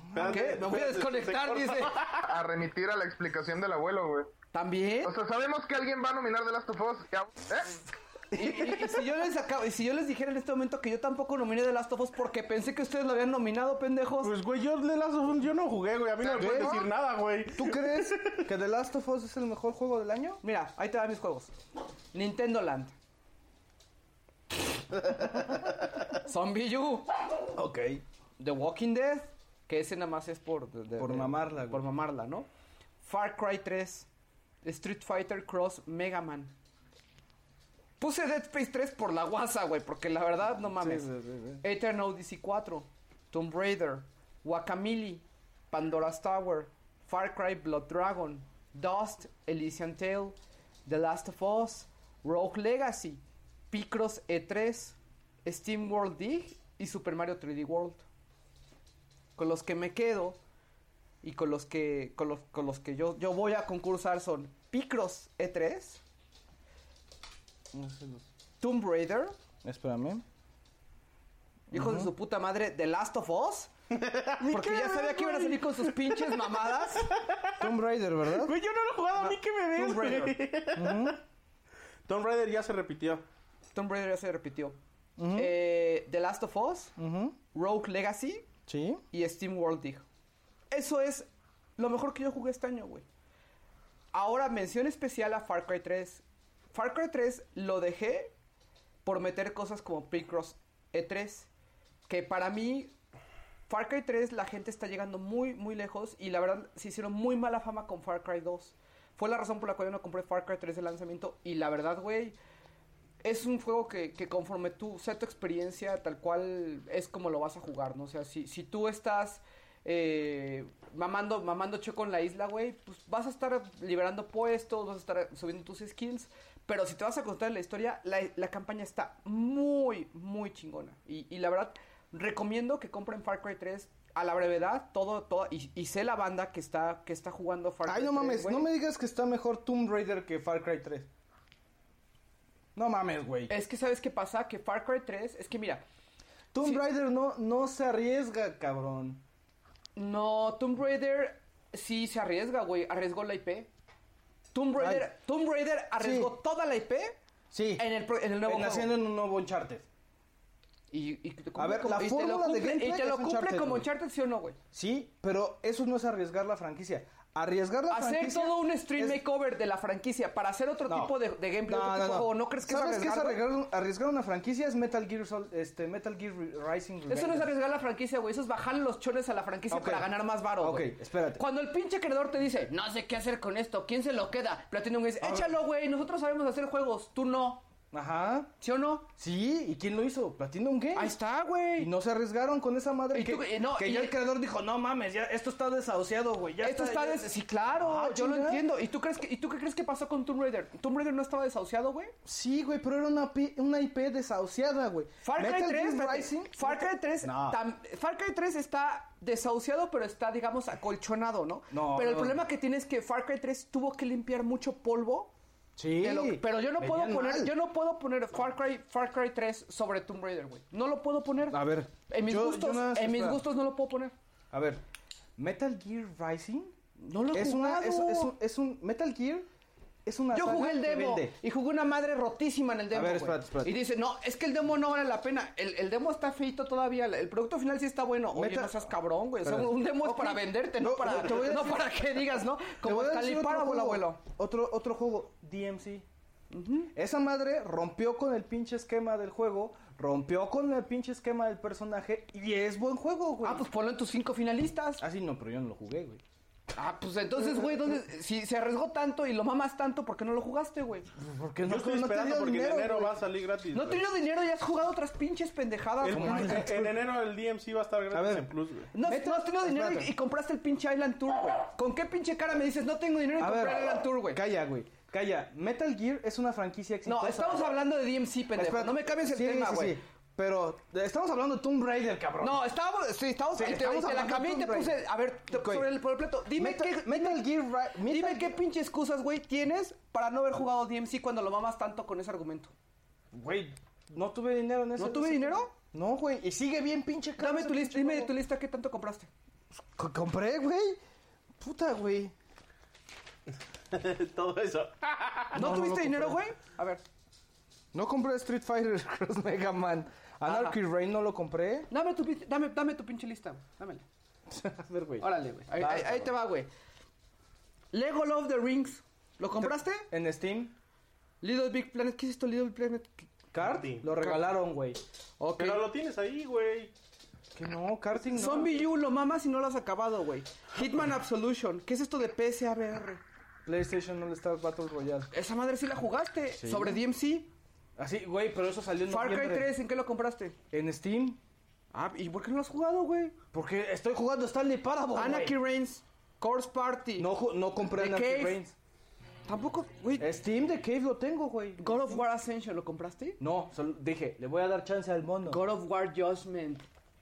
Espérate, ¿Qué? Me voy a espérate, desconectar, se corta. dice. a remitir a la explicación del abuelo, güey. ¿También? O sea, sabemos que alguien va a nominar The Last of Us. ya- ¿Eh? Y, y- y si yo les acabo- y si yo les dijera en este momento que yo tampoco nominé The Last of Us porque pensé que ustedes lo habían nominado, pendejos. Pues, güey, yo de Last of Us yo no jugué, güey. A mí no me ¿Qué? puedes decir nada, güey. ¿Tú crees que The Last of Us es el mejor juego del año? Mira, ahí te van mis juegos. Nintendo Land. Zombie U. Ok. The Walking Dead. Que ese nada más es por... de- de- Por de- mamarla, güey. Por mamarla, ¿no? Far Cry 3. Street Fighter Cross Mega Man. Puse Dead Space 3 por la guasa, güey. Porque la verdad, no mames. Sí, sí, sí, sí. Eternal DC 4, Tomb Raider, Guacamole, Pandora's Tower, Far Cry Blood Dragon, Dust, Elysian Tale, The Last of Us, Rogue Legacy, Picross E3, Steam World Dig y Super Mario 3D World. Con los que me quedo y con los que, con los, con los que yo, yo voy a concursar son Picross E E3, No sé los- Tomb Raider, Espérame. Hijos de su puta madre, The Last of Us. Porque ya sabía que iban a salir con sus pinches mamadas. Tomb Raider, ¿verdad? Güey, yo no lo he jugado, a mí que me ves, Tomb güey. Raider. Tomb Raider ya se repitió. Tomb Raider ya se repitió. Eh, The Last of Us, Ujú. Rogue Legacy Sí. y Steam World Dig. Eso es lo mejor que yo jugué este año, güey. Ahora, mención especial a Far Cry 3. Far Cry 3 lo dejé por meter cosas como Picross E3. Que para mí, Far Cry 3 la gente está llegando muy, muy lejos. Y la verdad, se hicieron muy mala fama con Far Cry 2. Fue la razón por la cual yo no compré Far Cry 3 de lanzamiento. Y la verdad, güey, es un juego que, que conforme tú sea tu experiencia, tal cual es como lo vas a jugar, ¿no? O sea, si, si tú estás eh, mamando, mamando choco en la isla, güey, pues vas a estar liberando puestos, vas a estar subiendo tus skills. Pero si te vas a contar la historia, la, la campaña está muy, muy chingona. Y, y la verdad, recomiendo que compren Far Cry 3 a la brevedad, todo, todo. Y, y sé la banda que está, que está jugando Far Cry Ay, no 3, mames, güey. no me digas que está mejor Tomb Raider que Far Cry 3. No mames, güey. Es que, ¿sabes qué pasa? Que Far Cry 3, es que mira, Tomb sí. Raider no, no se arriesga, cabrón. No, Tomb Raider sí se arriesga, güey. Arriesgó la IP. Tomb Raider, Ay. Tomb Raider arriesgó Sí. toda la IP Sí. en el, pro- en el nuevo en juego. haciendo en un nuevo Uncharted. Y, y te A ver, como- la y te lo fórmula de cumple- Y gameplay te es lo cumple Uncharted, como güey. Uncharted, ¿sí o no, güey? Sí, pero eso no es arriesgar la franquicia. Arriesgar la Hacer franquicia. todo un stream es- makeover de la franquicia para hacer otro No. tipo de, de gameplay, No, no, otro tipo de no. juego, ¿no crees que es ¿Sabes qué es arriesgar? güey? arriesgar, arriesgar una franquicia? Es Metal Gear, Sol- este, Metal Gear Re- Rising Eso no es Revengeance. arriesgar la franquicia, güey. Eso es bajar los chones a la franquicia Ok. para ganar más varo, Ok, güey. espérate. Cuando el pinche creador te dice, no sé qué hacer con esto, ¿quién se lo queda? Platinum es, échalo, güey. Nosotros sabemos hacer juegos, tú no. Ajá. ¿Sí o no? Sí, ¿y quién lo hizo? Platinum Games. Ahí está, güey. Y no se arriesgaron con esa madre. Y que tú- eh, no, que y- ya el creador dijo, no mames, ya esto está desahuciado, güey. ya Esto está ya- des- Sí, claro, Ah, yo lo chinga. entiendo. ¿Y tú, crees que, ¿Y tú qué crees que pasó con Tomb Raider? ¿Tomb Raider no estaba desahuciado, güey? Sí, güey, pero era una, pi- una IP desahuciada, güey. Far Cry Metal 3, Gear espérate, Rising- Far Cry 3, No. tam- Far Cry 3 está desahuciado, pero está, digamos, acolchonado, ¿no? No, Pero el no. problema que tiene es que Far Cry 3 tuvo que limpiar mucho polvo. Sí. de lo- pero yo no puedo venían poner, mal. yo no puedo poner Far Cry, Far Cry 3 sobre Tomb Raider, güey. No lo puedo poner. A ver. En mis yo- yo gustos, nada más- en mis espera. gustos no lo puedo poner. A ver. Metal Gear Rising No lo he es jugado. una es, es un, es un- Metal Gear es una Yo saga jugué el que demo vende. y jugué una madre rotísima en el demo. ver, güey. espérate, espérate. Y dice, no, es que el demo no vale la pena. El, el demo está feito todavía. El producto final sí está bueno. Oye, Meta- no seas cabrón, güey. O sea, Espérate. un demo es Ok. para venderte, no, No, para, no, te voy a no decir- para que digas, ¿no? Te Como voy a decir otro juego, Caliparábola, abuelo. Otro, otro juego, DMC. Esa madre rompió con el pinche esquema del juego, rompió con el pinche esquema del personaje y es buen juego, güey. Ah, pues ponlo en tus cinco finalistas. Ah, sí, no, pero yo no lo jugué, güey. Ah, pues entonces, güey, ¿dónde- si se arriesgó tanto y lo mamas tanto, ¿por qué no lo jugaste, güey? Porque Yo no, estoy no te esperando dio porque dinero, en enero güey. va a salir gratis. No te güey. dio dinero y has jugado otras pinches pendejadas. El- güey. en, en enero el DMC va a estar gratis ver. en Plus, güey. No, Vete- no has tenido dinero y, espérate. y compraste el pinche Island Tour, güey. ¿Con qué pinche cara me dices no tengo dinero y A compré ver, el Island Tour, güey? Calla, güey. Calla. Metal Gear es una franquicia exitosa. No, estamos hablando de DMC, pendejo. Espérate. No me cambies el Sí, tema, sí, güey. sí. Pero eh, estamos hablando de Tomb Raider, cabrón. No, estábamos, sí, estábamos, Sí, y te, estamos y te la hablando cambié y de te Tomb puse, Raider. a ver, te- Ok. sobre el, por el plato. Dime Metal, qué, Metal Gear Ri- Metal dime qué pinche excusas, güey, tienes para no haber jugado DMC cuando lo mamas tanto con ese argumento. Güey, no tuve dinero en ese. ¿No tuve dinero? No, güey. Y sigue bien pinche caro Dame ese tu lista, pinche dime de juego. tu lista qué tanto compraste. Co- compré, güey. Puta, güey. Todo eso. ¿No, no tuviste lo dinero, güey? compré. A ver. No compré Street Fighter Cross Mega Man. Anarchy Reign no lo compré. Dame tu, pin- dame, dame tu pinche lista, güey. Dámela. A ver, güey. Órale, güey. Ahí, Va, ahí- ahí te va, güey. Lego Love the Rings. ¿Lo compraste? En Steam, Little Big Planet. ¿Qué es esto, Little Big Planet? Kart, Karting. lo regalaron, güey. Ok. Pero lo tienes ahí, güey. Que no, karting no. Zombie U lo mamas y no lo has acabado, güey. Hitman Absolution. ¿Qué es esto de PSABR? PlayStation All Stars Battle Royale. Esa madre sí la jugaste. Sobre DMC. Así, güey, pero eso salió en Far Cry noviembre. 3, ¿en qué lo compraste? En Steam. Ah, ¿y por qué no lo has jugado, güey? Porque estoy jugando Stanley Parable, güey. Anarchy Reigns. Course Party. No, ju- no compré The Cave. Anarchy Reigns. Tampoco, güey. Steam de Cave lo tengo, güey. God of War Ascension, ¿lo compraste? No, solo dije, le voy a dar chance al mono. God of War Judgment.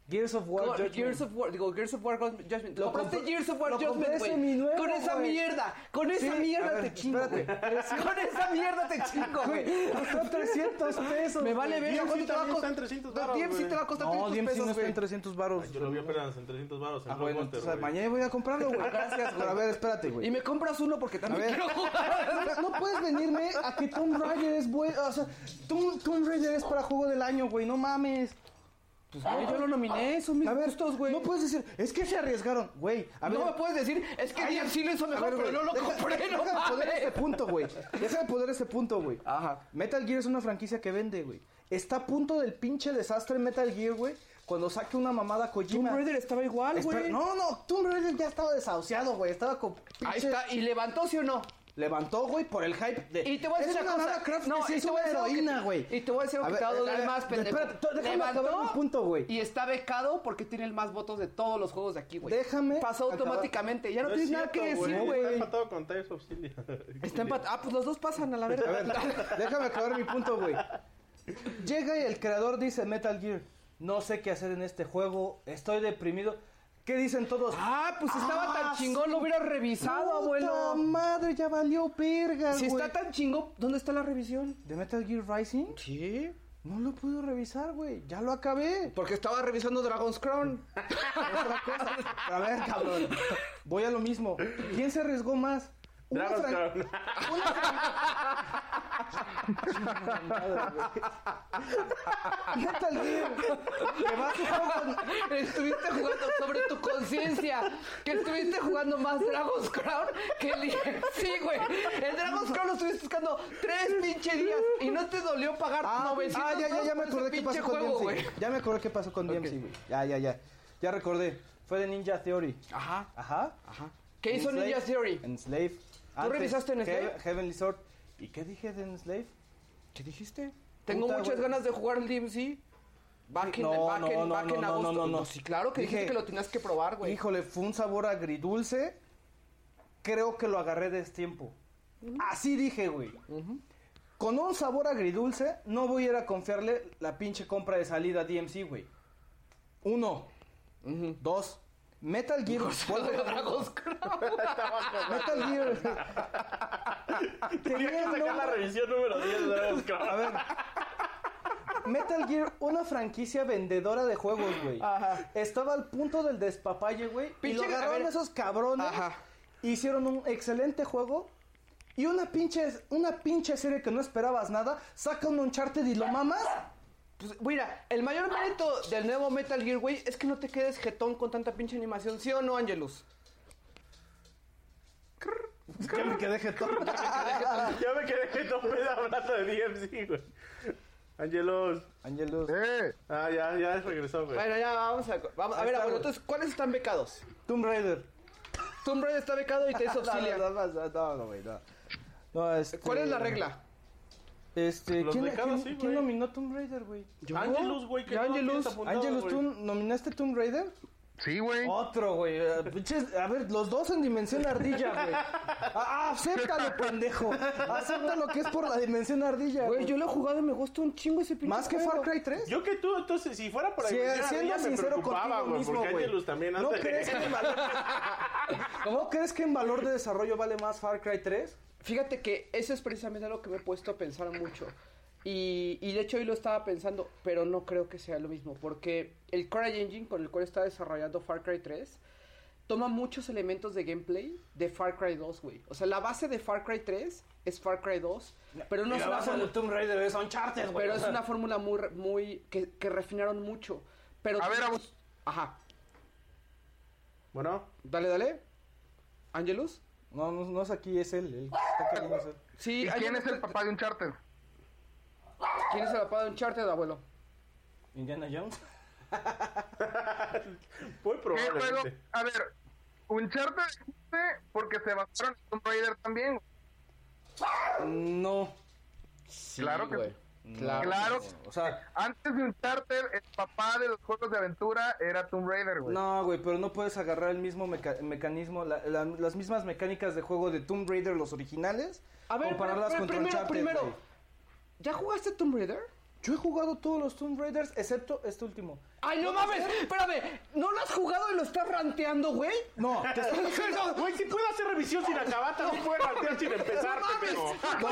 Gears of War Go- Judgment. Gears of War, digo, Gears of War Judgment. Lo compraste compré- Gears of War lo compré Judgment, güey. seminuevo, Con esa güey. mierda, con Sí, esa a mierda ver, te chingo. espérate. güey. Con esa mierda te chingo, güey. Güey, costó 300 pesos. Me vale güey. ver DMC cuánto te va a también está costar. en 300 No, varos, DMC güey. te va a costar No, 300 DMC pesos, no está en güey. 300 baros. Yo lo vi apenas en 300 baros. En Ah, bueno, Blockbuster, entonces güey. mañana voy a comprarlo, güey. Gracias, güey. A ver, espérate, güey. Y me compras uno porque también A ver. quiero jugar. No, no puedes venirme a que Tomb Raider es bueno. O sea, Tomb, Tomb Raider es para juego del año, güey. No mames. Ah. Pues, güey, yo lo nominé, son mis A ver, gustos, güey. No puedes decir, es que se arriesgaron, güey. A ver, No me puedes decir, es que DMC lo hizo a mejor, ver, pero güey, no lo deja- compré, no Déjame poner mames. ese punto, güey. Déjame poner ese este punto, güey. Ajá. Metal Gear es una franquicia que vende, güey. Está a punto del pinche desastre Metal Gear, güey. Cuando saque una mamada Kojima. Tomb Raider estaba igual, Espera- güey. No, no, Tomb Raider ya estaba desahuciado, güey. Estaba con Ahí pinche- está, y levantó, ¿sí o no? Levantó, güey, por el hype de... Y te voy a decir es una una cosa. Lara Croft No, que sí y es te voy a una decir algo que- heroína, güey. Y te voy a decir algo A que ver, te va a a doler ver, más, pendejo. espérate, tú- déjame acabar mi punto, güey. Y está becado porque tiene el más votos de todos los juegos de aquí, güey. Déjame Pasó acabar. automáticamente. Ya no, No es tienes nada que cierto, decir, güey. Está empatado con Tales of Cilia. Está empat- Ah, pues los dos pasan a la A verga. ver, déjame acabar mi punto, güey. Llega y el creador dice Metal Gear, no sé qué hacer en este juego, estoy deprimido. ¿Qué dicen todos? Ah, pues estaba tan chingón, lo hubiera revisado, ¡Puta abuelo. madre, ya valió verga, Si güey. está tan chingón, ¿dónde está la revisión? ¿De Metal Gear Rising? Sí. No lo pude revisar, güey. Ya lo acabé. Porque estaba revisando Dragon's Crown. Otra cosa. A ver, cabrón. Voy a lo mismo. ¿Quién se arriesgó más? Una Dragon's fran- Crown. Una fran- Madre, güey. Metal Gear. Que va a su juego con- Estuviste jugando sobre tu conciencia. Que estuviste jugando más Dragon's Crown que el Sí, güey. El Dragon's Crown lo estuviste buscando tres pinche días y no te dolió pagar Ah, 900 ah, ya, ya, pesos ya me por ese acordé qué pinche pasó con juego, DMC. güey. Ya me acordé qué pasó con DMC, güey. Ya, ya, ya. Ya recordé. Fue de Ninja Theory. Ajá. Ajá. ¿Qué hizo Enslave- Ninja Theory? Enslave. revisaste Enslave? Heavenly Sword. ¿Y qué dije de Enslave? ¿Qué dijiste? Tengo Puta, muchas güey. ganas de jugar DMC. Back in, No, back in- no, no, back no, in no, agosto. no, no, no. sí, claro que Dije- dije que lo tenías que probar, güey. Híjole, fue un sabor agridulce. Creo que lo agarré de tiempo. Así dije, güey. Con un sabor agridulce, no voy a ir a confiarle la pinche compra de salida a DMC, güey. Uno. Dos. Metal Gear. vuelvo- Metal Gear. Tenía el Sacar la nombre- revisión número 10 de Dragon's Crown. A ver. Metal Gear, una franquicia vendedora de juegos, güey. Estaba al punto del despapalle, güey. Y lo Pinche- a agarraron ver. esos cabrones. Ajá. Hicieron un excelente juego. Y una pinche, una pinche serie que no esperabas nada. Saca un Uncharted y lo mamas. Pues, mira, el mayor mérito del nuevo Metal Gear, güey, es que no te quedes jetón con tanta pinche animación, ¿sí o no, Angelus? Que me quedé jetón. Ya me quedé que no me da abrazo de DMC, güey. Angelos. Angelus. ¡Eh! Ah, ya, ya regresó, güey. Bueno, ya vamos a. Vamos, a ver, está, abuelo, güey. entonces, ¿cuáles están becados? Tomb Raider. Tomb Raider está becado y te hizo auxilia. No, no, no, no, no, güey, no. No, este- ¿Cuál es la regla? Este, Los ¿quién, de cada quién- sí, güey. quién nominó Tomb Raider, güey? Angelus, güey, que Ya, no lo Angelus, tienes apuntado, Angelus, güey. ¿tú nominaste Tomb Raider? Sí, güey. Otro, güey. Eh, pinches- A ver, los dos en dimensión ardilla, güey. Ah, ah, acéptalo, pendejo. Acéptalo que es por la dimensión ardilla. Güey, yo lo he jugado y me gusta un chingo ese pinche. Más que juego. Far Cry 3. Yo que tú, entonces, si fuera por ahí, Si- güey, ya- siendo ya me sincero preocupaba, contigo güey, mismo, porque güey. Angelus también ¿No antes de- crees, que en valor... ¿No crees que en valor de desarrollo vale más Far Cry 3? Fíjate que eso es precisamente algo que me he puesto a pensar mucho. Y, y de hecho hoy lo estaba pensando, pero no creo que sea lo mismo, porque el CryEngine con el cual está desarrollando Far Cry 3 toma muchos elementos de gameplay de Far Cry 2, güey. O sea, la base de Far Cry 3 es Far Cry 2, pero no es una de fórmula, Tomb Raider es Uncharted, pero es una fórmula muy re- muy que, que refinaron mucho. Pero A ver, tenemos- Agus. ajá, Bueno, dale, dale. Angelus? No, no, no es aquí, es él. el que está queriendo hacer. Sí, ¿Y quién es Angelus, el papá de un charter? ¿Quién es el papá de Uncharted, abuelo? Indiana Jones. muy ¿Qué juego? probablemente. A ver, un charter porque se basaron en Tomb Raider también. No. claro que güey. Claro. no. O sea, Antes de un charter, el papá de los juegos de aventura era Tomb Raider, güey. No, güey, pero no puedes agarrar el mismo meca- mecanismo, la- la- las mismas mecánicas de juego de Tomb Raider, los originales, A ver, compararlas con pero- pero primero, Uncharted, primero. güey. ¿Ya jugaste Tomb Raider? Yo he jugado todos los Tomb Raiders, excepto este último. ¡Ay, no mames! Espérame, Ah, ¿no lo has jugado y lo estás ranteando, güey? No, te estoy diciendo... Güey, si puedo hacer revisión sin acabar, también puedo plantear sin empezar, pendejo. No.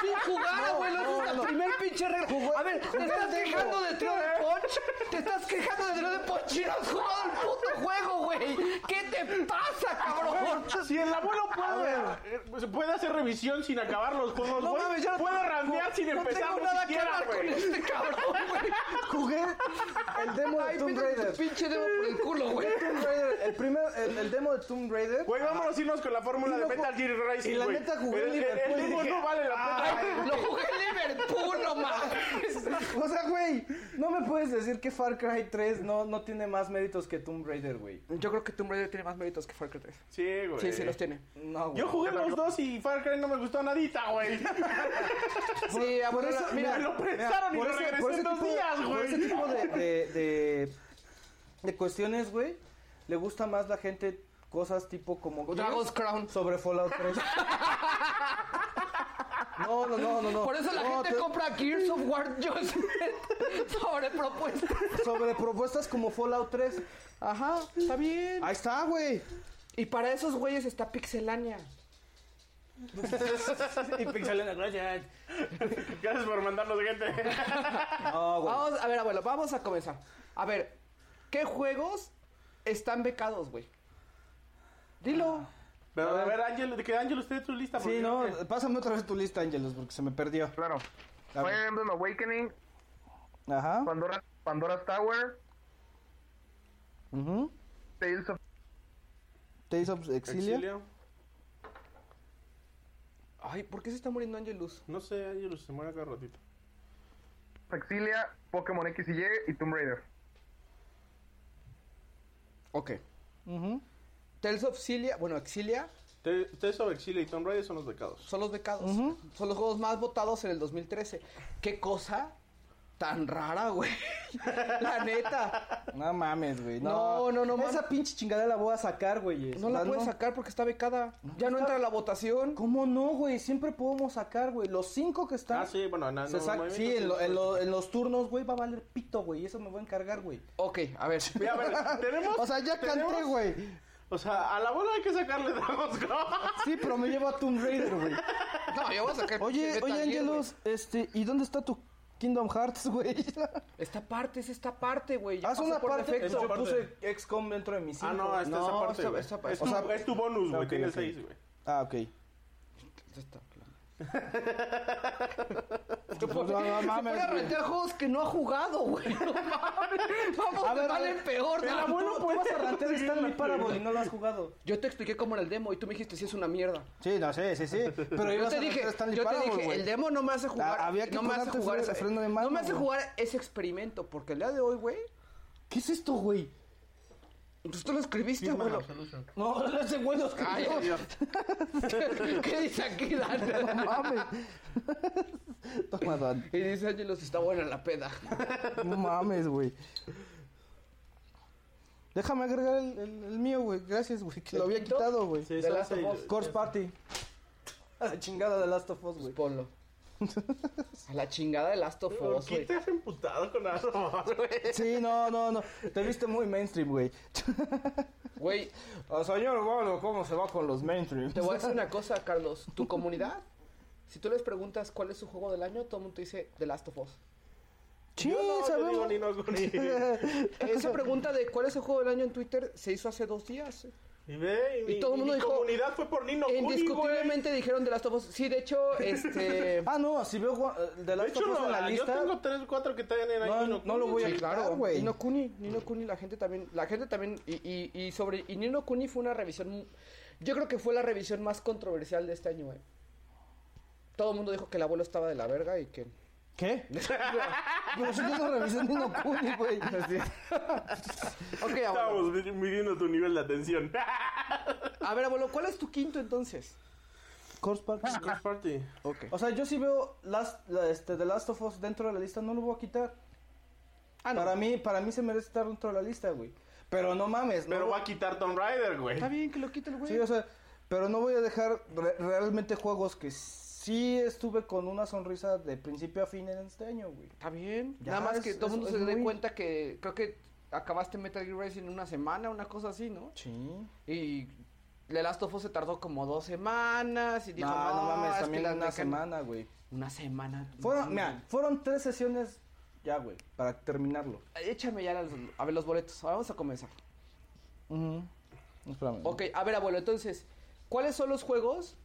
Sin jugar, No, abuelo, no, esa es no. la primer pinche regla. Jugué- a ver, ¿te jugué estás el demo. quejando de Trio de Punch? ¿Te estás quejando de Trio de Punch y no has jugado el puto juego, güey? ¿Qué te pasa, cabrón? Si el abuelo puede, eh, se puede hacer revisión sin acabar los juegos, güey. mames, yo no puede tengo- randear sin no empezar tengo ni nada que siquiera, hablar con güey. Este cabrón, güey. Jugué el demo de Ay, Tomb métete tu Raider. pinche demo por el culo, güey. El Tomb Raider, el, primer, el, el demo de Tomb Raider... Güey, vámonos a irnos con la fórmula Y de lo ju- Metal Gear Rising, y la güey. neta jugué El- en el- el Liverpool y demo dije, no vale la pena. Ah, Lo jugué en Liverpool, no mames. O sea, güey, no me puedes decir que Far Cry 3 no, no tiene más méritos que Tomb Raider, güey. Yo creo que Tomb Raider tiene más méritos que Far Cry 3. Sí, güey. Sí, sí, los tiene. No, güey. Yo jugué los dos y Far Cry no me gustó nadita, güey. Sí, Por abuelo, eso, mira, me lo prestaron y lo regresé en dos tipo, días, por güey. ese tipo de, de, de, de cuestiones, güey, le gusta más la gente cosas tipo como... Dragon's Crown. Sobre Fallout 3. No, no, no, no, no. Por eso la No, gente te- compra Gears of War Judgment sobre propuesta. Sobre propuestas como Fallout 3. Ajá, está bien. Ahí está, güey. Y para esos güeyes está Pixelania. Y Pixelena, gracias. Gracias por mandarnos gente. No, güey. Vamos, a ver, abuelo, vamos a comenzar. A ver, ¿qué juegos están becados, güey? Ah. Dilo. Pero a ver, Ángel, que Ángel usted tu lista. Sí, porque- eh, no, pásame otra vez tu lista, Ángelos, porque se me perdió. Claro. A ver. Fue Emblem Awakening, Ajá. Pandora, Pandora's Tower, Ujú. Tales of... Tales of Exilia. Exilio. Ay, ¿por qué se está muriendo Angelus? No sé, Ángel se muere cada ratito. Exilia, Pokémon X y Y y Tomb Raider. Ok. Ujú. Tales of Cilia, bueno, Exilia, Te- Tales of Exile y Tomb Raider son los becados. Son los becados. Ujú. Son los juegos más votados en el 2013. Qué cosa tan rara, güey. La neta. No mames, güey. No, no, no, Esa mam- pinche chingada la voy a sacar, güey. No la Las puedes sacar porque está becada. Ya no está- entra a la votación. ¿Cómo no, güey? Siempre podemos sacar, güey. Los cinco que están. Ah, sí, bueno, na- se no, saca- movimiento, sí, en, lo- sí. en lo- en los turnos, güey, va a valer pito, güey. Eso me voy a encargar, güey. Ok, a ver. Mira, a ver, tenemos. O sea, ya tenemos- canté, güey. O sea, a la bola hay que sacarle Dragon's Crown. Sí, pero me llevo a Tomb Raider, güey. No, yo voy a sacar. Oye, Metal oye, Gear, Angelos, este, ¿y dónde está tu Kingdom Hearts, güey? güey. Esta parte es esta parte, güey. Ya Haz pasó una por parte. defecto. Yo puse XCOM dentro de mis Ah, no, esta No, es aparte. esta- güey. esta pa- es, o tu, sea- es tu bonus, güey. ok, Tienes ok. seis, güey. Ah, ok. Esta- Pues, no, no mames, Voy a güey. rentar juegos que no ha jugado, güey. No mames. Vamos, A de ver, a mal ver. en peor. Pero Dan. bueno, pues vas a rantear Stanley Parable y no lo has jugado. Yo te expliqué cómo era el demo y tú me dijiste si es una mierda. Sí, no sé, sí, sí. Pero Yo te dije, yo te dije, el demo no me hace jugar. Ah, había que no me hace ponerte jugar freno- ese- freno de mano, No me hace güey. jugar ese experimento, porque el día de hoy, güey, ¿Qué es esto, güey? pues tú lo escribiste, abuelo. No, ese güey los Ay, Dios. ¿Qué dice aquí, Dan? mames. Toma, Dan. Y dice Ángelos, está buena la peda. No mames, güey. Déjame agregar el, el- el mío, güey. Gracias, güey. Que lo había ¿Quinto? quitado, güey. Sí, The son Last of seis, Us. güey. Course Party. A la chingada de Last of Us, güey. Pues ponlo. A la chingada de Last of ¿Por Us, qué güey. te has emputado con algo güey? Sí, no, no, no. Te viste muy mainstream, güey. Güey, O señor, bueno, ¿cómo se va con los mainstream? te voy a decir una cosa, Carlos. Tu comunidad, si tú les preguntas cuál es su juego del año, todo el mundo te dice The Last of Us. Sí, Yo no, yo digo sabemos. ni no, ni- Esa pregunta de cuál es el juego del año en Twitter se hizo hace dos días. Y ve, y, Y todo el y mundo mi dijo, comunidad fue por Nino Kuni, güey. Indiscutiblemente dijeron de las of Us. Sí, de hecho, este. Ah, no, si veo Juan- eh, de De Last hecho, of Us en no, la yo lista. tengo tres o cuatro que están en ahí. No, Ni no lo Kuni, voy a güey. quitar. claro, güey. Nino Kuni, Nino Kuni, la gente también, la gente también, y, y, y sobre, y Nino Kuni fue una revisión, yo creo que fue la revisión más controversial de este año, güey. Todo el mundo dijo que el abuelo estaba de la verga y que... ¿Qué? Pero si yo no revisé ni no Kuni, güey. Ok, abuelo. Estábamos midi- midiendo tu nivel de atención. A ver, abuelo, ¿cuál es tu quinto entonces? Course Party. First party. Ok. O sea, yo sí veo Last, la- este, The Last of Us dentro de la lista, no lo voy a quitar. Ah, no. Para mí, para mí se merece estar dentro de la lista, güey. Pero no mames. no Pero lo- va a quitar Tomb Raider, güey. Está bien que lo quite el güey. Sí, o sea, pero no voy a dejar re- realmente juegos que sí estuve con una sonrisa de principio a fin en este año, güey. Está bien. Ya, Nada más es- que todo el es- mundo es se dé muy- cuenta que creo que acabaste Metal Gear Rising en una semana, una cosa así, ¿no? Sí. Y The Last of Us se tardó como dos semanas y dijo, No, no es mames, que también las una mecan- semana, güey. Una semana. Fueron, Sí. mira, fueron tres sesiones ya, güey, para terminarlo. Échame ya las- a ver los boletos. Ahora vamos a comenzar. Espérame. Ok, a ver, abuelo, entonces, ¿cuáles son los juegos?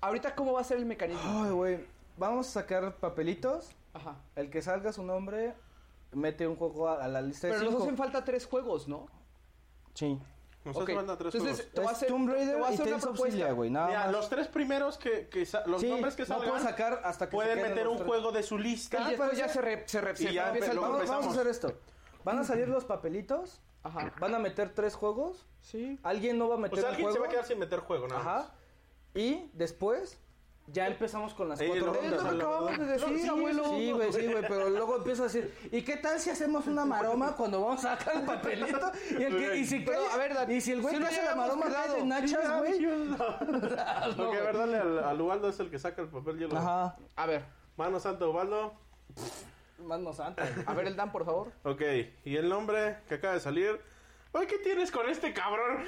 Ahorita, ¿cómo va a ser el mecanismo? Ay, güey, vamos a sacar papelitos. Ajá. El que salga su nombre mete un juego a, a la lista de Pero nos cinco. hacen falta tres juegos, ¿no? Sí. Nos Ok, hace falta Pues tres entonces, juegos. Te voy a Es hacer- Tomb te- te Raider voy a y hacer una Tales of propuesta. Cilia, güey, nada Mira, más. los tres primeros que, que sa- los Sí, nombres que no salgan puedo sacar hasta que se pueden queden meter los un tres. juego de su lista. Ah, Y después ya parece? se, re- se, re- Y se ya empieza el lo juego. Vamos, vamos empezamos. a hacer esto. Van a salir los papelitos, Ajá. van a meter tres juegos, Sí. alguien no va a O meter sea, un alguien juego. se va a quedar sin meter juego, nada más. Ajá. Y después ya empezamos con las Ey, cuatro lo- Es lo rondas. que Ronda, acabamos de ronda. decir, Sí, abuelo. Sí, güey, sí, güey, pero luego empieza a decir, ¿y qué tal si hacemos una maroma cuando vamos a sacar el papelito? Y, el que- y si Pero, cae- a ver, Dan, y si el güey si no que hace ya la habíamos maroma cae de quedado. nachas, güey. Ah, Lo que verdad al, al Ubaldo es el que saca el papel hielo. Ajá. A ver, Mano Santa Ubaldo. Mano santa. güey. a ver el Dan, por favor. Ok, y el nombre que acaba de salir. Oye, ¿qué tienes con este cabrón?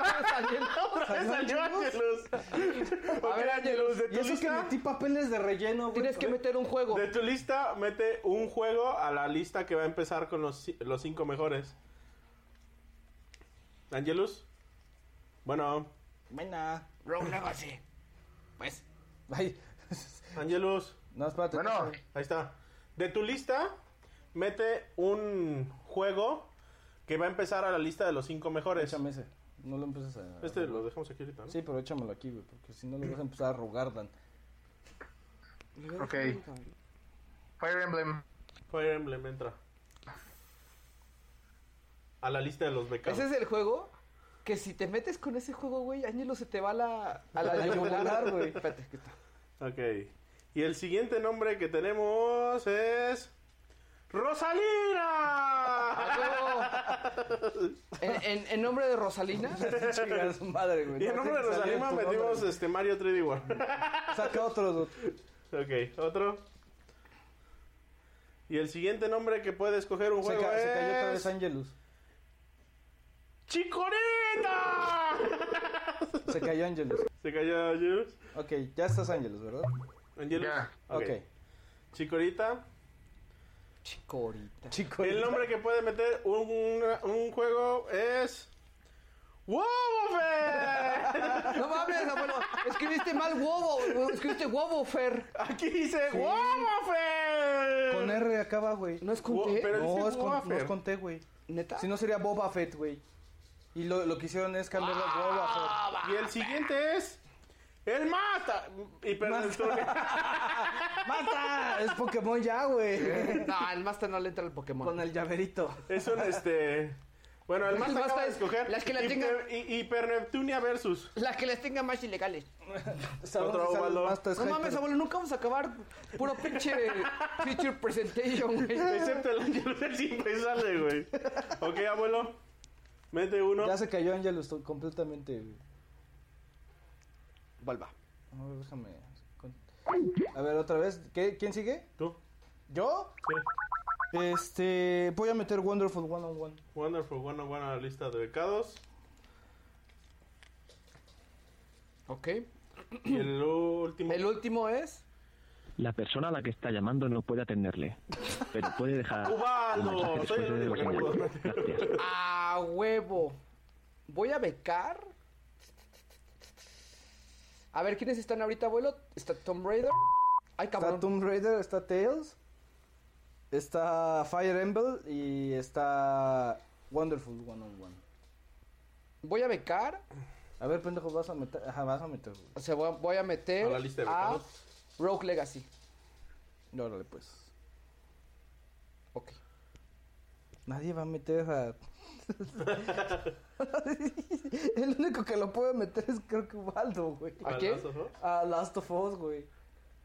Otra vez salió Ángelus. A A ver, ver, Ángelus, de Y tu eso es que lista. metí papeles de relleno, güey. Tienes que meter un juego. De tu lista, mete un juego a la lista que va a empezar con los, ci- los cinco mejores. Angelus. Bueno, Buena. Rogue Legacy. Pues, Ay. Angelus, No, espérate. Bueno, ahí está. De tu lista, mete un juego que va a empezar a la lista de los cinco mejores. Échame ese. No lo empieces a... Este lo dejamos aquí ahorita, ¿no? Sí, pero échamelo aquí, güey, porque si no lo vas a empezar a rogar, Dan. ok. Fire Emblem. Fire Emblem entra. A la lista de los becados. ese es el juego que si te metes con ese juego, güey, Ángelo se te va a la, a la yugular, güey. Espérate, que está- Ok. Y el siguiente nombre que tenemos es. ¡Rosalina! en, en- en nombre de Rosalina, Chinga su madre, güey. Y el nombre de Rosalina metimos este Mario 3D World. Saca otro, dude. ok, otro. Y el siguiente nombre que puede escoger un Se, juego ca- se cayó otra es. vez Angelus. ¡Chicorita! Se cayó Angelus. Se cayó Angelus. Ok, ya estás Angelus, ¿verdad? Angelus. Ya. Ok. Chicorita. chicorita. Chico. El nombre que puede meter un, un- un juego es. ¡Wobofer! No mames, abuelo, escribiste mal huevo, güey, escribiste huevo, Fer. Aquí dice ¡Wobofer! Con R acaba, güey. No es con Wo- T, Eh. pero- dice No, es con, no Wafer. es con T, güey. neta. Si no sería Boba Fett, güey. Y lo, lo que hicieron es cambiarlo a Boba Ah, Y el siguiente es. ¡El Mata! Y perdón, Fett. ¡Mata! Ah, Es Pokémon ya, güey. No, el Master no le entra al Pokémon. Con el llaverito. es un este. Bueno, el Es que Mata el acaba Masta de es- escoger. las que la Hiper- tengan- hi- Hiperneptunia versus. Las que les tengan más ilegales. Otro óvalo. No mames, abuelo, nunca vamos a acabar puro pinche feature presentation, güey. Excepto el Ángel él siempre sale, güey. Ok, abuelo. Mete uno. Ya se cayó Angelus to- completamente, güey. Valva. A ver, déjame. con- A ver, otra vez. ¿Qué- ¿Quién sigue? Tú. ¿Yo? Sí. Este. Voy a meter Wonderful One on One. Wonderful One on One a la lista de becados. Ok. Y el último. El último es. La persona a la que está llamando no puede atenderle, pero puede dejar. ¡Cubano! mensaje Soy el después de único que no la puedo señal. meter. Gracias. A huevo. Voy a becar. A ver, ¿quiénes están ahorita, abuelo? Está Tom Raider. Ay, Está cabrón. Tomb Raider, está Tails. Está Fire Emblem y está Wonderful One on One. Voy a becar. A ver, pendejo, vas a meter. Ajá, vas a meter, güey. O sea, voy a- voy a meter A la lista de a becados. Rogue Legacy. No, Órale, pues. Ok. Nadie va a meter a. El único que lo puede meter es creo que Waldo, güey. ¿A quién? Balazos, ¿no? A Last of Us, güey.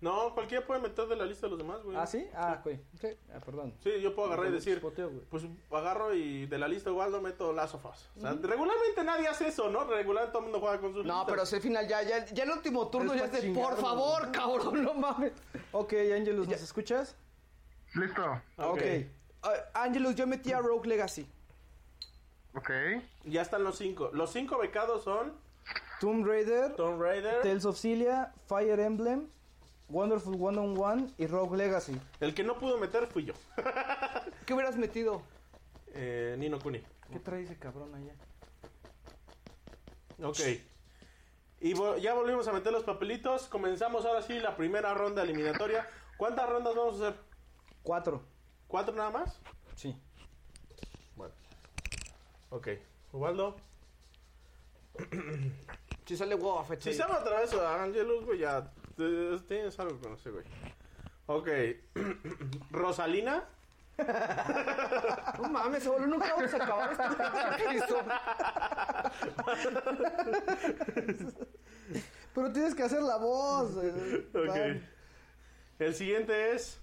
No, cualquiera puede meter de la lista de los demás, Pues, güey. ¿Ah, sí? Ah, güey. Ok. Ah, perdón. Sí, yo puedo agarrar y decir, Spoteo, güey. pues agarro y de la lista igual no meto Last of Us. O sea, regularmente nadie hace eso, ¿no? Regular todo el mundo juega con sus No, listas. Ah, pero si al final ya, ya, ya el último turno Es ya pa' es de chingarlo, por favor, cabrón, no mames. Ok, Angelus, ¿nos escuchas? Listo. Ah, ok. Ah, Angelus, yo metí a Rogue Legacy. Ok. Ya están los cinco. Los cinco becados son Tomb Raider, Tomb Raider. Tales of Cilia, Fire Emblem, Wonderful One on One y Rogue Legacy. El que no pudo meter fui yo. ¿Qué hubieras metido? Eh, Nino Kuni. ¿Qué trae ese cabrón allá? Ok. Y vo- ya volvimos a meter los papelitos. Comenzamos ahora sí la primera ronda eliminatoria. ¿Cuántas rondas vamos a hacer? Cuatro. ¿Cuatro nada más? Sí. Bueno. Ok. Ubaldo. Si sale wow, Si se va otra vez a Angelus, güey, ya eh, tienes algo con ese güey. Ok. Rosalina. No mames, abuelo, nunca vamos a acabar este episodio. Pero tienes que hacer la voz. eh, Ok. Van. El siguiente es.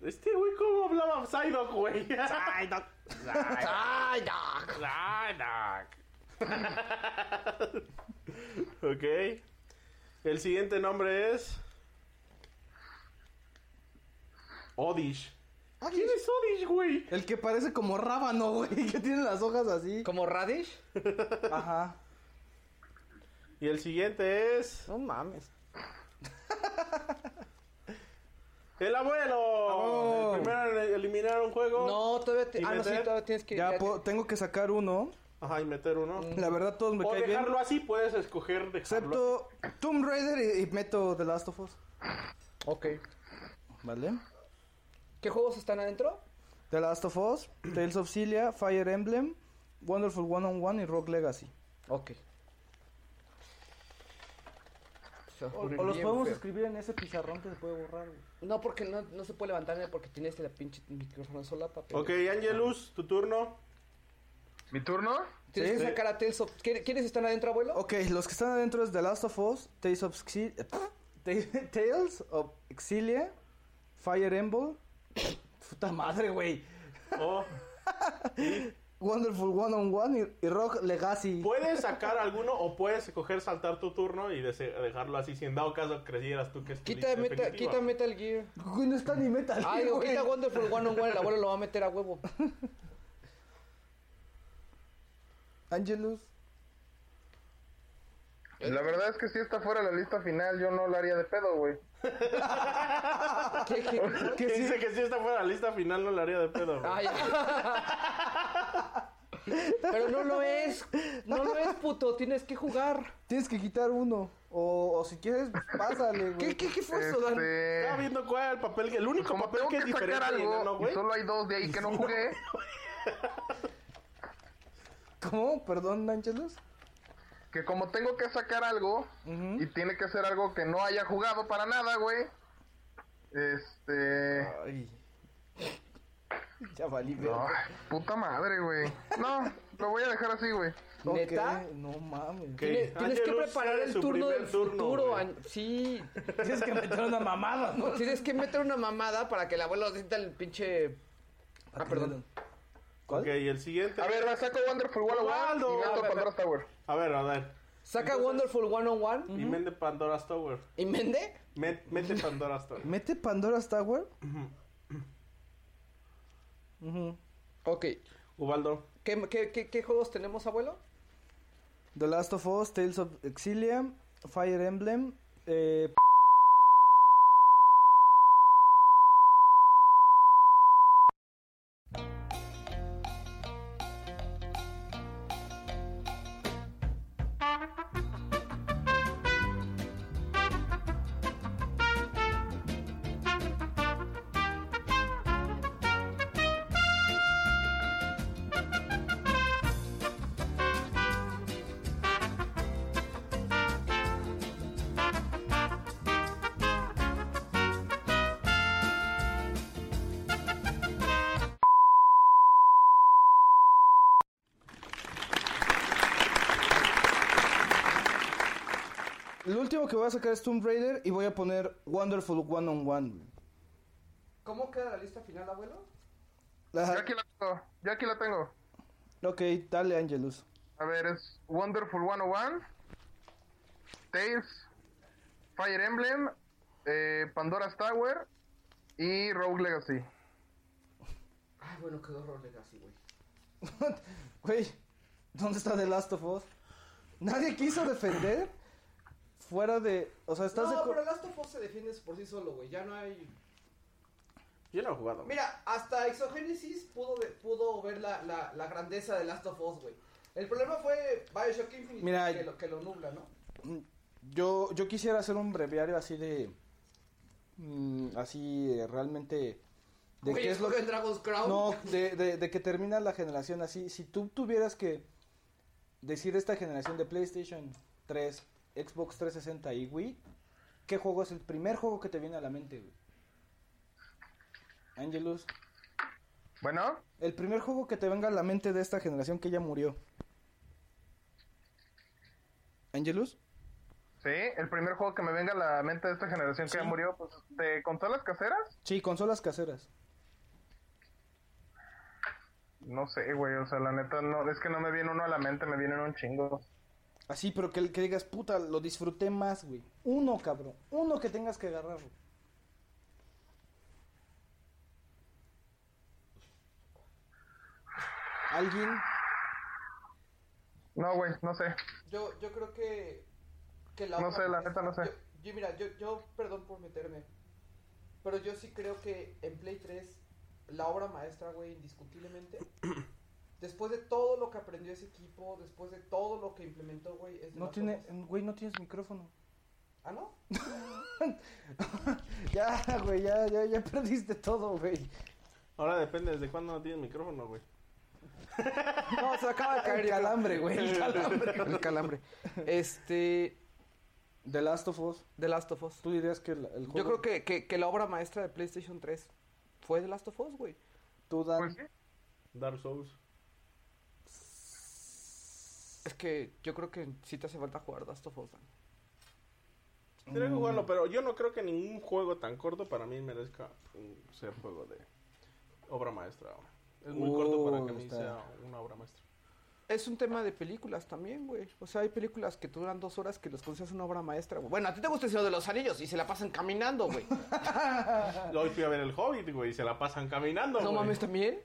Este güey, ¿cómo hablaba Psyduck, güey? Psyduck. Psyduck. ok. El siguiente nombre es. Odish. Ah, ¿Quién es Odish, güey? El que parece como rábano, güey, que tiene las hojas así. ¿Como Radish? Ajá. Y el siguiente es. No mames. ¡El abuelo! El primero en eliminar un juego. Oh. No, todavía te... ¿Y Ah, no, sí, meter? todavía tienes que... Ya ya po- te- tengo que sacar uno. Ajá, y meter uno. La verdad, todos me O caen bien. dejarlo así, puedes escoger dejarlo. Excepto Tomb Raider y, y meto The Last of Us. Ok. ¿Vale? ¿Qué juegos están adentro? The Last of Us, Tales of Cilia, Fire Emblem, Wonderful One on One y Rogue Legacy. Ok. Se va a O, poner los bien podemos feo. escribir en ese pizarrón que se puede borrar, No, porque no, no se puede levantar porque tienes la pinche micrófono sola, papel. Ok, Angelus, tu turno. ¿Mi turno? ¿Tienes que sacar a Tales of... ¿Qui- ¿Quiénes están adentro, abuelo? Ok, los que están adentro es The Last of Us, Tales of, Exil- eh, pf, Ta- Tales of Exilia, Fire Emblem. Puta madre, güey. Oh, Wonderful One on One y, y Rock Legacy. puedes sacar alguno o puedes coger, saltar tu turno y dese- dejarlo así. Si en dado caso crecieras tú que es tu Quita, lista meta, efectiva. quita Metal Gear. Güey, no está ni metal. Ay, güey. ahorita Wonderful One on One, el abuelo lo va a meter a huevo. Angelus. La verdad es que si está fuera de la lista final, yo no la haría de pedo, güey. ¿Qué, qué? Que sí? dice que si esta fuera la lista final no la haría de pedo. güey. Ay. Pero no lo es. No lo es, puto. Tienes que jugar. Tienes que quitar uno. O, o si quieres, pásale, güey. ¿Qué, qué, qué fue eso, Dan? Este... Estaba viendo cuál era el papel, que- el pues único como papel tengo que que, es diferente sacar algo, ¿no, y güey? solo hay dos de ahí que no jugué, ¿Cómo? Perdón, Angelus. que como tengo que sacar algo, Ujú. y tiene que ser algo que no haya jugado para nada, güey. Este... Ay. Ya valí, No, puta madre, güey. No, lo voy a dejar así, güey. Ok, ¿Neta? No mames. ¿Qué? Tiene- Tienes que Angelus preparar sale el su turno primer del turno, futuro. güey. an- Sí. Tienes que meter una mamada, Ah, ¿no? Tienes que meter una mamada para que el abuelo sienta el pinche. Ah, perdón. ¿Cuál? Ok, y el siguiente. A ver, va, saco Wonderful Wall of One Waldo. y A meto ver, Pandora's Tower. A ver, a ver. Saca Wonderful One on One. Y mete Pandora's Tower. ¿Y Mende? Met- mete Pandora's Tower. ¿Mete Pandora's Tower? Ujú. Ok. Ubaldo. ¿Qué, qué, qué, qué juegos tenemos, abuelo? The Last of Us, Tales of Exilia, Fire Emblem, eh, El último que voy a sacar es Tomb Raider y voy a poner Wonderful One on One. güey. ¿Cómo queda la lista final, abuelo? Yo La- aquí la tengo, yo aquí la tengo. Ok, dale, Angelus. A ver, es Wonderful 101, Tales, Fire Emblem, eh, Pandora's Tower y Rogue Legacy. Ay, bueno, quedó horror Legacy, güey. Güey, ¿dónde está The Last of Us? Nadie quiso defender. Fuera de. O sea, estás de. No, acu- pero Last of Us se defiende por sí solo, güey. Ya no hay. Yo no he jugado. Mira, hasta Exogénesis pudo, de- pudo ver la, la, la grandeza de Last of Us, güey. El problema fue Bioshock Infinite, Mira, que, lo, que lo nubla, ¿no? Yo, yo quisiera hacer un breviario así de. mm, así eh, realmente. De Güey, qué es lo que. en Dragon's Crown? No, de, de- de que termina la generación así. Si tú tuvieras que decir esta generación de PlayStation 3, Xbox 360 y Wii, ¿qué juego es el primer juego que te viene a la mente, güey? Angelus, Bueno, el primer juego que te venga a la mente de esta generación que ya murió. Angelus, sí, el primer juego que me venga a la mente de esta generación que ya murió, pues, de consolas caseras, sí, consolas caseras. no sé, güey, o sea, la neta, no, es que no me viene uno a la mente, me vienen un chingo. Así, pero que, que digas, puta, lo disfruté más, güey. Uno, cabrón. Uno que tengas que agarrar, güey. ¿Alguien? No, güey, no sé. Yo, yo creo que. que la No otra sé, la generación- neta, no sé. Yo, yo, mira, yo, yo, perdón por meterme. Pero yo sí creo que en Play 3, la obra maestra, güey, indiscutiblemente. después de todo lo que aprendió ese equipo, después de todo lo que implementó, güey. es de No Last of tiene, Us. güey, no tienes micrófono. ¿Ah, no? Ya, güey, ya, ya, ya perdiste todo, güey. Ahora depende desde cuándo no tienes micrófono, güey. Mm. No, se acaba de caer. El calambre, güey, el calambre. El calambre. Este. The Last of Us. The Last of Us. Tú dirías que el, el juego... Yo creo que, que, que la obra maestra de PlayStation 3 fue The Last of Us, güey. Tú, Dan, Pues sí. Dark Souls. Es que yo creo que sí te hace falta jugar Last of Us. Dan. Tendría que jugarlo, pero yo no creo que ningún juego tan corto para mí merezca un- ser juego de obra maestra. Es muy corto para que a mí está. sea una obra maestra. Es un tema de películas también, güey. O sea, hay películas que duran dos horas que los consideras una obra maestra, güey. Bueno, a ti te gusta el Señor de los Anillos y se la pasan caminando, güey. Hoy fui a ver el Hobbit, güey, y se la pasan caminando. No güey. mames, ¿también?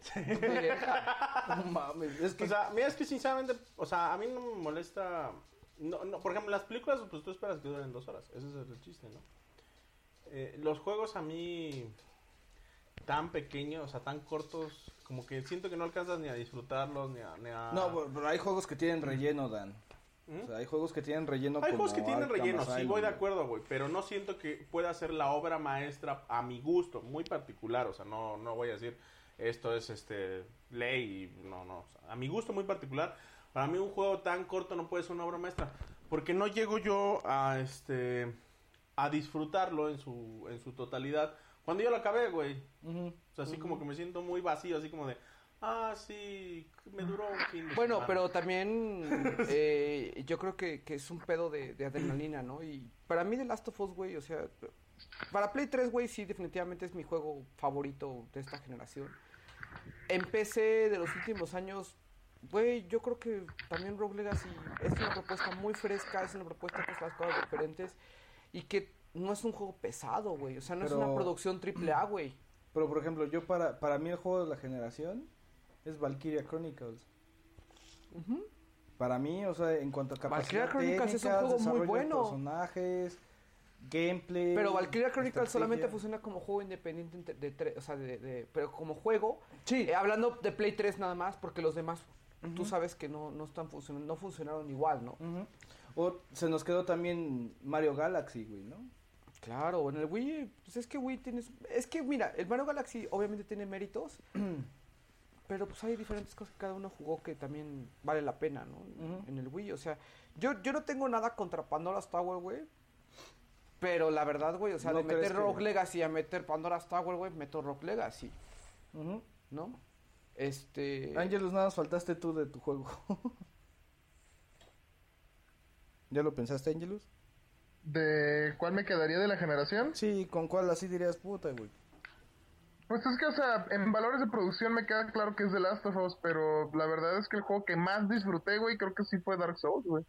No mames, es que... O sea, mira, es que sinceramente, o sea, a mí no me molesta. No, no, por ejemplo, las películas, pues tú esperas que duren dos horas. Ese es el chiste, ¿no? Eh, los juegos a mí tan pequeños, o sea, tan cortos, como que siento que no alcanzas ni a disfrutarlos, ni a. ni a- No, pero- pero hay juegos que tienen relleno, Dan. Ah. ¿Mm? O sea, hay juegos que tienen relleno Hay como juegos que tienen Arkham relleno, sí, Asylum, voy de güey. acuerdo, güey. Pero no siento que pueda ser la obra maestra a mi gusto, muy particular. O sea, no, no voy a decir esto es este ley, y no, no. o sea, a mi gusto muy particular, para mí un juego tan corto no puede ser una obra maestra. Porque no llego yo a este a disfrutarlo en su, en su totalidad. Cuando yo lo acabé, güey. O sea, así como que me siento muy vacío, así como de, ah, sí, me duró un fin de Bueno, semana". pero también eh, yo creo que, que es un pedo de, de adrenalina, ¿no? Y para mí The Last of Us, güey, o sea, para Play 3, güey, sí, definitivamente es mi juego favorito de esta generación. Empecé de los últimos años, güey, yo creo que también Rogue Legacy es una propuesta muy fresca, es una propuesta que hace las cosas diferentes y que no es un juego pesado, güey, o sea, no es Pero- una producción triple A, güey. Pero, por ejemplo, yo para, para mí el juego de la generación es Valkyria Chronicles. Para mí, o sea, en cuanto a capacidad Valkyria Chronicles es un técnica, juego muy desarrollo de bueno. personajes, gameplay... Pero Valkyria Chronicles solamente estrategia. funciona como juego independiente entre- de, tre- o sea, de, de- pero como juego. Eh, hablando de Play 3 nada más, porque los demás tú sabes que no, no están funcionando, no funcionaron igual, ¿no? Ujú. O se nos quedó también Mario Galaxy, güey, ¿no? Claro, en el Wii, pues es que Wii tienes, es que mira, el Mario Galaxy obviamente tiene méritos, pero pues hay diferentes cosas que cada uno jugó que también vale la pena, ¿no? Ujú. En el Wii, o sea, yo, yo no tengo nada contra Pandora's Tower, güey. Pero la verdad, güey, o sea, ¿No de meter crees que- Rock Legacy a meter Pandora's Tower, güey, meto Rock Legacy. Ujú. ¿no? Este. Ángelos, nada más faltaste tú de tu juego. ¿Ya lo pensaste, Ángelos? ¿De Eh, cuál me quedaría de la generación? Sí, ¿con cuál así dirías puta, güey? Pues es que, o sea, en valores de producción me queda claro que es The Last of Us, pero la verdad es que el juego que más disfruté, güey, creo que sí fue Dark Souls, güey.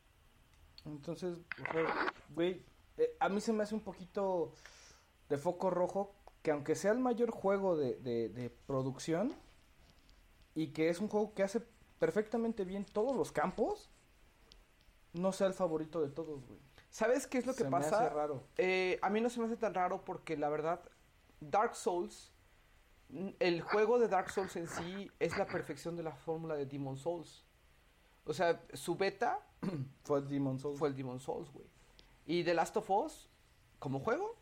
Entonces, pues, ojo, güey, eh, a mí se me hace un poquito de foco rojo que aunque sea el mayor juego de, de- de producción y que es un juego que hace perfectamente bien todos los campos, no sea el favorito de todos, güey. ¿Sabes qué es lo que Se me pasa? hace raro. Eh, a mí no se me hace tan raro porque la verdad, Dark Souls. n- El juego de Dark Souls en sí es la perfección de la fórmula de Demon Souls. O sea, su beta Fue Demon Souls. fue el Demon Souls, güey. Y The Last of Us, como juego,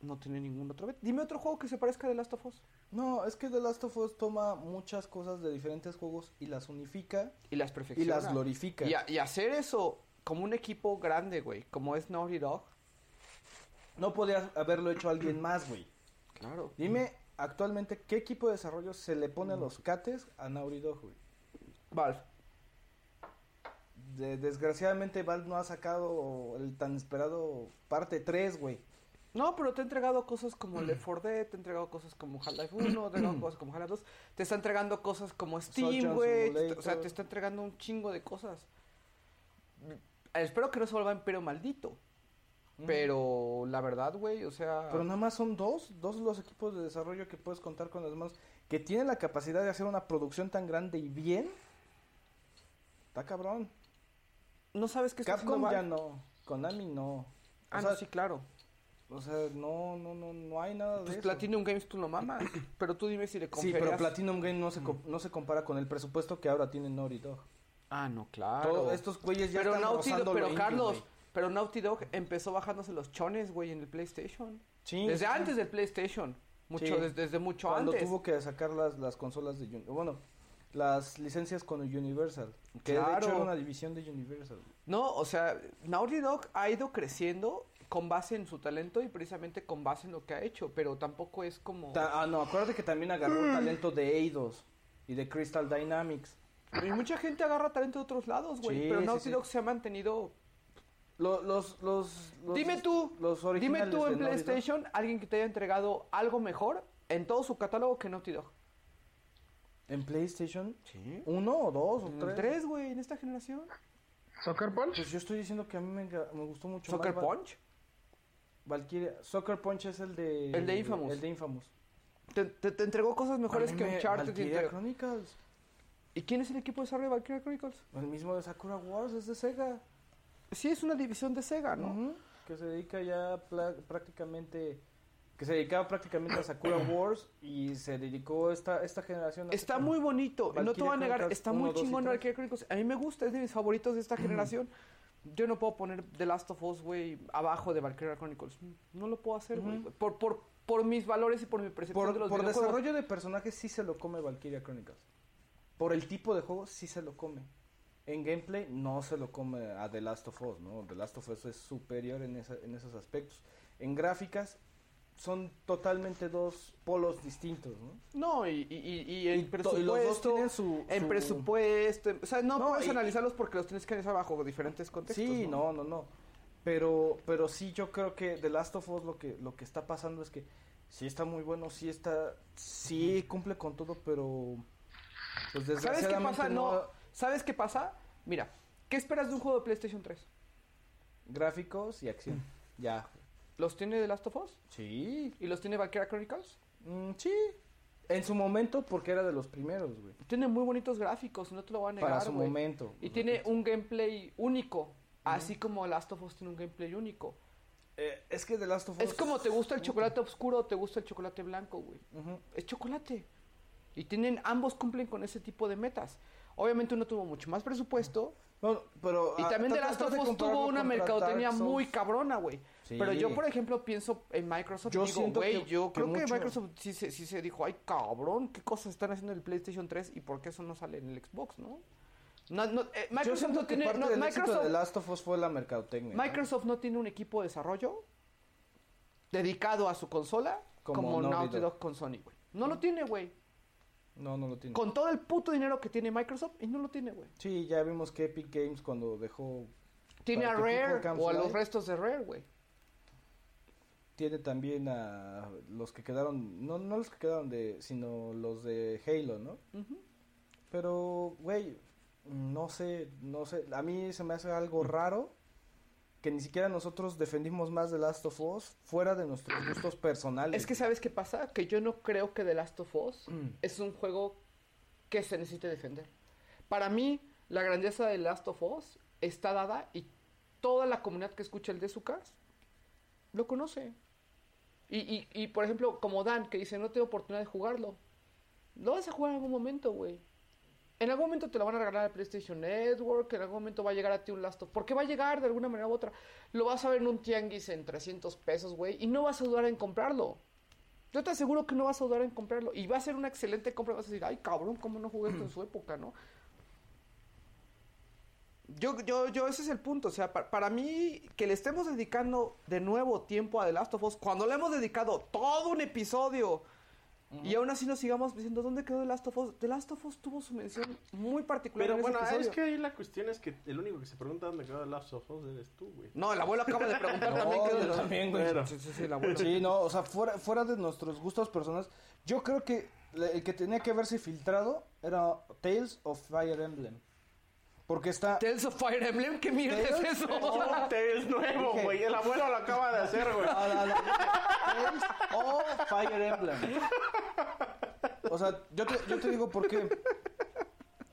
no tiene ningún otro beta. Dime otro juego que se parezca a The Last of Us. No, es que The Last of Us toma muchas cosas de diferentes juegos y las unifica. Y las perfecciona. Y las glorifica. Y, a- y hacer eso como un equipo grande, güey. Como es Naughty Dog. No podía haberlo hecho alguien más, güey. Claro. Dime actualmente qué equipo de desarrollo se le pone a los cates a Naughty Dog, güey. Valve. De- desgraciadamente Valve no ha sacado el tan esperado parte 3, güey. No, pero te ha entregado cosas como Mm. Left 4 Dead, te ha entregado cosas como Half-Life 1, te ha entregado cosas como Half-Life 2, te está entregando cosas como Steam, Soldier güey, Simulator. o sea, te está entregando un chingo de cosas. Espero que no se vuelva Imperio Maldito, pero la verdad, güey, o sea... Pero nada más son dos, dos los equipos de desarrollo que puedes contar con las manos que tienen la capacidad de hacer una producción tan grande y bien. Está cabrón. ¿No sabes qué está Capcom haciendo Valve? ya no, Konami no. O Ah, sea, no, sí, claro. O sea, no, no, no, no hay nada Pues de eso. Platinum Games tú no mamas, pero tú dime si le Sí, conferías... pero Platinum Game no se, co- no se compara con el presupuesto que ahora tiene Naughty Dog. Ah, no, claro. Todos estos güeyes ya pero están Naughty Dog, rozando lo pero indie, Carlos, güey. pero Naughty Dog empezó bajándose los chones, güey, en el PlayStation. Sí. Desde antes del PlayStation. Mucho, Sí. des- desde, mucho Cuando antes. tuvo que sacar las, las consolas de Uni- bueno, las licencias con Universal, que de Claro. hecho era una división de Universal. No, o sea, Naughty Dog ha ido creciendo con base en su talento y precisamente con base en lo que ha hecho, pero tampoco es como... ah. Ta- ah, no, acuérdate que también agarró talento de Eidos y de Crystal Dynamics. Y mucha gente agarra talento de otros lados, güey. Sí, pero sí, Naughty sí. Dog se ha mantenido. Los, los, los, dime tú, los dime originales tú de Naughty en Dog. PlayStation alguien que te haya entregado algo mejor en todo su catálogo que Naughty Dog. ¿En PlayStation? ¿Uno o dos o tres? Tres, güey, en esta generación. ¿Soccer Punch? Pues yo estoy diciendo que a mí me, enga- me gustó mucho. ¿Soccer más Val- Punch? Valkyria. Soccer Punch es el de. El de Infamous. El de Infamous. Te, te- te entregó cosas mejores A mí que me- Uncharted. y Valkyria entre- Chronicles. ¿Y quién es el equipo de desarrollo de Valkyria Chronicles? El mismo de Sakura Wars, es de Sega. Sí, es una división de Sega, ¿no? Ujú, Que se dedica ya pla- prácticamente. Que se dedicaba prácticamente a Sakura Wars y se dedicó esta, esta generación a Está hacer- muy bonito, no te Valkyria voy a negar, Chronicles está 1, muy 2 y chingón 3. Valkyria Chronicles. A mí me gusta, es de mis favoritos de esta generación. Yo no puedo poner The Last of Us, güey, abajo de Valkyria Chronicles. No lo puedo hacer, güey. por, por, por mis valores y por mi percepción Por, de los por videojuegos. desarrollo de personajes sí se lo come Valkyria Chronicles. Por el tipo de juego sí se lo come. En gameplay no se lo come a The Last of Us, ¿no? The Last of Us es superior en, esa- en esos aspectos. En gráficas son totalmente dos polos distintos, ¿no? No, y, y, y, y en Y to- presupuesto. y los dos tienen su- En su- presupuesto. en- em, o sea, no, No, puedes y- analizarlos porque los tienes que analizar bajo diferentes contextos. Sí, no, no, no. Pero, pero sí, yo creo que The Last of Us lo que, lo que está pasando es que sí está muy bueno, sí está, sí cumple con todo, pero pues ¿Sabes qué desgraciadamente pasa? No. no- ¿Sabes qué pasa? Mira, ¿qué esperas de un juego de PlayStation 3? gráficos y acción. Ya. Mm. ¿Los tiene The Last of Us? Sí. ¿Y los tiene Valkyria Chronicles? Mm, sí. En su momento, porque era de los primeros, güey. Tiene muy bonitos gráficos, no te lo voy a negar. Para su güey. momento. Y tiene un gameplay único. Así como Last of Us tiene un gameplay único. Eh, es que The Last of Us. Es como te gusta el chocolate oscuro o te gusta el chocolate blanco, güey. Ujú. Es chocolate. Y tienen, ambos cumplen con ese tipo de metas. Obviamente uno tuvo mucho más presupuesto. No, pero. Y ah, también The trata- Last trata of de Us compararlo tuvo una contra mercadotecnia Dark Souls. muy cabrona, güey. Sí. Pero yo, por ejemplo, pienso en Microsoft. Yo y digo, siento güey, que- yo que creo que mucho. Microsoft sí, se- sí se dijo, ay, cabrón, ¿qué cosas están haciendo en el PlayStation 3 y por qué eso no sale en el Xbox, no? No, no, eh, Yo Microsoft siento no que tiene, parte no, del éxito de Microsoft, The Last of Us fue la mercadotecnia. ¿no? Microsoft no tiene un equipo de desarrollo dedicado a su consola Como como, Naughty Naughty Dog. Dog con Sony, güey. No lo tiene, güey. No, no lo tiene. Con todo el puto dinero que tiene Microsoft y no lo tiene, güey. Sí, ya vimos que Epic Games cuando dejó. Tiene a para que People Rare Can o a Fly, los restos de Rare, güey. Tiene también a los que quedaron. No, no los que quedaron de. Sino los de Halo, ¿no? Pero, güey, no sé, no sé. A mí se me hace algo raro que ni siquiera nosotros defendimos más de Last of Us fuera de nuestros gustos personales. Es que sabes qué pasa, que yo no creo que The Last of Us es un juego que se necesite defender. Para mí, la grandeza de The Last of Us está dada y toda la comunidad que escucha el de su casa lo conoce. Y, y- y, por ejemplo, como Dan, que dice, no tengo oportunidad de jugarlo. Lo vas a jugar en algún momento, güey. En algún momento te lo van a regalar al PlayStation Network, en algún momento va a llegar a ti un Last of Porque va a llegar de alguna manera u otra. Lo vas a ver en un tianguis en 300 pesos, güey, y no vas a dudar en comprarlo. Yo te aseguro que no vas a dudar en comprarlo. Y va a ser una excelente compra. Vas a decir, ay, cabrón, ¿cómo no jugué esto en su época, no? Yo, yo, yo, ese es el punto. O sea, pa- para mí, que le estemos dedicando de nuevo tiempo a The Last of Us, cuando le hemos dedicado todo un episodio, y aún así nos sigamos diciendo, ¿dónde quedó The Last of Us? The Last of Us tuvo su mención muy particular Pero en ese bueno, es episodio. que ahí la cuestión es que el único que se pregunta dónde quedó el Last of Us eres tú, güey. No, el abuelo acaba de preguntar No, también. que yo de los- también, güey. Bueno. Sí, sí, sí, el abuelo. Sí, no, o sea, fuera, fuera de nuestros gustos personales, yo creo que le- el que tenía que haberse filtrado era Tales of Fire Emblem. Porque está... Tales of Fire Emblem, ¿qué mierda es Tales- eso? No, te es Oh, nuevo, Dije- güey. El abuelo lo acaba de hacer, güey. No, no, no. Tales of oh, Fire Emblem. O sea, yo te, yo te digo por qué.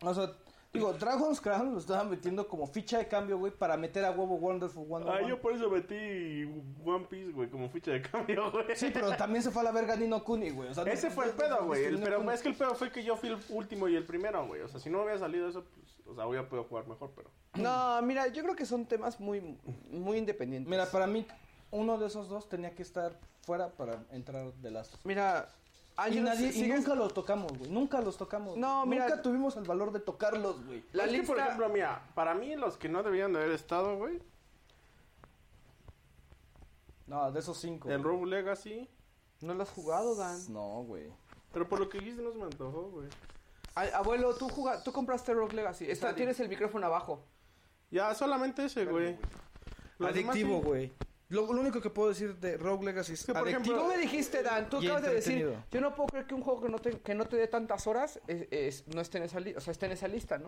O sea, digo, Dragon's Crown lo estaban metiendo como ficha de cambio, güey, para meter a huevo Wonderful Ah, 101. yo por eso metí One Piece, güey, como ficha de cambio, güey. Sí, pero también se fue a la verga Nino Kuni, güey. O sea, Ese no- fue el no- pedo, no- güey. El- Ni no Pero Kuni. es que el pedo fue que yo fui el último y el primero, güey. O sea, si no hubiera salido eso, pues, o sea, hubiera podido jugar mejor, pero. No, mira, yo creo que son temas muy, muy independientes. Mira, para mí, uno de esos dos tenía que estar fuera para entrar de las... Mira, Y, Ángel, nadie, y sigues- nunca los tocamos, güey. Nunca los tocamos. No, güey. mira- Nunca tuvimos el valor de tocarlos, güey. La es que, por lista- ejemplo, mira, para mí los que no debían de haber estado, güey, No, de esos cinco. el Rogue Legacy. No lo has jugado, Dan. No, güey. Pero por lo que dijiste no se me antojó, güey. Ay, abuelo, tú, juga- tú compraste Rock Legacy. Está- tienes el micrófono abajo. Ya, solamente ese, güey. Los demás Adictivo, sí. güey. Lo, lo único que puedo decir de Rogue Legacy es Por adictivo. ejemplo, tú me dijiste, Dan, tú y acabas de decir, entretenido. yo no puedo creer que un juego que no te, que no te dé tantas horas es- es- no esté en, esa li- o sea, esté en esa lista, ¿no?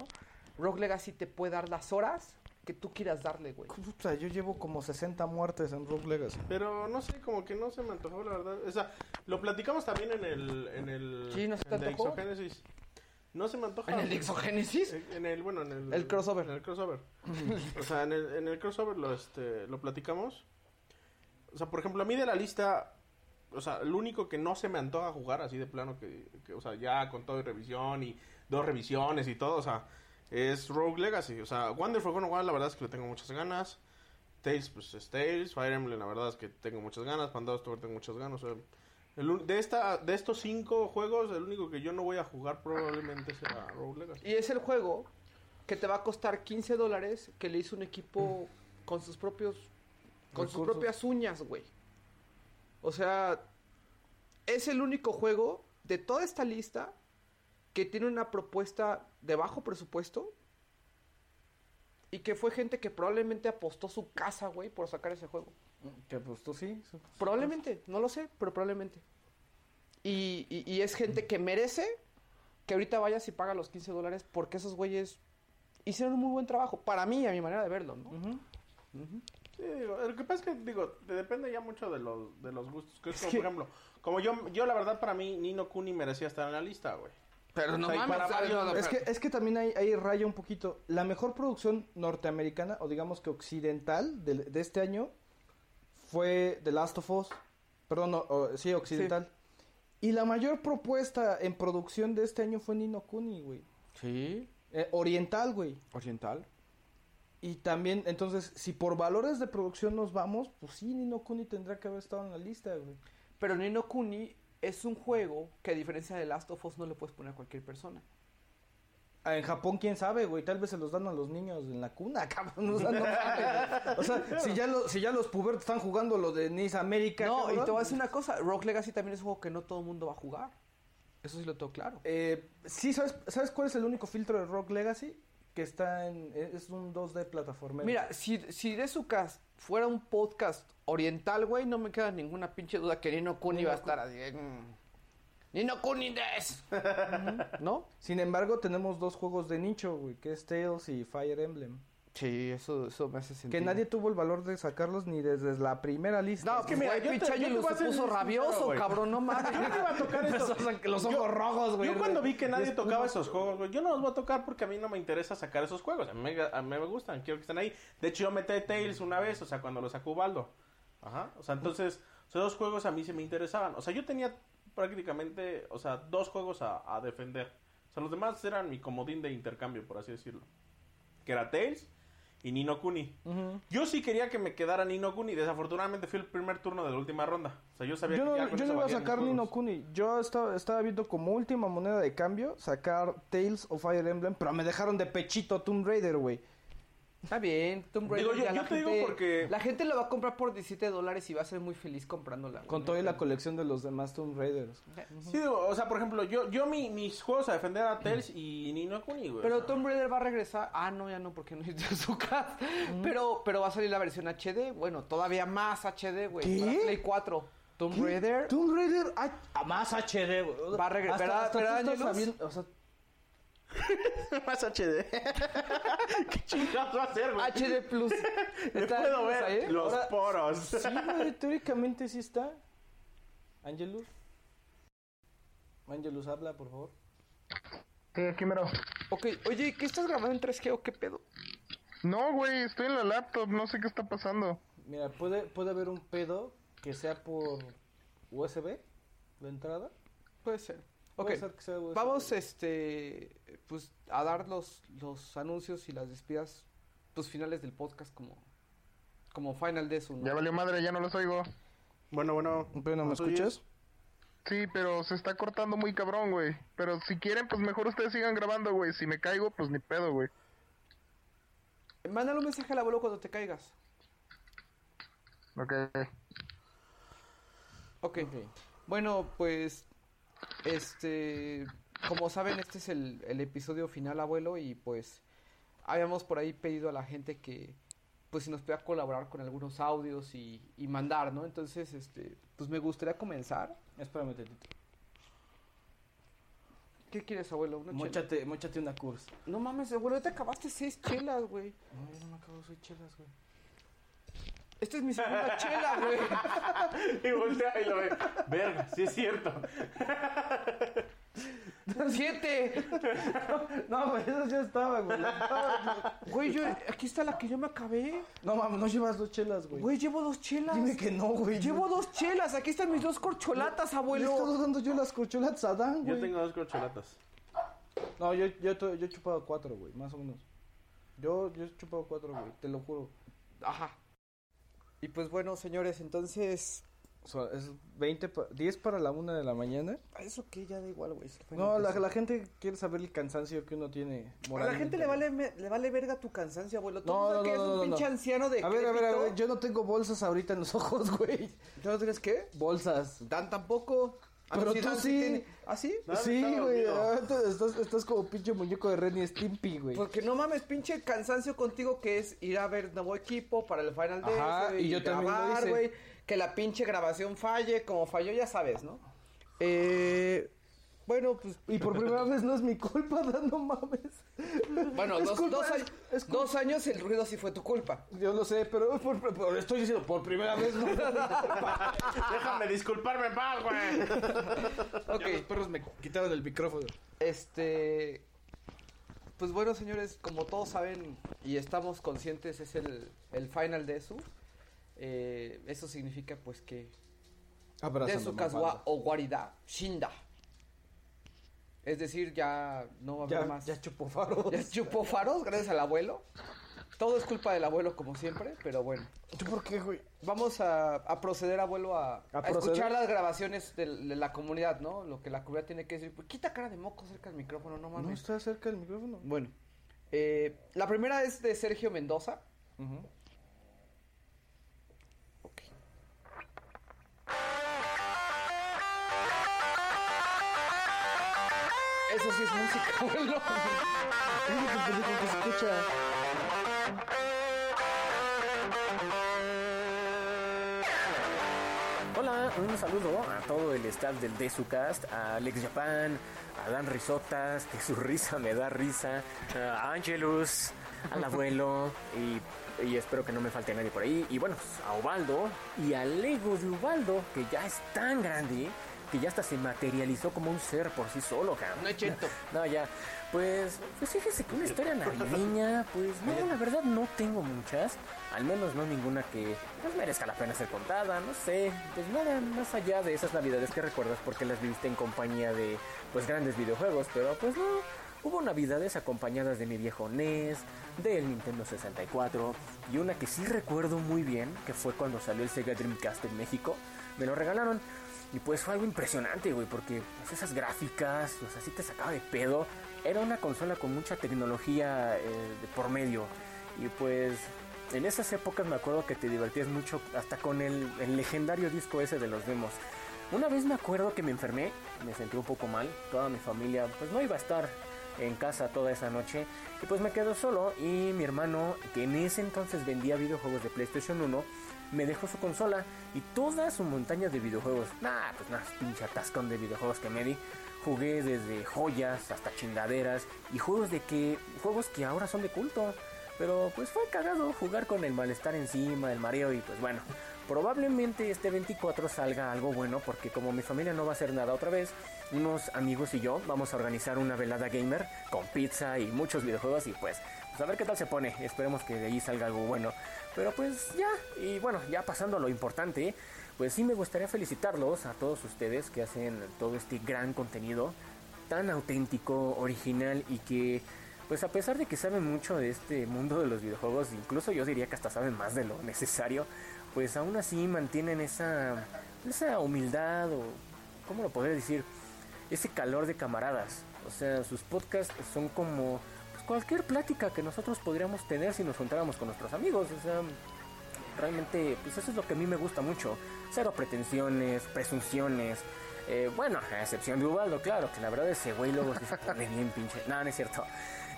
Rock Legacy te puede dar las horas que tú quieras darle, güey. Puta, yo llevo como 60 muertes en Rogue Legacy. Pero no sé, como que no se me antojó, la verdad. O sea, lo platicamos también en el. En el Sí, ¿no se te en el antojó? Dixogénesis. No se me antoja. ¿En el Dixogénesis? En- En el, bueno, en el. El crossover. Mm. En el crossover. o sea, en el, en el crossover lo, este, lo platicamos. O sea, por ejemplo, a mí de la lista. O sea, el único que no se me antoja jugar así de plano, que, que, o sea, ya con todo y revisión y dos revisiones y todo, o sea, es Rogue Legacy. O sea, Wonderful Gone Wild, la verdad es que le tengo muchas ganas. Tales, pues es Tales. Fire Emblem, la verdad es que tengo muchas ganas. Pandora's Tower tengo muchas ganas. o sea, el un- de, esta, de estos cinco juegos, el único que yo no voy a jugar probablemente será Rogue Legacy. Y es el juego que te va a costar 15 dólares que le hizo un equipo con sus propios. con sus Recursos. propias uñas, güey. O sea, es el único juego de toda esta lista que tiene una propuesta de bajo presupuesto y que fue gente que probablemente apostó su casa, güey, por sacar ese juego. Que pues tú sí. su- Probablemente, no lo sé, pero probablemente. Y, y- y es gente que merece que ahorita vayas y paga los 15 dólares porque esos güeyes hicieron un muy buen trabajo. Para mí, a mi manera de verlo, ¿no? Sí, digo, lo que pasa es que, digo, te depende ya mucho de los, de los gustos. Que es Es como, que- por ejemplo, como yo, yo la verdad para mí, Nino Kuni merecía estar en la lista, güey. Pero no O sea, y mames, para o sea, varios- no, no, es, que, pero- es que también hay, hay raya un poquito. La mejor producción norteamericana, o digamos que occidental, del- de, este año fue The Last of Us. Perdón, no, o- sí, occidental. Y la mayor propuesta en producción de este año fue Nino Kuni, güey. Sí, Eh, oriental, güey. oriental. Y también, entonces, si por valores de producción nos vamos, pues sí, Nino Kuni tendrá que haber estado en la lista, güey. Pero Nino Kuni es un juego que a diferencia de Last of Us no le puedes poner a cualquier persona. Ah, En Japón, quién sabe, güey. Tal vez se los dan a los niños en la cuna, cabrón. O sea, no mames. O sea, si ya, lo- si ya los pubertos están jugando lo de Nice América. No, y cabrón. te voy a decir una cosa, Rock Legacy también es un juego que no todo el mundo va a jugar. Eso sí lo tengo claro. Eh, sí, ¿sabes, ¿sabes cuál es el único filtro de Rock Legacy? Que está en. e, Es un 2D plataformero. Mira, si, si de su cast fuera un podcast oriental, güey, no me queda ninguna pinche duda que Nino Kuni va a estar así. mm. Nino Kuni des. ¿No? Sin embargo, tenemos dos juegos de nicho, güey, que es Tales y Fire Emblem. Sí, eso, eso me hace Que sentido. nadie tuvo el valor de sacarlos ni desde la primera lista. No, es que mira, mira, yo te- pinche yo te voy Ángel a se ser puso sincero, rabioso, Ah, güey. cabrón, no mames. Yo no iba a tocar esto. Los ojos Yo- rojos, güey. Yo cuando vi que nadie tocaba esos juegos, güey, yo no los voy a tocar porque a mí no me interesa sacar esos juegos. A mí, me- a mí me gustan, quiero que estén ahí. De hecho, yo metí Tails una vez, o sea, cuando lo sacó Baldo. Ajá. O sea, entonces, esos juegos a mí se me interesaban. O sea, yo tenía prácticamente, o sea, dos juegos a, a defender. O sea, los demás eran mi comodín de intercambio, por así decirlo. Que era Tails y Nino Kuni. Yo sí quería que me quedara Nino Kuni. Desafortunadamente fui el primer turno de la última ronda. O sea, yo sabía Yo que no, ya con yo eso no iba a valían mis sacar juegos. Nino Kuni. Yo estaba, estaba viendo como última moneda de cambio sacar Tales of Fire Emblem, pero me dejaron de pechito Tomb Raider, güey. Está bien, Tomb Raider. Digo, yo- ya yo la te digo gente- porque- La gente lo va a comprar por 17 dólares y va a ser muy feliz comprándola. güey. Con toda la colección de los demás Tomb Raiders. Sí, digo, o sea, por ejemplo, yo, yo mi- mis juegos a defender a Tails y Nino Kuni, güey. o Pero sea. Tomb Raider va a regresar. Ah, no, ya no, porque no hizo su casa. Pero, pero va a salir la versión HD. Bueno, todavía más HD, güey. ¿Qué? Para Play 4. Tomb Raider. Tomb Raider a, a Ah, más HD, güey. Va a regre- Hasta- ¿verdad- hasta tú verdad, estás Angelus? sabiendo- o sea, más HD. ¿Qué chingados va a ser, güey? HD Plus. Le Está- puedo ver ¿está ahí? los ¿eh? Ahora- poros. sí, güey, teóricamente sí está. Angelus. Angelus, habla, por favor. Sí, aquí mero. Ok, oye, ¿qué estás grabando en 3G o qué pedo? No, güey, estoy en la laptop, no sé qué está pasando. Mira, puede, puede haber un pedo que sea por USB, la entrada. Puede ser. Ok, Puede ser que sea USB. vamos este, pues, a dar los, los anuncios y las despidas pues, finales del podcast como, como final de su. Ya valió madre, ya no los oigo. Bueno, bueno. Pero no me escuchas. Sí, pero se está cortando muy cabrón, güey. Pero si quieren, pues mejor ustedes sigan grabando, güey. Si me caigo, pues ni pedo, güey. Mándale un mensaje al abuelo cuando te caigas. Ok. Ok. Bueno, pues. Este. como saben, este es el, el episodio final, abuelo, y pues habíamos por ahí pedido a la gente que pues si nos pueda colaborar con algunos audios y, y mandar, ¿no? Entonces, este, pues me gustaría comenzar. Espérame, Tetito. ¿Qué quieres, abuelo? ¿Una chela? Móchate, móchate una curva. No mames, abuelo, te acabaste seis chelas, güey. No, yo no me acabo soy chelas, güey. Esta es mi segunda chela, güey. Y voltea y lo ve. Verga, sí es cierto. ¡Siete! No, pues, güey, eso ya estaba, güey. Güey, yo, aquí está la que yo me acabé. No mames, no llevas dos chelas, güey. Güey, llevo dos chelas. Dime que no, güey. Llevo dos chelas, aquí están mis dos corcholatas, Le he abuelo. estado dando yo las corcholatas a Dan, Yo güey. tengo dos corcholatas. No, yo, yo, to- yo he chupado cuatro, güey, más o menos. Yo, yo he chupado cuatro, güey, te lo juro. Ah. Ajá. Y pues bueno, señores, entonces. O sea, es 20 pa- 10 para la 1 de la mañana. Eso que ya da igual, güey. se fue No, en la, el- la gente quiere saber el cansancio que uno tiene pues A la moralmente. gente le vale, me- le vale verga tu cansancio, abuelo. Tú No, no, no, que no, eres no, un no, pinche no. anciano de A ver, a ver, a ver, decrépito. yo no tengo bolsas ahorita en los ojos, güey. ¿Tú no tienes qué? Bolsas. Dan tampoco. Ah, no, Pero tú Dan sí. tiene- ¿Ah, sí? No, sí, está güey, dormido. ahorita estás, estás como pinche muñeco de Ren y Stimpy, güey. Porque no mames, pinche cansancio contigo que es ir a ver nuevo equipo para el final de Ajá, ese, y yo también lo hice. güey, que la pinche grabación falle, como falló, ya sabes, ¿no? Eh, bueno, pues Y por primera vez no es mi culpa, Dan, no mames. bueno, Es dos, culpa, dos es- años, es culpa. dos años el ruido sí fue tu culpa. Yo lo sé, pero por- por- estoy diciendo por primera vez no. Déjame disculparme, pal, güey. Ok, Ya los perros me quitaron el micrófono. este, pues bueno, señores, como todos saben y estamos conscientes, es el, el final de eso. Eh, eso significa pues que de su casua o guarida, shinda. Es decir, ya no va a haber Ya, más. ya chupó faro. Ya chupó faros, gracias al abuelo. Todo es culpa del abuelo, como siempre, pero bueno. ¿Tú por qué, güey? Vamos a, a proceder, abuelo, a, ¿A a proceder? escuchar las grabaciones del- de, la comunidad, ¿no? Lo que la comunidad tiene que decir. Pues, quita cara de moco cerca del micrófono, no No mames. estoy cerca del micrófono. Bueno, eh, la primera es de Sergio Mendoza. Ok. Eso sí es música, abuelo. escucha. Hola, un saludo a todo el staff del DSUcast, a Alex Japan, a Dan Risotas, que su risa me da risa, a Angelus, al abuelo, y, y espero que no me falte nadie por ahí. Y bueno, pues, a Ovaldo y al ego de Ovaldo, que ya es tan grande que ya hasta se materializó como un ser por sí solo, cabrón. No es cierto. No, ya. Pues, pues fíjese que una historia navideña, pues no, la verdad no tengo muchas. Al menos no ninguna que pues, merezca la pena ser contada, no sé. Pues nada, más allá de esas navidades que recuerdas porque las viviste en compañía de pues grandes videojuegos, pero pues no. Hubo navidades acompañadas de mi viejo NES, del Nintendo 64 y una que sí recuerdo muy bien, que fue cuando salió el Sega Dreamcast en México. Me lo regalaron. Y pues fue algo impresionante, güey, porque pues, esas gráficas, o sea, sí te sacaba de pedo. Era una consola con mucha tecnología eh, de por medio. Y pues en esas épocas me acuerdo que te divertías mucho hasta con el, el legendario disco ese de los demos. Una vez me acuerdo que me enfermé, me sentí un poco mal, toda mi familia pues no iba a estar en casa toda esa noche y pues me quedo solo y mi hermano que en ese entonces vendía videojuegos de PlayStation 1 me dejó su consola y toda su montaña de videojuegos. Nah, pues nada, pinche atascón de videojuegos que me di. Jugué desde joyas hasta chingaderas y juegos de que juegos que ahora son de culto. Pero pues fue cagado jugar con el malestar encima, el mareo y pues bueno. Probablemente este 24 salga algo bueno porque como mi familia no va a hacer nada otra vez, unos amigos y yo vamos a organizar una velada gamer con pizza y muchos videojuegos y pues, pues a ver qué tal se pone. Esperemos que de ahí salga algo bueno. Pero pues ya, y bueno, ya pasando a lo importante, pues sí me gustaría felicitarlos a todos ustedes que hacen todo este gran contenido tan auténtico, original y que pues a pesar de que saben mucho de este mundo de los videojuegos, incluso yo diría que hasta saben más de lo necesario, pues aún así mantienen esa, esa humildad o, ¿cómo lo podría decir? Ese calor de camaradas. O sea, sus podcasts son como pues, cualquier plática que nosotros podríamos tener si nos juntáramos con nuestros amigos. O sea, Realmente, pues eso es lo que a mí me gusta mucho. Cero pretensiones, presunciones. Eh, bueno, a excepción de Ubaldo, claro, que la verdad ese güey luego sí se pone bien pinche. No, no es cierto.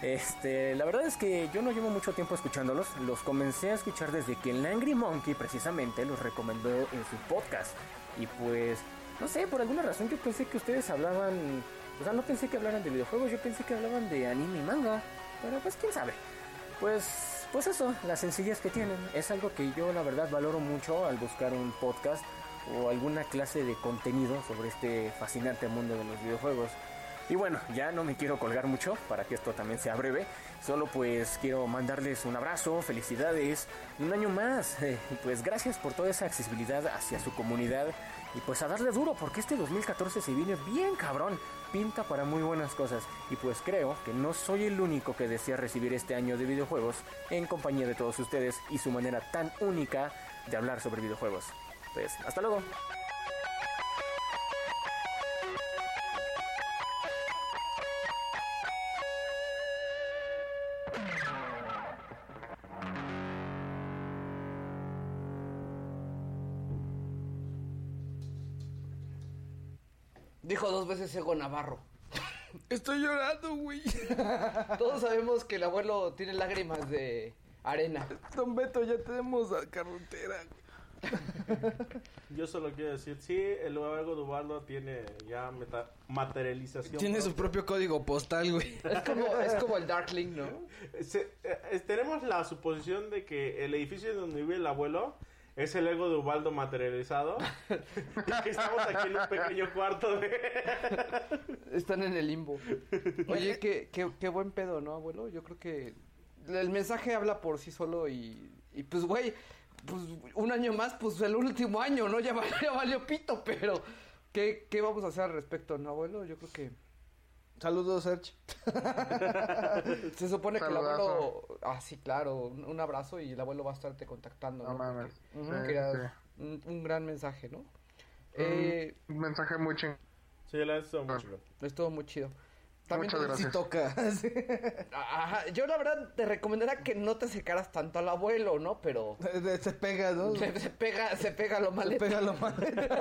Este, la verdad es que yo no llevo mucho tiempo escuchándolos. Los comencé a escuchar desde que el Angry Monkey precisamente los recomendó en su podcast. Y pues, no sé, por alguna razón yo pensé que ustedes hablaban. O sea, no pensé que hablaran de videojuegos, yo pensé que hablaban de anime y manga. Pero pues quién sabe. Pues, pues eso, la sencillez que tienen. Es algo que yo la verdad valoro mucho al buscar un podcast o alguna clase de contenido sobre este fascinante mundo de los videojuegos. Y bueno, ya no me quiero colgar mucho para que esto también sea breve. Solo pues quiero mandarles un abrazo, felicidades, un año más. eh, Y pues gracias por toda esa accesibilidad hacia su comunidad. Y pues a darle duro porque este 2014 se viene bien cabrón. Pinta para muy buenas cosas. Y pues creo que no soy el único que desea recibir este año de videojuegos en compañía de todos ustedes y su manera tan única de hablar sobre videojuegos. Pues hasta luego. Dijo dos veces Ego Navarro. Estoy llorando, güey. Todos sabemos que el abuelo tiene lágrimas de arena. Don Beto, ya tenemos la carretera. Yo solo quiero decir, sí, el luego de Ubaldo tiene ya meta- materialización. Tiene su propia. propio código postal, güey. Es como, es como el Darkling, ¿no? Se- eh, eh, tenemos la suposición de que el edificio en donde vive el abuelo es el ego de Ubaldo materializado. y que estamos aquí en un pequeño cuarto de... Están en el limbo. Oye, qué, qué, qué buen pedo, ¿no, abuelo? Yo creo que el mensaje habla por sí solo y, y pues, güey, pues un año más, pues el último año, ¿no? Ya valió, ya valió pito, pero ¿qué, ¿qué vamos a hacer al respecto, no, abuelo? Yo creo que... Saludos, Serge. Se supone que el Saludazo. abuelo... Ah, sí, claro, un, un abrazo y el abuelo va a estarte contactando, ¿no? No mames. Porque- Sí, Ujú, que era sí. un, un gran mensaje, ¿no? Eh, Un mensaje muy chingón. Sí, la estuvo muy Estuvo muy chido. Muchas gracias. Sí. Ajá, yo la verdad te recomendaría que no te acercaras tanto al abuelo, ¿no? Pero Eh, Se pega, ¿no? se, se pega, se pega lo mal. Se pega lo mal.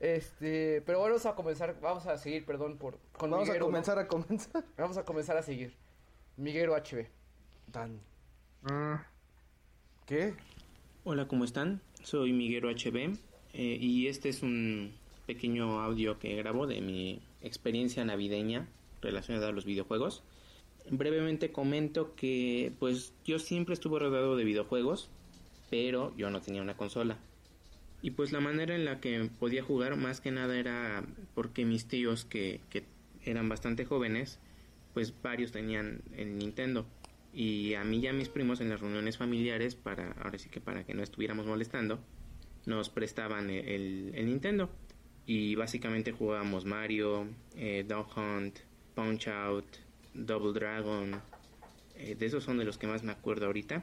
Este, pero bueno, vamos a comenzar, vamos a seguir, perdón por con Vamos a Miguero, ¿no? comenzar a comenzar. Vamos a comenzar a seguir. Miguero HB. Dan. ¿Qué? Hola, ¿cómo están? Soy Miguel HB eh, y este es un pequeño audio que grabo de mi experiencia navideña relacionada a los videojuegos. Brevemente comento que pues yo siempre estuve rodeado de videojuegos, pero yo no tenía una consola. Y pues la manera en la que podía jugar más que nada era porque mis tíos que, que eran bastante jóvenes, pues varios tenían el Nintendo. Y a mí y a mis primos en las reuniones familiares, para ahora sí que para que no estuviéramos molestando, nos prestaban el, el- el Nintendo. Y básicamente jugábamos Mario, eh, Dog Hunt, Punch Out, Double Dragon. Eh, de esos son de los que más me acuerdo ahorita.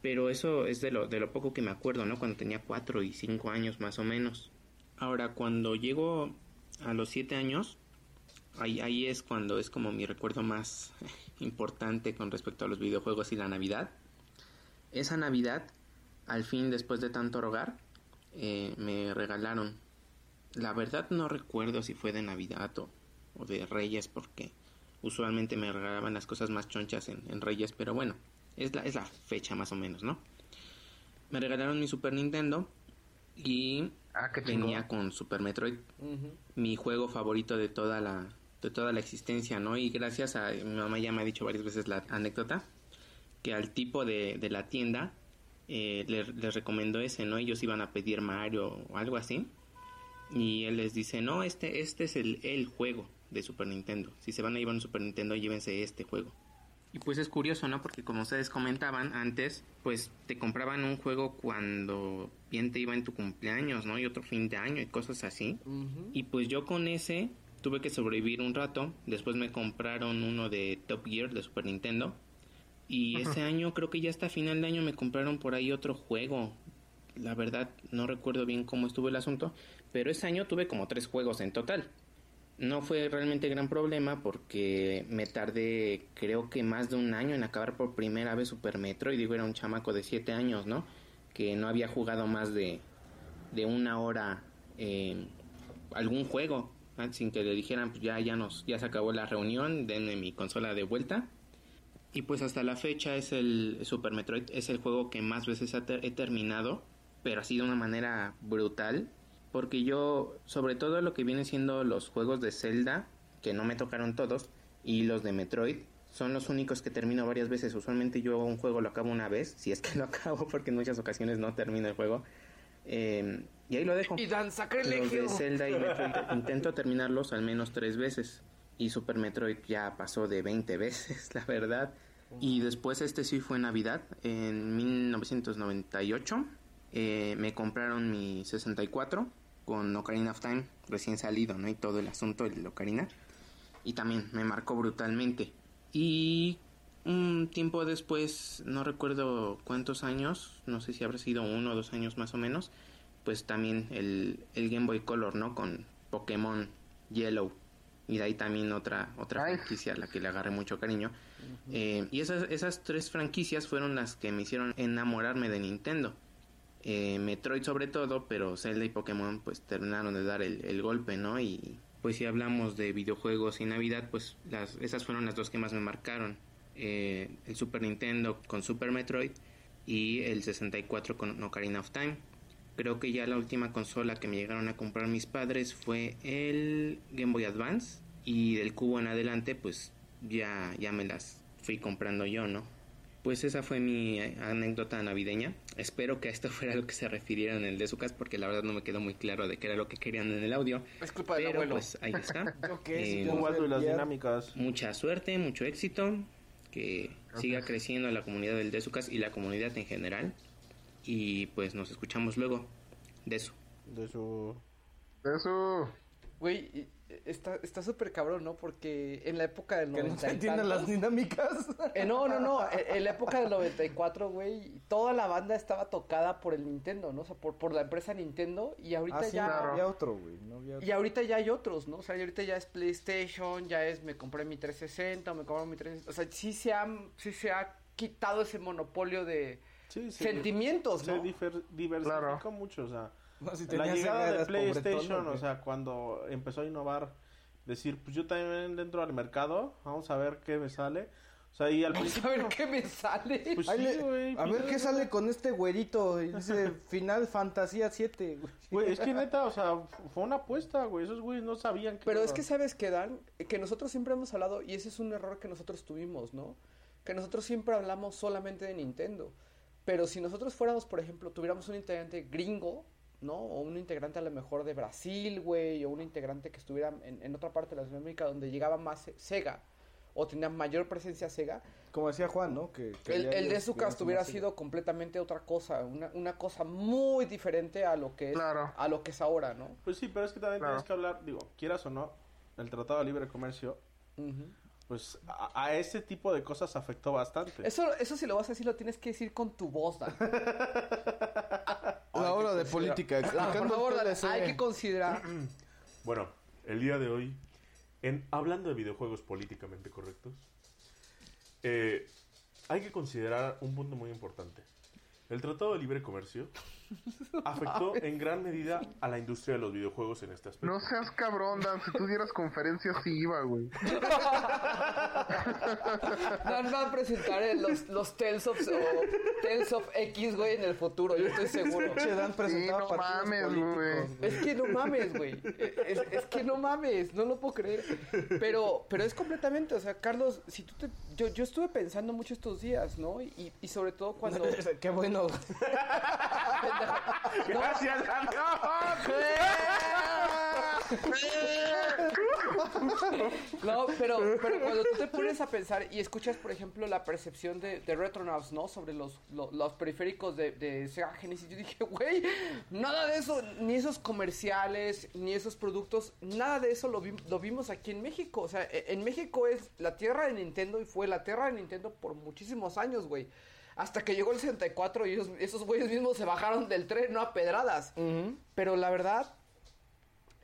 Pero eso es de lo, de lo poco que me acuerdo, ¿no? Cuando tenía 4 y 5 años más o menos. Ahora, cuando llego a los 7 años, ahí, ahí es cuando es como mi recuerdo más importante con respecto a los videojuegos y la Navidad. Esa Navidad, al fin después de tanto rogar, eh, me regalaron. La verdad no recuerdo si fue de Navidad o, o de Reyes porque usualmente me regalaban las cosas más chonchas en, en Reyes, pero bueno, es la, es la fecha más o menos, ¿no? Me regalaron mi Super Nintendo y venía con Super Metroid mi juego favorito de toda la de toda la existencia, ¿no? Y gracias a mi mamá ya me ha dicho varias veces la anécdota que al tipo de, de la tienda eh, le- les, recomendó ese, ¿no? Ellos iban a pedir Mario o algo así y él les dice, no, este este es el, el juego de Super Nintendo. Si se van a llevar un Super Nintendo, llévense este juego. Y pues es curioso, ¿no? Porque como ustedes comentaban antes, pues te compraban un juego cuando bien te iba en tu cumpleaños, ¿no? Y otro fin de año y cosas así. Y pues yo con ese tuve que sobrevivir un rato. Después me compraron uno de Top Gear de Super Nintendo. Y Ajá. ese año, creo que ya hasta final de año me compraron por ahí otro juego. La verdad, no recuerdo bien cómo estuvo el asunto. Pero ese año tuve como tres juegos en total. no fue realmente gran problema porque me tardé creo que más de un año en acabar por primera vez Super Metroid. Digo, era un chamaco de 7 años, ¿no? Que no había jugado más de, de una hora eh, algún juego ¿ah? sin que le dijeran, pues ya, ya, nos, ya se acabó la reunión, denme mi consola de vuelta. Y pues hasta la fecha es el Super Metroid, es el juego que más veces ha ter- he terminado, pero así de una manera brutal porque yo, sobre todo lo que viene siendo los juegos de Zelda, que no me tocaron todos, y los de Metroid, son los únicos que termino varias veces. Usualmente yo un juego lo acabo una vez, si es que lo acabo, porque en muchas ocasiones no termino el juego. Eh, y ahí lo dejo. Y dan Los sacrilegio. de Zelda y Metroid intento terminarlos al menos tres veces. Y Super Metroid ya pasó de 20 veces, la verdad. Y después este sí fue en Navidad, en 1998. eh, me compraron mi 64 con Ocarina of Time, recién salido, ¿no? Y todo el asunto del Ocarina. Y también me marcó brutalmente. Y un tiempo después, no recuerdo cuántos años, no sé si habrá sido uno o dos años más o menos, pues también el, el Game Boy Color, ¿no? Con Pokémon Yellow. Y de ahí también otra, otra franquicia a la que le agarré mucho cariño. Eh, y esas, esas tres franquicias fueron las que me hicieron enamorarme de Nintendo. Eh, Metroid sobre todo, pero Zelda y Pokémon pues terminaron de dar el, el golpe, ¿no? Y pues si hablamos de videojuegos y Navidad, pues las, esas fueron las dos que más me marcaron. Eh, el Super Nintendo con Super Metroid y el 64 con Ocarina of Time. Creo que ya la última consola que me llegaron a comprar mis padres fue el Game Boy Advance y del cubo en adelante pues ya, ya me las fui comprando yo, ¿no? Pues esa fue mi eh, anécdota navideña. Espero que a esto fuera a lo que se refirieron en el de su casa porque la verdad no me quedó muy claro de qué era lo que querían en el audio. Es culpa del Pero abuelo. pues ahí está. Yo qué, si yo un no guato sé y las lidiar. dinámicas. Eh, Mucha suerte, mucho éxito. Que siga creciendo la comunidad del Desucas y la comunidad en general. Y pues nos escuchamos luego. Desu. Desu. Eso. Güey, y- está está súper cabrón, ¿no? Porque en la época del Que no 90 se y entienden tantos- las dinámicas. Eh, no, no, no. En, en la época del 94, güey, toda la banda estaba tocada por el Nintendo, ¿no? O sea, por, por la empresa Nintendo. Y ahorita Ah, sí, ya. no había otro, güey. No había otro. Y ahorita ya hay otros, ¿no? O sea, y ahorita ya es PlayStation, ya es me compré mi 360, o me compré mi 360. O sea, sí se, han, sí se ha quitado ese monopolio de sí. sentimientos, Se ¿no? difer- diversificó mucho, o sea. No, si la tenías llegada de ideas, pobretón, PlayStation, ¿no? o sea, cuando empezó a innovar, decir, pues yo también entro al mercado, vamos a ver qué me sale. O sea, y al Vamos a principio... ver qué me sale. Pues Ahí sí, le- güey, a pues- ver qué sale con este güerito. Y Dice Final Fantasía 7. Güey, es que neta, o sea, f- fue una apuesta, güey. Esos güeyes no sabían que... Pero es iba- que sabes que Dan, que nosotros siempre hemos hablado, y ese es un error que nosotros tuvimos, ¿no? Que nosotros siempre hablamos solamente de Nintendo. Pero si nosotros fuéramos, por ejemplo, tuviéramos un integrante gringo, ¿no? O un integrante a lo mejor de Brasil, güey, o un integrante que estuviera en, en otra parte de Latinoamérica donde llegaba más Sega, o tenía mayor presencia Sega, Como decía Juan, ¿no? Que, que el, ya el ellos de su cast tuvieron hubiera más- sido completamente otra cosa, una, una cosa muy diferente a lo que es, a lo que es ahora, ¿no? Pues sí, pero es que también Claro. tienes que hablar, digo, quieras o no, el Tratado de Libre Comercio, pues a, a ese tipo de cosas afectó Pues, bastante. Eso, eso si lo vas a decir, lo tienes que decir con tu voz, Dan. La hora de política. Ah, por explicando favor, el Dan, TLC. hay que considerar. Bueno, el día de hoy, en hablando de videojuegos políticamente correctos, eh, hay que considerar un punto muy importante. El Tratado de Libre Comercio afectó en gran medida a la industria de los videojuegos en este aspecto. No seas cabrón, Dan. Si tú dieras conferencias, sí iba, güey. Dan va a presentar el- los, los Tales of, o Tales of X, güey, en el futuro, yo estoy seguro. Che, Dan presentaba no partidos políticos, güey. Es que no mames, güey. Es, es que no mames, no lo puedo creer. Pero, pero es completamente, o sea, Carlos, si tú te, yo, yo estuve pensando mucho estos días, ¿no? Y, y sobre todo cuando... Qué bueno. Gracias, No, pero, pero cuando tú te pones a pensar y escuchas, por ejemplo, la percepción de, de Retronauts, ¿no? Sobre los, lo- los, periféricos de, de Sega Genesis, yo dije, güey, nada de eso, ni esos comerciales, ni esos productos, nada de eso lo, vi- lo vimos aquí en México. O sea, e- en México es la tierra de Nintendo y fue la tierra de Nintendo por muchísimos años, güey. Hasta que llegó el 64 y ellos- esos güeyes mismos se bajaron del tren, no a pedradas. Pero la verdad,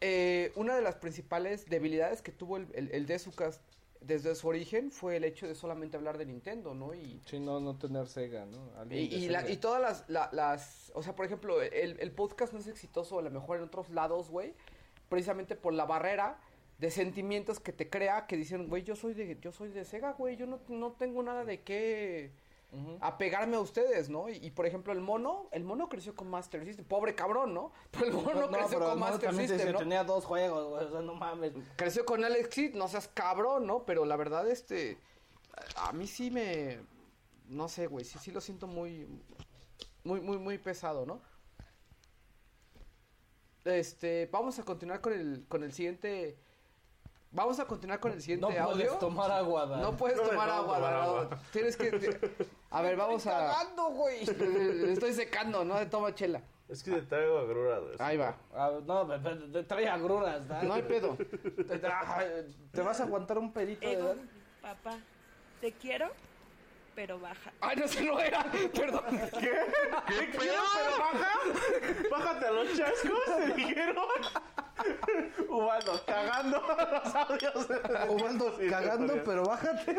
eh, una de las principales debilidades que tuvo el, el, el Desucast desde su origen fue el hecho de solamente hablar de Nintendo, ¿no? Y, Sí, no, no tener Sega, ¿no? y, Alguien de y, la- Sega. y todas las, la- las- O sea, por ejemplo, el, el podcast no es exitoso a lo mejor en otros lados, güey. Precisamente por la barrera de sentimientos que te crea que dicen, güey, yo soy de, yo soy de Sega, güey. Yo no, no tengo nada de qué apegarme a ustedes, ¿no? Y, y, por ejemplo, el mono, el mono creció con Master System. Pobre cabrón, ¿no? Pero el mono Pues No, creció pero con el mono Master también te System, dice, ¿no? tenía dos juegos, güey, o sea, no mames. Creció con Alex Kidd, no seas cabrón, ¿no? Pero la verdad, este. A a mí sí me. No sé, güey. Sí, sí lo siento muy. Muy, muy, muy pesado, ¿no? Este. Vamos a continuar con el, con el siguiente. Vamos a continuar con el siguiente puedes audio. tomar agua, Dan. No puedes No me tomar puedo agua, tomar Dan. agua. Tienes que. A ver, vamos a. cagando, güey. Le estoy secando, no toma chela. Es que te traigo agruras. Ahí va. Ah, no, pe- pe- te trae agruras, Dan. No hay pedo. Te, te- te vas a aguantar un pedito de Edu, Dan. papá, te quiero, pero baja. Ay, no se lo era. Perdón. ¿Qué? ¿Qué pedo? ¿Pero baja? Bájate a los chascos, te dijeron. Ubaldo, cagando los audios. Ubaldo, cagando, pero bájate.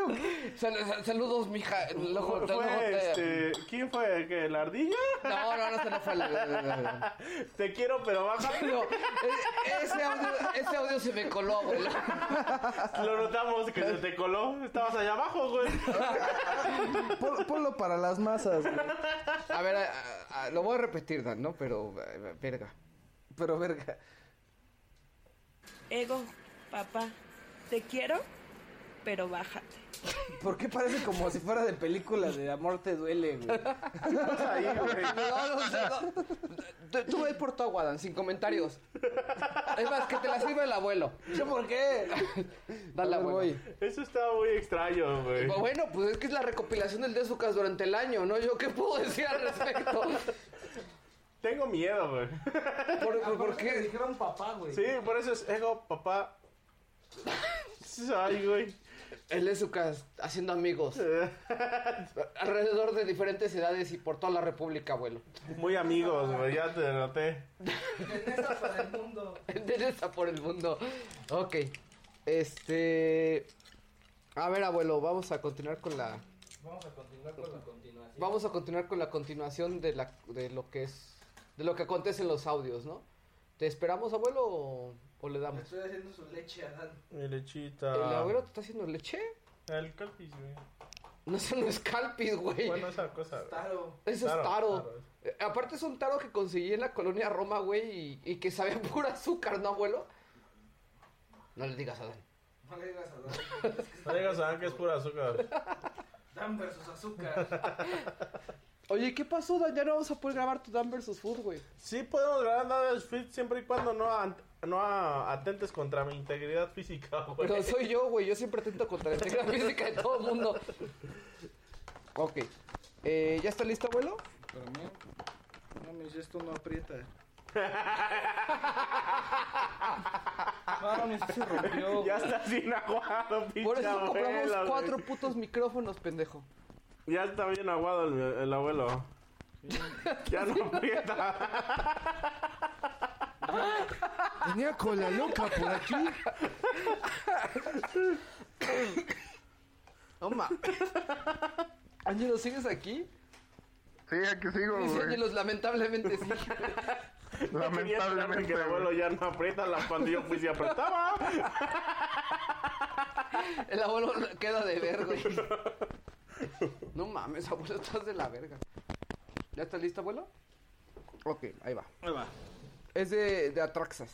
Sal- sal- saludos, mija. E, Luego- Fue, luego te- este, ¿Quién fue? ¿Qué, ¿La ardilla? No, no, no, ese no fue la- la- la- la- Te quiero, pero bájate. No, e- ese, audio, ese audio se me coló, güey. Lo notamos que se te coló. Estabas allá abajo, güey. Pon- ponlo para las masas, güey. A ver, a- a- a- lo voy a repetir, Dan, ¿no? Pero, eh, verga. Pero, verga. Ego, papá, te quiero, pero bájate. ¿Por qué parece como si fuera de película de Amor te duele, güey? Ahí, güey. No, no, no, no. Tú- Tú ve por tu agua, Dan, sin comentarios. Es más, que te la sirva el abuelo. ¿Yo por qué? Dale, abuelo. Eso estaba muy extraño, güey. Pues Bueno, pues es que es la recopilación del Desucas durante el año, ¿no? ¿Yo qué puedo decir al respecto? Tengo miedo, güey. ¿Por, por- por qué? dijeron papá, güey. Sí, por eso es ego, papá. Ay, güey. El Desucas haciendo amigos. Alrededor de diferentes edades y por toda la república, abuelo. Muy amigos, güey. Ya te noté. está por el mundo. Ok. Este. A ver, abuelo, vamos a continuar con la. Vamos a continuar con la continuación. Vamos a continuar con la continuación de la de lo que es. De lo que acontece en los audios, ¿no? ¿Te esperamos, abuelo, o, o le damos? Estoy haciendo su leche a Dan. Mi lechita. ¿El abuelo te está haciendo leche? El calpis, güey. No, eso no es calpis, güey. Bueno, esa cosa. güey. Eso es Taro, taro. taro. Eh, Aparte es un taro que conseguí en la colonia Roma, güey, y, y que sabía puro azúcar, ¿no, abuelo? No le digas a Dan. No le digas a Dan. No digas a Dan que es pura azúcar. Dan versus azúcar. Oye, ¿qué pasó, Dan? Ya no vamos a poder grabar tu Dan vs. Food, güey. Sí podemos ganar nada de fit siempre y cuando no, ant- no a- atentes contra mi integridad física, güey. Pero soy yo, güey. Yo siempre atento contra la integridad física de todo el mundo. Ok. Eh, ¿Ya está listo, abuelo? Pero mira, no me esto no aprieta. No, mi se rompió. Ya está sin aguado, pinche Por eso compramos abuelo, güey. cuatro putos micrófonos, pendejo. Ya está bien aguado el, el abuelo. Ya no aprieta. Venía con la loca por aquí. Toma. Ángelo, ¿sigues aquí? Sí, aquí sigo, Dice güey. Ángelos, lamentablemente sí. Que Lamentablemente, el abuelo güey. ya no aprieta la pues, cuando yo fui si apretaba. El abuelo queda de ver, güey. No mames, abuelo, estás de la verga. ¿Ya está listo, abuelo? Ok, ahí va. Ahí va. Es de, de Atraxas.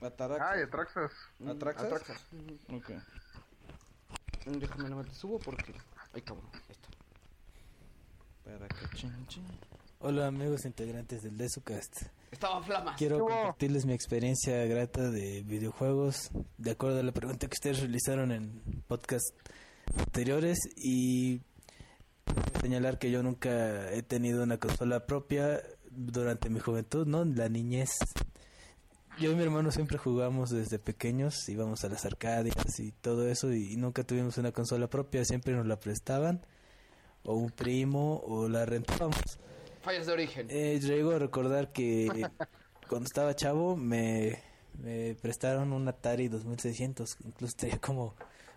Ataraxas. Ay, Atraxas. Ah, Atraxas. Mm, Atraxas. Ok. Mm, Déjame nomás te subo porque. Ay, cabrón. ahí está. Para que chin, chin. Hola amigos integrantes del Desucast. Estaba flamas. Quiero ¿Qué hubo? compartirles mi experiencia grata de videojuegos, de acuerdo a la pregunta que ustedes realizaron en podcast anteriores y señalar que yo nunca he tenido una consola propia durante mi juventud, ¿no? La niñez. Yo y mi hermano siempre jugamos desde pequeños, íbamos a las arcadias y todo eso y nunca tuvimos una consola propia, siempre nos la prestaban o un primo o la rentábamos. Fallas de origen. Eh, llego a recordar que cuando estaba chavo me, me prestaron un Atari 2600, incluso tenía como,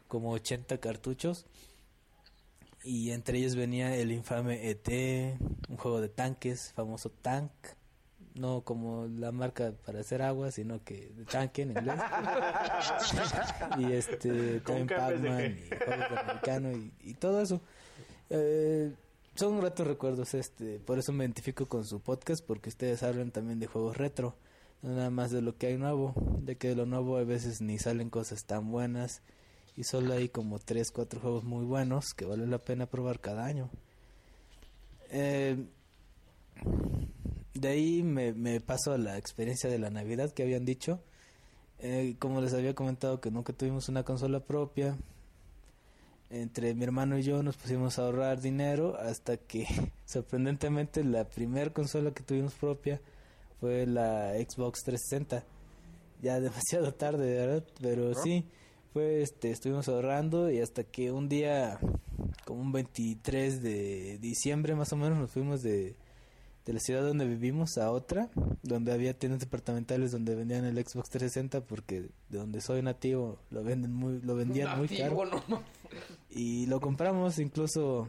como 80 cartuchos. Y entre ellos venía el infame ET, un juego de tanques, famoso Tank. No como la marca para hacer agua, sino que de tanque en inglés. y este, también Con cambios de Pac-Man y juegos de americano y, y todo eso. Eh, son gratos recuerdos, este, por eso me identifico con su podcast, porque ustedes hablan también de juegos retro, no nada más de lo que hay nuevo, ya que de lo nuevo a veces ni salen cosas tan buenas y solo hay como 3, 4 juegos muy buenos que vale la pena probar cada año. Eh, de ahí me, me paso a la experiencia de la Navidad que habían dicho. Eh, como les había comentado que nunca tuvimos una consola propia, entre mi hermano y yo nos pusimos a ahorrar dinero hasta que sorprendentemente la primera consola que tuvimos propia fue la Xbox 360. Ya demasiado tarde, ¿verdad? Pero sí, fue este, estuvimos ahorrando y hasta que un día, como un 23 de diciembre más o menos, nos fuimos de, de la ciudad donde vivimos a otra, donde había tiendas departamentales donde vendían el Xbox 360 porque de donde soy nativo lo venden muy lo vendían muy caro. Nativo, no, no. Y lo compramos, incluso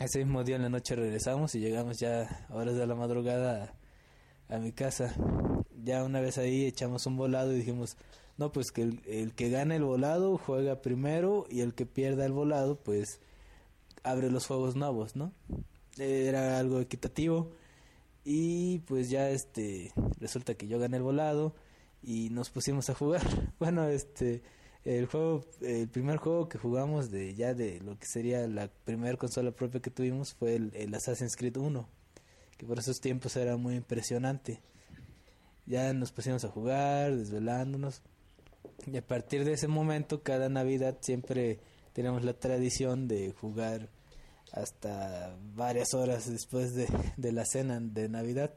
ese mismo día en la noche regresamos y llegamos ya a horas de la madrugada a, a mi casa. Ya una vez ahí echamos un volado y dijimos, no, pues que el, el que gana el volado juega primero y el que pierda el volado pues abre los juegos nuevos, ¿no? Era algo equitativo y pues ya este resulta que yo gané el volado y nos pusimos a jugar. Bueno, este el juego el primer juego que jugamos de ya de lo que sería la primera consola propia que tuvimos fue el, el Assassin's Creed 1, que por esos tiempos era muy impresionante. Ya nos pusimos a jugar, desvelándonos. Y a partir de ese momento, cada Navidad siempre tenemos la tradición de jugar hasta varias horas después de, de la cena de Navidad.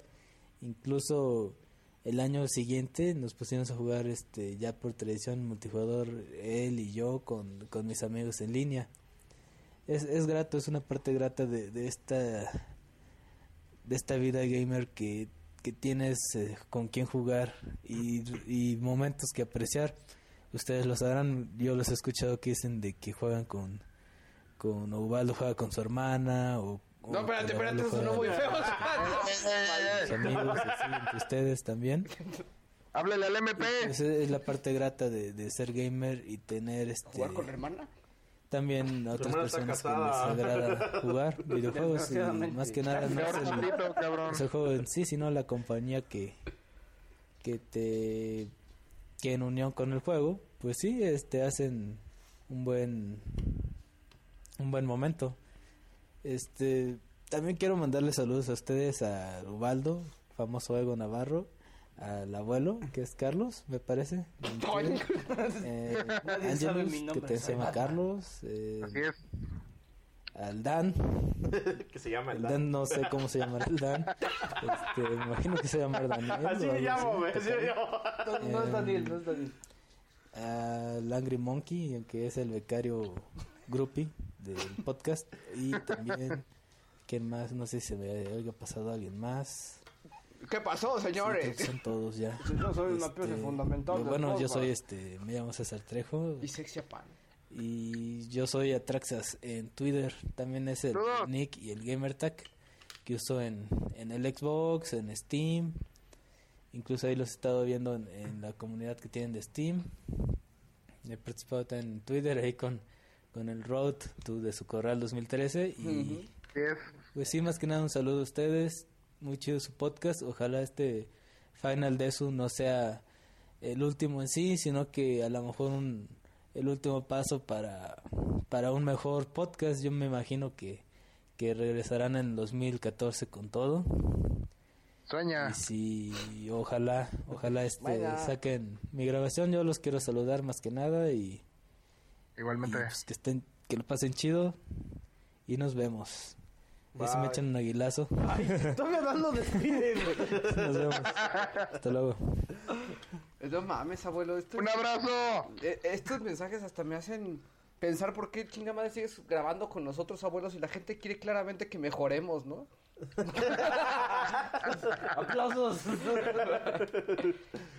Incluso el año siguiente nos pusimos a jugar este ya por tradición multijugador él y yo con, con mis amigos en línea. Es, es grato, es una parte grata de, de esta de esta vida gamer que, que tienes eh, con quién jugar y, y momentos que apreciar. Ustedes lo sabrán, yo los he escuchado que dicen de que juegan con, con Ubaldo juega con su hermana o... No, o espérate, que Ubaldo espérate, eso juega no muy con- feo. sus amigos, así, entre ustedes también. Háblele al MP. Esa es la parte grata de, de ser gamer y tener este ¿Jugar con la hermana? también a otras hermana está personas que les casada. agrada jugar videojuegos y Desgraciadamente. más que nada no es Cabrón, el, maldito, cabrón. no es el juego en sí, sino la compañía que que te que en unión con el juego, pues sí, este hacen un buen un buen momento. Este, también quiero mandarle saludos a ustedes, a Ubaldo, famoso Ego Navarro, al abuelo, que es Carlos, me parece. Oye. Eh, Nadie Angelus, sabe mi que nombre, te- se soy llama Batman. Carlos. eh, Así es. Al Dan. que se llama El Dan no sé cómo se llamará el Dan. Este, me imagino que se llamará Daniel. Así o me algo llamo, güey. Así me total. llamo. No, no es Daniel, no es Daniel. Pues al Angry Monkey, que es el becario groupie del podcast. Y también, ¿quién más? No sé si se me haya pasado alguien más. ¿Qué pasó, Sí, creo señores? que son todos ya. Yo soy una pieza fundamental lo del Bueno, yo podcast. soy este, me llamo César Trejo. Y Sexy Pan. Y yo soy Atraxas en Twitter. También es el nick y el gamertag que uso en, en el Xbox, en Steam. Incluso ahí los he estado viendo en, en la comunidad que tienen de Steam. He participado también en Twitter ahí con, con el Road to de su corral 2013. Y pues sí, más que nada un saludo a ustedes. Muy chido su podcast. Ojalá este Final Desu no sea el último en sí, sino que a lo mejor un, el último paso para, para un mejor podcast. Yo me imagino que, que regresarán en 2014 con todo. Sueña. Y sí, ojalá, ojalá este Vaya. saquen mi grabación. Yo los quiero saludar más que nada y, Igualmente. y, pues, que estén, que lo pasen chido y nos vemos. Ahí se me Bye. echan un aguilazo. Todavía dando despide, Nos vemos. Hasta luego. No mames, abuelo. Esto ¡Un abrazo! Eh, estos mensajes hasta me hacen pensar por qué chinga madre sigues grabando con nosotros, abuelos, y la gente quiere claramente que mejoremos, ¿no? Aplausos.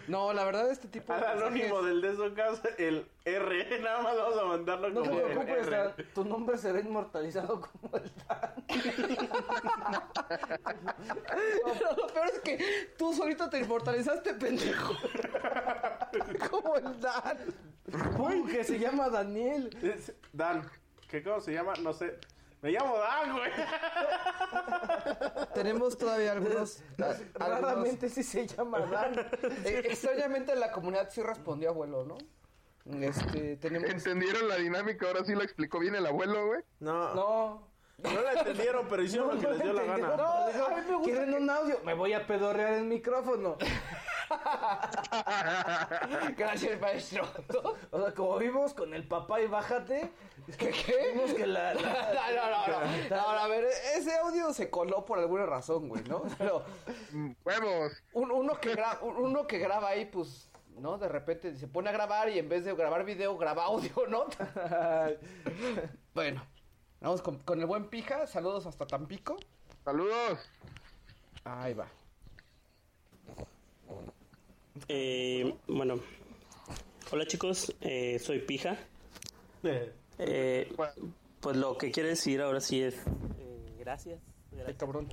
No, la verdad este tipo de Al anónimo mensajes- del Desocaso, el R, nada más vamos a mandarlo No te como el preocupes, R. Dan, tu nombre será inmortalizado como el Pero lo peor es que tú solito te inmortalizaste, pendejo. Como el Dan. Uy, que se llama Daniel. Es- Dan, ¿qué cómo se llama? No sé. Me llamo Dan, güey. Tenemos todavía algunos. Raramente sí se llama Dan. Eh, extrañamente la comunidad sí respondió, abuelo, ¿no? Este, tenemos... ¿Entendieron la dinámica? Ahora sí la explicó bien el abuelo, güey. No. No. No la entendieron, pero hicieron lo que les dio la gana. No, a mí me gusta. ¿Quieren un audio? Me voy a pedorrear el micrófono. Gracias, maestro. O sea, como vimos con el papá y bájate. ¿Qué? qué? Vimos que la. No, no, no, no. No, a ver, ese audio se coló por alguna razón, güey, ¿no? Pero Mm, huevos. uno que graba, uno que graba ahí, pues, ¿no? De repente se pone a grabar y en vez de grabar video, graba audio, ¿no? bueno, vamos con, con el buen pija. Saludos hasta Tampico. Saludos. Ahí va. Eh, bueno, hola chicos, eh, soy Pija. Eh, pues lo que quiero decir ahora sí es eh, gracias, gracias por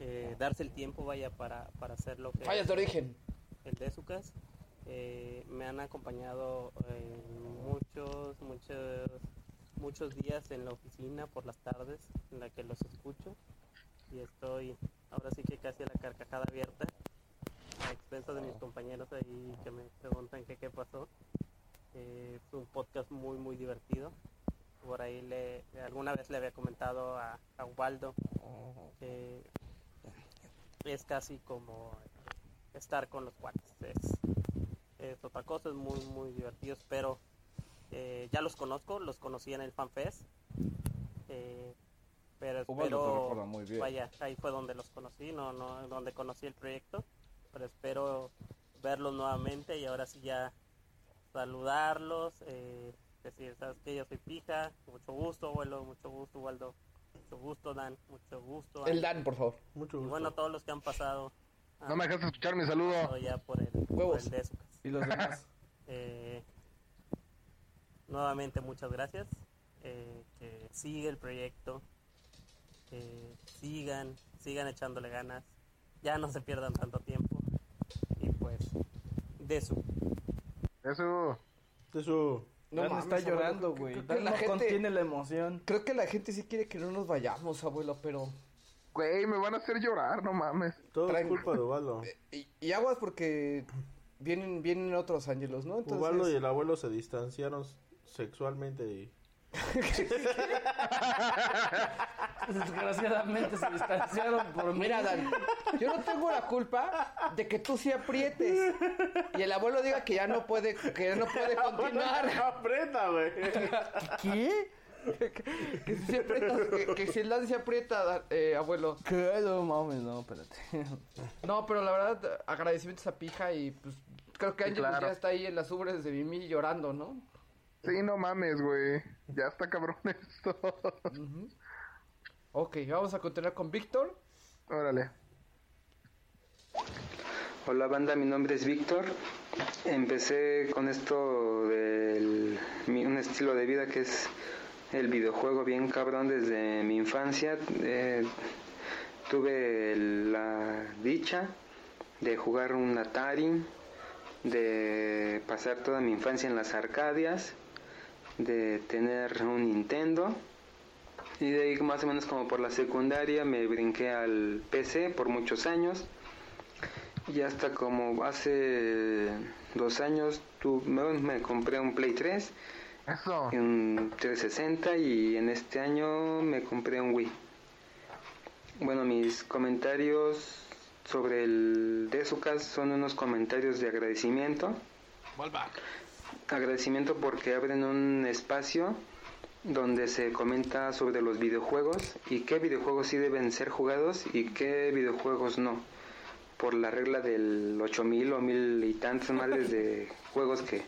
eh, darse el tiempo vaya para, para hacer lo que Fallas de origen. el de Zucas. Eh, me han acompañado en muchos, muchos, muchos días en la oficina por las tardes en la que los escucho y estoy ahora sí que casi a la carcajada abierta a expensas de Ah. mis compañeros ahí que me preguntan que qué pasó. Eh, es un podcast muy muy divertido. Por ahí le, alguna vez le había comentado a, a Ubaldo que es casi como estar con los cuates. Es, es otra cosa, es muy, muy divertido. Espero. eh, ya los conozco, los conocí en el FanFest. eh, pero Ubaldo espero- te recuerda muy bien. Vaya, ahí fue donde los conocí, no, no, donde conocí el proyecto. Pero espero verlos nuevamente y ahora sí ya saludarlos, eh, decir, sabes que yo soy pija, mucho gusto, abuelo, mucho gusto, Waldo, mucho gusto, Dan, mucho gusto. El Ale. Dan, por favor. Mucho Y bueno, todos los que han pasado. No me dejaste escuchar mi saludo. pasado Ya por el, por Huevos. el de Esucas. Y los demás. Eh, nuevamente, muchas gracias. Eh, que sigue el proyecto. Eh, sigan, sigan echándole ganas. Ya no se pierdan tanto tiempo. Y pues, de su. Eso. Eso. No Dan mames, está abuelo, llorando, creo- güey. creo que Dan la no gente- contiene la emoción. Creo que la gente sí quiere que no nos vayamos, abuelo, pero... Güey, me van a hacer llorar, no mames. Todo Traen- culpa de Ubaldo. Y, y aguas porque vienen, vienen otros ángelos, ¿no? Entonces... Ubaldo y el abuelo se distanciaron sexualmente y... Desgraciadamente se distanciaron por mí. Mira, Dan, yo no tengo la culpa de que tú sí aprietes y el abuelo diga que ya no puede, que ya no puede continuar. Aprieta, güey. ¿Qué? Que si aprietas, que, que si el Dan se aprieta, Dan, eh, abuelo. Que no mames, no, espérate. No, pero la verdad, agradecimientos a Pija y pues creo que Sí, Ángel claro. ya está ahí en las ubres de Mimi llorando, ¿no? Sí, no mames, güey. Ya está cabrón esto. Ok, vamos a continuar con Víctor. Órale. Hola banda, mi nombre es Víctor. Empecé con esto del mi- un estilo de vida que es el videojuego bien cabrón desde mi infancia. Eh, tuve la dicha de jugar un Atari, de pasar toda mi infancia en las Arcadias, de tener un Nintendo. Y de ahí más o menos como por la secundaria me brinqué al PC por muchos años. Y hasta como hace dos años tu- me, me compré un Play 3. y Un 360 y en este año me compré un Wii. Bueno, mis comentarios sobre el Desucas son unos comentarios de agradecimiento. Agradecimiento porque abren un espacio donde se comenta sobre los videojuegos y qué videojuegos sí deben ser jugados y qué videojuegos no por la regla del 8000 o mil y tantas madres de juegos que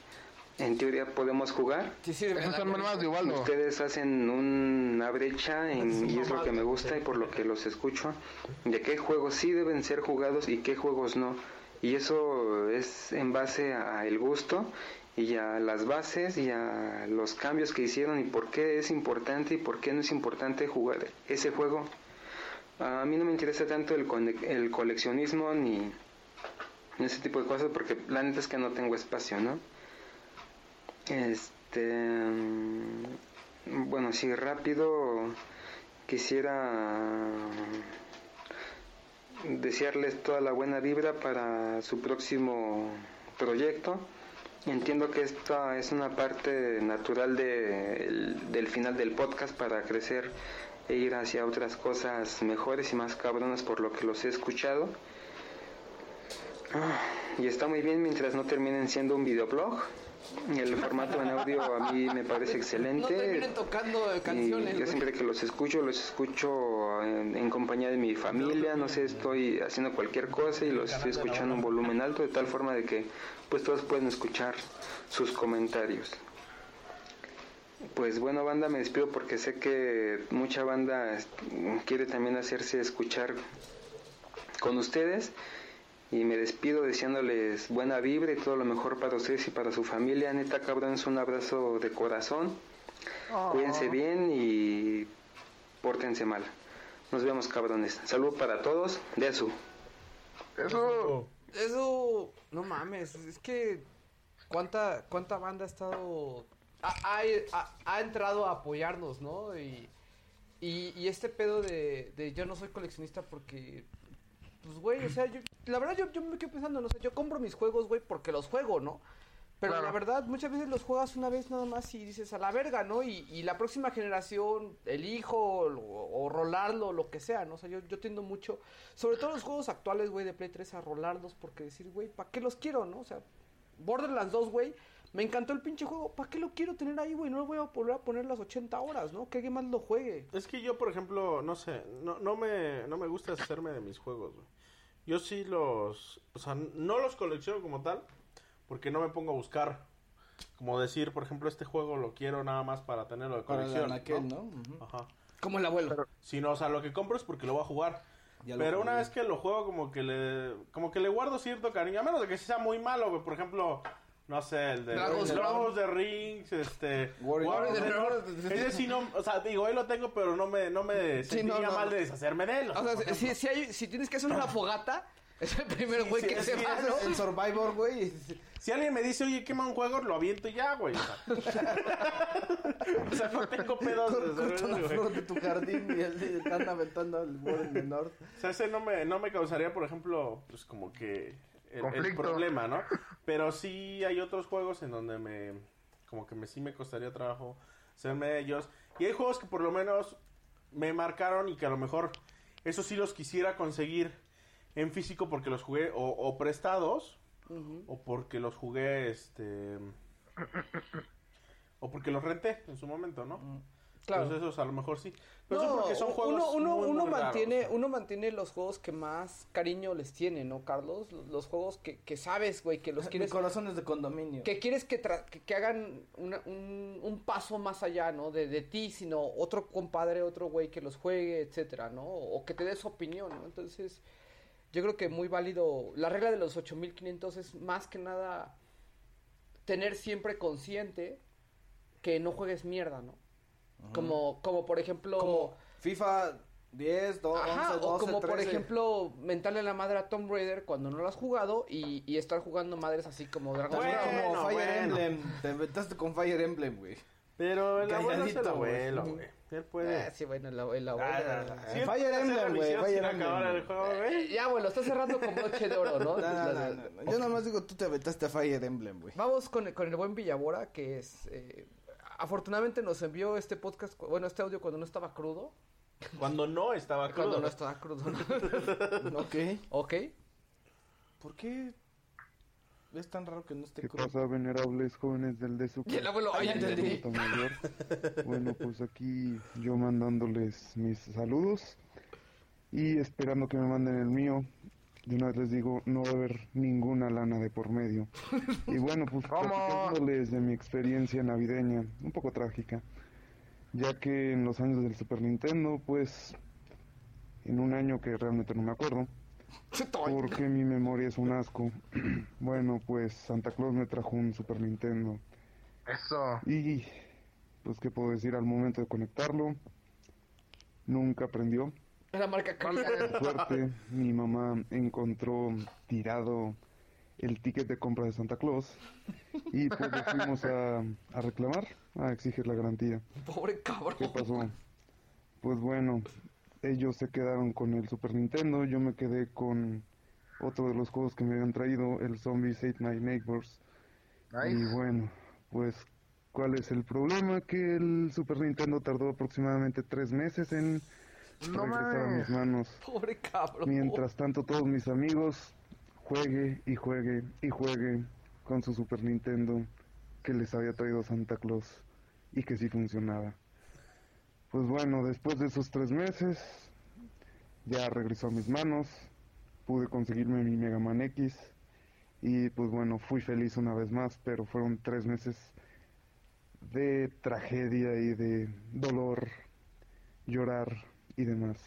en teoría podemos jugar. Esas son mamás de Ubaldo. Ustedes hacen una brecha en- y es lo que me gusta y por lo que los escucho, de qué juegos sí deben ser jugados y qué juegos no. Y eso es en base a el gusto y a las bases y a los cambios que hicieron y por qué es importante y por qué no es importante jugar ese juego. A mí no me interesa tanto el, cone- el coleccionismo ni ese tipo de cosas porque la neta es que no tengo espacio, ¿no? Este. mm, Bueno, si rápido quisiera desearles toda la buena vibra para su próximo proyecto. Entiendo que esta es una parte natural de- el- del final del podcast para crecer e ir hacia otras cosas mejores y más cabronas por lo que los he escuchado. Ah, Y está muy bien mientras no terminen siendo un videoblog. El formato en audio a mí me parece No excelente. terminen tocando eh, Y canciones. yo güey. siempre que los escucho, los escucho en, en compañía de mi familia, no sé, estoy haciendo cualquier cosa y los estoy escuchando en volumen alto, de tal forma de que pues todos pueden escuchar sus comentarios. Pues bueno, banda, me despido porque sé que mucha banda es- quiere también hacerse escuchar con ustedes. Y me despido deseándoles buena vibra y todo lo mejor para ustedes y para su familia. Neta, cabrones, un abrazo de corazón. Ah, Cuídense bien y pórtense mal. Nos vemos, cabrones. Salud para todos. De su. Eso. Eso. No mames. Es que. ¿Cuánta, cuánta banda ha estado. Ha, ha- ha- ha entrado a apoyarnos, ¿no? Y, y, y este pedo de, de yo no soy coleccionista porque. Pues, güey, o sea, yo- la verdad yo, yo me quedo pensando, no sé, yo compro mis juegos, güey, porque los juego, ¿no? Pero la verdad, muchas veces los juegas una vez nada más y dices a la verga, ¿no? Y, y la próxima generación, el hijo o, o rolarlo, lo que sea, ¿no? O sea, yo, yo tiendo mucho, sobre todo los juegos actuales, güey, de Play 3 a rolarlos porque decir, güey, ¿para qué los quiero, no? O sea, Borderlands 2, güey, me encantó el pinche juego, ¿para qué lo quiero tener ahí, güey? No lo voy a volver a poner las 80 horas, ¿no? Que alguien más lo juegue. Es que yo, por ejemplo, no sé, no, no, me, no me gusta hacerme de mis juegos, güey. Yo sí los, o sea, no los colecciono como tal, porque no me pongo a buscar. Como decir, por ejemplo, este juego lo quiero nada más para tenerlo de Para el colección. anaquel, ¿no? ¿no? Ujú. Ajá. Como el abuelo. Si no, o sea, lo que compro es porque lo voy a jugar. Ya lo Pero una jugué. vez que lo juego, como que le, como que le guardo cierto cariño, a menos de que sí sea muy malo, güey. Por ejemplo, no sé, el de Dragon's Crown. Lords de Rings, este, Warrior. War of Warrior the de Lords. Lords. Ese sí no, o sea, digo, ahí lo tengo, pero no me, no me Sí, sentiría no, no. mal de deshacerme de él. O sea, si, si, hay- si tienes que hacer una fogata, es el primer güey que se va, ¿no? El Survivor, güey. Si alguien me dice, oye, quema un juego, lo aviento y ya, güey. O sea, O sea, no tengo pedos. de Corta hacerme, una güey. flor de tu jardín y él le están aventando al borde menor. O sea, ese no me, no me causaría, por ejemplo, pues como que el- el, Conflicto. problema, ¿no? Pero sí hay otros juegos en donde me, como que me, sí me costaría trabajo serme de ellos. Y hay juegos que por lo menos me marcaron y que a lo mejor eso sí los quisiera conseguir en físico porque los jugué o, o prestados o porque los jugué, este... O porque los renté en su momento, Mm, ¿no? Claro. Entonces esos a lo mejor sí. Pero eso No, porque son juegos uno, uno, muy, uno muy raros. mantiene, uno mantiene los juegos que más cariño les tiene, ¿no, Carlos? Los, los juegos que, que sabes, güey, que los quieres... corazones de condominio. Que quieres que, tra- que, que hagan una- un, un paso más allá, ¿no? De, de ti, sino otro compadre, otro güey que los juegue, etcétera, ¿no? O que te dé su opinión, ¿no? Entonces, yo creo que muy válido. La regla de los 8500 es más que nada tener siempre consciente que no juegues mierda, ¿no? Como, como por ejemplo. Como FIFA 10, 12, Ajá, 11, 12, o como por 13. ejemplo mentarle la madre a Tomb Raider cuando no lo has jugado y, y estar jugando madres así como Dragon También Ball. como Fire Emblem. Te inventaste con Fire Emblem, güey. Pero el abuelo es el Calladito, güey. abuelo, güey. Él puede. Ah, Ah, sí, bueno, el, el abuelo. sí, él puede hacer la misión sin acabar el juego, güey. Eh, Ya, bueno, está cerrando con broche de oro, ¿no? No, no, no, no, no. Yo nomás digo, tú te aventaste a Fire Emblem, güey. Vamos con el, con el buen Villabora, que es... eh, afortunadamente nos envió este podcast, cu- bueno, este audio cuando no estaba crudo. Cuando no estaba crudo. Cuando no estaba crudo. ¿no? ok. Ok. ¿Por qué es tan raro que no esté ¿Qué crudo? pasa, venerables jóvenes del de su Y el abuelo, ay, entendí. Bueno, pues aquí yo mandándoles mis saludos y esperando que me manden el mío. de una vez les digo, no va a haber ninguna lana de por medio. Y bueno, pues platicándoles de mi experiencia navideña, un poco trágica, ya que en los años del Super Nintendo, pues, en un año que realmente no me acuerdo, porque mi memoria es un asco, bueno, pues Santa Claus me trajo un Super Nintendo. Eso. Y, pues, ¿qué puedo decir al momento de conectarlo? Nunca prendió. La marca Por suerte, mi mamá encontró tirado el ticket de compra de Santa Claus y pues lo fuimos a, a reclamar, a exigir la garantía. Pobre cabrón. ¿Qué pasó? Pues bueno, ellos se quedaron con el Super Nintendo, yo me quedé con otro de los juegos que me habían traído, el Zombies Ate My Neighbors. Nice. Y bueno, pues, ¿cuál es el problema? Que el Super Nintendo tardó aproximadamente tres meses en No regresar a mames. mis manos. Pobre cabrón. Mientras tanto, todos mis amigos juegue y juegue y juegue con su Super Nintendo que les había traído Santa Claus y que sí funcionaba. Pues bueno, después de esos tres meses, ya regresó a mis manos, pude conseguirme mi Mega Man X y pues bueno, fui feliz una vez más, pero fueron tres meses de tragedia y de dolor, llorar y demás.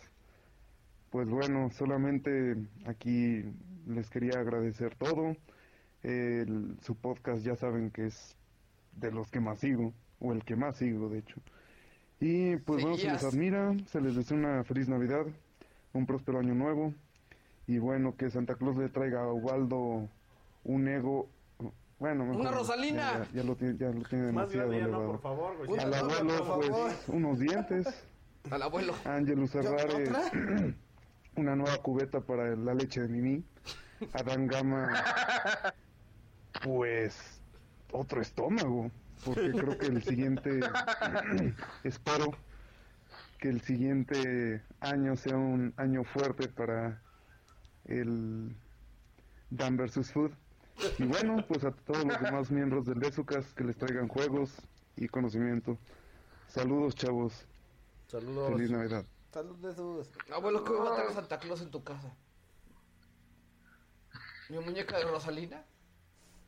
Pues bueno, solamente aquí les quería agradecer todo. El- su podcast ya saben que es de los que más sigo, o el que más sigo de hecho. Y pues bueno, se les Seguías. admira, se les desea una feliz Navidad, un próspero año nuevo. Y bueno, que Santa Claus le traiga a Waldo un ego. Bueno, mejor Una no, Rosalina. Ya, ya- ya lo tiene, ya lo tiene Más demasiado grande ya no, elevado. por favor, güey, ya. Al Una Rosa, abuelo, por favor. pues, unos dientes. Al abuelo. Ángelus ¿Yo- Herrare, otra? una nueva cubeta para la leche de Mimi. Adán Gama, pues, otro estómago. Porque creo que el siguiente, espero que el siguiente año sea un año fuerte para el Dan versus Food. Y bueno, pues a todos los demás miembros del Desucas que les traigan juegos y conocimiento. Saludos, chavos. Saludos. Feliz Navidad. Saludos. Abuelo, ¿cómo va a tener Santa Claus en tu casa? ¿Mi muñeca de Rosalina?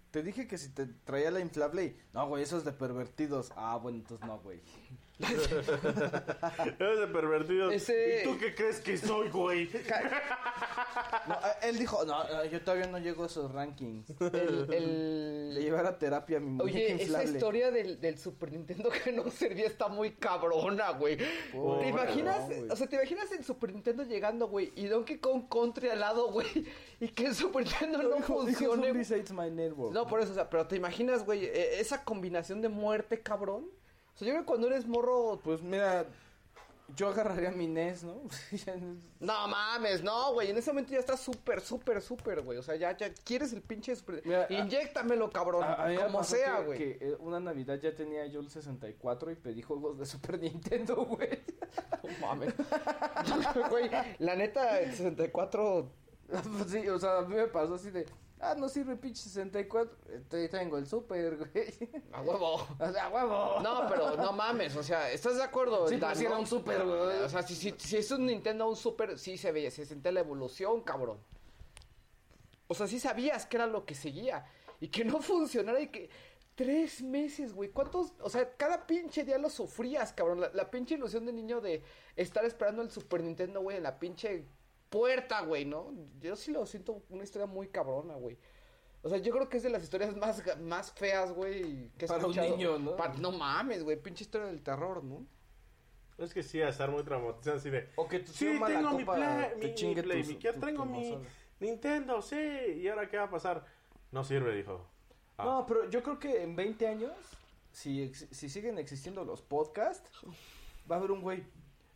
Te dije que si te traía la inflable y... No, güey, eso es de pervertidos. Ah, bueno, entonces no, güey. Eres de pervertido. Ese- ¿Y tú qué crees que soy, güey? No, eh, él dijo, no, eh, yo todavía no llego a esos rankings. El- el- Le llevar a terapia a mi muñeca Oye, inflable. esa historia del, del Super Nintendo que no servía está muy cabrona, güey. Pobre ¿Te imaginas? cabrón, güey. o sea, ¿te imaginas el Super Nintendo llegando, güey? Y Donkey Kong Country al lado, güey. Y que el Super Nintendo no funcione. No, por eso, o sea, pero ¿te imaginas, güey? eh, esa combinación de muerte, cabrón. O sea, yo creo que cuando eres morro... Pues mira, yo agarraría mi NES, ¿no? Ya no es- No mames, no, güey. En ese momento ya está súper, súper, súper, güey. O sea, ya, ya quieres el pinche Super... Inyéctamelo, cabrón. A- a mí me como pasó sea, que- güey. Que, eh, una Navidad ya tenía yo el 64 y pedí juegos de Super Nintendo, güey. No mames. Güey, la neta, el 64. Pues sí, o sea, a mí me pasó así de. Ah, no sirve pinche 64. eh, Te tengo el Super, güey. A huevo. O sea, a huevo. No, pero no mames, o sea, ¿estás de acuerdo? Sí, pero Dan, sí era no? un Super, güey. O sea, si, si, si es un Nintendo, un Super, sí se veía, se sentía la evolución, cabrón. O sea, sí sabías que era lo que seguía. Y que no funcionara y que... Tres meses, güey. ¿Cuántos? O sea, cada pinche día lo sufrías, cabrón. La, la pinche ilusión de niño de estar esperando el Super Nintendo, güey, en la pinche puerta, güey, ¿no? Yo sí lo siento una historia muy cabrona, güey. O sea, yo creo que es de las historias más, ga- más feas, güey, que he Para un escuchado. niño, ¿no? Pa- no mames, güey, pinche historia del terror, ¿no? Es que sí, a estar muy traumatizado así de... O que tu sí, tío mala tengo mi copa play, te mi, mi chingue Play, tu- mi- ya tu- tengo tu mi consola. Nintendo, sí. ¿Y ahora qué va a pasar? No sirve, dijo. Ah. No, pero yo creo que en 20 años, si, ex- si siguen existiendo los podcasts, va a haber un güey.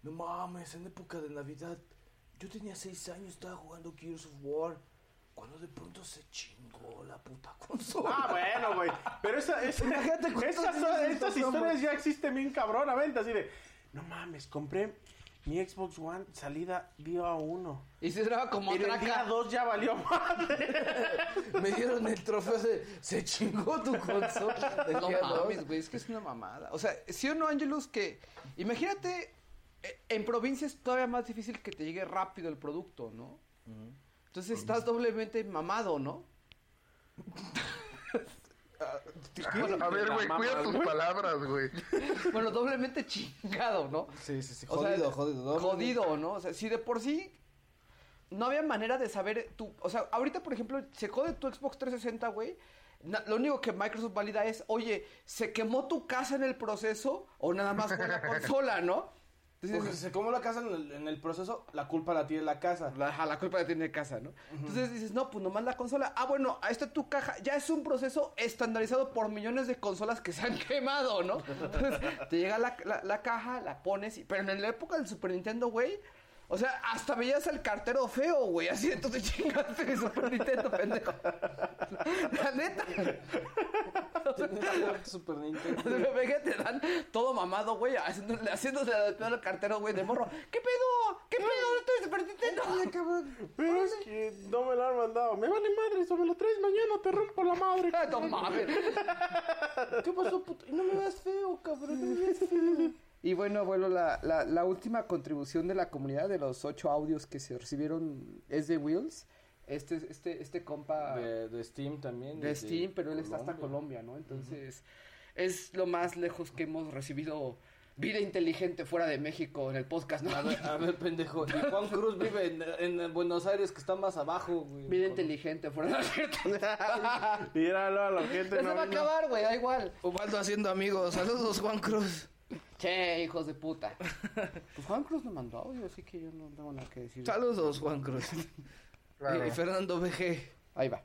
No mames, en época de Navidad, yo tenía 6 años, estaba jugando Gears of War. Cuando de pronto se chingó la puta consola. Ah, bueno, güey. Pero esa, esa- Imagínate cuántos esas, niños estas nosotros somos. historias ya existen bien cabronamente, así de... No mames, compré mi Xbox One salida dio a uno. Y se graba como Pero el día traca. dos ya valió madre. Me dieron el trofeo de se chingó tu consola. No mames, güey, es que es una mamada. O sea, ¿sí o no, Angelus? Que imagínate, eh, en provincia es todavía más difícil que te llegue rápido el producto, ¿no? Entonces estás doblemente mamado, ¿no? A ver, güey, cuida tus palabras, güey. Bueno, doblemente chingado, ¿no? Sí, sí, sí. O sea, Jodido, jodido. doblemente. Jodido, ¿no? O sea, si de por sí no había manera de saber tu... O sea, ahorita, por ejemplo, se jode tu Xbox 360, güey. na- Lo único que Microsoft valida es, oye, ¿se quemó tu casa en el proceso o nada más fue la consola, no? Porque se como la casa en el, en el proceso, la culpa la tiene la casa. Ajá, la culpa la tiene casa, ¿no? Entonces dices, no, pues nomás la consola. Ah, bueno, ahí está tu caja. Ya es un proceso estandarizado por millones de consolas que se han quemado, ¿no? Entonces te llega la, la- la caja, la pones. y- pero en la época del Super Nintendo, güey. O sea, hasta veías al cartero feo, güey. Así de tú te chingaste mi Super Nintendo, pendejo. La neta. Super Nintendo. te dan todo mamado, güey. Haciéndole, haciéndole al pedo al cartero, güey, de morro. ¿Qué pedo? ¿Qué pedo? ¿Dónde está el Super Nintendo? Pero es que no me lo han mandado. Me vale madre, o me lo traes mañana, te rompo la madre. no mames. ¿Qué pasó, puto? No me veas feo, cabrón. No me veas feo. Y bueno, abuelo, la, la, la última contribución de la comunidad de los ocho audios que se recibieron es de Wills. Este, este, este compa de, De, de Steam también. desde Steam, pero él está hasta Colombia, ¿no? Entonces, es lo más lejos que hemos recibido vida inteligente fuera de México en el podcast, ¿no? A ver, a ver, pendejo. Y Juan Cruz vive en, en Buenos Aires, que está más abajo, güey. Vida inteligente fuera de México. Míralo a la Ya gente. se va a acabar, güey, da igual. Ubaldo haciendo amigos. Saludos, Juan Cruz. Che, hijos de puta. Pues Juan Cruz no mandó audio, así que yo no tengo nada que decir. Saludos, Juan Cruz. Claro. Y Fernando BG. Ahí va.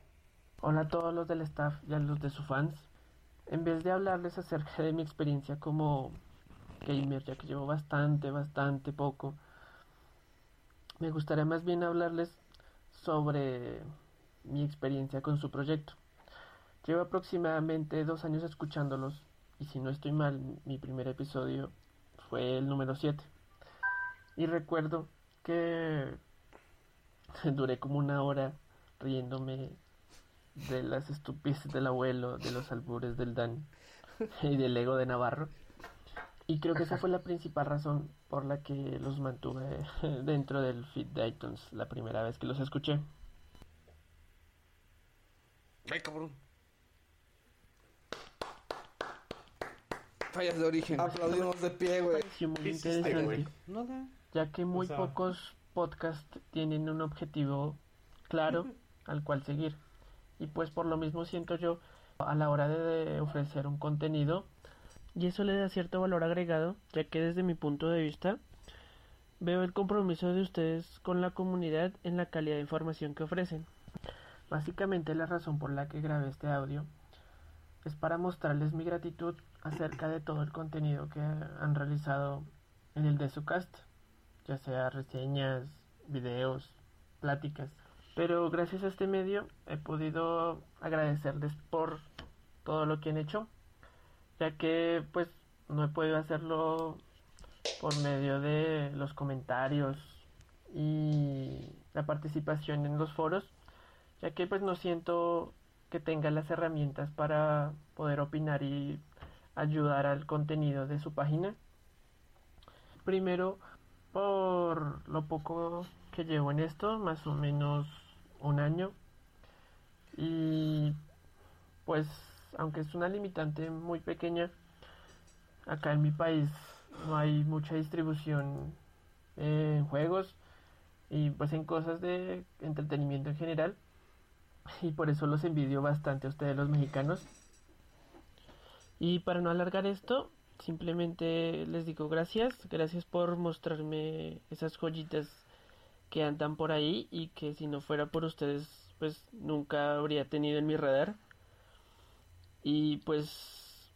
Hola a todos los del staff y a los de sus fans. En vez de hablarles acerca de mi experiencia como gamer, ya que llevo bastante, bastante poco, me gustaría más bien hablarles sobre mi experiencia con su proyecto. Llevo aproximadamente dos años escuchándolos y si no estoy mal, mi primer episodio fue el número 7. Y recuerdo que duré como una hora riéndome de las estupideces del abuelo, de los albures del Dan y del ego de Navarro. Y creo que esa fue la principal razón por la que los mantuve dentro del feed de iTunes la primera vez que los escuché. Ay, cabrón. Fallas de origen. Aplaudimos de pie, güey. pareció muy interesante, Nada. ya que muy O sea- pocos podcasts tienen un objetivo claro al cual seguir. Y pues por lo mismo siento yo a la hora de, de ofrecer un contenido y eso le da cierto valor agregado, ya que desde mi punto de vista veo el compromiso de ustedes con la comunidad en la calidad de información que ofrecen. Básicamente la razón por la que grabé este audio es para mostrarles mi gratitud acerca de todo el contenido que han realizado en el de su cast, ya sea reseñas, videos, pláticas. Pero gracias a este medio he podido agradecerles por todo lo que han hecho, ya que pues no he podido hacerlo por medio de los comentarios y la participación en los foros, ya que pues no siento que tenga las herramientas para poder opinar y ayudar al contenido de su página. Primero, por lo poco que llevo en esto, más o menos un año. Y pues, aunque es una limitante muy pequeña, acá en mi país no hay mucha distribución eh, en juegos y pues en cosas de entretenimiento en general. Y por eso los envidio bastante a ustedes los mexicanos. Y para no alargar esto, simplemente les digo gracias, gracias por mostrarme esas joyitas que andan por ahí y que si no fuera por ustedes, pues nunca habría tenido en mi radar. Y pues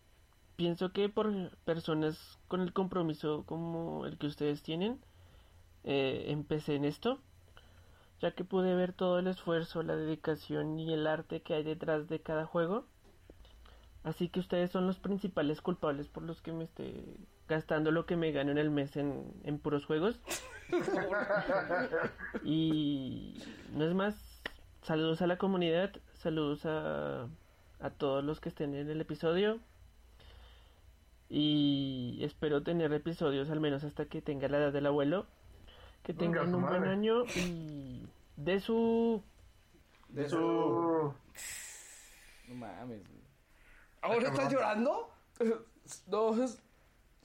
pienso que por personas con el compromiso como el que ustedes tienen, eh, empecé en esto, ya que pude ver todo el esfuerzo, la dedicación y el arte que hay detrás de cada juego. Así que ustedes son los principales culpables por los que me esté gastando lo que me gano en el mes en, en puros juegos. y no es más, saludos a la comunidad, saludos a, a todos los que estén en el episodio. Y espero tener episodios al menos hasta que tenga la edad del abuelo. Que Venga, tengan su un buen madre. año y De su. De su. No mames, güey. ¿Ahora cabrón. Ah, estás llorando? No, es,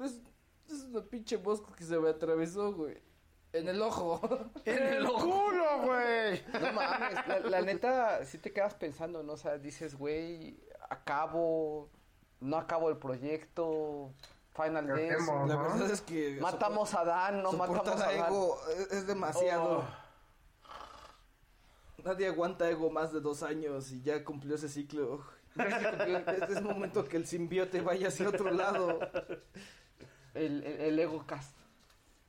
es. Es una pinche mosca que se me atravesó, güey. En el ojo. ¡En el culo, güey! No mames, la, la neta, si te quedas pensando, ¿no? O sea, dices, güey, acabo, no acabo el proyecto, Final ¿Qué Days. hacemos, La no? verdad es que Matamos a Dan, ah, no soportar matamos a Dan. Oh, ego es- es demasiado. Nadie aguanta ego más de dos años y ya cumplió ese ciclo. este es momento que el simbiote vaya hacia otro lado. El, el, el ego cast.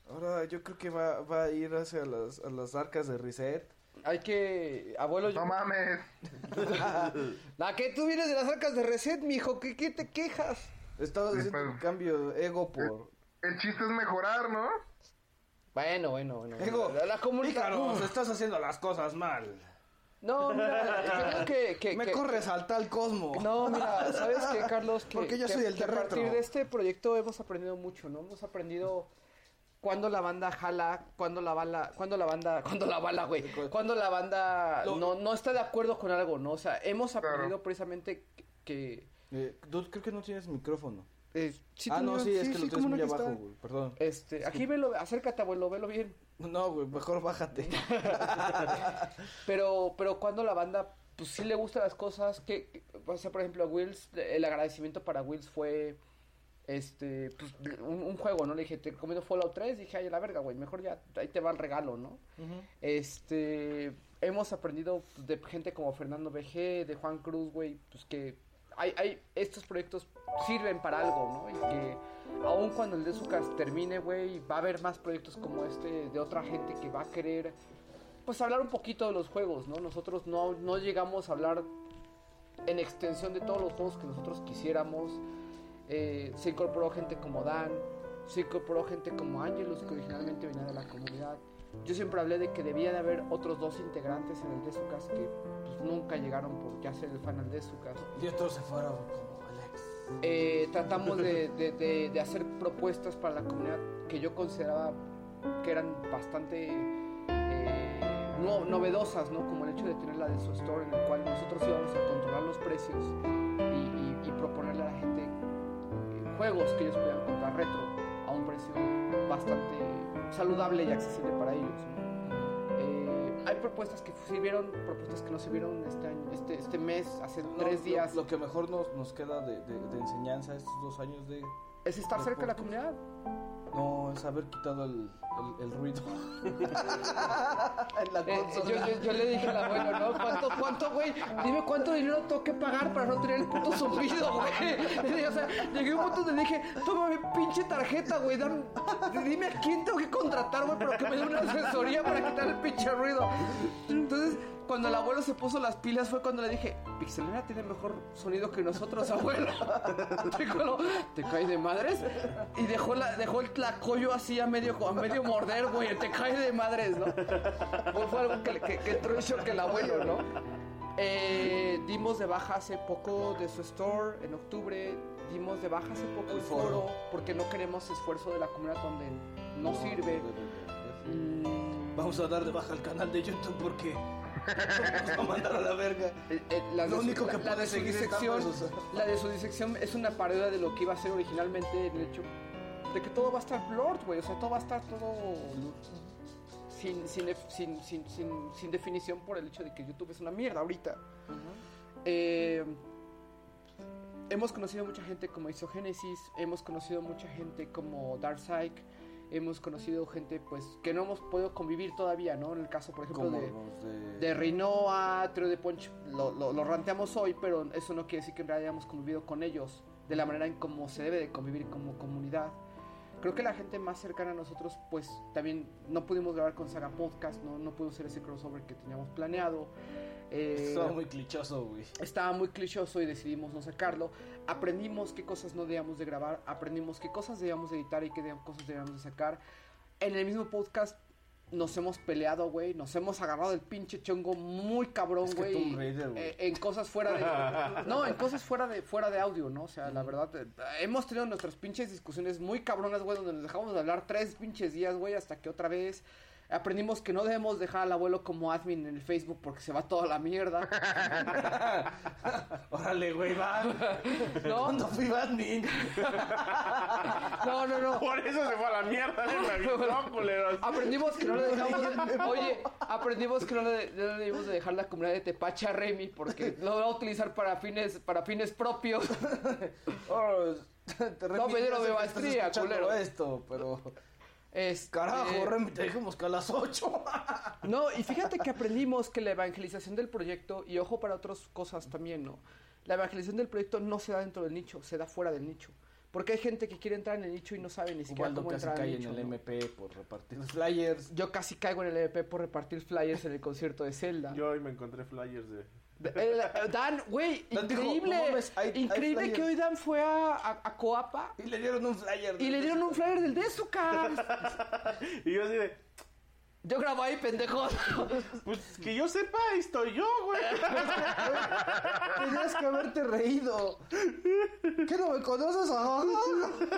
Ahora yo creo que va, va a ir hacia las, a las arcas de Reset. Hay que... Abuelo, No mames. La que tú vienes de las arcas de Reset, mijo, ¿qué, qué te quejas? Estaba Sí, haciendo pero- un cambio ego por... El chiste es mejorar, ¿no? Bueno, bueno, bueno. Ego, la, la comunicación. Ícaros, estás haciendo las cosas mal. No, mira, creo que, que- Me que- corres al tal Cosmo. No, mira, ¿sabes qué, Carlos? Que, Porque yo que- soy el que de A partir retro. de este proyecto hemos aprendido mucho, ¿no? Hemos aprendido cuándo la banda jala, cuándo la bala, cuándo la banda, cuándo la bala, güey, cuándo la banda no, no está de acuerdo con algo, ¿no? O sea, hemos aprendido precisamente que... Eh, dude, creo que no tienes micrófono. Eh, sí ah, tenía- no, sí, es sí, que sí, lo cómo tienes no, muy aquí está. abajo, güey. Perdón. Este, aquí velo, acércate, abuelo, velo bien. No, güey, mejor bájate. Pero, pero cuando la banda, pues sí le gustan las cosas, que, que- o sea, por ejemplo, a Wills, el agradecimiento para Wills fue, este, pues, un, un juego, ¿no? Le dije, te recomiendo Fallout 3, dije, ay, a la verga, güey, mejor ya, ahí te va el regalo, ¿no? Este, hemos aprendido pues, de gente como Fernando BG, de Juan Cruz, güey, pues que hay, hay, estos proyectos sirven para algo, ¿no? Y que aun cuando el de Sucas termine, güey, va a haber más proyectos como este de otra gente que va a querer, pues hablar un poquito de los juegos, ¿no? Nosotros no, no llegamos a hablar en extensión de todos los juegos que nosotros quisiéramos. Eh, se incorporó gente como Dan, se incorporó gente como Angelus, que originalmente venía de la comunidad. Yo siempre hablé de que debía de haber otros dos integrantes en el Desucas que pues, nunca llegaron por ya ser el fan del Desucas. Y otros se fueron como Alex. Eh, tratamos de, de- de- de hacer propuestas para la comunidad que yo consideraba que eran bastante eh, no- novedosas, ¿no? como el hecho de tener la de su store en el cual nosotros íbamos a controlar los precios y, y- y proponerle a la gente eh, juegos que ellos pudieran comprar retro a un precio bastante saludable y accesible para ellos. ¿no? Eh, hay propuestas que sirvieron, propuestas que no sirvieron este, año- este, este mes, hace No, tres lo- días. Lo, que mejor nos, nos queda de, de- de enseñanza estos dos años de. Es estar cerca de la comunidad. No, es haber quitado el, el- el ruido. Eh, eh, yo, yo- yo le dije al abuelo, ¿no? ¿Cuánto, cuánto, güey? Dime cuánto dinero tengo que pagar para no tener el puto zumbido, güey. O sea, llegué a un punto donde dije, toma mi pinche tarjeta, güey. dame- dime a quién tengo que contratar, güey, pero que me dé una asesoría para quitar el pinche ruido. Entonces, cuando el abuelo se puso las pilas fue cuando le dije, Pixelena tiene mejor sonido que nosotros, abuelo. Te colo- te cae de madres. Y dejó, la, dejó el tlacoyo así a medio, a medio morder, güey. Te cae de madres, ¿no? Fue- fue algo que, que, que entró en shock el abuelo, ¿no? Eh, dimos de baja hace poco de su store en octubre. Dimos de baja hace poco el foro porque no queremos esfuerzo de la comunidad donde no sirve. Mm. Vamos a dar de baja el canal de YouTube porque nos va a mandar a la verga. Eh, Eh, La Lo de su- único que la- la puede de su seguir está disección, pues, o sea. la de su disección es una parodia de lo que iba a ser originalmente el hecho de que todo va a estar blurred, güey, o sea, todo va a estar todo sin, sin, def- sin, sin, sin- sin definición por el hecho de que YouTube es una mierda ahorita. Eh, hemos conocido mucha gente como Isogénesis, hemos conocido mucha gente como Dark Psych, hemos conocido gente pues que no hemos podido convivir todavía, ¿no? En el caso, por ejemplo, Como de, los de. de Rinoa, Trio de Punch, lo, lo, lo ranteamos hoy, pero eso no quiere decir que en realidad hayamos convivido con ellos de la manera en cómo se debe de convivir como comunidad. Creo que la gente más cercana a nosotros, pues también no pudimos grabar con Saga Podcast, no, no pudimos hacer ese crossover que teníamos planeado. Eh, Estaba muy clichoso, güey. estaba muy clichoso y decidimos no sacarlo. Aprendimos qué cosas no debíamos de grabar, aprendimos qué cosas debíamos de editar y qué de- cosas debíamos de sacar. En el mismo podcast nos hemos peleado, güey, nos hemos agarrado el pinche chongo muy cabrón, Es que güey. Tomb Raider, güey. eh, en cosas fuera de No, en cosas fuera de fuera de audio, ¿no? O sea, la verdad eh, hemos tenido nuestras pinches discusiones muy cabronas, güey, donde nos dejamos de hablar tres pinches días, güey, hasta que otra vez Aprendimos que no debemos dejar al abuelo como admin en el Facebook porque se va toda la mierda. Órale, güey, va. No, no fui admin. No, no, no. Por eso se fue a la mierda, güey, me avisó, culeros. Aprendimos que no le dejamos. Oye, aprendimos que no le, no le debemos de dejar la comunidad de Tepache a Remy porque lo va a utilizar para fines, para fines propios. Oh, te No me dieron de maestría, culero. esto, pero... Es, Carajo, eh, Remy, te dijimos que a las 8. No, y fíjate que aprendimos que la evangelización del proyecto, y ojo para otras cosas también, ¿no? La evangelización del proyecto no se da dentro del nicho, se da fuera del nicho. Porque hay gente que quiere entrar en el nicho y no sabe ni siquiera Ubaldo cómo casi entrar al cae en nicho, el ¿no? MP por repartir flyers. Yo casi caigo en el EP por repartir flyers en el concierto de Zelda. Yo hoy me encontré flyers de... El- eh, Dan, güey, Dan dijo, increíble. "No mames, hay- hay increíble flyers". que hoy Dan fue a, a- a Coapa Y le dieron un flyer. y le dieron un flyer del Desucar. Y yo así de... Yo grabo ahí, pendejos. Pues que yo sepa, ahí estoy yo, güey. Tenías que haberte reído. ¿Qué no me conoces? Ah,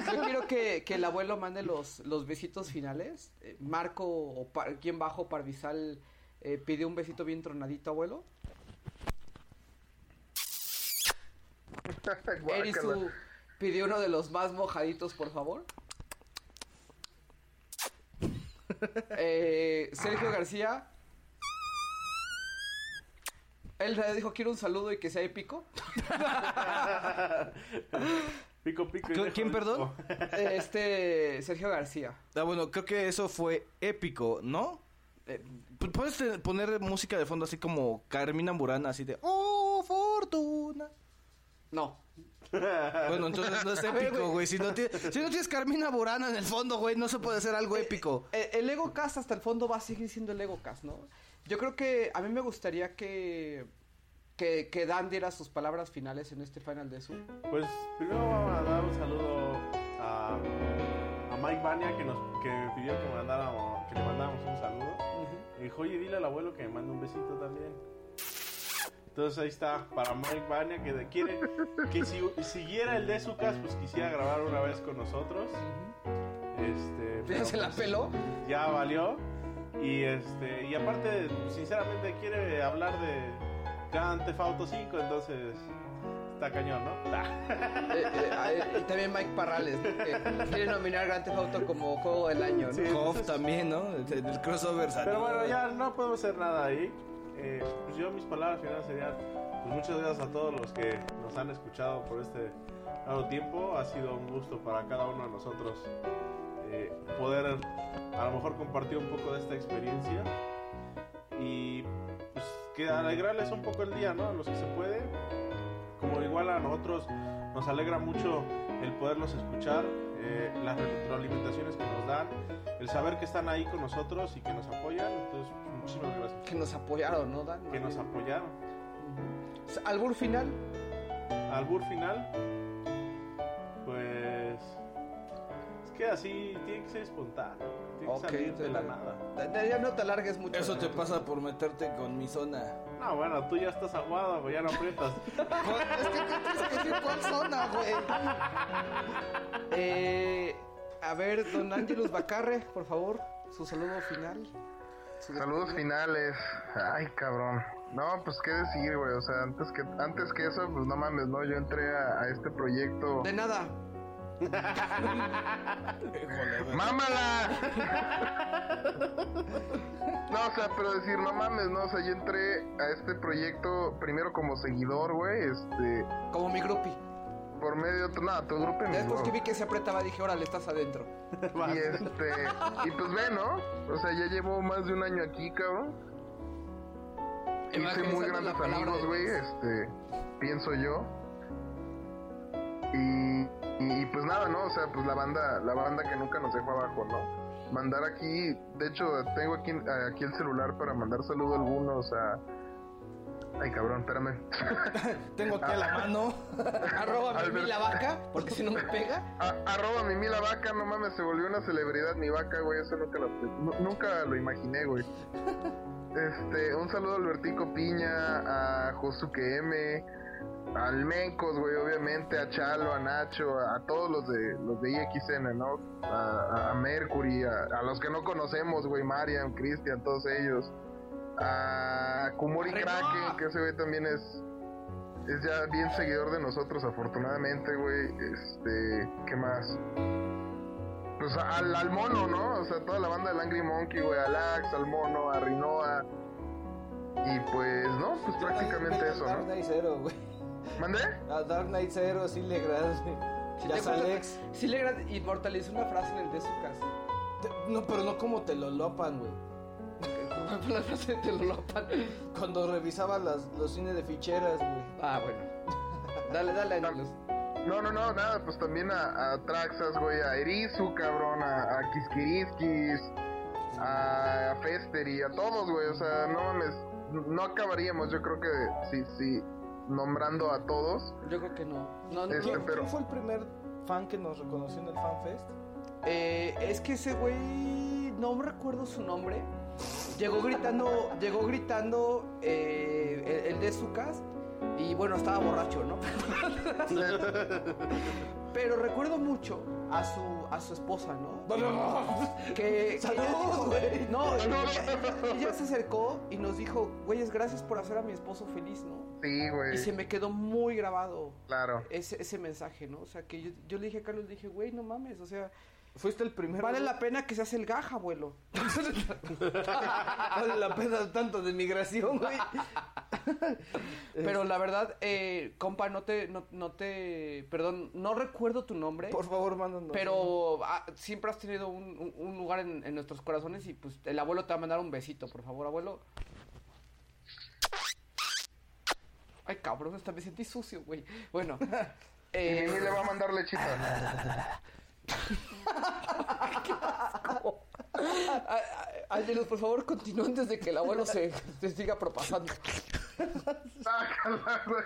Yo quiero que, que el abuelo mande los, los besitos finales. Eh, Marco o par- quien bajo Parvisal eh, pidió un besito bien tronadito, abuelo. Erisu pidió uno de los más mojaditos, por favor. Eh, Sergio García. Él le dijo, quiero un saludo y que sea épico. Pico, pico. y ¿Qui- dejo quién, el- perdón? Este, Sergio García. Ah, bueno, creo que eso fue épico, ¿no? Eh, p- Puedes te- poner música de fondo así como Carmina Burana, así de... ¡Oh, fortuna! No. Bueno, entonces no es épico, güey. Si no, ti- si no tienes Carmina Burana en el fondo, güey, no se puede hacer algo épico. Eh, el Ego Cast hasta el fondo va a seguir siendo el Ego Cast, ¿no? Yo creo que a mí me gustaría que, que, que Dan diera sus palabras finales en este final de su. Pues primero vamos a dar un saludo a, a Mike Bania que nos que me pidió que, mandáramos, que le mandáramos un saludo. Me dijo, oye, dile al abuelo que me mande un besito también. Entonces ahí está, para Mike Bania que de- quiere que si siguiera el de su casa, pues quisiera grabar una vez con nosotros. Este, ¿Ya pero se la pues, peló? ya valió. Y este, y aparte, sinceramente quiere hablar de Grand Theft Auto 5, entonces está cañón, ¿no? Eh, eh, a- y también Mike Parrales, ¿no? que quiere nominar Grand Theft Auto como juego del año, ¿no? Sí, entonces- también, ¿no? El, el crossover Pero salió. bueno, ya no podemos hacer nada ahí. Eh, pues yo mis palabras finales serían pues muchas gracias a todos los que nos han escuchado por este largo tiempo. Ha sido un gusto para cada uno de nosotros eh, poder a lo mejor compartir un poco de esta experiencia y pues que alegrarles un poco el día, ¿no? A los que se puede. Como igual a nosotros nos alegra mucho el poderlos escuchar, eh, las retroalimentaciones que nos dan, el saber que están ahí con nosotros y que nos apoyan. Entonces, pues, muchísimas gracias. Que nos apoyaron, ¿no, Dan? Que nos apoyaron. Albur final. Albur final. Pues. Es que así tiene que ser espontáneo. Tiene que Ok, salir de la te- nada. Ya ya no te alargues mucho. Eso te pasa por meterte con mi zona. No, bueno, tú ya estás aguado, güey, ya no aprietas. ¿Cuál zona, güey? Eh, a ver, don Angelus Bacarre, por favor, su saludo final. Saludos finales. Ay, cabrón. No, pues qué decir, güey. O sea, antes que, antes que eso, pues no mames, no. Yo entré a, a este proyecto. De nada. ¡Mámala! No, o sea, pero decir, no mames, no. O sea, yo entré a este proyecto primero como seguidor, güey. Este. Como mi grupi. Por medio de tu. Nada, tu grupo y mi Después grupo. que vi que se apretaba, dije, órale, estás adentro. Y este, y pues ve, ¿no? O sea, ya llevo más de un año aquí, cabrón. Hice Evangelizando muy la grandes palabra amigos, de güey, Dios. este, pienso yo. Y, y, pues nada, ¿no? O sea, pues la banda, la banda que nunca nos dejó abajo, ¿no? Mandar aquí, de hecho, tengo aquí, aquí el celular para mandar saludo a algunos a... Ay, cabrón, espérame. Tengo aquí a la mano. Arroba mi la vaca, porque si no me pega. A- arroba mi mila vaca, no mames, se volvió una celebridad mi vaca, güey, eso nunca lo, nu- nunca lo imaginé, güey. Este, un saludo a Albertico Piña, a Josuke M, al Mencos, güey, obviamente, a Chalo, a Nacho, a, a todos los de los de IXN, ¿no? A, a Mercury, a, a los que no conocemos, güey, Marian, Cristian, todos ellos. A Kumori Kraken, que ese güey también es es ya bien seguidor de nosotros, afortunadamente, güey. Este, ¿qué más? Pues al, al mono, ¿no? O sea, toda la banda del Angry Monkey, güey, al Axe, al mono, a Rinoa. Y pues, ¿no? Pues prácticamente eso, Dark ¿no? Knight Zero, güey. ¿Mandé? A Dark Knight Zero, sí le Ya es Alex. Sí, Legrand inmortalizó una frase en el de su casa. No, pero no como te lo lopan, güey. La frase de te lo lopan. Cuando revisaba las, los cines de ficheras, güey. Ah, bueno. Dale, dale, Ángelos. No, no, no, nada, pues también a, a Traxas, güey, a Erizu, cabrón, a, a Kiskiriskis, a, a Fester y a todos, güey, o sea, no mames, no acabaríamos, yo creo que sí, sí, nombrando a todos. Yo creo que no. No, no, ¿Quién, Este, quién pero- fue el primer fan que nos reconoció en el FanFest? Eh, es que ese güey, no recuerdo su nombre. Llegó gritando, llegó gritando eh, el, el de su cast. Y bueno, estaba borracho, ¿no? Pero recuerdo mucho a su, a su esposa, ¿no? Que, que ella dijo, güey. No, ella, ella se acercó y nos dijo, güeyes, gracias por hacer a mi esposo feliz, ¿no? Sí, güey. Y se me quedó muy grabado Claro. ese, ese mensaje, ¿no? O sea, que yo, yo le dije a Carlos, le dije, güey, no mames, o sea... Fuiste el primero. Vale la pena que seas el gaja, abuelo. Vale la pena tanto de migración, güey. Pero la verdad, eh, compa, no te, no, no te, perdón, no recuerdo tu nombre. Por favor, mándanos. Pero ah, siempre has tenido un, un- un lugar en, en nuestros corazones y pues el abuelo te va a mandar un besito, por favor, abuelo. Ay, cabrón, hasta me sentí sucio, güey. Bueno. Y Mimi le va a mandar lechita. a- a- Ángelos, por favor, continúen antes de que el abuelo se, se siga propasando. Sácala, güey.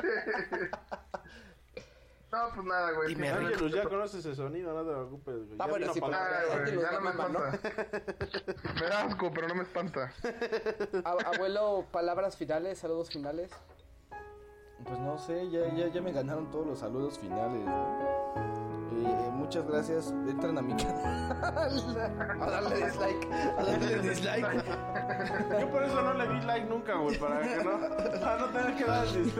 No, pues nada, güey. sí, Oye, no, pues ya conoces el sonido, no te preocupes, Ah, güey. Ya vino para acá, Ay, güey. güey, ya no me espanta. Me da asco, pero no me espanta. Pues A- abuelo, palabras finales, saludos finales. Pues no sé, ya, ya, ya me ganaron todos los saludos finales. ¿no? Eh, muchas gracias. Entran a mi canal. A darle dislike. A darle dislike. Yo por eso no le di like nunca, güey, para que no, para no tener que dar el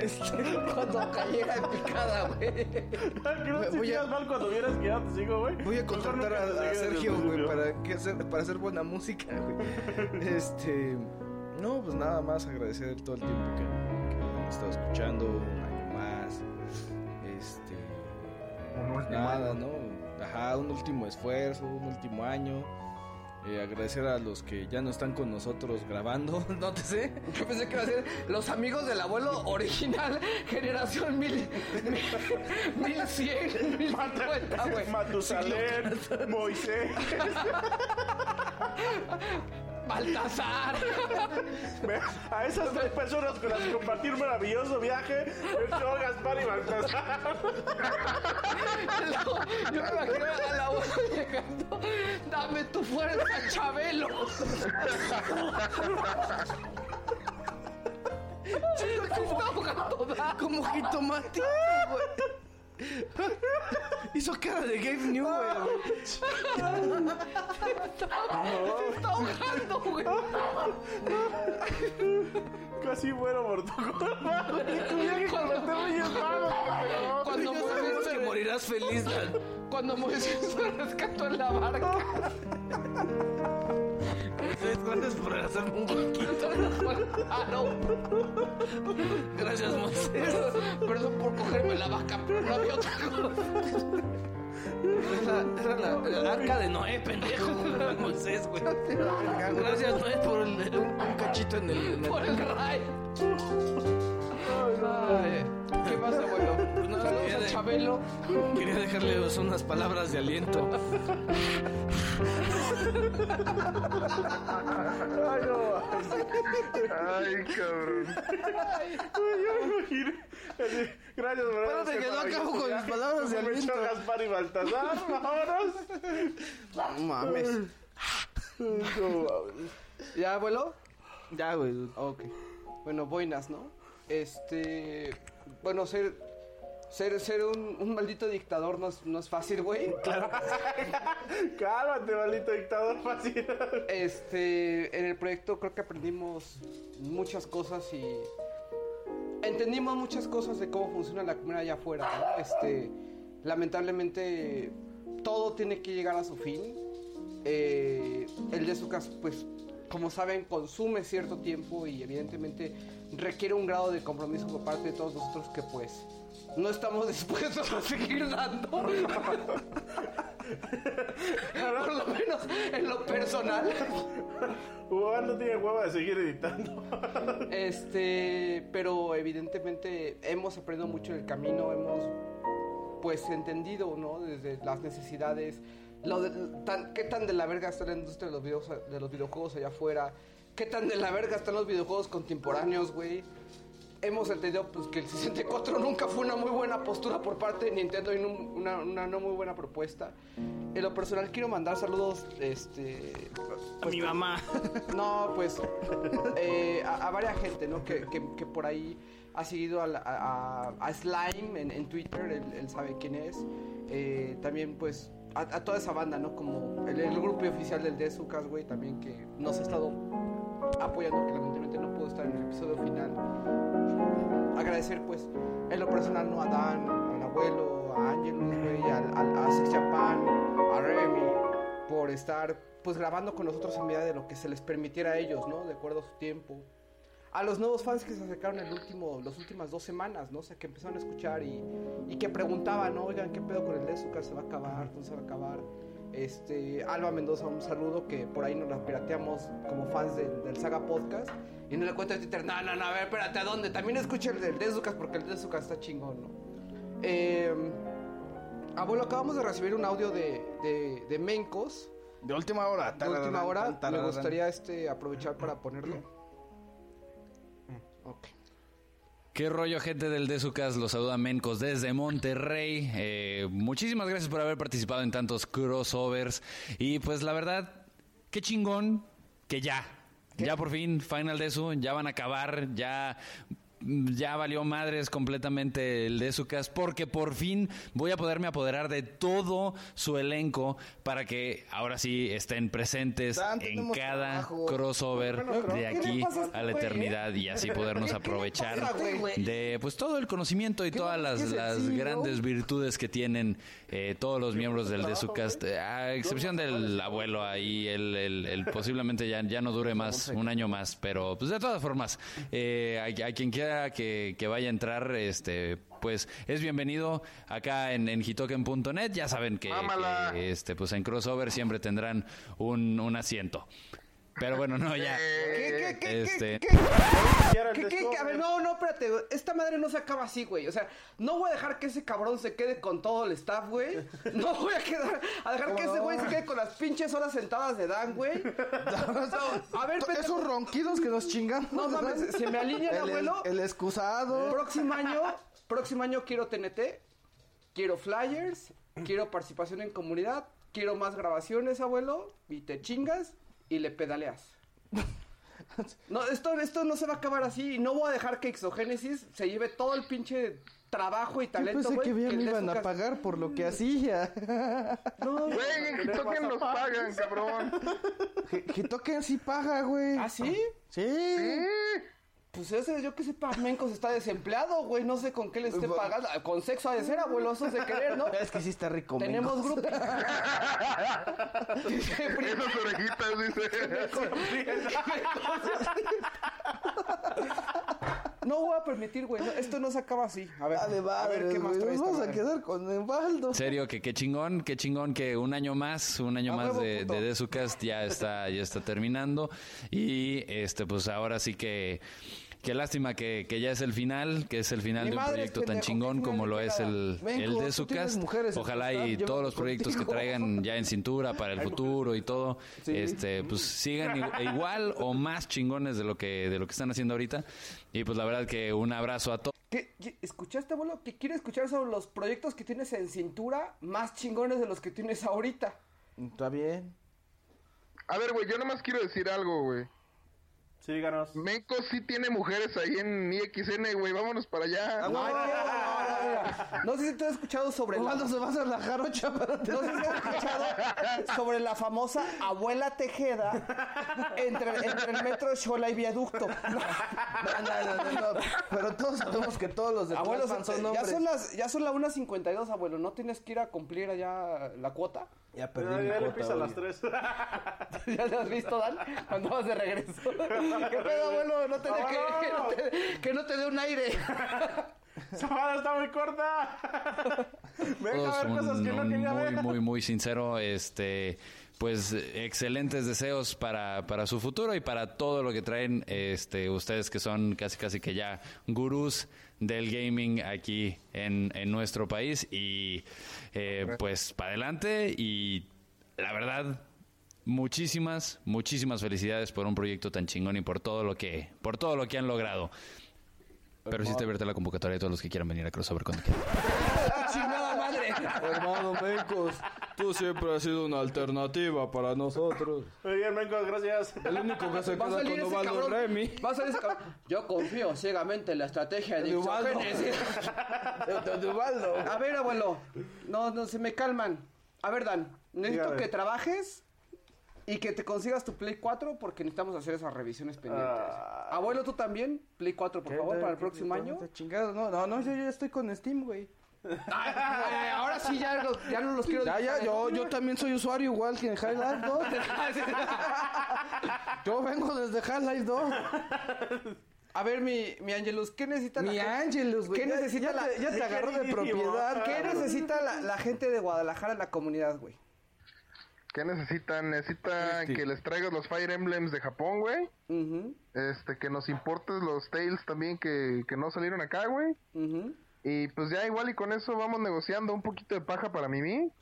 Este, cuando cayera en picada, güey. que no te sintieras mal cuando vieras que ya te sigo, güey. Voy a contratar a, Mejor nunca te a sigas Sergio, desde el güey, principio. para, que hacer, para hacer buena música, güey. Este. No, pues nada más agradecer todo el tiempo que, que me han estado escuchando, un año más. Este. pues nada, ¿no? Ajá, un último esfuerzo, un último año. Eh, agradecer a los que ya no están con nosotros grabando, no te sé. Yo pensé que iba a ser los amigos del abuelo original, generación mil, mil, mil cien, mil cincuenta, güey. Matusalén, Moisés, Baltasar. Ve, A esas tres personas con las que compartí un maravilloso viaje, el tío Gaspar y Baltasar. Yo me imagino al abuelo llegando. Dame tu fuerza, Chabelo. como, como jitomate, güey. Hizo cara de Gabe Newell, güey. Se está ahogando, güey. Casi muero por tu culpa, güey. Tu viaje con los terrillos magos, cabrón. Cuando Moisés que morirás feliz, Dan. Cuando Moisés se rescató en la barca. Ustedes gracias por hacerme un huequito. Ah, no. Gracias, Moisés. Perdón por cogerme la vaca, pero no había otra cosa. Era la, la arca de Noé, pendejo. güey, Moisés, güey. Gracias, Noé, por el- un, un cachito en el. en el- Por el ray. Ay, ¿Qué pasa, abuelo? Saludos quería a de- Chabelo. Quería dejarles unas palabras de aliento. Ay, no. Ay, cabrón. Ay, yo me imaginé. Así, Gracias, por Espérate haber que no maravilloso acabo con mis viaje. palabras de Como el tío aliento. Gaspar y Baltasar, vámonos. No mames. ¿Ya, abuelo? Ya, güey. Ok. bueno, boinas, ¿no? Este, bueno, ser, ser, ser un, un maldito dictador no es, no es fácil, güey. Cálmate, maldito dictador fácil. Este, en el proyecto creo que aprendimos muchas cosas y entendimos muchas cosas de cómo funciona la comunidad allá afuera, ¿no? Este, lamentablemente todo tiene que llegar a su fin. Eh, el de su caso, pues, como saben, consume cierto tiempo y evidentemente requiere un grado de compromiso por parte de todos nosotros que pues no estamos dispuestos Pues a seguir dando. por lo menos en lo personal. Juan no tiene hueva de seguir editando. Este, pero evidentemente hemos aprendido mucho del camino, hemos pues entendido, ¿no? Desde las necesidades, lo de- tan- qué tan de la verga está la industria de los, videos- de los videojuegos allá afuera, qué tan de la verga están los videojuegos contemporáneos, güey. Hemos entendido pues, que el 64 nunca fue una muy buena postura por parte de Nintendo y nun- una, una no muy buena propuesta. En lo personal quiero mandar saludos este, A mi mamá. no, pues eh, a, a varias gente, ¿no? Que, que- que por ahí ha seguido a, la- a- a- a Slime en, en Twitter, él, él sabe quién es. Eh, también, pues, a, a toda esa banda, ¿no? Como el, el grupo oficial del Desucas, güey, también que nos ha estado apoyando, que lamentablemente no pudo estar en el episodio final. Agradecer, pues, en lo personal, ¿no? A Dan, al abuelo, a Angelus, güey, al- al- a Six Japan, a Remy, por estar pues grabando con nosotros en medida de lo que se les permitiera a ellos, ¿no? De acuerdo a su tiempo. A los nuevos fans que se acercaron el último, las últimas dos semanas, ¿no? O sea, que empezaron a escuchar y, y que preguntaban, ¿no? Oigan, ¿qué pedo con el azúcar? ¿Se va a acabar? ¿Cuándo se va a acabar? Este, Alba Mendoza, un saludo que por ahí nos la pirateamos como fans de- del Saga Podcast. Y no le cuento de Twitter, no, no, no, a ver, espérate, ¿a dónde? También escucha el del Dezucas porque el Dezucas está chingón, ¿no? Eh, abuelo, acabamos de recibir un audio de, de, de Mencos. De última hora. De última tarararán, hora, me tarararán. gustaría este, aprovechar para ponerlo. Ok. ¿Qué rollo, gente del Desucas? Los saluda Mencos desde Monterrey. Eh, muchísimas gracias por haber participado en tantos crossovers. Y pues la verdad, qué chingón que ya. Ya por fin, Final Desu, ya van a acabar, ya. Ya valió madres completamente el Desucas porque por fin voy a poderme apoderar de todo su elenco para que ahora sí estén presentes en cada crossover Bueno, pero- de ¿Qué le aquí pasa a este a la güey, eh? eternidad y así podernos ¿Qué- qué le pasa aprovechar a este güey? de pues todo el conocimiento y todas las, tienes el las sí, grandes virtudes que tienen eh, todos los miembros del de su cast, eh, a excepción del abuelo ahí, el, el- el posiblemente ya, ya no dure más, un año más, pero pues de todas formas, eh, a, a quien quiera que, que vaya a entrar, este pues es bienvenido acá en, en hitoken.net, ya saben que, que, este pues en crossover siempre tendrán un, un asiento. Pero bueno, no, ya. Eh, ¿Qué, qué, qué, Este, ¿Qué, qué? A ver, no, no, espérate. güey. Esta madre no se acaba así, güey. O sea, no voy a dejar que ese cabrón se quede con todo el staff, güey. No voy a quedar a dejar que ese güey se quede con las pinches horas sentadas de Dan, güey. No, a ver, esos ronquidos que nos chingamos. No mames, se me alinea el, El- el- abuelo. El Eh. excusado. Próximo año, próximo año quiero TNT, quiero flyers, quiero participación en comunidad, quiero más grabaciones, abuelo, y te chingas y le pedaleas. No, esto, esto no se va a acabar así. y No voy a dejar que Exogénesis se lleve todo el pinche trabajo y Yo talento, pensé güey, que bien el me de iban su a casa. Mm. pagar por lo que hacía. No, Güey, en Hitoken nos pagan, cabrón. Hitoken sí paga, güey. ¿Ah, sí? Sí. Pues ese, yo qué sé, Pamencos está desempleado, güey. No sé con qué le Pues, esté este, pagando. ah, Con sexo ha de ser, abuelo, eso es de querer, ¿no? Es que sí está rico, Tenemos Mencos. grupos. Esas orejitas, No voy a permitir, güey. no, esto no se acaba así. A ver, a ver qué más güey, trae nos esta vamos a madre? quedar con Evaldo. serio, que qué chingón, qué chingón que un año más, un año más de, de Desucast ya está, ya está terminando. Y este, pues ahora sí que qué lástima que, que ya es el final, que es el final Ni de un madres, proyecto pendejo, tan ¿qué chingón como lo es el, Ven, el tú Desucast. tienes mujeres en Ojalá tu y staff, todos los llévalas proyectos que traigan ya en cintura para el futuro y todo, este, pues sigan i- igual o más chingones de lo que, de lo que están haciendo ahorita. Y pues la verdad que un abrazo a todos. ¿Qué- qué- ¿Escuchaste, abuelo? Que quiere escuchar sobre los proyectos que tienes en cintura más chingones de los que tienes ahorita. Está bien. A ver, güey, yo nomás quiero decir algo, güey. Sí, díganos. Meco sí tiene mujeres ahí en IXN, güey. Vámonos para Ah, allá. No, No sé si tú has escuchado sobre ¿Cuándo se va a hacer la jarocha para No sé si has escuchado sobre la famosa abuela Tejeda entre, entre el metro Xola y Viaducto. No, no, no, no. Pero todos sabemos que todos Ah, los de Abuelos, Tlalpan eh, son ya hombres. son las, ya son las 1.52, abuelo. ¿No tienes que ir a cumplir allá la cuota? Ya Ya, perdí mi ya le cuota, pisa a oye. las tres. ¿Ya lo has visto, Dan? Cuando vas de regreso. ¿Qué pedo, abuelo? No te dé que, que no te, que no te dé un aire. Sabada está muy corta. Venga a Todos ver cosas que un, no un quería muy, ver. muy, muy sincero. Este, pues excelentes deseos para, para su futuro y para todo lo que traen este, ustedes que son casi, casi que ya gurús del gaming aquí en, en nuestro país. Y eh, pues para adelante y la verdad. Muchísimas, muchísimas felicidades por un proyecto tan chingón y por todo lo que, por todo lo que han logrado. Pues Pero sí está abierta la convocatoria de todos los que quieran venir a crossover cuando quieran. ¡Chingada madre! Hermano Mencos, tú siempre has sido una alternativa para nosotros. Muy bien, Mencos, gracias. El único que se Va a queda salir con ese Osvaldo cabrón. Remy. Va a salir ese cabrón. Yo confío ciegamente en la estrategia de Ubaldo. Ixógenes. A ver, abuelo. No, no, se me calman. A ver, Dan, necesito Dígame. que trabajes y que te consigas tu Play 4 porque necesitamos hacer esas revisiones pendientes. Ah. Abuelo, tú también, Play 4, por favor, para el próximo año. Chingado, no, no, no, yo ya estoy con Steam, güey. Ay, Ah, ahora sí ya, no- ya no los quiero. Ya, ya, yo, yo también. también soy usuario igual que en High Life 2. Yo vengo desde High Life 2. A ver, mi, mi Angelus, ¿qué necesita Mi la gente? Angelus, güey, ¿Qué ya- necesita ya la... te- ya te agarró de propiedad, ¿Qué cabrón. necesita la, la gente de Guadalajara en la comunidad, güey? ¿Qué necesitan? Necesitan Este. que les traigas los Fire Emblems de Japón, güey. Este, que nos importes los Tails también que, que no salieron acá, güey. Y pues ya igual y con eso vamos negociando un poquito de paja para Mimi.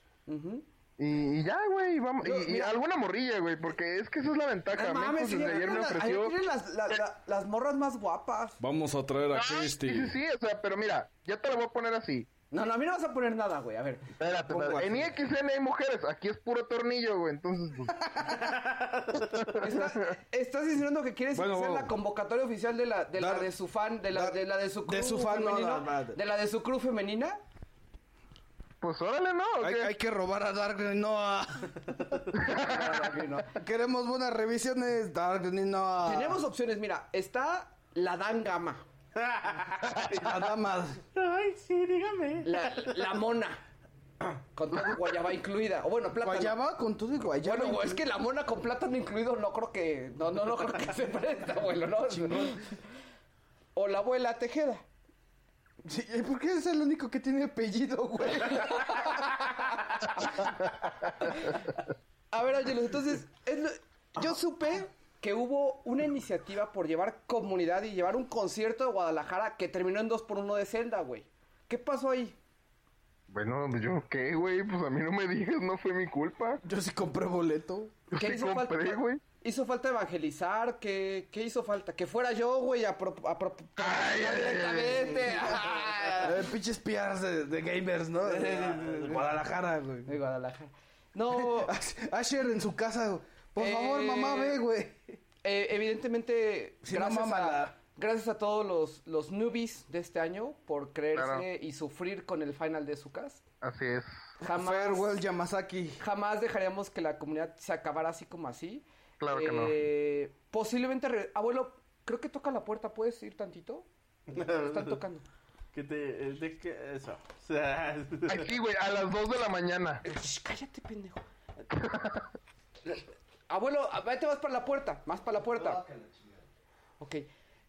Y, y ya, güey, vamos. Yo, y- y, mira- alguna morrilla, güey, porque es que esa es la ventaja. No mames, Mecos sí, desde ayer me llegaron las- ayer ofreció... tienen las, la- la- las morras más guapas. Vamos a traer a Ay, Este. Christy. Ah, Sí, sí, sí, o sea, pero mira, ya te la voy a poner así. No, no, a mí no vas a poner nada, güey, a ver. Espérate, Pongo espérate. En así. IXN hay mujeres, aquí es puro tornillo, güey, entonces... pues, Estás, estás insinuando que quieres Bueno, hacer bueno. la convocatoria oficial de la de, la Dar- de su fan, de la, de la de su crew su fan, no, femenino, no, no. de la de su crew femenina. Pues órale, no. Hay, hay que robar a Dark Noah. Queremos buenas revisiones, Dark Ah. Noah. Tenemos opciones, mira, está la Dan Gama. La dama. Ay, sí, dígame. La, mona. Con todo y guayaba incluida. O bueno, plátano. Guayaba con todo y guayaba. Bueno, es que la mona con plátano incluido no creo que... No, no, no creo que se prenda, abuelo, ¿no? O la abuela Tejeda. Sí, ¿y ¿Por qué es el único que tiene apellido, güey? A ver, Ángelos, entonces, es lo- yo supe que hubo una iniciativa por llevar comunidad y llevar un concierto de Guadalajara que terminó en 2 por 1 de Zelda, güey. ¿Qué pasó ahí? Bueno, pues, yo qué, güey, pues a mí no me digas, no fue mi culpa. Yo sí compré boleto. ¿Qué sí compré, falta? güey. ¿Hizo falta evangelizar? ¿Qué, qué hizo falta? Que fuera yo, güey, a pro... A pro- Exactamente. Eh, pinches PRs de, de gamers, ¿no? De, de- de Guadalajara, güey. De Guadalajara. No. Asher en su casa, güey. Por Eh, favor, mamá, ve, güey. Eh, evidentemente, Si no, gracias, a, mámala. gracias a todos los, los newbies de este año por creerse Claro. y sufrir con el final de Sucas. Así es. Jamás, Farewell, Yamazaki. jamás dejaríamos que la comunidad se acabara así como así. Claro que no. no. Posiblemente, re- abuelo, creo que toca la puerta, ¿puedes ir tantito? Están tocando. ¿Qué te. eh, de qué- eso? Aquí, güey, ah. a las 2 de la mañana. Cállate, pendejo. Abuelo, a- vete más para la puerta, más para la Ah. puerta. Ok,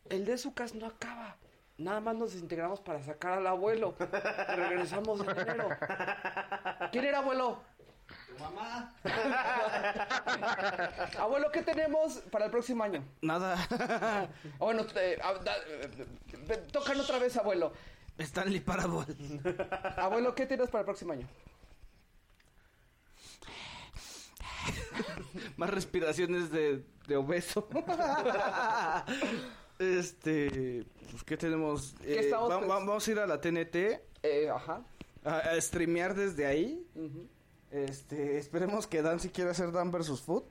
el de Sucas no acaba. Nada más nos desintegramos para sacar al abuelo. Y regresamos en enero. ¿Quién era abuelo? Abuelo, ¿qué tenemos para el próximo año? Nada. Bueno, eh, ah, da- eh, eh, tocan otra vez, abuelo. Stanley Parable. Abuelo, ¿qué tenemos para el próximo año? Más respiraciones de, de obeso. este. Pues, ¿Qué tenemos? ¿Qué Eh, estamos va- va- pensando? vamos a ir a la TNT Eh, ajá. a, a streamear desde ahí. Ujú. Este, esperemos que Dan si quiera hacer Dan versus Food.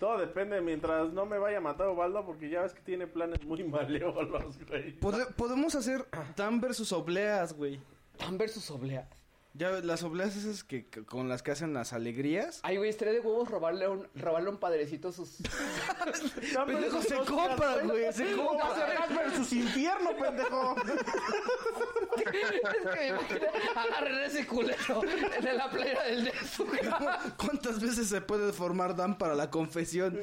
Todo depende mientras no me vaya a matar Ovaldo porque ya ves que tiene planes muy malévolos, güey. Pod- podemos hacer Dan versus Obleas, güey. Dan versus Obleas. Ya, ves, las obleas esas que, que- con las que hacen las alegrías. Ay, güey, estaría de huevos robarle a un, robarle a un padrecito sus... pues, Pendejo, se compra, güey, se compra. versus infierno, pendejo. Es que me imagino, agarren ese culero de la playera del de su ¿Cuántas veces se puede formar Dan para la confesión?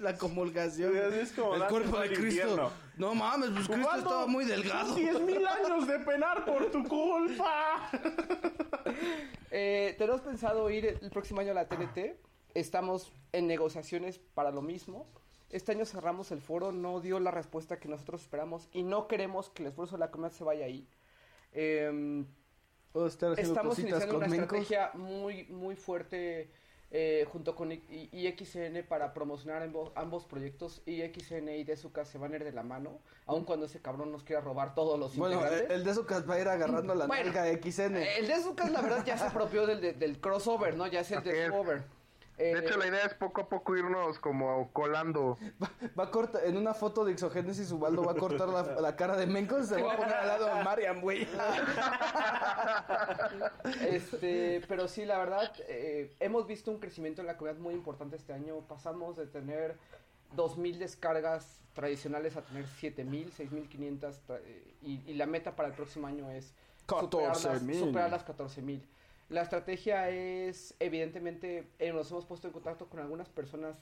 la comulgación. como el Dan cuerpo se va de al Cristo. infierno. No mames, pues Cristo Ubaldo, estaba muy delgado. ¡Diez mil años de penar por tu culpa! Eh, tenemos pensado ir el próximo año a la TNT. Estamos en negociaciones para lo mismo. Este año cerramos el foro, no dio la respuesta que nosotros esperamos y no queremos que el esfuerzo de la comunidad se vaya ahí. Em, haciendo estamos cositas con iniciando una mencos. estrategia muy, muy fuerte eh, junto con I- I- IXN para promocionar ambos, ambos proyectos. IXN y Dezuka se van a ir de la mano, aun cuando ese cabrón nos quiera robar todos los Bueno, integrantes. el, el de Azucas va a ir agarrando la Bueno, nalga XN. El de Azucas, la verdad, ya se apropió del, del- del crossover, ¿no? Ya es el crossover. De hecho, Eh, la idea es poco a poco irnos como colando. Va a cortar, en una foto de Exogénesis, Ubaldo va a cortar la, la cara de Mencos y se va a poner al lado de Mariam, güey. Este, pero sí, la verdad, eh, hemos visto un crecimiento en la comunidad muy importante este año. Pasamos de tener 2.000 descargas tradicionales a tener 7.000, 6.500. tra- eh, Y, y la meta para el próximo año es superar las- 14,000. superar las 14.000. La estrategia es, evidentemente, eh, nos hemos puesto en contacto con algunas personas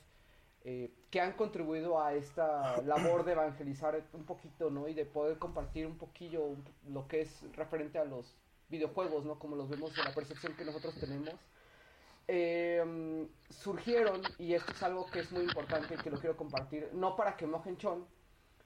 eh, que han contribuido a esta labor de evangelizar un poquito, ¿no? Y de poder compartir un poquillo lo que es referente a los videojuegos, ¿no? Como los vemos en la percepción que nosotros tenemos. Eh, surgieron, y esto es algo que es muy importante y que lo quiero compartir, no para que mojen chon,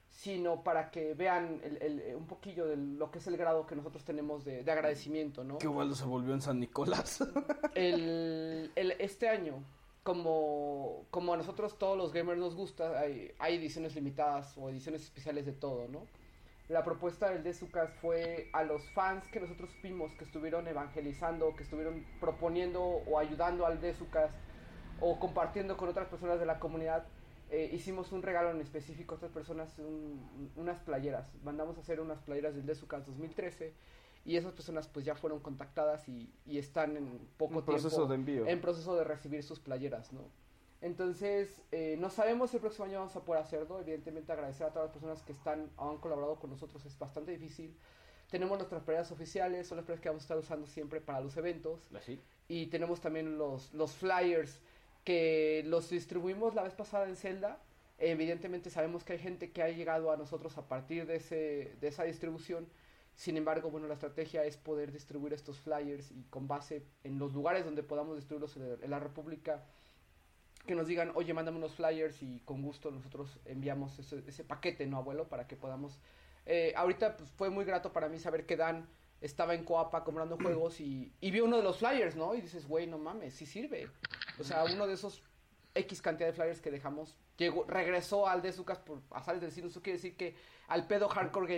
sino para que vean el- el- un poquillo de lo que es el grado que nosotros tenemos de, de agradecimiento, ¿no? Que Ubaldo se volvió en San Nicolás. ¿Ah, el, el- este año, como, como a nosotros todos los gamers nos gusta, hay, hay ediciones limitadas o ediciones especiales de todo, ¿no? La propuesta del Dezucas fue a los fans que nosotros supimos que estuvieron evangelizando, que estuvieron proponiendo o ayudando al Dezucas o compartiendo con otras personas de la comunidad. eh, hicimos un regalo en específico a estas personas, un- unas playeras. Mandamos a hacer unas playeras del Dezucas 2013 y esas personas pues ya fueron contactadas y, y están en poco En proceso tiempo de envío. en proceso de recibir sus playeras, ¿no? Entonces, eh, no sabemos si el próximo año vamos a poder hacerlo. Evidentemente, agradecer a todas las personas que están, han colaborado con nosotros es bastante difícil. Tenemos nuestras playeras oficiales, son las playeras que vamos a estar usando siempre para los eventos. Y tenemos también los, los flyers que los distribuimos la vez pasada en Zelda. Evidentemente sabemos que hay gente que ha llegado a nosotros a partir de, ese, de esa distribución. Sin embargo, bueno, la estrategia es poder distribuir estos flyers y con base en los lugares donde podamos distribuirlos en la- en la República, que nos digan, oye, mándame unos flyers y con gusto nosotros enviamos ese, ese paquete, ¿no, abuelo? Para que podamos... Eh, ahorita pues, fue muy grato para mí saber que Dan estaba en Coapa comprando juegos y, y vio uno de los flyers, ¿no? Y dices, güey, no mames, sí sirve. O sea, uno de esos X cantidad de flyers que dejamos llegó, regresó al de Zucas por azares del cine. Eso quiere decir que al pedo hardcore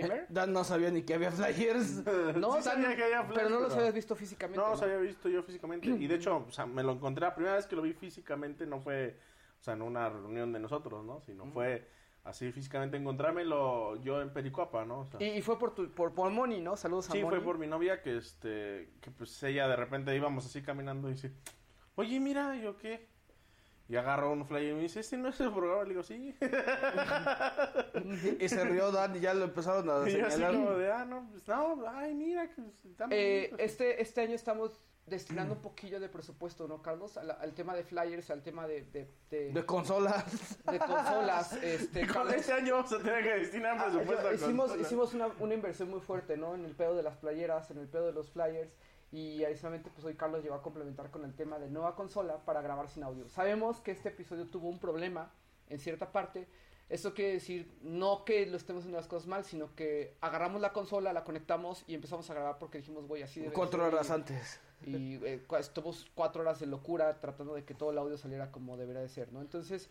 gamer... Dan no sabía ni que había flyers. No, Sí o sea, sabía que había flash, pero no los habías visto físicamente. No los había visto yo físicamente. Y de hecho, o sea, me lo encontré la primera vez que lo vi físicamente, no fue, o sea, en una reunión de nosotros, ¿no? Sino fue así físicamente encontrármelo yo en Pericuapa, ¿no? O sea, Y, y fue por, tu, por, por Moni, ¿no? Saludos a sí, Moni. fue por mi novia que, este, que pues ella de repente íbamos así caminando y dice, oye, mira, ¿yo qué? Y agarró un flyer y me dice, este no es el programa. Le digo, sí. Y se rió Dan y ya lo empezaron a Y yo así señalar. como de, ah, no, pues no, ay, mira. Que, pues, está Eh, bonito". este, este año estamos destinando un poquillo de presupuesto, ¿no, Carlos? Al, al tema de flyers, al tema de... De, de- De consolas. de consolas. Este, Con este año vamos a tener que destinar Ah, presupuesto yo- a hicimos consolas. hicimos una, una inversión muy fuerte, ¿no? En el pedo de las playeras, en el pedo de los flyers. Y adicionalmente, pues hoy Carlos llegó a complementar con el tema de nueva consola para grabar sin audio. Sabemos que este episodio tuvo un problema en cierta parte. Eso quiere decir, no que lo estemos haciendo las cosas mal, sino que agarramos la consola, la conectamos y empezamos a grabar porque dijimos, güey, así debe Cuatro ser". horas Y- antes. y eh, cua- estuvimos cuatro horas de locura tratando de que todo el audio saliera como debería de ser, ¿no? Entonces,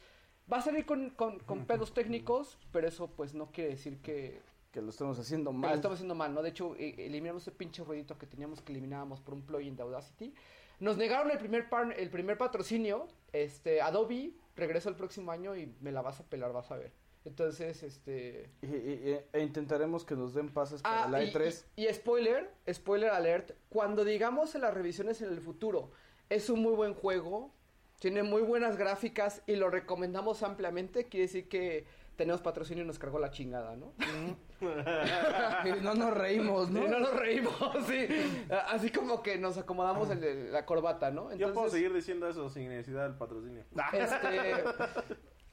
va a salir con, con, con pedos técnicos, pero eso pues no quiere decir que, Que lo estamos haciendo que lo mal. e, estamos haciendo mal, ¿no? De hecho, eh, eliminamos ese pinche ruidito que teníamos que eliminábamos por un plugin de Audacity. Nos negaron el primer, par- el primer patrocinio. Este, Adobe, regreso el próximo año y me la vas a pelar, vas a ver. Entonces, este... Y- y- y- e intentaremos que nos den pases para Ah, la E y- E3. Y, y spoiler, spoiler alert, cuando digamos en las revisiones en el futuro, es un muy buen juego, tiene muy buenas gráficas y lo recomendamos ampliamente, quiere decir que tenemos patrocinio y nos cargó la chingada, ¿no? Y no nos reímos, ¿no? Y no nos reímos, sí. A- Así como que nos acomodamos el- el- la corbata, ¿no? Yo puedo Entonces, seguir diciendo eso sin necesidad del patrocinio. este,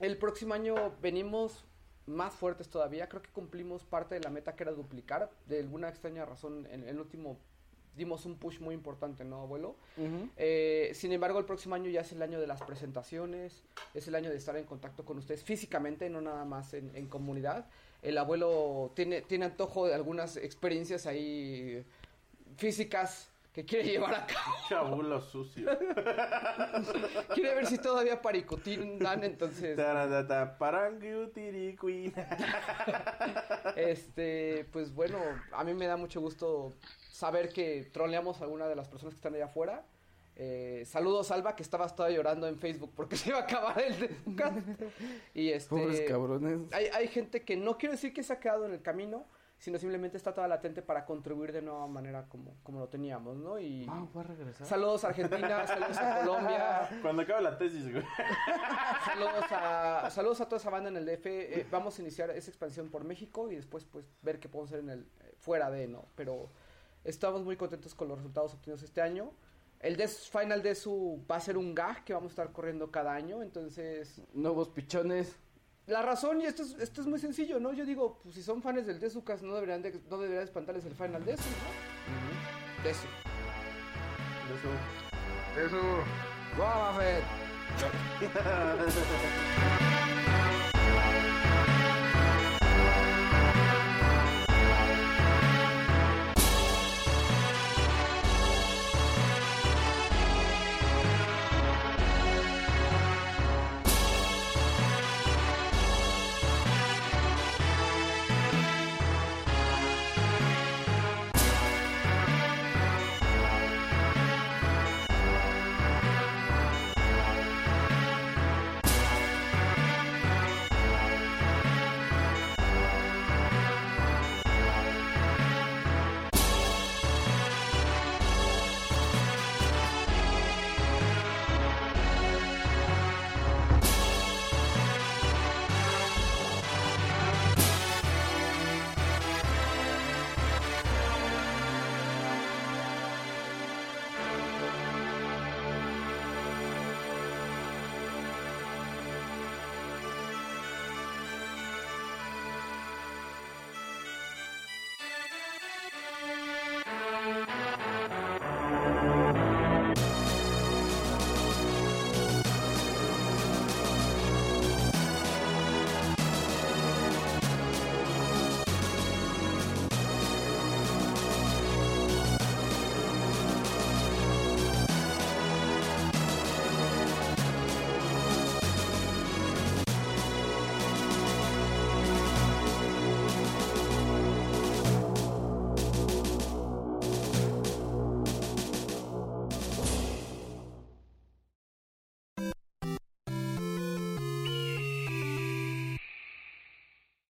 el próximo año venimos más fuertes todavía. Creo que cumplimos parte de la meta que era duplicar. De alguna extraña razón, en el último dimos un push muy importante, ¿no, abuelo? Eh, sin embargo, el próximo año ya es el año de las presentaciones, es el año de estar en contacto con ustedes físicamente, no nada más en, en comunidad. El abuelo tiene, tiene antojo de algunas experiencias ahí físicas que quiere llevar a cabo. Chabulo sucio. Quiere ver si todavía paricutín dan, entonces... Taratata, parangiu, tiricuí. Este, pues bueno, a mí me da mucho gusto saber que troleamos a alguna de las personas que están allá afuera. Eh, saludos, Alba, que estabas toda llorando en Facebook porque se iba a acabar el podcast. Y este. Pobres cabrones. Hay, hay gente que no quiero decir que se ha quedado en el camino, sino simplemente está toda latente para contribuir de nueva manera como, como lo teníamos, ¿no? Y. Saludos a Argentina, saludos a Colombia. Cuando acabe la tesis, güey. Saludos a, saludos a toda esa banda en el DF. Eh, vamos a iniciar esa expansión por México y después pues ver qué podemos hacer en el eh, fuera de, ¿no? Pero estamos muy contentos con los resultados obtenidos este año. El DES Final DESU va a ser un gag que vamos a estar corriendo cada año, entonces... Nuevos pichones. La razón, y esto es, esto es muy sencillo, ¿no? Yo digo, pues si son fans del Desucas, no deberían de, no debería de espantarles el Final DESU, ¿no? DESU. Eso. Boba Fett.